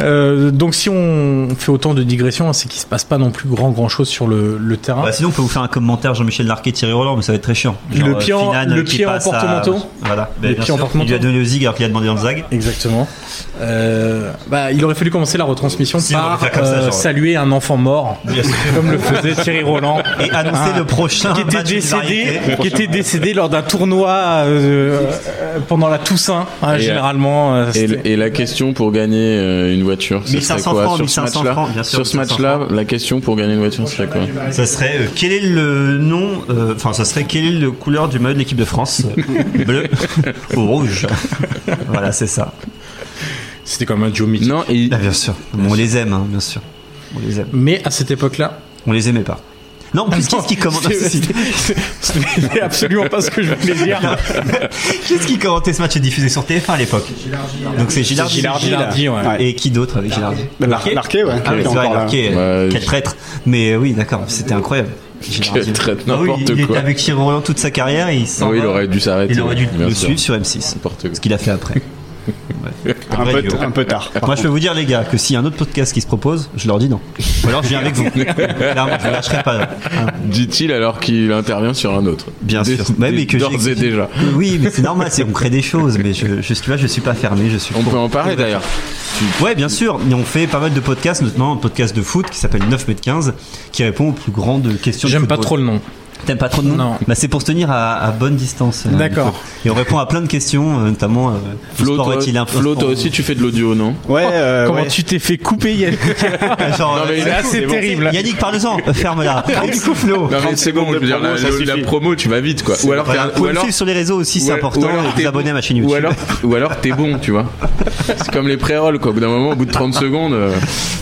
C: Euh, donc si on fait autant de digressions, hein, c'est qu'il se passe pas non plus grand grand chose sur le, le terrain.
D: Bah, sinon, on peut vous faire un commentaire Jean-Michel Larquet, Thierry Roland, mais ça va être très chiant.
C: Le pied en-
D: Finane
C: le
D: qui
C: pied en
D: passe à-
C: porte-manteau.
D: Voilà. Bah,
C: Le
D: bien
C: pied en
D: sûr, Il
C: porte-manteau.
D: lui a donné le zig alors qu'il a demandé un zag.
C: Exactement. Euh, bah, il aurait fallu commencer la retransmission
D: Si, on aurait
C: par
D: fait comme ça,
C: euh,
D: genre.
C: saluer un enfant mort, comme le faisait Thierry Roland.
D: Et annoncer
C: Ah.
D: le prochain
C: qui était
D: match de
C: décédé,
D: variété.
C: qui était décédé lors d'un tournoi euh, euh, pendant la Toussaint, hein,
F: Et,
C: généralement. euh,
F: Et,
C: c'était-
F: le- et la question pour gagner euh, une voiture, ce
D: 1500
F: serait quoi
D: francs,
F: sur ce
D: 1500
F: match-là
D: francs, bien sûr,
F: Sur ce
D: 1500
F: match-là, la question pour gagner une voiture, ce serait quoi
D: Ça serait euh, quel est le nom euh, Enfin, ça serait quelle est la couleur du maillot de l'équipe de France
C: *laughs*
D: Euh, Bleu ou rouge Voilà, c'est ça.
C: C'était comme un duo mythique.
F: Non, et
D: Ah, bien sûr. Bon, on les aime, hein, bien sûr. On les aime.
C: Mais à cette époque-là, *laughs*
D: On les aimait pas. Non, en plus,
C: Ah, Non,
D: qu'est-ce
C: *laughs*
D: qui commente *laughs*
C: c'est- c'est- c'est- c'est absolument pas ce que je voulais dire.
D: Qu'est-ce qui commentait ce match est diffusé sur TF1 à l'époque Donc c'est Gilardi.
C: Gilardi, Gilardi, ouais.
E: Ouais.
D: Et qui d'autre
F: Ah,
D: avec Gilardi
F: bah,
E: Lar- Larquet, ouais.
D: Ah oui,
E: qui est
D: c'est vrai,
E: encore là.
D: Larquet, euh,
F: Ouais,
D: quel
F: je-
D: traître. Mais euh, oui, d'accord, c'était incroyable. Gilardi.
F: Quel traître,
D: Ah oui,
F: n'importe
D: il
F: quoi.
D: était avec Thierry Roland toute sa carrière et il s'en
F: oui, il
D: va.
F: aurait dû s'arrêter.
D: Il aurait dû
F: bien
D: le
F: sûr.
D: suivre sur M6.
F: N'importe quoi.
D: Ce qu'il a fait
F: *laughs*
D: après. Ouais.
E: Un
D: vrai
E: peu,
D: duo.
E: un peu tard.
D: Moi, je peux vous dire, les gars, que s'il y a un autre podcast qui se propose, je leur dis non. Ou alors, je viens avec vous.
F: *laughs*
D: Clairement, je ne lâcherai pas. Hein,
F: Dit-il alors qu'il intervient sur un autre.
D: bien
F: Dès-
D: sûr. Ouais,
F: dès-
D: mais que
F: D'ores
D: j'ai-
F: et déjà.
D: Oui, mais c'est normal, c'est on crée des choses. Mais je, je, tu vois, je suis pas fermé. Je suis
F: On
D: pour.
F: peut en parler d'ailleurs.
D: Ouais, bien sûr. Mais on fait pas mal de podcasts, notamment un podcast de foot qui s'appelle 9m15, qui répond aux plus grandes questions. du
C: J'aime pas
D: football.
C: trop le nom.
F: Ah
D: T'aimes pas trop de nom
C: Non.
D: Bah, c'est pour se tenir à, à bonne distance. euh,
C: D'accord.
D: du coup. Et on répond à plein de questions, euh, notamment. euh, le
F: Flo,
D: sport
F: toi,
D: est-il un
F: Flo, toi
D: *laughs*
F: euh, aussi, tu fais de l'audio, non
E: Ouais, euh,
C: Comment
E: ouais.
C: tu t'es fait couper Yann
D: Genre,
F: Non, mais
D: euh,
F: il a-
C: C'est terrible.
D: Yannick, parle-en. euh, Ferme-la. Et du coup, Flo.
F: Non, mais c'est bon, je veux dire, la,
G: promo, ça
F: la- la
G: suffit.
F: promo, tu vas vite, quoi. Ou alors, t'es
D: Voilà,
F: un-
D: vous
F: ou
D: pouvez me
F: alors,
D: suivre sur les réseaux aussi, c'est
F: ou-
D: important.
F: ou alors
D: et
F: t'es
D: vous abonner à ma chaîne YouTube.
F: ou alors, ou alors t'es bon, tu vois. C'est comme les pré-rolls, quoi. Au bout d'un moment, au bout de 30 secondes, euh,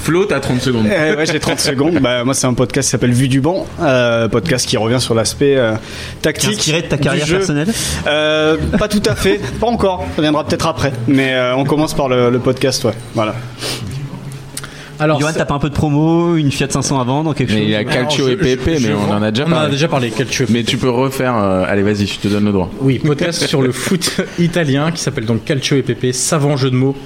F: Flo, t'as 30 secondes.
E: Euh, ouais,
F: *laughs*
E: j'ai 30 secondes. Bah, moi, c'est un podcast qui s'appelle Vue du banc, euh, podcast qui revient sur l'aspect euh,
D: Qui est
E: tactique.
D: inspiré de ta
E: du
D: carrière
E: jeu.
D: personnelle
E: Euh, Pas tout
D: *laughs*
E: à fait, pas encore. Ça viendra peut-être après. Mais euh, on commence par le, le podcast, ouais. Voilà.
C: Alors,
D: Johan,
C: ça-
D: t'as pas un peu de promo, une Fiat 500 à vendre, quelque
F: Mais
D: chose
F: il y a Calcio
C: Alors,
F: et
C: je- je-
F: PP,
C: je
F: mais on
C: vois-
F: en a déjà
C: On en a
F: parlé.
C: déjà parlé. Quel tu
F: Mais tu peux refaire. euh, allez, vas-y, je te donne le droit.
C: Oui, podcast sur le foot *laughs* italien qui s'appelle donc Calcio et Pepe, savant jeu de mots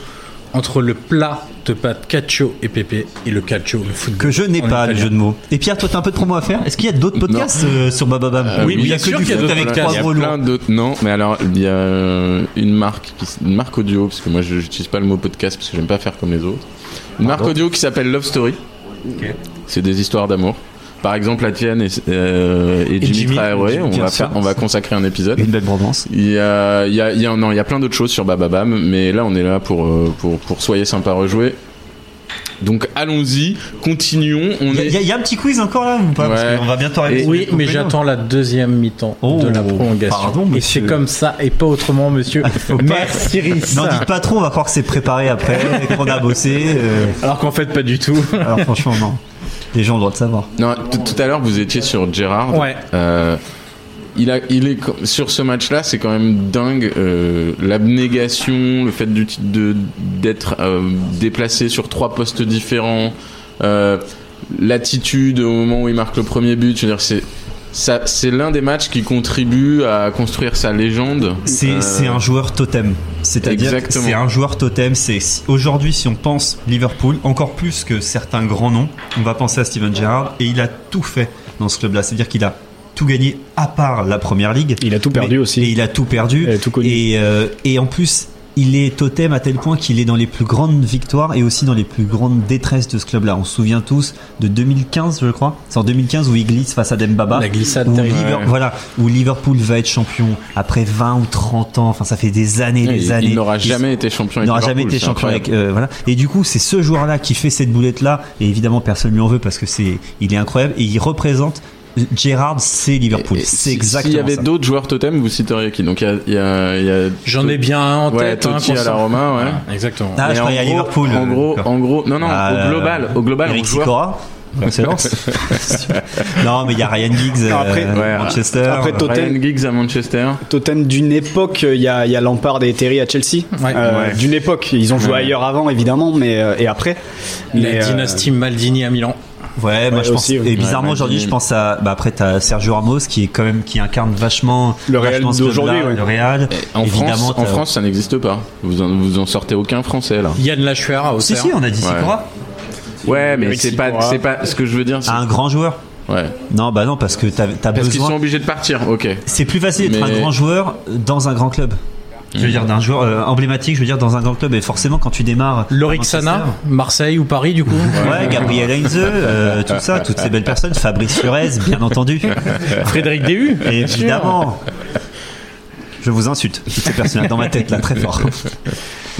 C: entre le plat de pâtes Calcio et Pepe et le Calcio, le football.
D: Que je n'ai
C: en
D: pas, le
C: italien.
D: jeu de mots. Et Pierre, toi, t'as un peu de promo à faire Est-ce qu'il y a d'autres podcasts euh, sur Bababam
F: Euh,
C: Oui,
F: oui,
C: mais
D: il y
C: bien
D: a que
C: sûr
D: du
C: qu'il y a
D: foot
C: d'autres
D: avec
C: podcasts.
D: trois
F: Il y a
D: gros
F: plein
D: lourds.
F: d'autres. Non, mais alors, il y a euh, une marque, qui, s- une marque audio, parce que moi, je n'utilise pas le mot podcast, parce que j'aime pas faire comme les autres. Une marque audio qui s'appelle Love Story. C'est des histoires d'amour. Par exemple, la tienne et, euh, et Jimmy,
C: Jimmy,
F: Traoré,
D: Jimmy,
F: on,
D: bien
F: va
D: sûr.
F: faire- on va consacrer un épisode.
D: Une belle bromance.
F: Il y a, il y a- il y a- non, il y a plein d'autres choses sur Bababam, mais là on est là pour, euh, pour, pour soyez sympa rejouer. Donc allons-y, continuons. On
D: Il y, a-
F: est...
D: il y a- il y a un petit quiz encore là ou pas
F: Ouais.
D: Parce qu'on va bientôt
C: Oui,
D: arriver. sur le
C: mais
D: complément.
C: j'attends la deuxième mi-temps
D: Oh,
C: de la prolongation.
D: pardon,
C: et
D: monsieur. Ah,
C: c'est comme ça et pas autrement, monsieur.
D: Faut pas-
C: Merci, Riz.
D: N'en dites pas trop, on va croire que c'est préparé après, qu'on a bossé. euh,
C: Alors qu'en fait, pas du tout.
D: Alors franchement, non. Les gens ont le droit de savoir.
F: Non, tout- tout à l'heure vous étiez sur Gérard.
C: Ouais.
F: Euh, il a, il est co- sur ce match-là, c'est quand même dingue euh, l'abnégation, le fait du- de d'être euh, déplacé sur trois postes différents, euh, l'attitude au moment où il marque le premier but. Je veux dire, c'est ça, c'est l'un des matchs qui contribue à construire sa légende.
D: C'est
F: Euh,
D: c'est un joueur totem. C'est-à-dire que
F: Exactement.
D: c'est un joueur totem. C'est si- aujourd'hui si on pense Liverpool encore plus que certains grands noms, on va penser à Steven Gerrard et il a tout fait dans ce club-là. C'est-à-dire qu'il a tout gagné à part la première ligue.
E: Il a tout perdu
D: Mais-
E: aussi.
D: Et il a tout perdu.
E: Il a tout connu.
D: Et, euh, et en plus. Il est totem à tel point qu'il est dans les plus grandes victoires et aussi dans les plus grandes détresses de ce club-là. On se souvient tous de 2015, je crois. C'est en 2015 où il glisse face à Dembaba.
C: La glissade
D: Où
C: terrible.
D: Liver-
F: Ouais.
D: voilà, où Liverpool va être champion après 20 ou 30 ans. Enfin, ça fait des années,
F: Il,
D: des
F: il
D: années.
F: n'aura
D: Ils-
F: jamais été
D: il
F: champion. avec
D: n'aura jamais
F: Liverpool,
D: été
F: c'est
D: champion avec
F: incroyable.
D: euh, voilà et du coup c'est ce joueur là qui fait cette boulette là et évidemment personne lui en veut parce que c'est il est incroyable et il représente Gerrard c'est Liverpool
F: Et- et
D: c'est
F: si-
D: exactement
F: S'il y avait
D: ça.
F: d'autres joueurs totem, vous citeriez qui Donc il y a- il y a- il y a-
C: J'en ai bien un en
F: Ouais,
C: tête. hein,
F: Totti
C: qu'on
F: à la
C: sort.
F: Roma, ouais.
C: Voilà, exactement.
D: Ah,
F: Mais
D: je
F: en
D: croyais à
F: gros-
D: Liverpool.
F: En gros,
D: D'accord.
F: en gros, non, non,
D: Ah,
F: au global,
D: euh,
F: au global,
D: Eric
F: on joue à-
D: Sikora en
F: *laughs*
D: excellence. non mais il y a Ryan Giggs
E: Non, après-
D: euh,
F: Ouais,
D: Manchester
E: après, Totti-
F: Ryan Giggs à Manchester.
E: Totem d'une époque, euh, il y a, il y a Lampard et Terry à Chelsea.
C: Ouais.
E: Euh,
F: Ouais.
E: D'une époque, ils ont joué
F: Ouais.
E: ailleurs avant, évidemment, mais euh, et après.
C: La
E: Mais, euh,
C: dynastie Maldini à Milan.
D: Ouais, bah,
E: Ouais,
D: je pense.
E: aussi, oui.
D: Et bizarrement
F: Ouais,
D: aujourd'hui,
F: Maldini.
D: je pense à. Bah, après, t'as Sergio Ramos qui est quand même qui incarne vachement
E: Le Real
D: vachement ce club-là,
E: d'aujourd'hui, ouais.
D: Le Real.
F: Et En
D: Évidemment,
F: France, en
D: t'as-
F: France, ça n'existe pas. Vous en, vous en sortez aucun français là.
C: Yann Lachuer à
D: Si
C: Auxerre.
D: si, on a dit Sikora,
F: Ouais, mais
E: Eric
F: c'est pas,
E: Sipora.
F: c'est pas ce que je veux dire. c'est-
D: un grand joueur.
F: Ouais.
D: Non, bah non, parce que t'as as
F: Parce qu'ils
D: Ah. besoin.
F: sont obligés de partir. Ok.
D: C'est plus facile d'être
F: Mais- Mm.
D: un grand joueur dans un grand club. Je veux dire d'un joueur euh, emblématique, je veux dire dans un grand club. Et forcément, quand tu démarres.
C: Lorik Sana, Marseille ou Paris, du coup
D: *laughs* Ouais, Gabriel Heinze, euh, tout ça, toutes ces belles personnes, Fabrice Furez, bien
F: *laughs*
D: entendu.
C: Frédéric Déhu *laughs*
D: Évidemment. Je vous insulte, toutes ces personnes dans ma tête là, très fort.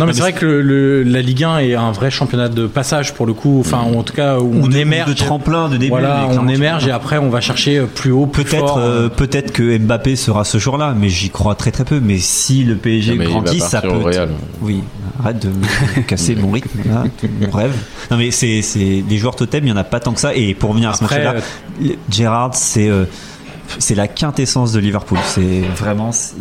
C: Non, mais c'est vrai que le- le- la Ligue 1 est un vrai championnat de passage pour le coup, enfin, ou en tout cas, où *laughs*
D: Ou
C: on
D: de-
C: émerge.
D: de tremplin, de début, mais
C: Voilà, on
D: clairement, tu-
C: émerge et après on va chercher plus haut, plus
D: Peut-être,
C: fort.
D: euh, peut-être que Mbappé sera ce jour-là, mais j'y crois très très peu. Mais si le PSG
F: Non, mais il va
D: grandit, ça
F: partir
D: peut.
F: au Real.
D: Oui, arrête de me *laughs* casser mon rythme, là, mon rêve. Non mais c'est c'est des joueurs totems, il y en a pas tant que ça. Et pour revenir à ce
C: Après,
D: match-là, le- Gerrard, c'est euh, c'est la quintessence de Liverpool. C'est vraiment, c'est-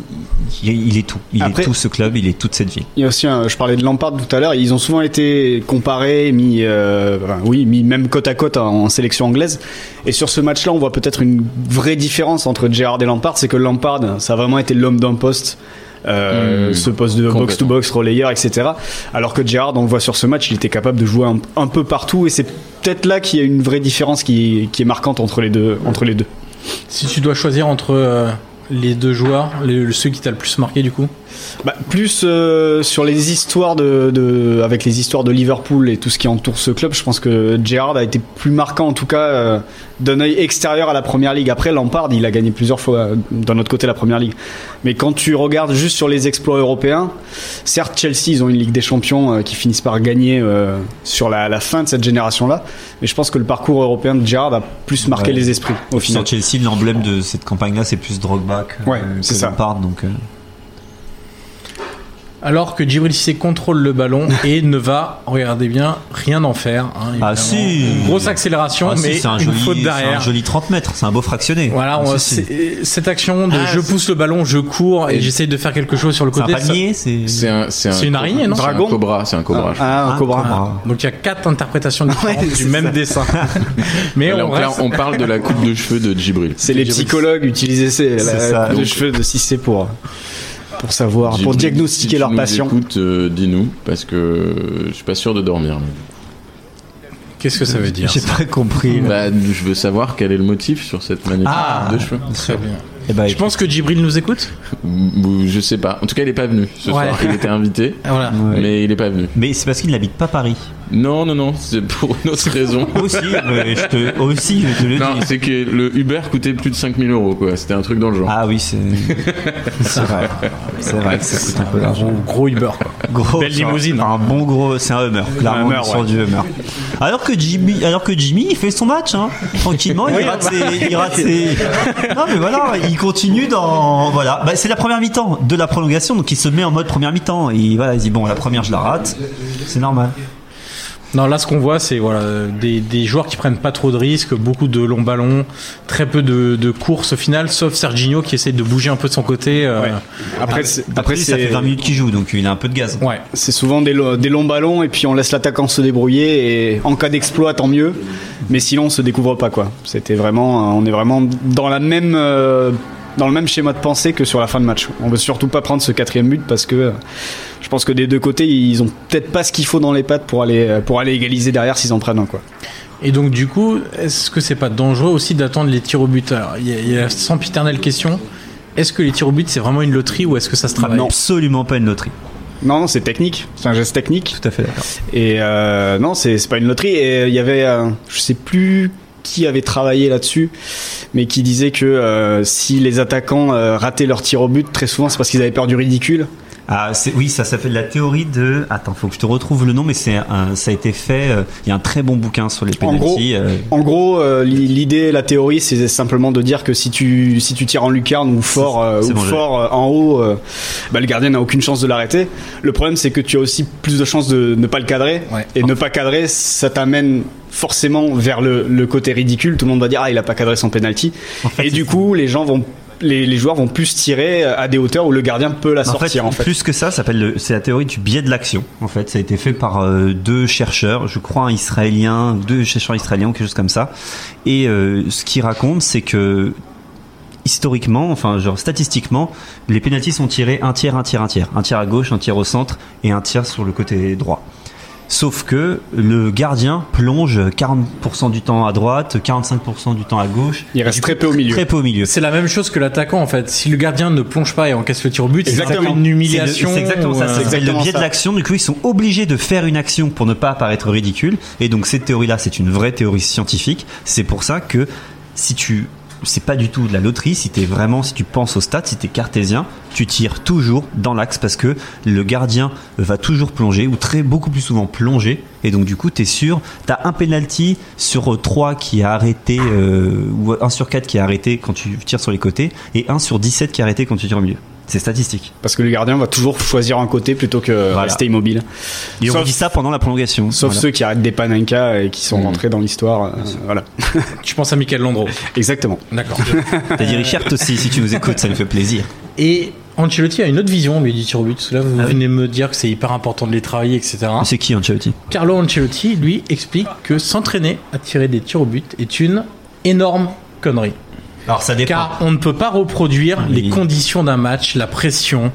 D: il, il est tout. Il
E: Après-
D: est tout ce club, il est toute cette ville.
E: Il y a aussi, un- je parlais de Lampard tout à l'heure, ils ont souvent été comparés, mis, euh, enfin, oui, mis même côte à côte en, en sélection anglaise. Et sur ce match-là, on voit peut-être une vraie différence entre Gerrard et Lampard, c'est que Lampard, ça a vraiment été l'homme d'un poste. euh,
F: Mmh.
E: ce poste de
F: Complètement.
E: box-to-box, relayeur, etc. Alors que Gerrard, on le voit sur ce match, il était capable de jouer un, un peu partout et c'est peut-être là qu'il y a une vraie différence qui, qui est marquante entre les deux. Entre les deux.
C: si tu dois choisir entre euh, les deux joueurs, le, le- ceux qui t'a le plus marqué du coup,
E: Bah, plus euh, sur les histoires de, de- avec les histoires de Liverpool et tout ce qui entoure ce club, je pense que Gerrard a été plus marquant en tout cas euh, d'un œil extérieur à la Première Ligue. Après Lampard, il a gagné plusieurs fois euh, d'un autre côté la Première Ligue. Mais quand tu regardes juste sur les exploits européens, certes Chelsea, ils ont une Ligue des Champions euh, qui finissent par gagner euh, sur la, la fin de cette génération-là, mais je pense que le parcours européen de Gerrard a plus marqué
D: Ouais.
E: les esprits au final.
D: Sur Chelsea, l'emblème de cette campagne-là, c'est plus Drogba que,
E: Ouais,
D: que
E: c'est ça.
D: Lampard, donc. euh,
C: alors que Djibril Cissé contrôle le
D: *laughs*
C: ballon et ne va, regardez bien, rien en faire. hein, évidemment.
D: Ah si
C: Une Grosse accélération,
D: Ah, si,
C: mais
D: c'est un
C: une
D: joli,
C: faute
D: c'est un
C: derrière.
D: joli 30 mètres, c'est un beau fractionné.
C: Voilà,
D: Ah,
C: on-
D: si, si.
C: c'est- cette action de
F: Ah,
C: je
F: c'est-
C: pousse le ballon, je cours et,
F: Et-
C: j'essaye de faire quelque chose sur le
D: C'est un
C: côté. ça-
D: panier, c'est.
F: C'est un, c'est un
C: C'est une araignée, non
F: c'est un
E: Dragon
F: cobra, c'est un cobra. je crois.
E: Ah,
D: Ah,
E: un Cobra.
D: Cobra.
C: Donc il y a quatre
D: *laughs*
C: interprétations différentes du
D: *laughs* c'est
C: même
D: ça. *laughs*
C: dessin. mais
F: Là,
C: on
F: donc là,
C: reste-
F: on parle de la coupe de cheveux de Djibril.
E: C'est les psychologues utilisaient ces,
D: C'est
E: la
D: ça.
E: coupe de
F: Donc-
E: cheveux de 6C pour, euh, pour savoir, pour
F: Djibril,
E: diagnostiquer
F: si
E: leurs patients.
F: Tu nous écoutes, euh, dis-nous, parce que je suis pas sûr de dormir. là.
C: Qu'est-ce que ça veut dire
D: J'ai pas compris.
F: Bah, je veux savoir quel est le motif sur cette magnifique
C: Ah.
F: coupe de cheveux.
C: Très bien.
D: Eh ben,
C: Je pense que Djibril nous écoute.
F: Ou- ou Je sais pas. En tout cas, il est pas venu ce
C: Ouais.
F: soir. Il était invité,
C: Ah, Voilà.
D: Ouais.
F: mais il est pas venu.
D: Mais c'est parce qu'il n'habite
C: *laughs*
D: pas Paris.
F: Non, non, non, c'est pour une autre raison.
D: Aussi, mais je te, aussi, je te le
F: Non,
D: dis.
F: c'est que le Uber coûtait plus de 5000 euros, quoi. C'était un truc dans le genre.
D: Ah oui, c'est c'est vrai. C'est vrai que ça coûte un peu d'argent.
C: Gros, gros Uber. quoi.
D: Gros,
C: Belle
D: c'est un-
C: limousine.
D: Un bon gros, c'est un Hummer. Clairement,
E: Hummer,
D: on est sur
E: ouais.
D: du Hummer. Alors que Jimmy, alors que Jimmy, il fait son match, hein. Tranquillement, il rate ses, il rate ses- Non, mais voilà, il continue dans, voilà. Bah, c'est la première mi-temps de la prolongation, donc il se met en mode première mi-temps. Il, voilà, il dit bon, la première, je la rate. C'est normal.
C: Non, là, ce qu'on voit, c'est voilà, des, des joueurs qui prennent pas trop de risques, beaucoup de longs ballons, très peu de, de courses au final, sauf Serginho qui essaie de bouger un peu de son côté. euh,
E: Ouais. Après, c'est-
D: Après,
E: après
D: Ah, bah, ça fait
E: c'est
D: 20 minutes qu'il joue, donc il a un peu de gaz.
C: ouais.
E: c'est souvent des, lo- des longs ballons et puis on laisse l'attaquant se débrouiller et en cas d'exploit tant mieux. Mais sinon on se découvre pas quoi. C'était vraiment, euh, on est vraiment dans la même, euh, dans le même schéma de pensée que sur la fin de match. On veut surtout pas prendre ce quatrième but parce que euh, je pense que des deux côtés ils ont peut-être pas ce qu'il faut dans les pattes pour aller euh, pour aller égaliser derrière s'ils en prennent un quoi.
C: Et donc, du coup, est-ce que c'est pas dangereux aussi d'attendre les tirs au but Alors, il y, a- il y a la sempiternelle question est-ce que les tirs au but, c'est vraiment une loterie ou est-ce que ça se travaille
E: Non.
D: Absolument pas une loterie.
E: Non non c'est technique, c'est un geste technique.
D: Tout à fait d'accord.
E: Et euh, non, c'est c'est pas une loterie. Et il y avait, euh, je sais plus qui avait travaillé là-dessus, mais qui disait que euh, si les attaquants euh, rataient leur tir au but, très souvent c'est parce qu'ils avaient peur du ridicule.
D: Ah, c'est- oui, ça s'appelle la théorie de. Attends, faut que je te retrouve le nom, mais c'est un- ça a été fait. euh, Il y a un très bon bouquin sur les
E: En gros,
D: pénalties. euh,
E: en gros, euh, li- l'idée, la théorie, c'est simplement de dire que si tu si tu tires en lucarne ou fort euh,
D: c'est
E: ou
D: bon,
E: fort euh, en haut, euh, bah, le gardien n'a aucune chance de l'arrêter. Le problème, c'est que tu as aussi plus de chances de ne pas le cadrer
C: Ouais.
E: et ne pas cadrer, ça t'amène forcément vers le, le côté ridicule. Tout le monde va dire ah il a pas cadré son penalty
D: En fait,
E: et
D: c'est
E: du coup les gens vont les, les joueurs vont plus tirer euh, à des hauteurs où le gardien peut la
D: En fait,
E: sortir en fait.
D: plus que ça, ça s'appelle le- c'est la théorie du biais de l'action. En fait, ça a été fait par euh, deux chercheurs, je crois un israélien, deux chercheurs israéliens ou quelque chose comme ça. Et euh, ce qu'ils racontent, c'est que historiquement, enfin genre statistiquement, les pénalties sont tirés un tiers, un tiers, un tiers, un tiers à gauche, un tiers au centre et un tiers sur le côté droit. Sauf que le gardien plonge 40% du temps à droite, 45% du temps à gauche,
E: Il reste très peu au milieu.
D: très peu au milieu.
C: C'est la même chose que l'attaquant en fait. Si le gardien ne plonge pas et encasse le tir au but, c'est
E: Exactement.
C: une
D: C'est
C: humiliation.
D: le- C'est exactement
C: ou,
D: ça. ça
C: euh,
D: s'appelle
E: exactement
D: le biais
E: ça.
D: de l'action. Du coup, ils sont obligés de faire une action pour ne pas apparaître ridicule. Et donc, cette théorie-là, c'est une vraie théorie scientifique. C'est pour ça que si tu c'est pas du tout de la loterie, si t'es vraiment, si tu penses au stade, si t'es cartésien, tu tires toujours dans l'axe parce que le gardien va toujours plonger ou très beaucoup plus souvent plonger et donc du coup t'es sûr, t'as un penalty sur 3 qui a arrêté euh, ou 1 sur 4 qui a arrêté quand tu tires sur les côtés et 1 sur 17 qui a arrêté quand tu tires au milieu. C'est statistique.
E: Parce que le gardien va toujours choisir un côté plutôt que
D: Voilà.
E: rester immobile.
D: Et on
E: Sauf-
D: dit ça pendant la prolongation.
E: Sauf
D: Voilà.
E: ceux qui arrêtent des panenkas et qui sont rentrés dans l'histoire. euh, voilà. *laughs*
C: Tu penses à Michael Landreau.
E: Exactement.
C: D'accord.
D: T'as dit Richard aussi, si tu nous écoutes, ça nous
C: *laughs*
D: fait plaisir.
C: Et Ancelotti a une autre vision, lui, du tir au but. Parce que Là, vous venez me dire que c'est hyper important de les travailler, etc.
D: Ah C'est qui Ancelotti
C: Carlo Ancelotti, lui, explique que s'entraîner à tirer des tirs au but est une énorme connerie.
D: Alors ça dépend.
C: Car on ne peut pas reproduire
D: Ah Oui.
C: les conditions d'un match, la pression,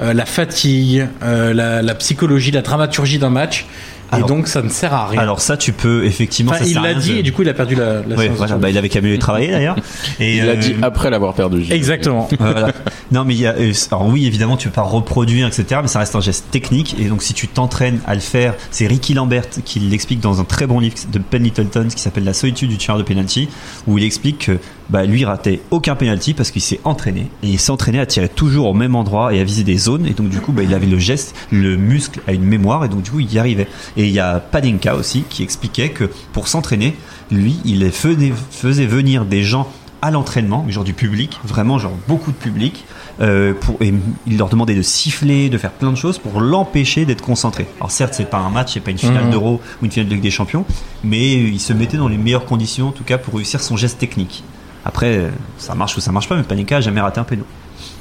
C: euh, la fatigue, euh, la, la psychologie, la dramaturgie d'un match.
D: Alors-
C: et donc, ça ne sert à rien.
D: Alors ça, tu peux effectivement.
C: Enfin,
D: ça
C: il
D: sert à
C: l'a
D: rien
C: dit
D: de-
C: et du coup, il a perdu la, la
D: Ouais,
C: séance.
D: voilà, bah, il avait qu'à mieux
C: *laughs*
D: travailler d'ailleurs. Et,
F: Il l'a
D: euh,
F: dit après l'avoir perdu.
D: *laughs*
F: Gilles.
C: Exactement.
D: Euh, voilà. Non, mais il y a, euh, alors oui, évidemment, tu peux pas reproduire, etc. Mais ça reste un geste technique. Et donc, si tu t'entraînes à le faire, c'est Ricky Lambert qui l'explique dans un très bon livre de Penn Littleton qui s'appelle La solitude du tueur de penalty, où il explique que bah, lui ratait aucun penalty parce qu'il s'est entraîné et il s'est entraîné à tirer toujours au même endroit et à viser des zones. Et donc, du coup, bah, il avait le geste, le muscle à une mémoire et donc, du coup, il y arrivait. Et il y a Padenka aussi qui expliquait que pour s'entraîner, lui, il les faisait, faisait venir des gens à l'entraînement, mais genre du public, vraiment genre beaucoup de public, euh, pour, et il leur demandait de siffler, de faire plein de choses pour l'empêcher d'être concentré. Alors certes, c'est pas un match, c'est pas une finale
C: Mhm.
D: d'Euro ou une finale de Ligue des Champions, mais il se mettait dans les meilleures conditions, en tout cas pour réussir son geste technique. Après, euh, ça marche ou ça marche pas, mais Panika a jamais raté un péno.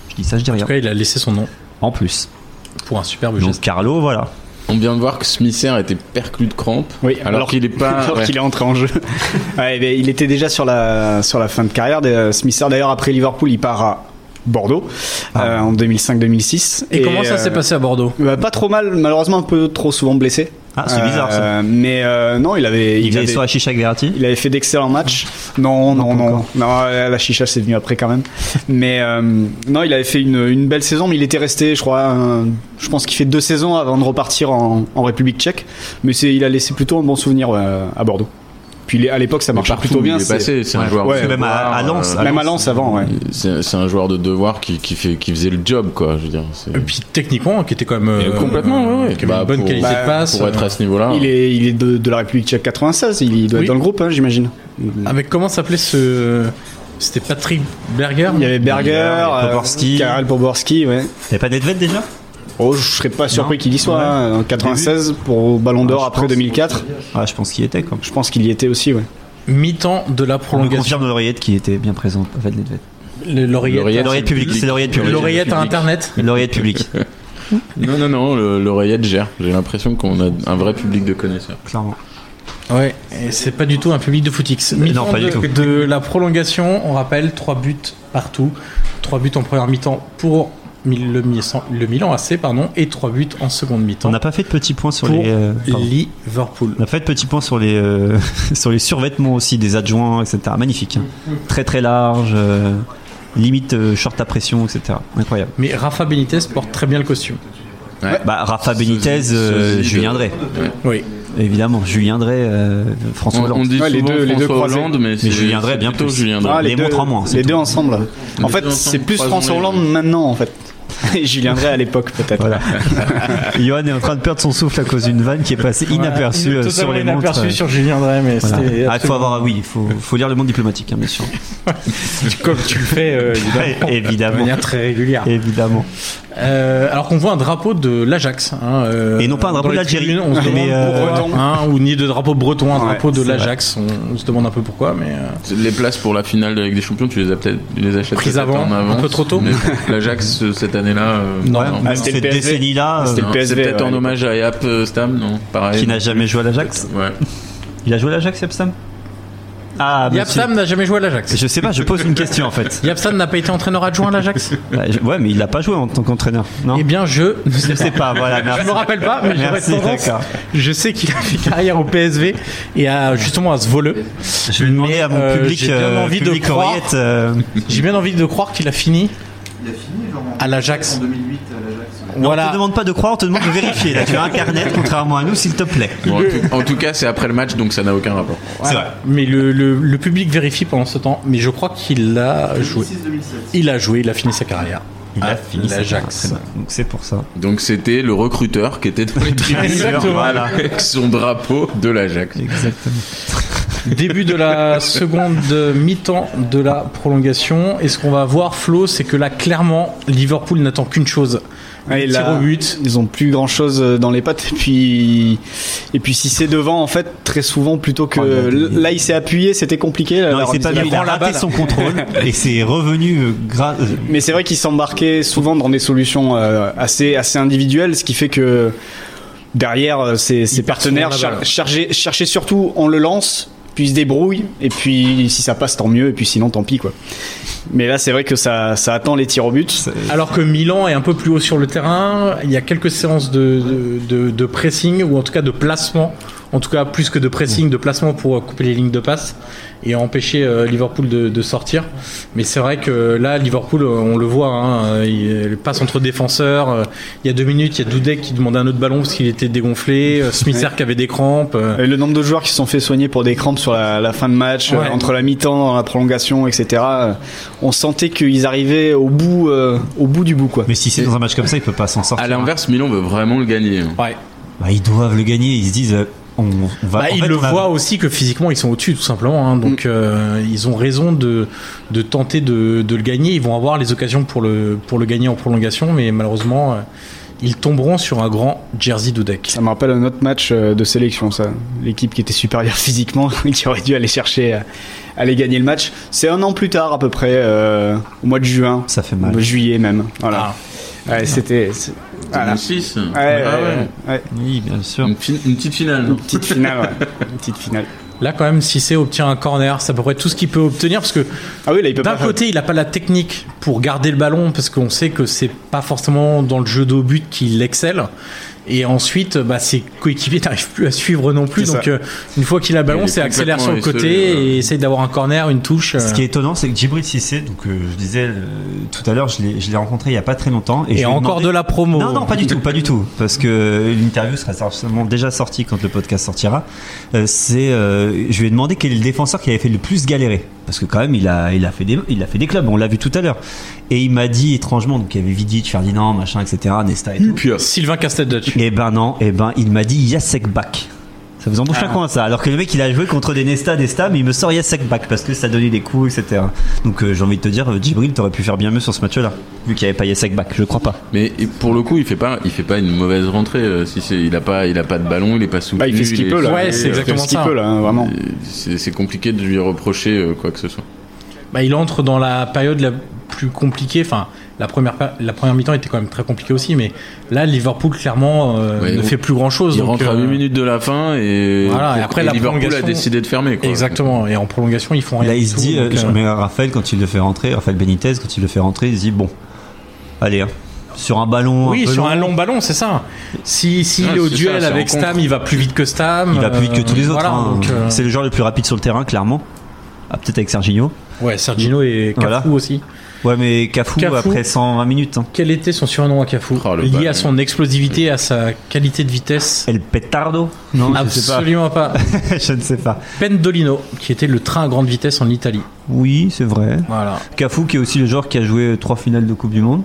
D: Je dis ça, je dis rien.
C: En tout cas, il a laissé son nom
D: En plus.
C: pour un superbe
D: Donc
C: geste.
D: Carlo, voilà.
F: On vient de voir que Smither était perclus de crampes.
E: Oui,
F: alors,
E: *laughs*
F: qu'il est pas.
E: alors
F: ouais.
E: qu'il est entré en jeu. Ouais, mais il était déjà sur la, sur la fin de carrière. de Smither, d'ailleurs, après Liverpool, il part à Bordeaux euh, en 2005-2006.
C: Et, comment ça s'est
E: euh,
C: passé à Bordeaux
E: bah, Pas trop mal, malheureusement un peu trop souvent blessé.
D: Ah, c'est bizarre, ça.
E: Mais euh, non, il avait,
D: Il,
E: il
D: vient
E: avait-
D: sur la chicha avec Verratti.
E: il avait fait d'excellents matchs. Non, non,
D: pas
E: non.
D: encore.
E: Non, euh, la chicha, c'est venu après quand même. Mais euh, non, il avait fait une, une belle saison, mais il était resté, je crois, un- je pense qu'il fait deux saisons avant de repartir en, en République tchèque. Mais c'est, il a laissé plutôt un bon souvenir euh, à Bordeaux. Puis il est- à l'époque, ça
F: Mais
E: marchait
F: partout
E: plutôt
F: où
E: bien.
F: Il est
E: c'est-
F: passé. C'est un
D: Ouais.
F: joueur.
E: Ouais,
F: de
D: même à-
F: devoir,
D: à Lens.
F: euh,
E: Même
D: Alors,
E: à Lens avant, ouais.
F: C'est c'est un joueur de devoir qui, qui fait, qui faisait le job, quoi. Je veux dire. c'est-
C: Et puis techniquement, qui était quand même
F: Et
C: euh,
F: complètement, ouais, ouais.
C: qui avait
F: Bah,
C: une bonne
F: pour-
C: qualité
E: bah,
C: de passe. euh,
F: Pour être à ce niveau-là.
E: Il est, il est de, de la République tchèque 96, il doit
C: Oui.
E: être dans le groupe, hein, j'imagine.
C: Avec comment s'appelait ce C'était Patrick Berger.
E: Il y avait Berger, euh,
D: Poborski.
E: Karel Poborski, ouais.
D: T'avais pas Nedved déjà
E: Oh, je serais pas surpris qu'il y soit.
D: Ouais.
E: hein, en 96 pour Ballon d'Or
D: je
E: après
D: pense.
E: 2004.
D: Ah, je pense qu'il était quoi.
E: Je pense qu'il y était aussi, ouais.
C: Mi-temps de la
D: On me
C: prolongation.
D: confirme l'oreillette qui était bien présente, pas Nedved.
C: Le- L'oreillette.
D: L'oreillette
F: L'oreillette, c'est
D: publique,
F: public.
D: c'est l'oreillette publique.
C: L'oreillette à
F: public.
C: internet.
D: L'oreillette publique,
F: Non, non, non. le- L'oreillette gère. J'ai l'impression qu'on a un vrai public de connaisseurs.
D: clairement.
C: Ouais, et c'est pas du tout un public de footix. Mi-temps
D: Euh, pas du
C: de,
D: tout.
C: De la prolongation, on rappelle, trois buts partout. Trois buts en première mi-temps pour Mi- le, Mi- le Milan AC, pardon, et trois buts en seconde mi-temps
D: On n'a pas fait de petits points sur
C: pour
D: les. euh, pardon.
C: Liverpool.
D: on n'a pas fait de petits points sur les euh, *laughs* sur les survêtements aussi des adjoints, etc. Magnifique, hein. très très large, euh, limite euh, short à pression, etc. Incroyable.
C: Mais Rafa Benitez porte très bien le costume.
D: Bah Rafa Benitez, euh,
F: sosie de-
D: Julien Drey,
C: Oui.
D: évidemment. Julien Drey, euh,
F: On,
D: François
F: on
D: Hollande.
F: dit
E: Ouais, les
F: souvent
E: deux- les deux
F: François
E: croisés.
F: Hollande, mais, c'est-
D: Julien Drey,
F: c'est
D: bien
F: plutôt
D: plus.
F: Julien Drey.
D: Ah, les montres en moins, c'est
E: les
D: tout.
E: deux ensemble. En
F: Les
E: fait,
F: deux
E: c'est
F: ensemble,
E: plus
F: croisons
E: François
F: les
E: Hollande
F: deux.
E: maintenant, en fait. *laughs* J'y viendrai à l'époque, peut-être.
D: Voilà. Johan est en train de perdre son souffle à cause d'une vanne qui est passée inaperçue euh, sur les montres.
C: inaperçu sur Julien Drey, mais
D: Voilà.
C: c'était.
D: Ah, faut avoir, oui, il faut, faut lire le monde diplomatique, hein, bien sûr.
C: Comme tu le fais, euh, évidemment,
D: *laughs* Évidemment.
C: de manière très régulière.
D: Évidemment.
C: Euh, alors qu'on voit un drapeau de l'Ajax. hein, euh,
D: Et non pas un drapeau
C: dans les
D: de l'Algérie.
C: tribunes, On se
D: Mais,
C: demande
D: euh,
C: pourquoi, hein, ou ni de drapeau breton, un
E: Ouais,
C: drapeau de
E: c'est vrai.
C: l'Ajax. On, on se demande un peu pourquoi, mais. euh,
D: Ah,
F: Les places pour la finale de la Ligue des Champions, tu les as peut-être, tu les achètes
C: Prises
F: peut-être
C: avant,
F: en
C: un
F: avance,
C: peu trop tôt.
F: mais L'Ajax euh, cette année-là, euh,
C: Non,
F: non.
E: c'était le
D: cette
E: PSG.
D: décennie-là, euh,
E: C'était le
F: Non,
E: PSV,
F: C'est peut-être
E: ouais.
F: en hommage à Yap euh, Stam, non Pareil.
D: qui n'a jamais joué à l'Ajax.
F: Ouais.
D: Il a joué à l'Ajax, Yapsam Ah, monsieur.
C: Yapsam n'a jamais joué à l'Ajax.
D: Je sais pas, je pose une question en fait.
C: *laughs* Yapsam n'a pas été entraîneur adjoint à l'Ajax
D: Ouais, je- Ouais, mais il n'a pas joué en tant qu'entraîneur. *laughs* Non,
C: Eh bien, je ne sais
D: je sais pas, voilà,
C: Je
D: merci.
C: me rappelle pas, mais j'aurais
D: Merci,
C: tendance.
D: d'accord.
C: Je sais qu'il a fait carrière au PSV et à, justement à ce voleux.
D: Je vais demander à mon
C: euh,
D: public,
C: j'ai bien
D: euh,
C: envie de
D: public
C: croire.
D: oreillette, euh,
C: J'ai bien envie de croire qu'il a fini
H: Il a fini genre en,
C: à l'Ajax.
H: en 2008 à l'Ajax. ouais.
D: On
C: *laughs*
D: te
C: Voilà.
D: demande pas de croire, on te demande de vérifier. Là, tu as internet, contrairement à nous, s'il te plaît.
F: Bon, en, tout, en tout cas, c'est après le match, donc ça n'a aucun rapport.
D: C'est vrai.
C: Mais le, le- le public vérifie pendant ce temps. Mais je crois qu'il a joué.
H: 2006-2007.
C: Il a joué, il a fini sa carrière.
D: Il
C: Ah,
D: a fini. sa
C: l'Ajax.
D: carrière. Donc c'est pour ça.
F: Donc c'était le recruteur qui était dans les
C: *laughs*
F: tribunes
C: Exactement.
F: avec son drapeau de l'Ajax.
D: Exactement.
C: Début de
D: *laughs*
C: la seconde mi-temps de la prolongation. Et ce qu'on va voir, Flo, c'est que là, clairement, Liverpool n'attend qu'une chose.
E: Ouais,
C: Le
E: là,
C: tir au but.
E: Ils ont plus grand chose dans les pattes. Et puis, et puis si c'est devant, en fait, très souvent, plutôt que.
D: Oh, il a des-
E: là, il s'est appuyé, c'était compliqué. là,
D: Non,
E: la
D: il s'est pas
E: remise de
D: mis,
E: la
D: il a
E: balle.
D: raté
C: *laughs*
D: son contrôle et c'est revenu euh, grâce. euh,
E: Mais c'est vrai qu'ils s'embarquaient souvent dans des solutions euh, assez, assez individuelles, ce qui fait que derrière, euh, ses, ses partenaires
C: souvent la
E: cher-
C: balle.
E: chargeaient- cherchaient surtout, on le lance, puis ils se débrouillent, et puis si ça passe, tant mieux, et puis sinon, tant pis, quoi. Mais là, c'est vrai que ça, ça attend les tirs au but.
C: Alors que Milan est un peu plus haut sur le terrain, il y a quelques séances de, de, de- de pressing, ou en tout cas de placement, en tout cas plus que de pressing, de placement pour euh, couper les lignes de passe et empêcher euh, Liverpool de, de sortir. Mais c'est vrai que là, Liverpool, euh, on le voit, hein, euh, il passe entre défenseurs. euh, Il y a deux minutes, il y a Doudek qui demandait un autre ballon parce qu'il était dégonflé, euh, Smither qui avait des crampes. euh,
E: Et le nombre de joueurs qui se sont fait soigner pour des crampes sur la, la fin de match,
C: Ouais.
E: euh, entre la mi-temps, dans la prolongation, etc. euh, On sentait qu'ils arrivaient au bout, euh, au bout du bout, quoi.
D: Mais si c'est dans un match comme ça, il peut pas s'en sortir.
F: À l'inverse, Milan veut vraiment le gagner. hein.
C: ouais.
D: Bah, ils doivent le gagner. Ils se disent, euh, on, on va.
C: Bah,
D: en
C: ils
D: fait,
C: le
D: on a- Mm.
C: voient aussi que physiquement ils sont au-dessus tout simplement. hein. donc euh, ils ont raison de, de tenter de, de le gagner. Ils vont avoir les occasions pour le, pour le gagner en prolongation, mais malheureusement euh, ils tomberont sur un grand Jersey Dudek.
E: Ça me rappelle un autre match euh, de sélection, ça. L'équipe qui était supérieure *laughs* physiquement, qui aurait dû aller chercher, euh, aller gagner le match. C'est un an plus tard, à peu près, euh, au mois de juin.
D: Ça fait mal.
E: Au juillet même. Voilà.
C: Ah.
E: Ouais, c'était. c'est- voilà.
F: 2006.
E: Ouais,
F: Ah ouais.
E: ouais, ouais.
D: Oui, bien sûr.
F: Une, fi- une petite finale.
E: Une petite finale, ouais. Une petite finale.
C: Là quand même, si c'est obtient un corner, ça pourrait être tout ce qu'il peut obtenir parce que
E: Ah oui, là, il peut
C: d'un
E: pas.
C: côté il n'a pas la technique pour garder le ballon parce qu'on sait que c'est pas forcément dans le jeu d'au but qu'il excelle. Et ensuite, bah, ses coéquipiers *laughs* n'arrivent plus à suivre non plus.
E: C'est
C: Donc,
E: ça.
C: euh, une fois qu'il a le ballon,
F: est
C: c'est accélère sur le
F: complètement
C: côté
F: isolé, ouais.
C: et essaye d'avoir un corner, une touche.
D: Ce qui est étonnant, c'est que Djibril Cissé, donc euh, je disais euh, tout à l'heure, je l'ai je l'ai rencontré il y a pas très longtemps. Et, je lui
C: euh, Et
D: ai
C: encore
D: demandé-
C: de la promo.
D: Non, non, pas du tout, pas du tout. Parce que l'interview sera certainement déjà sortie quand le podcast sortira. Euh, c'est, euh, je lui ai demandé quel est le défenseur qui avait fait le plus galérer. Parce que quand même, il a, il a fait des, il a fait des clubs. On l'a vu tout à l'heure. Et il m'a dit étrangement, donc il y avait Vidic, Ferdinand, machin, etc., Nesta et tout.
F: Puis,
C: *laughs*
F: euh,
C: Sylvain Castel-Dutch.
D: Eh ben non, eh ben il m'a dit Yasek Bak. Ça vous
C: Ah.
D: embauche à coin ça Alors que le mec il a joué contre des Nesta, Nesta, mais il me sort Yasek Bak parce que ça donnait des coups, etc. Donc euh, j'ai envie de te dire, euh, Djibril, t'aurais pu faire bien mieux sur ce match-là, vu qu'il n'y avait pas Yasek Bak, je crois pas.
F: Mais pour le coup, il fait pas, il fait pas une mauvaise rentrée. euh, Si c'est, il a pas, il a pas de ballon, il est pas soutenu.
E: Bah, il fait ce qu'il
F: est-
E: peut, là.
C: Ouais, c'est
E: Il fait
C: exactement
E: ce qu'il
C: ça.
E: peut, là, hein, vraiment.
F: C'est c'est compliqué de lui reprocher euh, quoi que ce soit.
C: Bah, il entre dans la période la plus compliquée. Enfin, la première, pa- la première mi-temps était quand même très compliquée aussi, mais là, Liverpool, clairement, euh,
F: Ouais,
C: ne
F: donc,
C: fait plus grand-chose.
F: Il
C: donc,
F: rentre à
C: euh,
F: 8 minutes de la fin et,
C: Voilà, et après, la
F: Liverpool a
C: prolongation-
F: décidé de fermer. Quoi.
C: Exactement. Et en prolongation, ils font rien.
D: Là
C: du
D: il se
C: tout,
D: dit, euh,
C: donc, euh,
D: mais Raphaël quand il le fait rentrer, Raphaël Benitez quand il le fait rentrer, il se dit bon, allez, hein, sur un ballon,
C: oui,
D: un peu
C: sur
D: long,
C: un long ballon, c'est ça. Si, si
D: Ah,
F: Ouais,
C: il est au
F: c'est
C: duel
F: ça, c'est
C: avec
F: en contre.
C: Stam, il va plus vite que Stam.
D: il va plus vite que
C: euh,
D: tous les autres.
C: voilà,
D: hein.
C: donc, euh,
D: C'est le joueur le plus rapide sur le terrain, clairement. Ah, peut-être avec Serginho.
C: ouais, Sergino et Cafu
D: Voilà.
C: aussi.
D: Ouais, mais Cafou,
C: Cafu.
D: après 120 minutes. hein.
C: Quel était son surnom à Cafu
F: Oh, le
C: Lié
F: ballon.
C: à son explosivité, à sa qualité de vitesse.
D: El Petardo Non, je sais pas.
C: Absolument Ah, pas.
D: je ne sais pas. *laughs*
C: Pendolino, qui était le train à grande vitesse en Italie.
D: Oui, c'est vrai.
C: Voilà.
D: Cafou, qui est aussi le joueur qui a joué trois finales de Coupe du Monde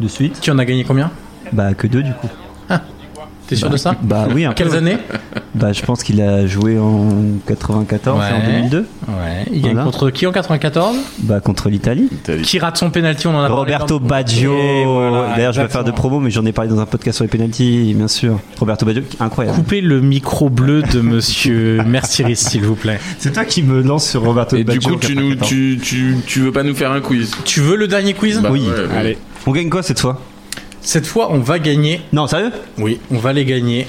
D: de suite.
C: Qui en a gagné combien
D: Bah, que deux du coup.
C: T'es sûr de ça
D: Bah oui, un peu.
C: *laughs* Quelles années
D: Bah je pense qu'il a joué en 94 et en
C: Ouais.
D: 2002.
C: Ouais, il gagne
D: Voilà.
C: contre qui en 94
D: Bah contre l'Italie.
C: Qui rate son pénalty On en a parlé
D: Roberto
C: dans-
D: Baggio.
C: Ah, Et voilà,
D: D'ailleurs, je vais faire de
C: exactement.
D: promo, mais j'en ai parlé dans un podcast sur les pénalties, bien sûr. Roberto Baggio, incroyable.
C: Coupez le micro bleu de monsieur Merciris, s'il vous plaît.
D: C'est toi qui me lance sur Roberto
F: Et du
D: Baggio.
F: coup, tu, nous, tu, tu, tu veux pas nous faire un quiz
C: Tu veux le dernier quiz
F: Bah,
D: Oui.
F: ouais, ouais.
E: Allez.
D: On gagne quoi cette fois
C: Cette fois, on va gagner.
D: Non, sérieux
C: Oui, on va les gagner.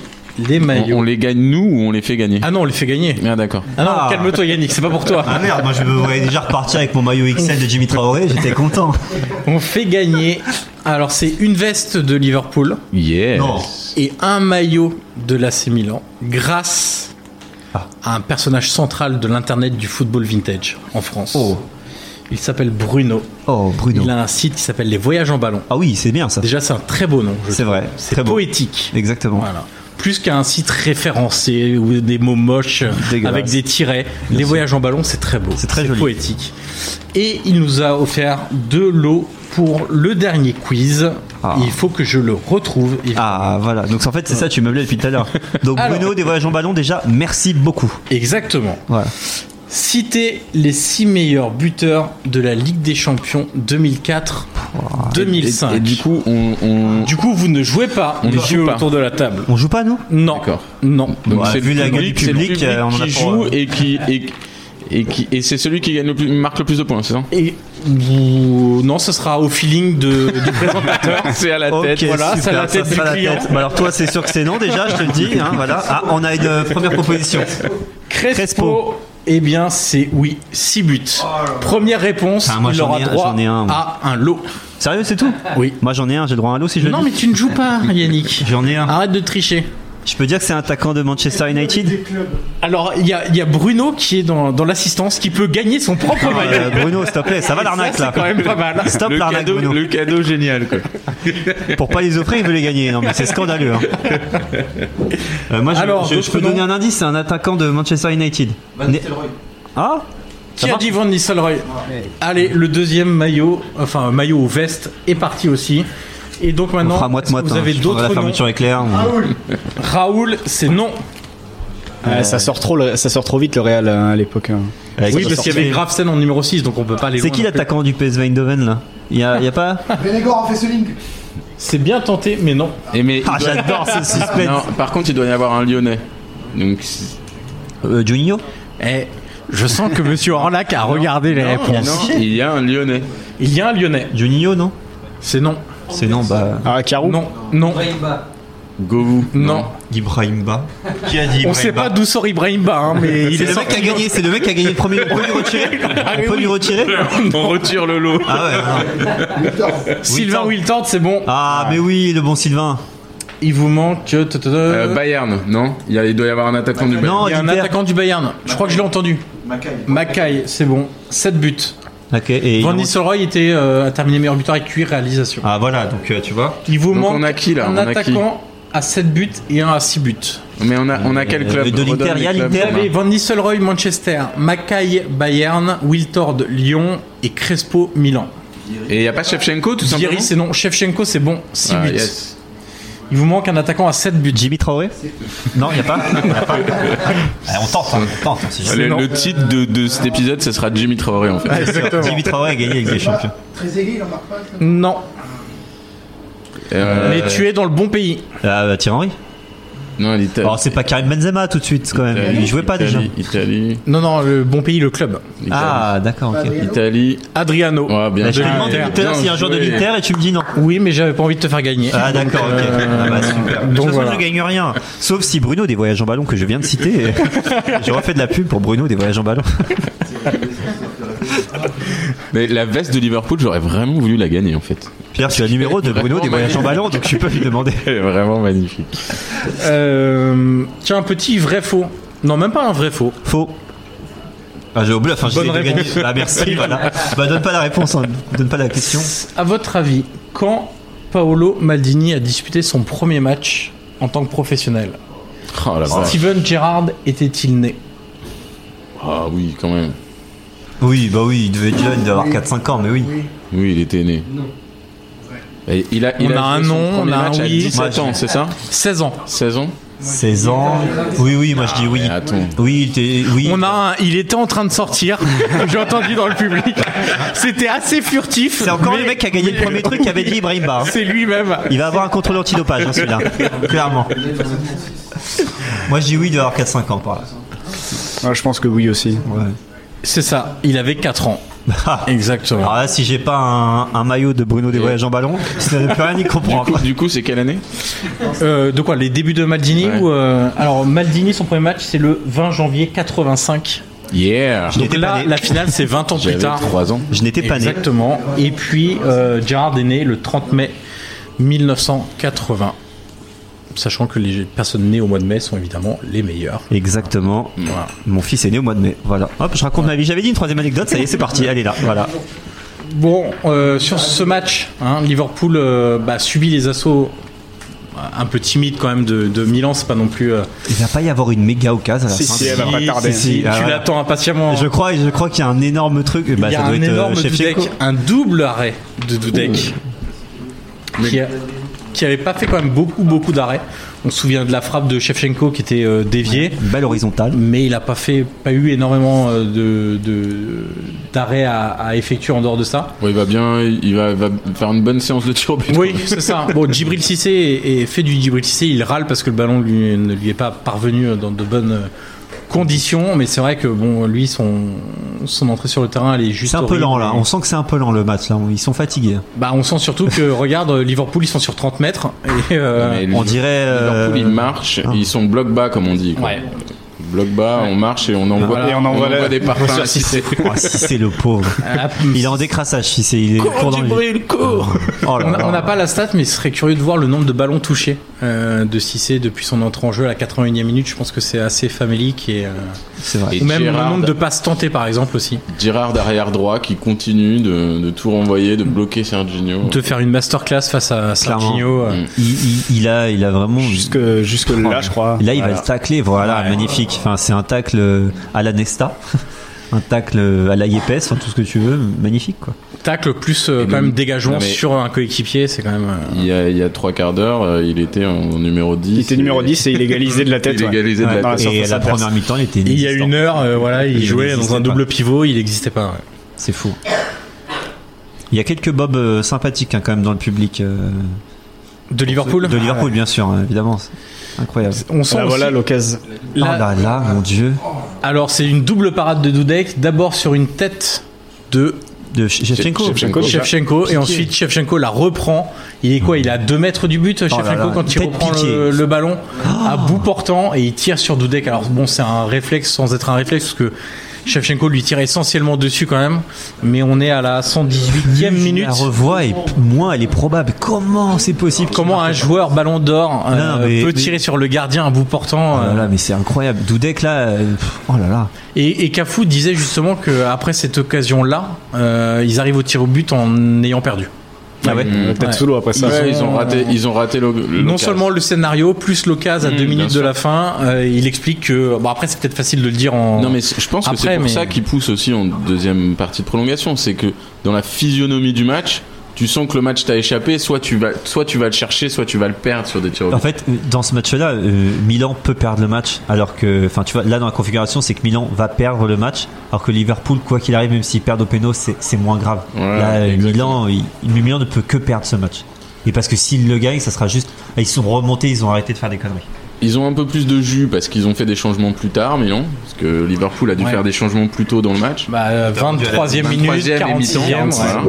C: Les
F: On,
C: maillots.
F: on les gagne nous ou on les fait gagner
C: Ah non, on les fait gagner.
F: Ah d'accord.
C: Ah non,
D: Ah.
C: calme-toi Yannick, c'est pas pour toi.
I: Ah merde, moi je me voyais déjà repartir avec mon maillot XL de Jimmy Traoré, j'étais content.
C: On fait gagner. Alors, c'est une veste de Liverpool
F: Yeah.
I: Non.
C: et un maillot de l'AC Milan grâce à un personnage central de l'internet du football vintage en France. Il s'appelle Bruno.
D: Oh, Bruno.
C: Il a un site qui s'appelle Les Voyages en ballon.
D: Ah oui, c'est bien ça.
C: Déjà, c'est un très beau nom. je
D: C'est
C: trouve.
D: vrai,
C: C'est
D: très beau.
C: poétique.
D: Exactement.
C: Voilà. Plus qu'un site référencé ou des mots moches
D: Dégueulasse.
C: avec des tirets. les voyages en ballon, c'est très beau.
D: C'est très joli.
C: poétique. Et il nous a offert deux lots pour le dernier quiz.
D: Ah.
C: Il faut que je le retrouve. évidemment.
D: Ah voilà, donc en fait c'est ça, tu me depuis tout à l'heure. Donc
C: Alors.
D: Bruno des voyages en ballon déjà, merci beaucoup.
C: Exactement.
D: Voilà.
C: Citez les six meilleurs buteurs de la Ligue des Champions 2004-2005.
F: Et, et du coup, on. on-
C: Du coup, vous ne jouez pas,
F: On ne
C: messieurs,
F: joue pas.
C: autour de la table.
D: On joue pas nous
C: Non.
F: D'accord.
C: Non.
F: Donc
I: Ouais,
F: c'est
I: vu
F: le
I: la gueule
F: public,
I: du
F: c'est le
I: public,
F: public
I: euh, on en a
F: qui
I: pour,
F: joue et qui et, et qui et c'est celui qui gagne le plus, marque le plus de points, c'est ça
C: Et vous... Non, ce sera au feeling de,
D: *laughs*
C: du présentateur.
F: C'est à la
D: Ok,
F: tête.
C: voilà,
D: super,
C: ça a la tête
D: ça
C: du
D: sera la
C: client.
D: tête. Bah alors toi c'est sûr que c'est non déjà, je te le dis. hein, voilà. Ah, on a une euh, première proposition.
C: Crespo.
D: Crespo.
C: Eh bien, c'est oui, 6 buts. Première réponse,
D: Ah, moi,
C: il
D: j'en
C: aura
D: ai un,
C: droit
D: j'en ai un, moi.
C: à un lot.
D: Sérieux c'est tout
C: Oui.
D: Moi j'en ai un, j'ai le droit à un lot si je le
C: Non,
D: dis.
C: mais tu ne joues pas,
D: *laughs*
C: Yannick.
D: J'en ai un.
C: Arrête de tricher.
D: Je peux dire que c'est un attaquant de Manchester United
C: Alors, il y a, il y a Bruno qui est dans, dans l'assistance, qui peut gagner son propre
D: Euh,
C: maillot.
D: Bruno s'il te plaît, ça va l'arnaque
C: Ça,
D: là.
C: c'est quand même pas mal.
D: Stop
F: le
D: l'arnaque
F: cadeau,
D: Bruno.
F: le cadeau génial quoi.
D: Pour pas les offrir il veut les gagner. Non mais c'est scandaleux. hein. Euh, moi je,
C: Alors,
D: je- je
C: d'autres
D: peux
C: noms
D: donner un indice, c'est un attaquant de Manchester United. Né- Ah
C: *laughs* Qui a dit Van Nistelrooy Allez, le deuxième maillot, enfin maillot ou veste, est parti aussi. Et donc
D: On
C: maintenant,
D: fera
C: est-ce que
D: moite-moite.
C: vous
D: hein.
C: avez
D: Je prendrai
C: d'autres
D: la
C: noms
D: fermeture éclair. on-
C: Raoul, c'est non.
E: Ouais, ça, sort trop, le- ça sort trop vite le Real hein, à l'époque. hein.
D: Avec
C: Oui,
D: la
C: parce qu'il y
D: sortie.
C: avait Grafsen en numéro 6, donc on peut pas aller
D: C'est
C: loin
D: qui
C: non plus.
D: l'attaquant du PSV Eindhoven là Il y a, il y a pas
J: Vénégor en fait ce link.
C: C'est bien tenté, mais non.
F: Et mais *laughs*
D: Ah, j'adore ce suspense.
F: non, par contre, il doit y avoir un Lyonnais. Donc c'est-
D: Euh, Juninho
C: Eh, je sens que monsieur Orlac a regardé les réponses.
F: non, il y a un Lyonnais.
C: Il y a un lyonnais.
D: Juninho non
C: C'est non.
D: C'est non bah
E: Ah, Carou
C: Non, non,
F: Govou.
C: non.
I: Ibrahimba. Qui a dit
C: On sait pas d'où sort Ibrahimba, hein, mais il *laughs*
I: C'est
C: est Ah,
I: le mec qui a gagné, c'est le mec qui a gagné le premier. On peut lui
C: *laughs*
I: retirer On peut lui retirer
F: *laughs* On retire le lot.
I: Ah ouais, non.
C: Sylvain
I: Wiltord.
C: Wiltord, c'est bon.
I: Ah, mais oui, le bon Sylvain.
C: Il vous manque. ta, ta, ta.
F: Euh,
C: bah,
F: Bayern, non il, y a- il doit y avoir un attaquant du Bayern.
I: Non,
C: Il y a un
I: Dieter.
C: attaquant du Bayern. Je crois que je l'ai entendu.
J: Macaille.
C: Mackay, c'est bon. 7 buts.
D: Ok et il-
C: Van Nistelrooy était euh, a terminé meilleur buteur avec 8 réalisations.
I: Ah voilà, donc euh, tu vois.
C: Il vous
F: Donc
C: manque
F: on a qui, là
C: un
F: On a qui
C: attaquant à 7 buts et un à 6 buts.
F: Mais on a, on a quel
D: Euh,
F: club
D: de l'Inter,
F: Redonne
D: il y a
F: les clubs
D: l'Inter,
F: qu'on
C: Vous
F: a.
C: avez Van Nistelrooy Manchester, Mackay Bayern, Wiltord Lyon et Crespo Milan.
F: Et il n'y a pas Shevchenko tout simplement
C: Thierry c'est non, Shevchenko c'est bon, 6
F: Ah,
C: buts.
F: yes.
C: Il vous manque un attaquant à 7 buts.
D: Jimmy Traoré
I: Non, il n'y a pas. *laughs* Y a pas. Ah, on tente, hein, on tente. hein, si jamais.
F: Le,
C: non.
F: le titre de, de cet épisode, ce sera Jimmy Traoré en fait.
D: *laughs*
I: Jimmy Traoré a gagné avec des champions.
J: Très aiguë, il en marque pas. ça.
C: Non,
F: Euh,
C: mais tu es dans le bon pays.
D: Ah
I: Euh,
D: bah Thierry Henry
F: Non, l'Italie.
I: Alors,
D: Alors c'est pas Karim Benzema tout de suite quand même,
F: Euh, Italie,
D: Oh, il jouait pas déjà.
F: Italie, Italie.
C: Non non, le bon pays le club.
F: Italie.
D: Ah d'accord ok.
J: Adriano.
F: Italie.
C: Adriano.
F: Ouais, bien
D: Bah, je
F: joué.
D: te demandais tout à l'heure
F: Bien
D: s'il y a un joueur de
F: joué.
D: l'Inter et tu me dis non.
C: Oui, mais j'avais pas envie de te faire gagner.
D: Ah d'accord ok. Ah, bah, super. De toute
C: euh, donc
D: façon
C: voilà.
D: je gagne rien. Sauf si Bruno des voyages en ballon que je viens de
C: *laughs*
D: citer. je refais de la pub pour Bruno des voyages en ballon.
F: Mais la veste de Liverpool, j'aurais vraiment voulu la gagner en fait.
D: Pierre c'est le numéro de Bruno des voyages en ballon donc je peux lui demander.
F: Elle est vraiment magnifique.
C: Euh, tiens, un petit vrai faux. Non, même pas un vrai faux.
D: Faux.
I: Ah, j'ai au bluff, hein, j'essaie
C: Bonne
I: de gagner.
C: réponse.
I: Ah, merci, voilà. Bah, donne pas la réponse, hein, donne pas la question.
C: À votre avis, quand Paolo Maldini a disputé son premier match en tant que professionnel,
F: Oh
C: Ah,
F: la vache.
C: Steven Gerrard était-il né
F: Ah oui, quand même.
I: Oui, bah oui, il devait être jeune, il devait avoir 4-5 ans, mais oui.
F: Oui, il était né. Et il a, il
C: On a un
F: joué son
C: nom, on
F: premier
C: a un
F: match à
C: oui.
F: 17 ans, c'est ça
C: 16 ans.
F: 16 ans Ah,
D: 16 ans. Oui, oui, moi je dis oui.
F: Attends.
D: Oui, t'es- oui.
C: On a un- il était en train de *laughs* sortir. J'ai entendu dans le public. C'était assez furtif.
D: C'est encore
C: mais-
D: le mec qui a gagné le
C: *laughs*
D: premier truc qui avait dit hein. Ibrahim Bar.
C: C'est lui-même.
D: Il va avoir un contrôle antidopage, hein, celui-là. Clairement. Moi je dis oui, il doit avoir 4-5 ans par là.
E: Ouais, je pense que oui aussi.
C: C'est ça. Il avait 4 ans. Exactement.
D: Alors là, *laughs* si j'ai pas un, un maillot de Bruno des Voyages en ballon, ça ne peut rien y
F: Du
D: comprendre.
F: coup, du coup, c'est quelle année
C: Euh, de quoi Les débuts de Maldini
F: Ouais.
C: ou euh, Alors Maldini, son premier match, c'est le 20 janvier 85.
F: Yeah
D: Je
C: Donc
D: n'étais pas
C: là,
D: né.
C: la finale, c'est 20 ans plus
F: J'avais
C: tard.
F: 3 ans.
D: Je n'étais pas né.
C: Exactement. Et puis, euh, Gerrard est né le 30 mai 1980. Sachant que les personnes nées au mois de mai sont évidemment les meilleures.
D: Exactement.
C: Voilà.
D: Mon fils est né au mois de mai. Voilà. Hop, je raconte ma vie. J'avais dit une troisième anecdote. Ça y est, c'est parti. Elle est là. Voilà.
C: Bon, euh, sur ce match, hein, Liverpool euh, bah, subit les assauts euh, un peu timides quand même de, de Milan. C'est pas non plus. euh,
D: Il va pas y avoir une méga occasion à la
E: Si,
D: fin.
E: si, elle va pas
C: si,
E: tarder.
C: si, si,
D: Ah,
C: tu
D: voilà.
C: l'attends impatiemment.
D: Je crois, je crois qu'il y a un énorme truc. Bah,
C: Il y a
D: ça doit
C: un
D: être, euh,
C: énorme Dudek,
D: Shevchenko.
C: un double arrêt de Dudek, qui, a- qui avait pas fait quand même beaucoup beaucoup d'arrêts. On se souvient de la frappe de Shevchenko qui était euh, déviée,
D: Une belle horizontale.
C: mais il n'a pas fait, pas eu énormément euh, de de- d'arrêts à, à effectuer en dehors de ça.
F: Ouais, il va bien, il va, va faire une bonne séance de tir au but.
C: Oui, c'est ça. *laughs* Bon, Djibril Cissé est- est fait du Djibril Cissé, il râle parce que le ballon lui- ne lui est pas parvenu dans de bonnes conditions, mais c'est vrai que bon, lui son son entrée sur le terrain, elle est juste
D: C'est un peu
C: horrible.
D: lent là. On sent que c'est un peu lent le match là. Ils sont fatigués.
C: Bah, on sent surtout que, *laughs* regarde, Liverpool, ils sont sur 30 mètres. Et, euh, ah.
F: Mais
D: On dirait. euh,
F: Liverpool, ils marchent, et ils sont bloc bas, comme on dit. quoi.
C: Ouais.
F: Bloc bas, on marche et on envoie,
E: Et on envoie le-
F: des parfums.
C: *laughs*
F: à Cissé.
D: *laughs* oh, si c'est le pauvre.
C: Ah,
D: Il est en décrassage. Si c'est. Il est court dans le Oh là
C: on a-
D: là.
C: on n'a pas la stat, mais ce serait curieux de voir le nombre de ballons touchés euh, de Cissé depuis son entrée en jeu à la 81e minute. Je pense que c'est assez famélique. Et, euh,
D: C'est vrai.
F: Et
C: ou même
F: Gérard-
C: le nombre de passes tentées, par exemple, aussi.
F: Girard arrière droit qui continue de, de tout renvoyer, de bloquer Serginho.
C: De faire une masterclass face à
D: Clairement.
C: Sergio. euh,
D: Il, il- il a, il a vraiment.
E: Jusque, jusque là, je crois.
D: Là, il
E: Voilà.
D: va le tacler, voilà, magnifique. Enfin, c'est un tacle euh, à la Nesta, *laughs* un tacle euh, à la Yepes, enfin, tout ce que tu veux, magnifique quoi.
C: Tacle plus euh,
F: Et
C: quand
F: le-
C: même dégagement
F: Non, mais- Mm.
C: sur un coéquipier, c'est quand même. euh,
F: Il y, a, il y a trois quarts d'heure, euh, il était en numéro 10.
E: Il était numéro 10 et il égalisait de la tête.
F: Il
E: ouais.
F: égalisait de la
E: Ouais,
F: tête.
E: dans
D: Et à
E: surface
D: la
E: adverse.
D: première mi-temps, il était. hein.
C: Il y a
D: inexistant.
C: une heure, euh, voilà, il,
D: Il
C: jouait dans
D: n'existait
C: un
D: pas.
C: double pivot, il n'existait pas. ouais.
D: C'est fou. Il y a quelques bobs euh, sympathiques hein, quand même dans le public euh,
C: De Liverpool Ah,
D: de Liverpool, bien sûr, hein, évidemment. C'est Incroyable.
C: On sent
E: Là, Bah, voilà
C: aussi-
E: l'occasion.
D: Oh
C: la-
D: là là, mon dieu.
C: Alors c'est une double parade de Dudek, d'abord sur une tête de
D: De Sh- Shevchenko.
F: Shevchenko.
E: Déjà.
C: Shevchenko et
E: Piqué.
C: ensuite Shevchenko la reprend. Il est quoi Il est à 2 mètres du but Shevchenko
D: Oh là là,
C: quand il
D: tête
C: reprend
D: piquée. Oh.
C: le, le ballon à bout portant et il tire sur Dudek. Alors bon c'est un réflexe sans être un réflexe parce que Shevchenko lui tire essentiellement dessus quand même. Mais on est à la 118e
D: Je
C: minute.
D: la revois et p- moins elle est probable. Comment c'est possible qu'il
C: Comment
D: marque
C: un
D: pas
C: joueur ballon d'or euh,
D: Non, non, mais-
C: peut
D: mais-
C: tirer sur le gardien à bout portant
D: Oh là
C: euh,
D: là, mais c'est incroyable. Doudek là, euh, pff, oh là là.
C: Et, et Cafu disait justement que après cette occasion-là, euh, ils arrivent au tir au but en ayant perdu.
D: Ah ouais.
F: Mm.
E: Peut-être
C: Ouais.
E: sous l'eau après ça.
F: Ouais,
C: ont-
F: ils ont raté, ils ont raté le, le
C: Non
F: local.
C: seulement le scénario, plus l'occasion à
F: Mm,
C: deux
F: bien
C: minutes de
F: sûr.
C: la fin, euh, il explique que. Bon, après, c'est peut-être facile de le dire en.
F: Non mais c- je pense que c'est
C: Après,
F: pour
C: mais-
F: ça qu'il pousse aussi en deuxième partie de prolongation, c'est que dans la physionomie du match, tu sens que le match t'a échappé, soit tu vas, soit tu vas le chercher, soit tu vas le perdre sur des tirs au
D: En
F: but.
D: fait, euh, dans ce match-là, euh, Milan peut perdre le match, alors que, enfin, tu vois, là dans la configuration, c'est que Milan va perdre le match, alors que Liverpool, quoi qu'il arrive, même s'ils perdent au péno, c'est c'est moins grave.
F: Ouais,
D: là, euh,
F: exactement.
D: Milan, il- le Milan ne peut que perdre ce match. Et parce que s'ils le gagnent, ça sera juste, ah, ils sont remontés, ils ont arrêté de faire des conneries.
F: Ils ont un peu plus de jus parce qu'ils ont fait des changements plus tard, mais non, parce que Liverpool a dû
C: Ouais.
F: faire des changements plus tôt dans le match.
C: Bah, euh, 23e minute,
F: 23e et mi-temps,
C: 46e. ouais.
F: voilà.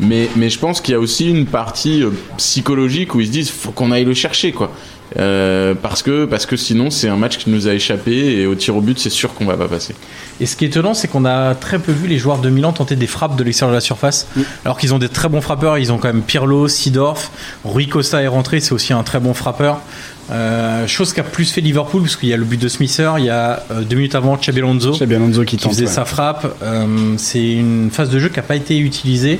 F: mais, mais je pense qu'il y a aussi une partie euh, psychologique où ils se disent faut qu'on aille le chercher quoi. Euh, parce que parce que sinon c'est un match qui nous a échappé et au tir au but c'est sûr qu'on va pas passer.
C: Et ce qui est étonnant, c'est qu'on a très peu vu les joueurs de Milan tenter des frappes de l'extérieur de la surface,
F: Mmh.
C: alors qu'ils ont des très bons frappeurs. Ils ont quand même Pirlo, Sidorf, Rui Costa est rentré, c'est aussi un très bon frappeur. Euh, chose qu'a plus fait Liverpool, parce qu'il y a le but de Smither, il y a euh, deux minutes avant Xabi Alonso
E: C'est bien Alonso qui
C: qui
E: tente.
C: faisait
E: ouais.
C: sa frappe. Euh, c'est une phase de jeu qui n'a pas été utilisée,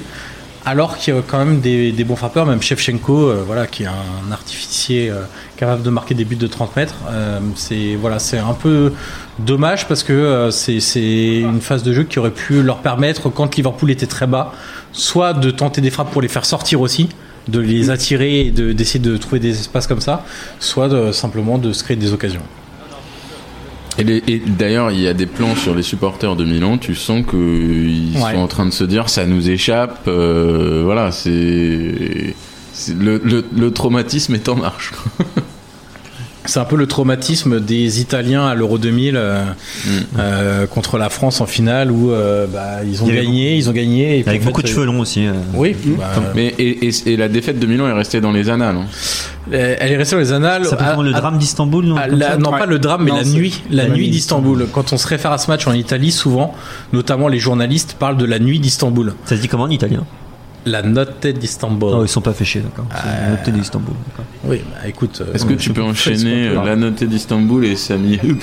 C: alors qu'il y a quand même des, des bons frappeurs, même Shevchenko, euh, voilà, qui est un artificier euh, capable de marquer des buts de 30 mètres. Euh, c'est voilà, c'est un peu dommage parce que euh, c'est c'est une phase de jeu qui aurait pu leur permettre, quand Liverpool était très bas, soit de tenter des frappes pour les faire sortir aussi. de les attirer et de- d'essayer de, trouver des espaces comme ça, soit de- simplement de se créer des occasions.
F: Et, les- et d'ailleurs, il y a des plans sur les supporters de Milan. Tu sens qu'ils
C: Ouais.
F: sont en train de se dire, ça nous échappe. euh, voilà, c'est c'est- le, le- le traumatisme est en marche. quoi.
C: C'est un peu le traumatisme des Italiens à l'Euro 2000 euh,
F: Mm.
C: euh, contre la France en finale où euh, bah, ils ont
D: Il y avait
C: gagné, ils ont gagné. et puis,
D: Avec
C: en fait,
D: beaucoup de
C: euh,
D: cheveux longs aussi. euh.
C: Oui, bah,
F: Mais et, et- et la défaite de Milan est restée dans les annales. hein.
C: euh, elle est restée dans les annales.
D: Ça peut
C: à-
D: prendre le
C: à-
D: drame d'Istanbul, non
C: Ah,
D: comme
C: la-
D: ça
C: non,
E: Ouais.
C: pas le drame, mais
D: Non,
C: la
D: c'est-
C: nuit, la
D: la
C: nuit
D: nuit
C: d'Istanbul. Quand on se réfère à ce match en Italie, souvent, notamment les journalistes parlent de la nuit d'Istanbul,
D: Ça se dit comment en italien
C: la notte d'Istanbul.
D: Non, ils sont pas fait chier, d'accord.
C: Euh,
D: C'est noté d'Istanbul. d'accord.
C: Oui, bah, écoute, euh,
F: Est-ce que tu peux enchaîner
C: c'est pas
F: euh, la notée d'Istanbul et Sami Hüb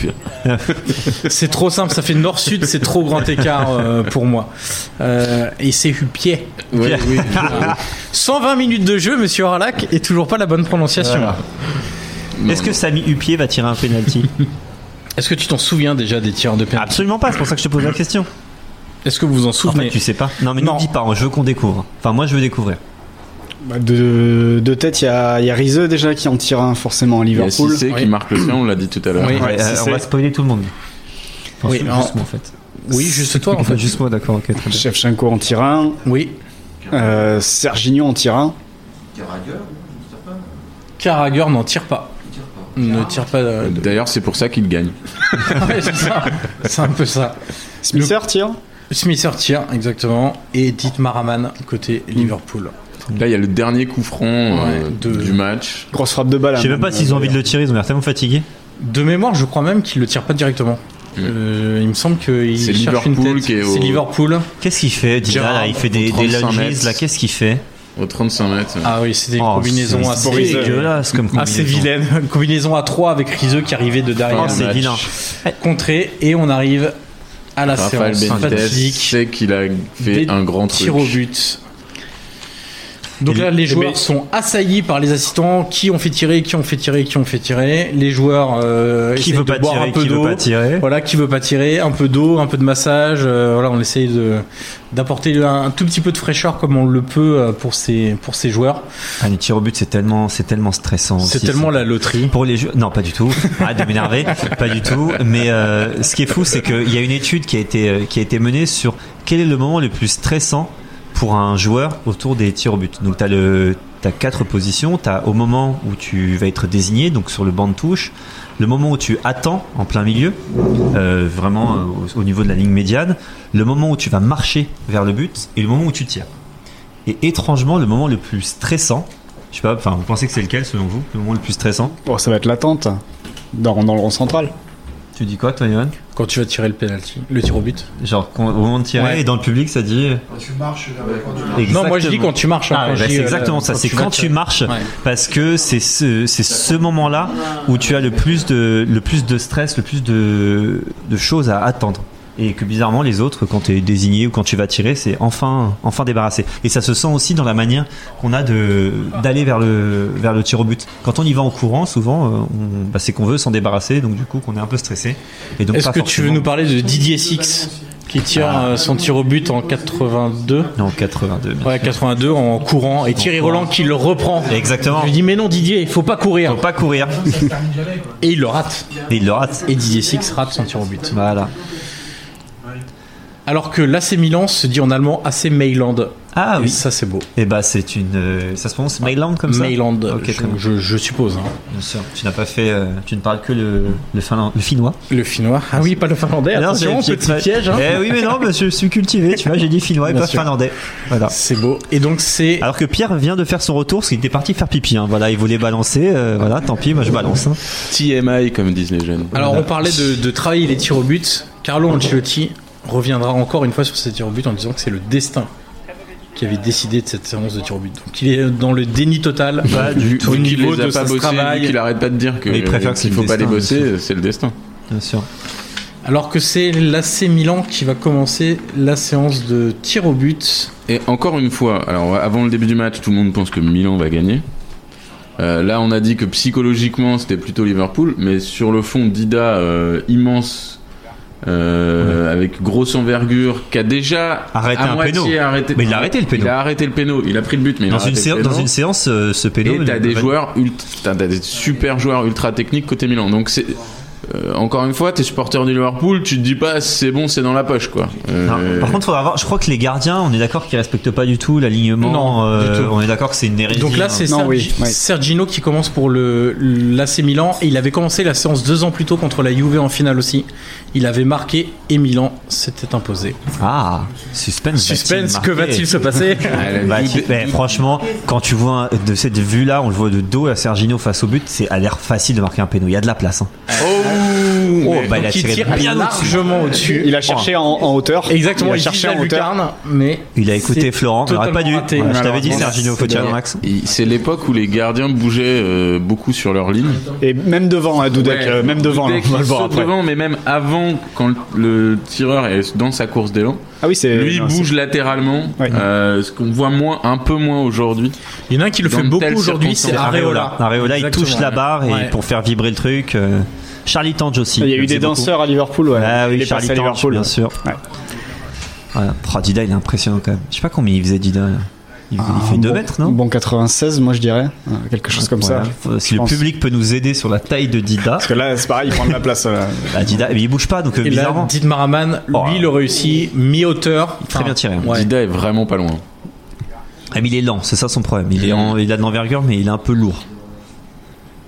C: c'est trop simple, ça fait nord-sud, c'est trop grand écart euh, pour moi. Euh, et c'est Hupier.
F: Ouais, *laughs* oui.
C: 120 minutes de jeu, monsieur Harlac, et toujours pas la bonne prononciation.
F: Non,
D: Est-ce que Samy Hupier va tirer
C: *laughs*
D: un penalty
C: Est-ce que tu t'en souviens déjà des tirs de pénalty
D: Absolument pas, c'est pour ça que je te pose la question.
C: Est-ce que vous vous en
D: En
C: souvenez
D: fait, tu sais pas. Non, mais ne
C: Non.
D: dis pas, hein, je veux qu'on découvre. Enfin, moi, je veux découvrir.
E: Bah, de, de tête, il y a, il y a Rizeux déjà qui en tire un forcément à
F: Il y a
E: Liverpool.
F: Cissé
C: Oui.
F: qui marque le sien, on l'a dit tout à l'heure.
C: Oui.
D: Ouais,
E: si
D: euh, on
E: c'est-
D: va spoiler tout le monde. Enfin,
C: Oui,
D: juste
C: en-
D: moi, en fait.
C: Oui, juste toi en
D: Enfin,
C: fait.
D: juste moi, d'accord, ok, très bien.
E: Shevchenko en tire un,
C: Oui.
E: euh, Serginho en tire un.
C: Carragher n'en tire pas. Ne tire pas. euh, de-
F: D'ailleurs, c'est pour ça qu'il gagne.
C: Ouais, *laughs* c'est ça. C'est un peu ça.
E: Smither tire
C: Smith tire, exactement. Et Dietmar Hamann, côté
D: Mm.
C: Liverpool.
F: Là, il y a le dernier coup franc euh,
C: Ouais, de-
F: du match.
E: Grosse frappe de
C: Ah,
E: balle. hein.
D: Je sais même pas s'ils ont envie de le tirer, ils ont l'air tellement fatigués.
C: De mémoire, je crois même qu'il le tire pas directement.
F: Mm.
C: Euh, il me semble qu'il
F: C'est
C: cherche une
F: Liverpool
C: tête.
F: qui est au-
C: C'est Liverpool.
D: Qu'est-ce qu'il fait, Dida
F: Gérard,
D: là, Il fait des,
F: au
D: des
F: 35
D: lunges,
F: mètres.
D: là, qu'est-ce qu'il fait
F: Au 35 mètres.
C: Ah oui, c'était une
D: Oh,
C: combinaison
D: c'est-
C: assez, euh,
D: C'est dégueulasse comme
C: assez
D: combinaison.
C: vilaine. Une combinaison à 3 avec Rizeux qui arrivait de derrière.
D: Oh, c'est
F: match.
D: vilain.
C: Contré. Et on arrive à la
F: Raphaël
C: séance
F: Benitez
C: fatidique.
F: sait qu'il a fait
C: Des
F: un grand truc.
C: Tir au but. Donc
D: Et
C: là,
D: le-
C: les
D: eh
C: joueurs
D: ben-
C: sont assaillis par les assistants qui ont fait tirer, qui ont fait tirer, qui ont fait tirer. Les joueurs euh,
D: Qui
C: essayent
D: veut
C: de
D: pas
C: boire
D: tirer
C: un peu
D: Qui veut
C: d'eau.
D: pas tirer
C: Voilà, qui veut pas tirer, un peu d'eau, un peu de massage. euh, voilà, on essaye de d'apporter un tout petit peu de fraîcheur comme on le peut euh, pour ces pour ces joueurs.
D: Ah, les tirs au but, c'est tellement, c'est tellement stressant.
C: C'est
D: aussi,
C: tellement
D: ça.
C: la loterie.
D: Pour les jeux, non, pas du tout. Arrête de m'énerver, pas du tout. Mais euh, ce qui est fou, c'est qu'il y a une étude qui a été euh, qui a été menée sur quel est le moment le plus stressant pour un joueur autour des tirs au but. Donc t'as le t'as quatre positions. T'as au moment où tu vas être désigné, donc sur le banc de touche, le moment où tu attends en plein milieu, euh, vraiment euh, au, au niveau de la ligne médiane, le moment où tu vas marcher vers le but et le moment où tu tires. Et étrangement, le moment le plus stressant. Je sais pas, enfin, vous pensez que c'est lequel selon vous Le moment le plus stressant
E: Bon, Oh, ça va être l'attente hein. dans, dans le rond central.
D: Tu dis quoi, toi, Johan
C: Quand tu vas tirer le penalty, le tir au but.
D: Genre, quand- au moment de tirer,
C: Ouais.
D: et dans le public, ça dit. euh,
K: Tu marches vers le coin du
C: Non, moi je dis quand tu marches. hein,
D: Ah,
C: quand
D: ouais,
C: je
D: bah,
C: dis,
D: c'est
C: euh,
D: exactement ça, c'est
C: vas
D: quand tu
C: tirer.
D: marches,
C: Ouais.
D: parce que c'est ce, c'est ce moment-là où tu as le plus de, le plus de stress, le plus de, de choses à attendre. Et que bizarrement, les autres, quand tu es désigné ou quand tu vas tirer, c'est enfin, enfin débarrassé. Et ça se sent aussi dans la manière qu'on a de, d'aller vers le, vers le tir au but. Quand on y va en courant, souvent, euh, on- bah, c'est qu'on veut s'en débarrasser, donc du coup, qu'on est un peu stressé. Et donc,
C: Est-ce
D: pas
C: que tu veux
D: forcément-
C: nous parler de Didier Six qui tire euh, son tir au but en 82
D: Non, 82. bien
C: Ouais, 82 en courant et Thierry Roland qui le reprend.
D: Exactement.
C: Je lui dis mais non Didier, il faut pas courir
D: Faut
C: *laughs*
D: pas courir.
C: et il le rate.
D: Et il le rate.
C: Et Didier Six rate son tir au but.
D: Voilà.
C: Alors que l'AC Milan se dit en allemand AC Mailand.
D: Ah
C: Et
D: oui.
C: ça c'est beau.
D: Et bah c'est une. euh, ça se prononce Mailand comme ça
C: Mailand,
D: Ok,
C: je,
D: très bien.
C: je- je suppose. hein.
D: Bien sûr. Tu n'as pas fait. euh, tu ne parles que le, le, finland- le finnois.
C: Le finnois. Ah oui, pas le finlandais.
D: Non,
C: Attention,
D: j'ai- j'ai-
C: petit piège. hein.
D: Eh oui, mais non, mais je suis cultivé, tu vois, j'ai dit finnois et
C: Bien
D: pas
C: sûr.
D: finlandais. Voilà.
C: C'est beau. Et donc c'est
D: Alors que Pierre vient de faire son retour, parce qu'il était parti faire pipi. hein. Voilà, il voulait balancer. euh, voilà, tant pis, moi je balance. hein.
F: TMI, comme disent les jeunes.
C: Alors on parlait de, de travailler les tirs au but. Carlo Ancelotti reviendra encore une fois sur ces tirs au but en disant que c'est le destin qui avait décidé de cette séance de tirs au but. Donc il est dans le déni total
D: Pas du
F: Vu
C: au
F: qu'il
C: niveau
F: les a
C: de
F: pas
C: son
F: bossés, vu qu'il
C: travail.
F: arrête pas de dire que
D: Mais il préfère que c'est
F: qu'il
D: le
F: faut pas les
D: destin, bien
F: bosser, c'est le destin.
D: Bien sûr.
C: Alors que c'est l'AC Milan qui va commencer la séance de tirs au but.
F: Et encore une fois, alors avant le début du match, tout le monde pense que Milan va gagner. Euh, là, on a dit que psychologiquement, c'était plutôt Liverpool, mais sur le fond, Dida euh, immense euh, avec grosse envergure, qui a déjà
D: Arrêté
F: à
D: un
F: moitié
D: péno.
F: arrêté.
D: Mais il a arrêté le péno.
F: Il a arrêté le péno. Il a pris le but, mais il
D: Dans,
F: a arrêté
D: une
F: le
D: séance,
F: péno.
D: dans une séance, euh, ce pédo.
F: Et t'as
D: le-
F: des joueurs ultra, t'as des super joueurs ultra techniques côté Milan. Donc c'est euh, encore une fois, t'es supporter du Liverpool, tu te dis pas c'est bon, c'est dans la poche quoi. Euh,
D: Non, Par contre, faudra avoir, je crois que les gardiens, on est d'accord qu'ils respectent pas du tout l'alignement.
C: Non,
D: euh,
C: du tout.
D: On est d'accord que c'est une hérésie.
C: Donc là,
D: hein.
C: c'est
E: Non,
C: Sergi-
E: oui, oui.
C: Sergino qui commence pour le l'AC Milan. Et il avait commencé la séance deux ans plus tôt contre la Juve en finale aussi. Il avait marqué et Milan s'était imposé.
D: Ah, suspense.
C: Suspense,
D: va-t-il
C: que
D: marquer
C: va-t-il se
D: *laughs*
C: passer
F: elle a
D: Bah,
F: dû-
D: tu- mais franchement, quand tu vois un- de cette vue-là, on le voit de dos à Sergino face au but, c'est à l'air facile de marquer un péno. Il y a de la place. hein.
F: Oh,
D: Oh,
F: mais-
D: bah, il a
C: Qui
D: tiré
C: tire
D: bien au-dessus.
C: largement au-dessus. Oh.
E: Il a cherché en, en hauteur.
C: Exactement,
E: il a
C: il,
E: cherché
C: cherchait
E: en
C: la
E: hauteur.
C: lucarne, mais
D: Il a écouté
C: c'est
D: Florent, il aurait
C: totalement
D: pas dû.
C: raté.
D: Ouais, je t'avais dit,
F: Malheureusement,
D: Sergino, faut
F: c'est-
D: tirer, Max.
F: il- C'est l'époque où les gardiens bougeaient euh, beaucoup sur leur ligne.
E: Et même devant, hein, Dudek,
F: Ouais,
E: euh, même devant, là,
F: Dudek,
E: on va le
F: il
E: voir
F: saute
E: après.
F: devant, mais même avant, quand le tireur est dans sa course d'élan,
E: Ah oui, c'est.
F: lui
E: non, c'est-
F: bouge latéralement,
E: Ouais.
F: euh, ce qu'on voit moins, un peu moins aujourd'hui.
C: il y en a un qui le
F: Dans
C: fait
F: de
C: beaucoup
F: telles
C: aujourd'hui, c'est
F: circonstances.
C: Areola.
D: Areola, il touche la barre et
C: Ouais.
D: pour faire vibrer le truc. euh, Charlie Tange aussi.
E: Il y a eu
D: le
E: des
D: faisait beaucoup.
E: danseurs à Liverpool, ouais.
D: Ah
E: il
D: oui,
E: est
D: Charlie
E: passé à
D: Tange,
E: Liverpool.
D: bien sûr.
E: Ouais.
D: Voilà. Oh, Dida, il est impressionnant quand même. Je sais pas combien il faisait Dida. là. Il, il fait 2
E: Ah, bon,
D: mètres, non Ah,
E: Bon 96, moi je dirais. Euh, Quelque chose comme
D: Voilà.
E: ça.
D: Faut- Si le
E: pense.
D: public peut nous aider sur la taille de Dida,
E: Parce que là, c'est pareil, il prend de la place. euh,
D: bah, Dida, mais il bouge pas, donc euh,
C: Et là,
D: bizarrement.
C: Dietmar Hamann,
D: Oh.
C: lui, le réussit mi-hauteur.
D: Très bien tiré.
C: Ouais.
F: Dida est vraiment pas loin.
D: Ah, mais il est lent, c'est ça son problème. Il, est en- il a de l'envergure, mais il est un peu lourd.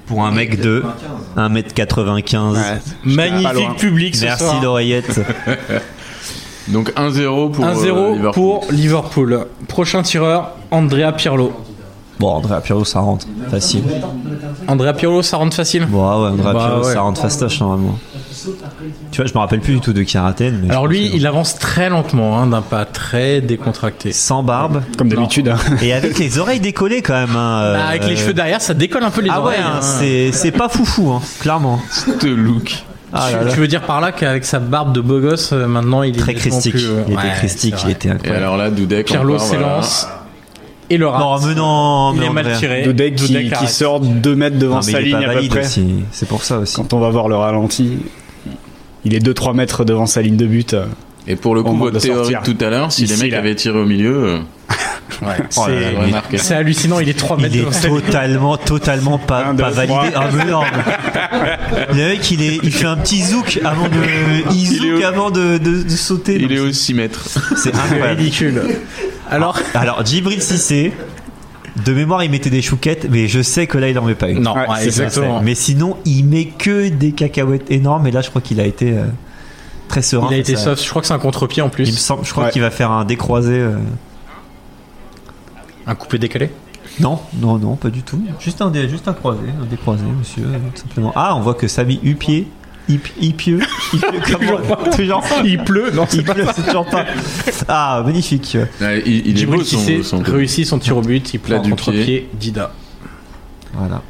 D: Pour un mec de 1m95.
E: ouais. Pas loin.
C: Magnifique public ce
D: Merci
C: soir. *laughs*
D: l'oreillette.
F: Donc 1-0 pour euh,
C: 1-0
F: Liverpool.
C: pour Liverpool. Prochain tireur, Andrea Pirlo.
D: Bon, Andrea Pirlo, ça rentre. Facile.
C: Andrea Pirlo, ça rentre facile
D: Bon, ah ouais, Andrea
C: Bah,
D: Pirlo,
C: ouais.
D: ça rentre fastoche normalement. Tu vois, je me rappelle plus du tout de qui à Athènes, mais
C: Alors
D: je pense
C: lui,
D: que-
C: il avance très lentement, hein, d'un pas très décontracté.
D: Sans barbe
E: Comme d'habitude. hein.
D: et avec les oreilles décollées quand même. hein, euh,
C: Bah, avec les cheveux derrière, ça décolle un peu les
D: Ah ouais,
C: oreilles.
D: hein,
C: hein.
D: c'est- c'est pas foufou, hein, clairement.
F: Ce look.
D: Ah
C: Tu-
D: là là.
C: Tu veux dire par là qu'avec sa barbe de beau gosse, euh, maintenant il est
D: Très
C: nettement
D: christique.
C: plus, euh,
D: Il était
C: ouais,
D: christique,
C: c'est
D: il
C: vrai.
D: était
F: Et
D: incroyable.
F: alors là, Dudek.
C: Pirlo
F: encore, voilà.
C: s'élance et le
D: Non,
C: rate.
D: mais non,
C: Il
D: mais
C: est mal
D: Andrea.
C: tiré.
E: Dudek qui,
C: Dudek
E: qui
C: arrête.
E: sort 2 mètres devant
D: Non, mais
E: sa
D: il est
E: ligne
D: pas
E: à peu
D: valide Oh
E: près.
D: aussi. C'est pour ça aussi.
E: Quand on va voir le ralenti, il est 2-3 mètres devant sa ligne de *laughs* but. euh.
F: Et pour le
E: Au
F: coup,
E: moment
F: votre
E: de
F: théorie
E: sortir.
F: de tout à l'heure, si les
E: Ici,
F: mecs
E: là.
F: avaient tiré au milieu, euh,
D: Oh là là,
C: C'est-
D: mais
F: remarqué.
C: C'est hallucinant, il est 3 mètres
D: il
C: devant
D: est
C: sa ligne.
D: totalement, totalement pas,
E: Un,
D: pas
E: deux,
D: validé. Ah, mais non, *laughs* mais- Le mec, il, est, il fait un petit zouk avant de, il
F: Il est
D: zouk
F: au-
D: avant de, de- de sauter.
F: il est
D: Donc,
F: au 6 mètres.
D: C'est incroyable.
C: Ridicule. Alors,
D: Alors, Djibril Cissé, de mémoire, il mettait des chouquettes, mais je sais que là, il en met pas une.
C: non,
E: Ouais,
C: ouais,
E: c'est ça,
C: exactement.
D: Mais sinon, il met que des cacahuètes énormes. Et là, je crois qu'il a été euh, très serein.
C: Il a été
D: Ça-
C: soft, je crois que c'est un contre-pied en
D: Il me
C: plus.
D: semble, je crois
E: Ouais.
D: qu'il va faire un décroisé. euh,
C: Un coupé décalé.
D: Non, non, non, pas du tout. Juste un, dé- juste un croisé, un décroisé, monsieur, euh, tout simplement. Ah, on voit que Samy Hupier, Hip, Hipieux, *laughs* Hipieux, comment- toujours pas.
C: Il pleut, non,
D: Il pleut, c'est toujours pas. Ah, magnifique.
F: Ouais, il, il est
C: Djibril
F: beau son,
C: Cissé
F: son-
C: réussit son tir au but, il prend
F: Plat
C: un
F: du
C: contre-pied Dida.
D: Voilà.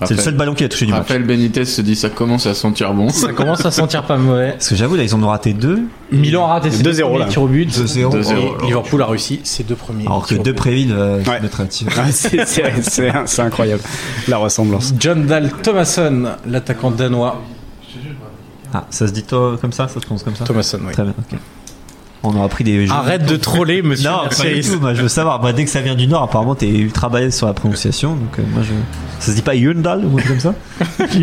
D: C'est
F: Raphaël-
D: le seul ballon qui a touché du match.
F: Raphaël Benitez se dit ça commence à sentir bon.
C: Ça commence à sentir pas mauvais.
D: Parce que j'avoue, là, ils en ont raté deux.
C: Milan a raté ses
E: 2-0 là.
C: tirs au but.
D: 2-0.
F: 2-0,
C: Et Liverpool a réussi ses deux premiers.
D: Alors que
C: tirs au but.
D: Depréville euh, se
E: Ouais.
D: mettrait un petit-
E: Ah, c'est- c'est c'est- c'est incroyable, la ressemblance.
C: John Dahl Thomasson, l'attaquant danois.
D: Ah, ça se dit toi, comme ça Ça se prononce comme ça
C: Thomasson, oui.
D: Très bien, ok. On aura pris des jeux.
C: Arrête de troller, monsieur
D: Non, pas du
C: Mercedes.
D: tout. Moi, je veux savoir. Moi, dès que ça vient du Nord, apparemment, t'es ultra balèze sur la prononciation. Donc, euh, moi, je. Ça se dit pas Yundal ou un truc
C: *laughs*
D: comme ça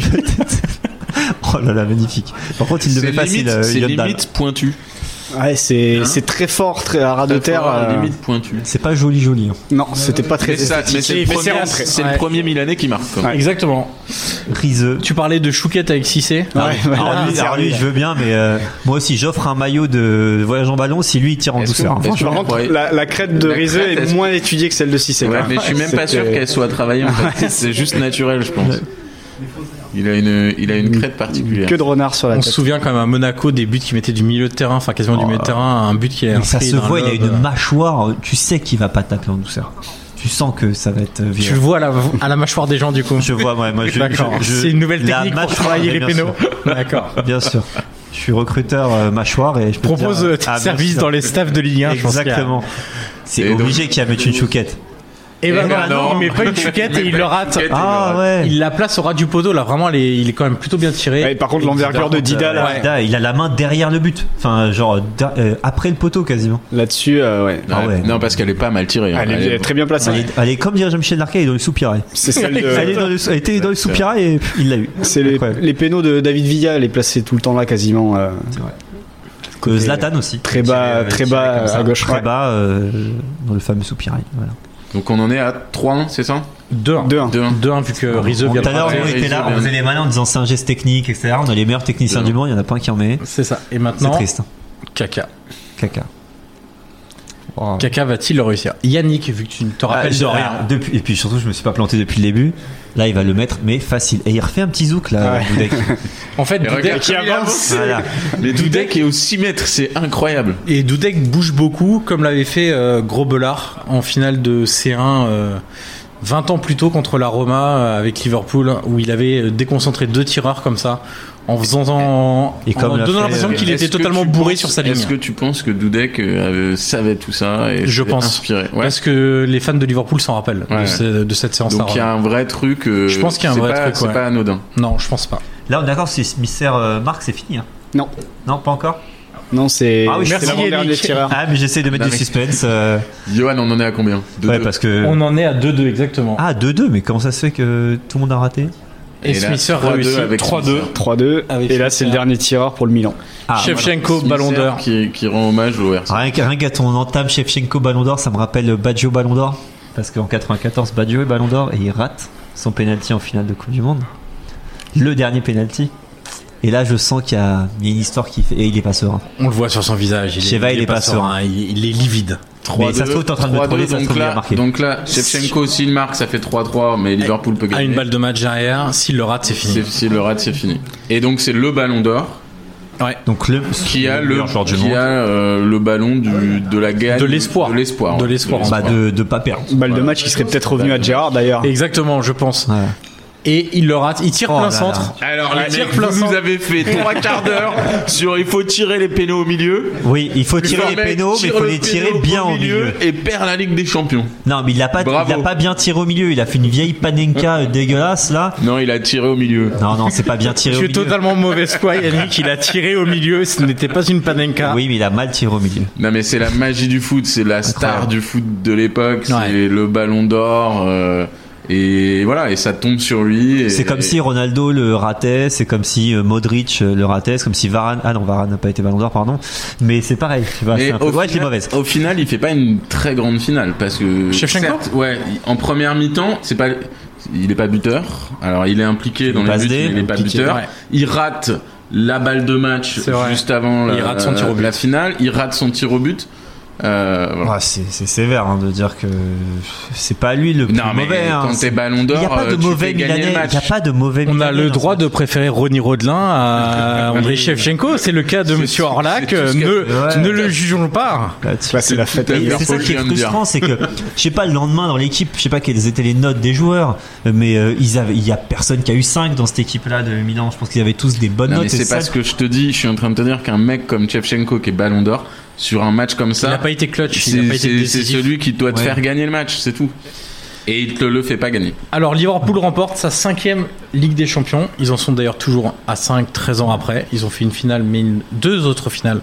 D: *laughs* Oh là là, magnifique. Par contre, il
F: C'est
D: devait
F: limite,
D: facile euh,
F: c'est
D: Yundal.
F: limite pointu.
E: Ouais, c'est c'est très fort, très à ras de terre.
F: Fort,
E: euh,
F: Limite pointu.
D: C'est pas joli, joli. hein.
E: Non, c'était pas très.
F: Mais, ça, mais c'est le,
C: mais c'est
F: premier-
C: rentré.
F: c'est le
C: Ouais.
F: premier Milanais qui marque. quoi.
E: Ouais.
C: Exactement.
D: Riseux.
C: Tu parlais de Chouquette avec Cissé.
D: Ah,
E: Ouais, ouais.
D: Alors lui, alors lui, je veux bien, mais euh, moi aussi, j'offre un maillot de voyage en ballon si lui il tire en
F: Est-ce
C: hein.
D: douceur.
F: que-
D: Franchement,
E: Par contre,
F: Ouais.
E: la, la crête de
F: La
E: Rizeux
F: crête,
E: est
F: est-ce-
E: moins étudiée que celle de Cissé.
F: Ouais,
E: quand
F: mais
E: même.
F: je suis même pas sûr
E: C'était-
F: qu'elle soit travaillée. En fait. C'est juste naturel, je pense. Il a une, il a une crête particulière.
E: Que de renard sur la
C: On
E: tête.
C: se souvient quand même à Monaco des buts qu'il mettait du milieu de terrain, enfin quasiment du milieu de terrain, un but qu'il a
D: mais ça
C: inscrit
D: se
C: d'un
D: voit, il a
C: lob.
D: une mâchoire. Tu sais qu'il va pas taper en douceur. Tu sens que ça va être euh,
C: Tu
D: violent.
C: le vois à la, à la mâchoire des gens du coup.
D: Je vois,
C: *laughs*
D: ouais, moi, je,
C: D'accord.
D: je- je-
C: C'est une nouvelle
D: la
C: technique pour
D: mâchoire,
C: travailler
D: mais
C: les
D: bien
C: pénaux.
D: sûr.
C: *laughs* D'accord.
D: Bien sûr. Je suis recruteur euh, mâchoire et je peux te
C: Propose
D: dire,
C: euh,
D: euh,
C: tes
D: ah, bien
C: services
D: sûr.
C: dans les staffs de Ligue 1. je pense qu'il y a-
D: Exactement. C'est
F: Et donc-
D: obligé qu'il y a mettre une chouquette.
C: Et ben
F: ben
C: non,
F: non.
C: il met pas
D: *laughs*
C: une chouquette et il le rate.
F: Chouquette, il le
D: Ah
E: euh,
F: rate.
D: ouais.
C: Il la place au ras du poteau, là vraiment, elle est- il est quand même plutôt bien tiré.
E: Ouais, par contre, l'envergure de Dida là,
C: Ouais.
D: Là, Ah, il a la main derrière le but. Enfin, genre da- euh, après le poteau quasiment.
E: là-dessus, euh, ouais.
D: Ah ouais.
F: Non, parce qu'elle est pas mal tirée. hein.
E: Elle est,
F: Elle est-
E: très bien placée.
D: Elle est- Elle est comme dirait Jean-Michel Larquet, elle est dans le soupirail.
E: C'est celle de.
D: Elle, est dans le, elle était dans le soupirail et il l'a eu.
E: Euh, C'est les,
D: Incroyable.
E: les pénaux de David Villa, elle est placée tout le temps là quasiment. euh,
D: Que Euh, Zlatan aussi.
E: Très bas-
D: Tiré-
E: très
D: tiré
E: bas,
D: comme ça.
E: à gauche,
D: Très
E: ouais.
D: bas euh, dans le fameux soupirail. Voilà.
F: Donc on en est à 3-1, c'est ça
C: 2-1.
E: 2-1.
F: 2-1.
C: 2-1 vu que Euh, Rizzo
D: Tout
C: vient de
D: à l'heure,
F: Ouais,
D: on
F: ils
D: était là,
F: ont
D: on
F: bien.
D: faisait les malins en disant c'est un geste technique, etc. On a les meilleurs techniciens
F: Ouais.
D: du monde, il y en a pas un qui en met.
C: C'est ça. Et
D: C'est
C: maintenant,
D: triste. hein.
C: Kaka.
D: Caca. Oh.
C: Kaka va-t-il le réussir Yannick, vu que tu ne te
D: Ah,
C: rappelles de
D: je-
C: rien.
D: alors, depuis, et puis surtout, je me suis pas planté depuis le début. Là, il va le mettre, mais facile. Et il refait un petit zouk là.
E: Ouais.
D: Boudek.
C: En fait,
F: Et
C: Dudek,
F: regarde qui avance
D: Voilà.
F: Mais Dudek est au 6 mètres, c'est incroyable.
C: et Dudek bouge beaucoup, comme l'avait fait euh, Grobelaar en finale de C1 euh, 20 ans plus tôt contre la Roma euh, avec Liverpool, où il avait euh, déconcentré deux tireurs comme ça, en faisant en,
D: Et comme
C: en
D: l'a
C: donnant
D: fait,
C: l'impression
D: euh,
C: qu'il
F: Est-ce
C: était
F: que
C: totalement
F: tu
C: bourré
F: penses-
C: sur sa ligne.
F: Est-ce que tu penses que Dudek euh, euh, savait tout ça et
C: Je
F: s'est
C: pense.
F: Inspiré Ouais.
C: Parce que les fans de Liverpool s'en rappellent de,
F: Ouais.
C: ce- de cette séance.
F: Donc il y a un vrai truc. euh,
C: Je pense qu'il y a un
F: c'est
C: vrai
F: pas-
C: truc,
F: C'est
C: ouais.
F: pas anodin.
C: Non, je pense pas.
D: Là, on est d'accord, c'est mystère euh, Marc, c'est fini. hein.
E: Non.
D: Non, pas encore.
E: Non, c'est
D: Ah oui,
E: c'est
D: merci,
E: l'avant-dernier
C: Yannick.
E: tireur.
D: Ah, mais j'essaie de mettre
F: Non,
D: du
F: mais-
D: suspense. euh,
F: Johan, on en est à combien Deux,
D: ouais,
F: deux.
D: parce que.
C: On en est à 2-2 exactement.
D: Ah, 2-2, mais comment ça se fait que tout le monde a raté
C: et
F: Et là,
C: Smisser
F: 3-2
C: réussit
F: avec
C: 3-2.
F: Smisser.
E: 3-2.
C: Avec
E: Et là, c'est le
C: Schmelzer.
E: dernier tireur pour le Milan.
D: Ah,
C: Shevchenko,
F: Smisser
C: ballon d'or.
F: Qui, qui rend hommage au RC.
D: Rien qu'à rien qu'à ton entame Shevchenko Ballon d'Or, ça me rappelle Baggio Ballon d'Or. Parce qu'en 94, Baggio est Ballon d'Or et il rate son penalty en finale de Coupe du Monde. Le dernier penalty. Et là, je sens qu'il y a il y a une histoire qui fait. Et il est pas serein.
C: On le voit sur son visage. Il,
D: Sheva,
C: est,
D: il est pas serein.
C: Il, il est livide.
F: 3-2,
D: mais Ah, ça se trouve, t'es en train de me
F: 3-2,
D: troller, ça se
F: donc
D: trouve, il a
F: là-
D: marqué.
F: Donc là, Shevchenko, s'il marque, ça fait 3-3, mais Liverpool
D: Ah,
F: peut
C: À
F: gagner.
C: une balle de match derrière. S'il le rate, c'est
F: C'est-
C: fini.
F: S'il le rate, c'est fini. Et donc, c'est le ballon d'or
C: Ouais.
D: Donc le.
F: qui a le,
D: meilleur joueur du
F: qui
D: monde.
F: a, euh, le ballon du, de la gagne.
C: De l'espoir.
F: De l'espoir.
C: De l'espoir.
D: Bah, de, de pas perdre.
E: Balle de match qui serait peut-être revenu à Gérard d'ailleurs.
C: Exactement, je pense.
D: Ouais.
C: Et il le rate. Il tire
D: Oh
C: plein
D: là
C: centre.
F: Alors,
C: Ouais,
F: les
C: tire
F: mecs,
C: plein
F: vous nous
C: centre.
F: avez fait
D: *laughs*
F: trois quarts d'heure sur il faut tirer les pénaux au milieu.
D: Oui, il faut tirer
F: Le
D: les
F: mec
D: pénaux, mais il
F: tire
D: faut
F: le
D: les tirer
F: pénaux
D: bien au milieu.
F: Et perd la Ligue des Champions.
D: Non, mais il l'a pas,
F: Bravo.
D: il l'a pas bien tiré au milieu. Il a fait une vieille panenka euh, dégueulasse là.
F: Non, il a tiré au milieu.
D: Non, non, c'est pas
F: *laughs*
D: bien tiré
C: Je
D: au
C: suis
D: milieu.
C: totalement mauvaise foi, Yannick. Il a tiré au milieu. Ce n'était pas une panenka.
D: Oui, mais il a mal tiré au milieu.
F: Non, mais c'est la magie du foot. C'est la star
D: Incroyable.
F: du foot de l'époque.
C: Ouais.
F: C'est le ballon d'or. euh, et voilà, et ça tombe sur lui. et-
D: C'est comme
F: et-
D: si Ronaldo le ratait, c'est comme si euh, Modric euh, le ratait, c'est comme si Varane. Ah non, Varane n'a pas été Ballon d'Or, pardon. Mais c'est pareil. Tu vois,
F: Mais
D: c'est un peu...
F: au
D: Ouais, je l'ai
F: final-
D: mauvaise.
F: Au final, il fait pas une très grande finale parce que.
C: Shevchenko
F: certes, Ouais, en première mi-temps, c'est pas. Il est pas buteur. Alors, il est impliqué dans les
D: passe
F: buts,
D: D,
F: mais il est pas
D: impliqué,
F: buteur.
C: ouais.
F: Il rate la balle de match
C: C'est vrai.
F: juste avant
C: Il
F: la,
C: rate son tir au but.
F: la finale. Il rate son tir au but. Euh, voilà.
D: Ouais, c'est c'est sévère hein, de dire que c'est pas lui le plus
F: Non, mais
D: mauvais. hein.
F: quand t'es ballon
D: Il n'y a
F: d'or,
D: pas de
F: euh, tu
D: mauvais
F: fais gagner le
D: Milanais. Il
F: match.
D: n'y a pas de mauvais
C: On a
D: Milanais
C: le
D: dans
C: droit
D: ce-
C: de préférer Ronny Rodelin à André Shevchenko. C'est le cas de
F: C'est-
C: Monsieur Orlac.
F: c'est tout ce qu'il y a de-
C: Ne,
D: Ouais.
C: ne le jugeons pas.
D: Là-dessus.
F: Bah,
E: Là, c'est la fête.
F: Tout à
D: Et
F: fait
D: c'est
F: faux,
D: ça
F: je
D: qui est
F: viens de dire.
D: frustrant, c'est
F: *laughs*
D: que je sais pas le lendemain dans l'équipe, je sais pas quelles étaient les notes des joueurs, mais euh, ils avaient, il y a personne qui a eu 5 dans cette équipe-là de Milan. Je pense qu'ils avaient tous des bonnes
F: Non, mais
D: notes. et
F: c'est
D: ça-
F: pas ce que je te dis. Je suis en train de te dire qu'un mec comme Shevchenko qui est ballon d'or sur un match comme
C: Il
F: ça,
C: n'a pas été clutch. Il n'a pas
F: c'est
C: été
F: c'est- c'est
C: décisif.
F: celui qui doit te
D: Ouais.
F: faire gagner le match, c'est tout. Et il te le fait pas gagner.
C: Alors Liverpool remporte sa cinquième Ligue des Champions. Ils en sont d'ailleurs toujours à 5, 13 ans après. Ils ont fait une finale, mais une- deux autres finales,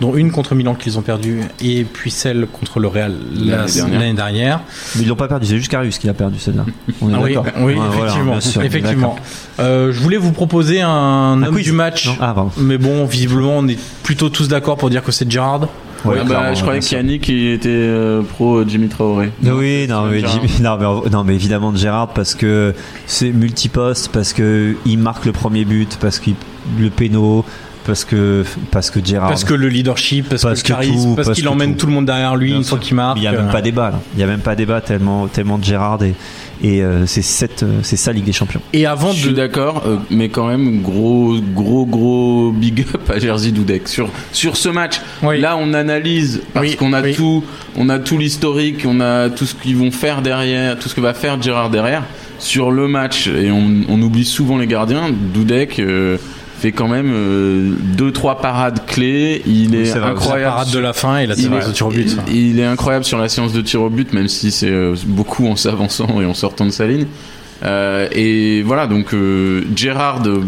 C: dont une contre Milan qu'ils ont perdue, et puis celle contre le Real la-
F: L'année dernière.
C: l'année dernière.
D: Mais ils l'ont pas perdu, c'est juste Karius qui l'a perdu
F: *laughs*
D: celle-là. On est
C: Ah oui,
D: d'accord.
C: oui,
D: Ouais, voilà,
C: effectivement.
D: bien sûr, on est
C: effectivement.
D: d'accord.
C: Euh, je voulais vous proposer un, homme
D: quiz.
C: du match.
D: Non, ah, pardon.
C: Mais bon, visiblement, on est plutôt tous d'accord pour dire que c'est Gerrard.
D: Ouais,
F: Ah bah,
D: clairement,
F: je croyais
D: bien sûr.
F: qu'Yannick il était euh, pro Jimmy Traoré.
D: Oui, non mais,
F: Gérard.
D: Jimmy- *laughs* non, mais en- non, mais évidemment de Gérard parce que c'est multiposte, parce que il marque le premier but, parce qu'il le péno, parce que parce que Gérard.
C: Parce que le leadership, parce,
D: Parce
C: que le
D: que
C: charisme,
D: tout,
C: parce,
D: parce
C: qu'il
D: que
C: emmène
D: tout.
C: tout. le monde derrière lui
D: Bien
C: une fois
D: sûr.
C: qu'il marque.
D: Il n'y a
C: Euh,
D: même pas débat, là. Il n'y a même pas débat tellement, tellement de Gérard et, et euh, c'est cette, euh, c'est ça Ligue des Champions.
C: Et avant
F: Je suis
C: de,
F: d'accord, euh, mais quand même gros gros gros big up à Jerzy Dudek sur sur ce match.
C: Oui.
F: Là on analyse parce
C: Oui,
F: qu'on a
C: oui.
F: tout, on a tout l'historique, on a tout ce qu'ils vont faire derrière, tout ce que va faire Gérard derrière sur le match et on, on oublie souvent les gardiens. Dudek euh, fait quand même euh, deux trois parades clés. Il est,
L: c'est vrai,
F: incroyable.
C: La parade de la fin et la
F: Il
C: séance
F: est-
C: de tir au but. ça.
F: il- il est incroyable sur la séance de tir au but, même si c'est euh, beaucoup en s'avançant et en sortant de sa ligne. Euh, et voilà, donc euh, Gérard, euh,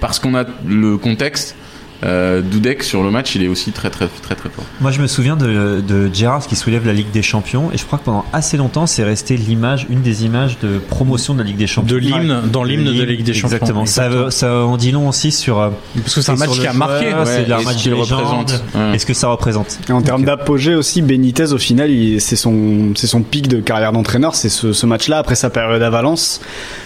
F: parce qu'on a le contexte, euh, Dudek sur le match, il est aussi très très très très fort.
D: Moi, je me souviens de, de Gerrard qui soulève la Ligue des Champions, et je crois que pendant assez longtemps, c'est resté l'image, une des images de promotion de la Ligue des Champions.
C: De l'hymne, dans l'hymne de la Ligue des Champions.
D: Exactement. Ça, veut- ça en dit long aussi sur. euh,
C: Parce que c'est un
D: sur
C: match
D: le
C: qui a marqué.
D: joueur,
F: Ouais,
D: c'est
F: et
D: un
F: ce
D: match
F: qu'il
D: de légende.
F: représente. Ouais.
D: Est-ce que ça représente
E: Et en termes d'apogée aussi, Benitez au final, il- c'est son, c'est son pic de carrière d'entraîneur, c'est ce, ce match-là après sa période à Valence,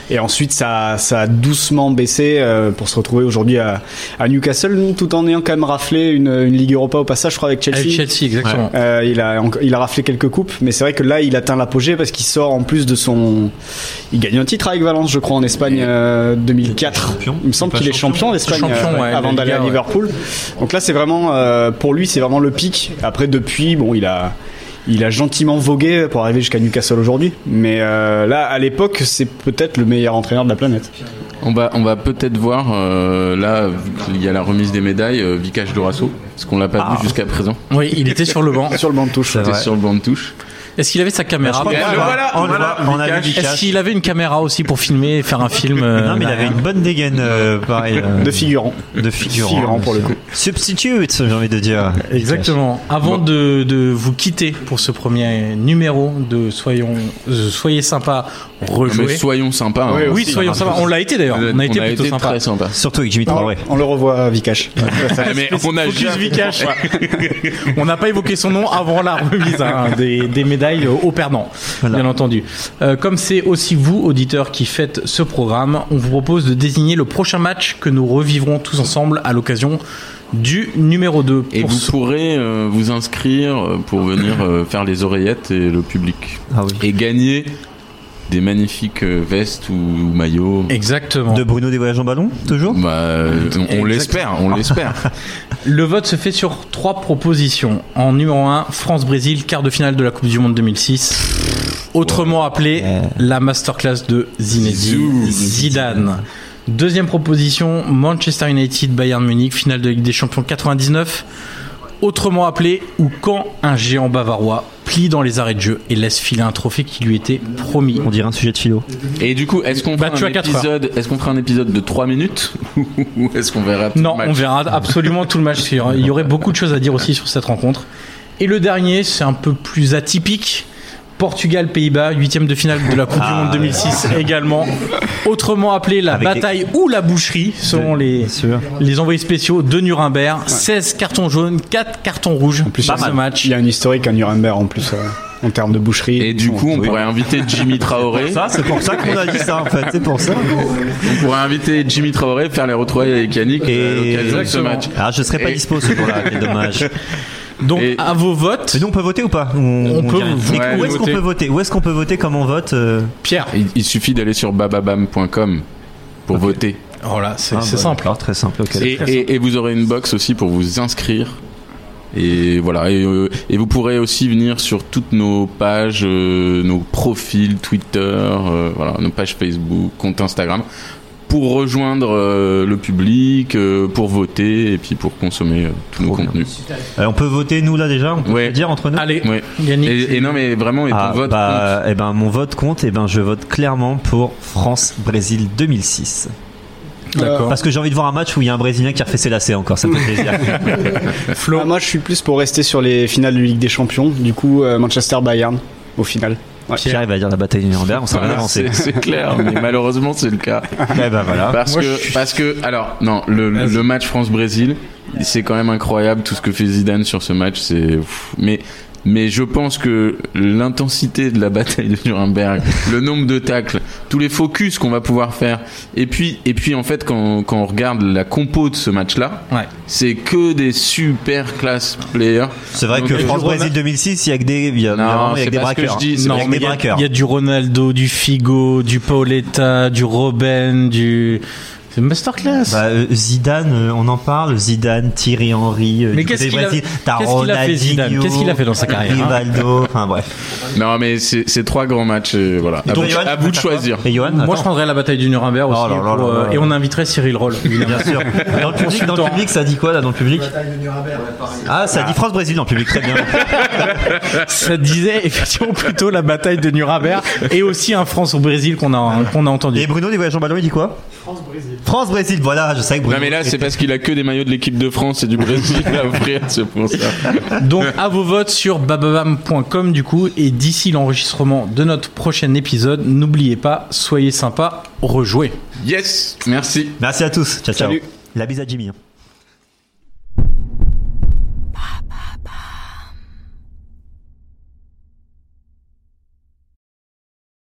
E: et ensuite ça, ça a doucement baissé euh, pour se retrouver aujourd'hui à, à Newcastle, tout en ayant quand même raflé une, une Ligue Europa au passage, je crois avec Chelsea.
C: Avec Chelsea, exactement.
E: Euh, il, a, enc- il a raflé quelques coupes, mais c'est vrai que là il atteint l'apogée parce qu'il sort en plus de son. Il gagne un titre avec Valence, je crois, en Espagne euh, 2004.
D: Champion.
E: Il me semble
D: Pas
E: qu'il est champion d'Espagne
C: Champion,
E: euh,
C: ouais,
E: avant
C: la
E: d'aller
C: Liga,
E: à
C: ouais.
E: Liverpool. Donc là c'est vraiment euh, pour lui c'est vraiment le pic. Après depuis bon il a il a gentiment vogué pour arriver jusqu'à Newcastle aujourd'hui, mais euh, là à l'époque c'est peut-être le meilleur entraîneur de la planète.
F: On va, on va peut-être voir, euh, là, vu qu'il y a la remise des médailles, euh, Vikash Dorasso, parce qu'on l'a pas vu jusqu'à présent.
C: Oui, il était sur le banc.
E: Sur le banc de touche.
F: C'était sur le banc de touche.
C: Est-ce qu'il avait sa caméra
F: crois- le voilà,
D: on le
F: voilà,
D: voit, on a vu
C: Est-ce
D: Lucas.
C: qu'il avait une caméra aussi pour filmer et faire un film euh,
D: Non, mais il avait une bonne dégaine,
C: *laughs*
D: euh, pareil. euh,
E: De figurant.
D: de figurant.
E: Figurant, pour le coup.
D: Substitute, j'ai envie de dire.
C: Exactement. Avant de, de vous quitter pour ce premier numéro de Soyons, euh, Soyez sympa,
F: Ah, Mais
C: rejouez.
F: soyons sympas. hein.
C: Oui, soyons sympas. On l'a été d'ailleurs. On a été plutôt sympa.
F: très sympa.
D: Surtout avec Jimmy Traoré.
E: On le revoit Vikash.
F: Mais on a
C: Focus
F: jamais-
C: Vikash. *laughs* On n'a pas évoqué son nom avant la remise hein, des, des médailles au perdant,
D: Voilà.
C: bien entendu. Euh, comme c'est aussi vous, auditeurs, qui faites ce programme, on vous propose de désigner le prochain match que nous revivrons tous ensemble à l'occasion du numéro 2.
F: Et
C: Pour
F: vous
C: ce-
F: pourrez euh, vous inscrire euh, pour venir euh, *coughs* faire les oreillettes et le public.
D: Ah oui.
F: Et gagner des magnifiques euh, vestes ou, ou maillots.
C: Exactement.
D: De Bruno des Voyages en Ballon, toujours
F: Bah, euh, on on l'espère, on l'espère.
C: *laughs* Le vote se fait sur trois propositions. En numéro 1, France-Brésil, quart de finale de la Coupe du Monde 2006. Autrement appelé la masterclass de Zinedine
F: Zizou.
C: Zidane. Deuxième proposition, Manchester United, Bayern Munich, finale de Ligue des Champions 99. Autrement appelé ou quand un géant bavarois plie dans les arrêts de jeu et laisse filer un trophée qui lui était promis.
D: On dirait un sujet de philo.
F: Et du coup, est-ce qu'on
C: Bah,
F: fera
C: tu as
F: un
C: quatre heures.
F: épisode, est-ce qu'on fera un épisode de 3 minutes *laughs* ou est-ce qu'on verra tout
C: Non,
F: le match
C: on verra absolument tout le match. Il y aura- il y aurait beaucoup de choses à dire aussi sur cette rencontre. Et le dernier, c'est un peu plus atypique. Portugal-Pays-Bas, huitième de finale de la Coupe du Monde 2006 également, autrement appelée la
D: Avec les-
C: bataille ou la boucherie, selon les,
D: sûr.
C: les envoyés spéciaux de Nuremberg. 16 cartons jaunes, 4 cartons rouges
E: Pas
C: sur ce
E: mal.
C: match.
E: Il y a un historique à Nuremberg en plus, euh, en termes de boucherie.
F: Et du coup, on
E: Oui.
F: pourrait inviter Jimmy Traoré.
D: Ça, c'est pour ça qu'on a dit ça, en fait. C'est pour ça.
F: On pourrait inviter Jimmy Traoré faire les retrouvailles avec Yannick euh,
D: Et-
F: à l'occasion de ce
C: Exactement.
F: match.
D: Ah, je serais pas
F: Et-
D: dispo ce jour-là, quel dommage.
C: Donc
F: Et-
C: à vos votes,
D: *laughs* Mais nous, on peut voter ou pas On,
C: On peut
D: dit rien.
C: voter.
D: Mais Où
F: Ouais,
D: est-ce qu'on
F: voter.
D: peut voter Où est-ce qu'on peut voter Comment on vote euh,
C: Pierre.
F: Il, il suffit d'aller sur bababam.com pour voter.
C: Voilà, Oh c'est
D: ah,
C: c'est
D: bah,
C: simple.
D: d'accord, très simple. ok.
F: Et, et- et vous aurez une box aussi pour vous inscrire. Et voilà. Et, euh, et vous pourrez aussi venir sur toutes nos pages, euh, nos profils Twitter, euh, voilà, nos pages Facebook, compte Instagram, pour rejoindre euh, le public, euh, pour voter et puis pour consommer euh, tous nos
D: Trop bien.
F: contenus.
D: Euh, on peut voter nous là déjà. On peut
F: Ouais.
D: le dire entre nous.
C: Allez,
F: Ouais.
C: Yannick.
F: Et, et non mais vraiment, et ton
D: Ah,
F: vote
D: bah, eh ben, mon vote compte. Et ben, je vote clairement pour France-Brésil 2006.
C: D'accord.
D: Parce que j'ai envie de voir un match où il y a un Brésilien qui refait ses lacets encore. Ça me
C: *laughs*
D: fait plaisir.
E: Ah, moi, je suis plus pour rester sur les finales de Ligue des Champions. Du coup, euh, Manchester-Bayern, au final. Ouais.
D: Pierre, il va dire la bataille de Nuremberg. On s'en
F: compte.
D: va
F: Voilà,
D: avancer.
F: c'est c'est clair,
D: *laughs*
F: mais malheureusement c'est le cas.
D: Eh ben, voilà.
C: Bah,
F: Parce que, parce que, alors, non, le, le
C: Vas-y.
F: match France-Brésil, c'est quand même incroyable tout ce que fait Zidane sur ce match. C'est, pff, mais, mais je pense que l'intensité de la *laughs* bataille de Nuremberg, le nombre de tacles, tous les focus qu'on va pouvoir faire, et puis, et puis en fait, quand, quand on regarde la compo de ce match-là,
C: Ouais.
F: c'est que des super classe players.
D: C'est vrai
F: Donc,
D: que
F: euh,
D: France-Brésil 2006, il y a que des, il y a,
F: Non,
D: vraiment, il y a
F: c'est
D: que des
F: pas ce que
D: braqueurs.
F: je dis, c'est
D: Il y a que
F: pas ce
D: des
F: que je
D: braqueurs.
C: Il y a du Ronaldo, du Figo, du Paoletta, du Robben, du C'est une masterclass.
D: Bah, euh, Zidane, euh, on en parle. Zidane, Thierry Henry. euh,
C: Mais
D: du
C: qu'est-ce
D: côté
C: qu'il a-
D: Brésil. T'as
C: qu'est-ce qu'il a fait, Zidane
D: Ronaldinho,
C: Qu'est-ce qu'il a fait dans sa carrière, hein
D: Rivaldo, enfin bref.
F: Non, mais c'est c'est trois grands matchs, et voilà. à,
D: donc,
F: vous-
D: Johan,
F: à vous de
D: t'as
F: choisir.
D: Et Johan
C: Moi,
D: attends.
C: je prendrais la bataille du Nuremberg aussi.
D: Oh là là
C: pour,
D: là
C: euh,
D: là.
C: Et on inviterait Cyril
D: *laughs*
C: Roll. évidemment.
D: Bien sûr. Et Dans le public, dans le
C: Consultant.
D: public, ça dit quoi là dans le public Ah, ça dit France-Brésil dans le public, très bien.
C: Ça disait effectivement plutôt la bataille de Nuremberg et aussi un France au Brésil qu'on a, qu'on a entendu.
D: Et Bruno des voyages en ballon, il dit quoi France-Brésil. France-Brésil, voilà, je savais que Bruno.
F: Non, mais là, c'est
D: était-
F: parce qu'il a que des maillots de l'équipe de France et du Brésil à offrir, c'est pour ça.
D: bah.
C: Donc à vos votes sur bababam.com du coup et d'ici l'enregistrement de notre prochain épisode, n'oubliez pas, soyez sympa, rejouez.
F: Yes! Merci.
D: Merci à tous. Ciao, ciao.
M: Salut.
D: La bise à Jimmy. hein.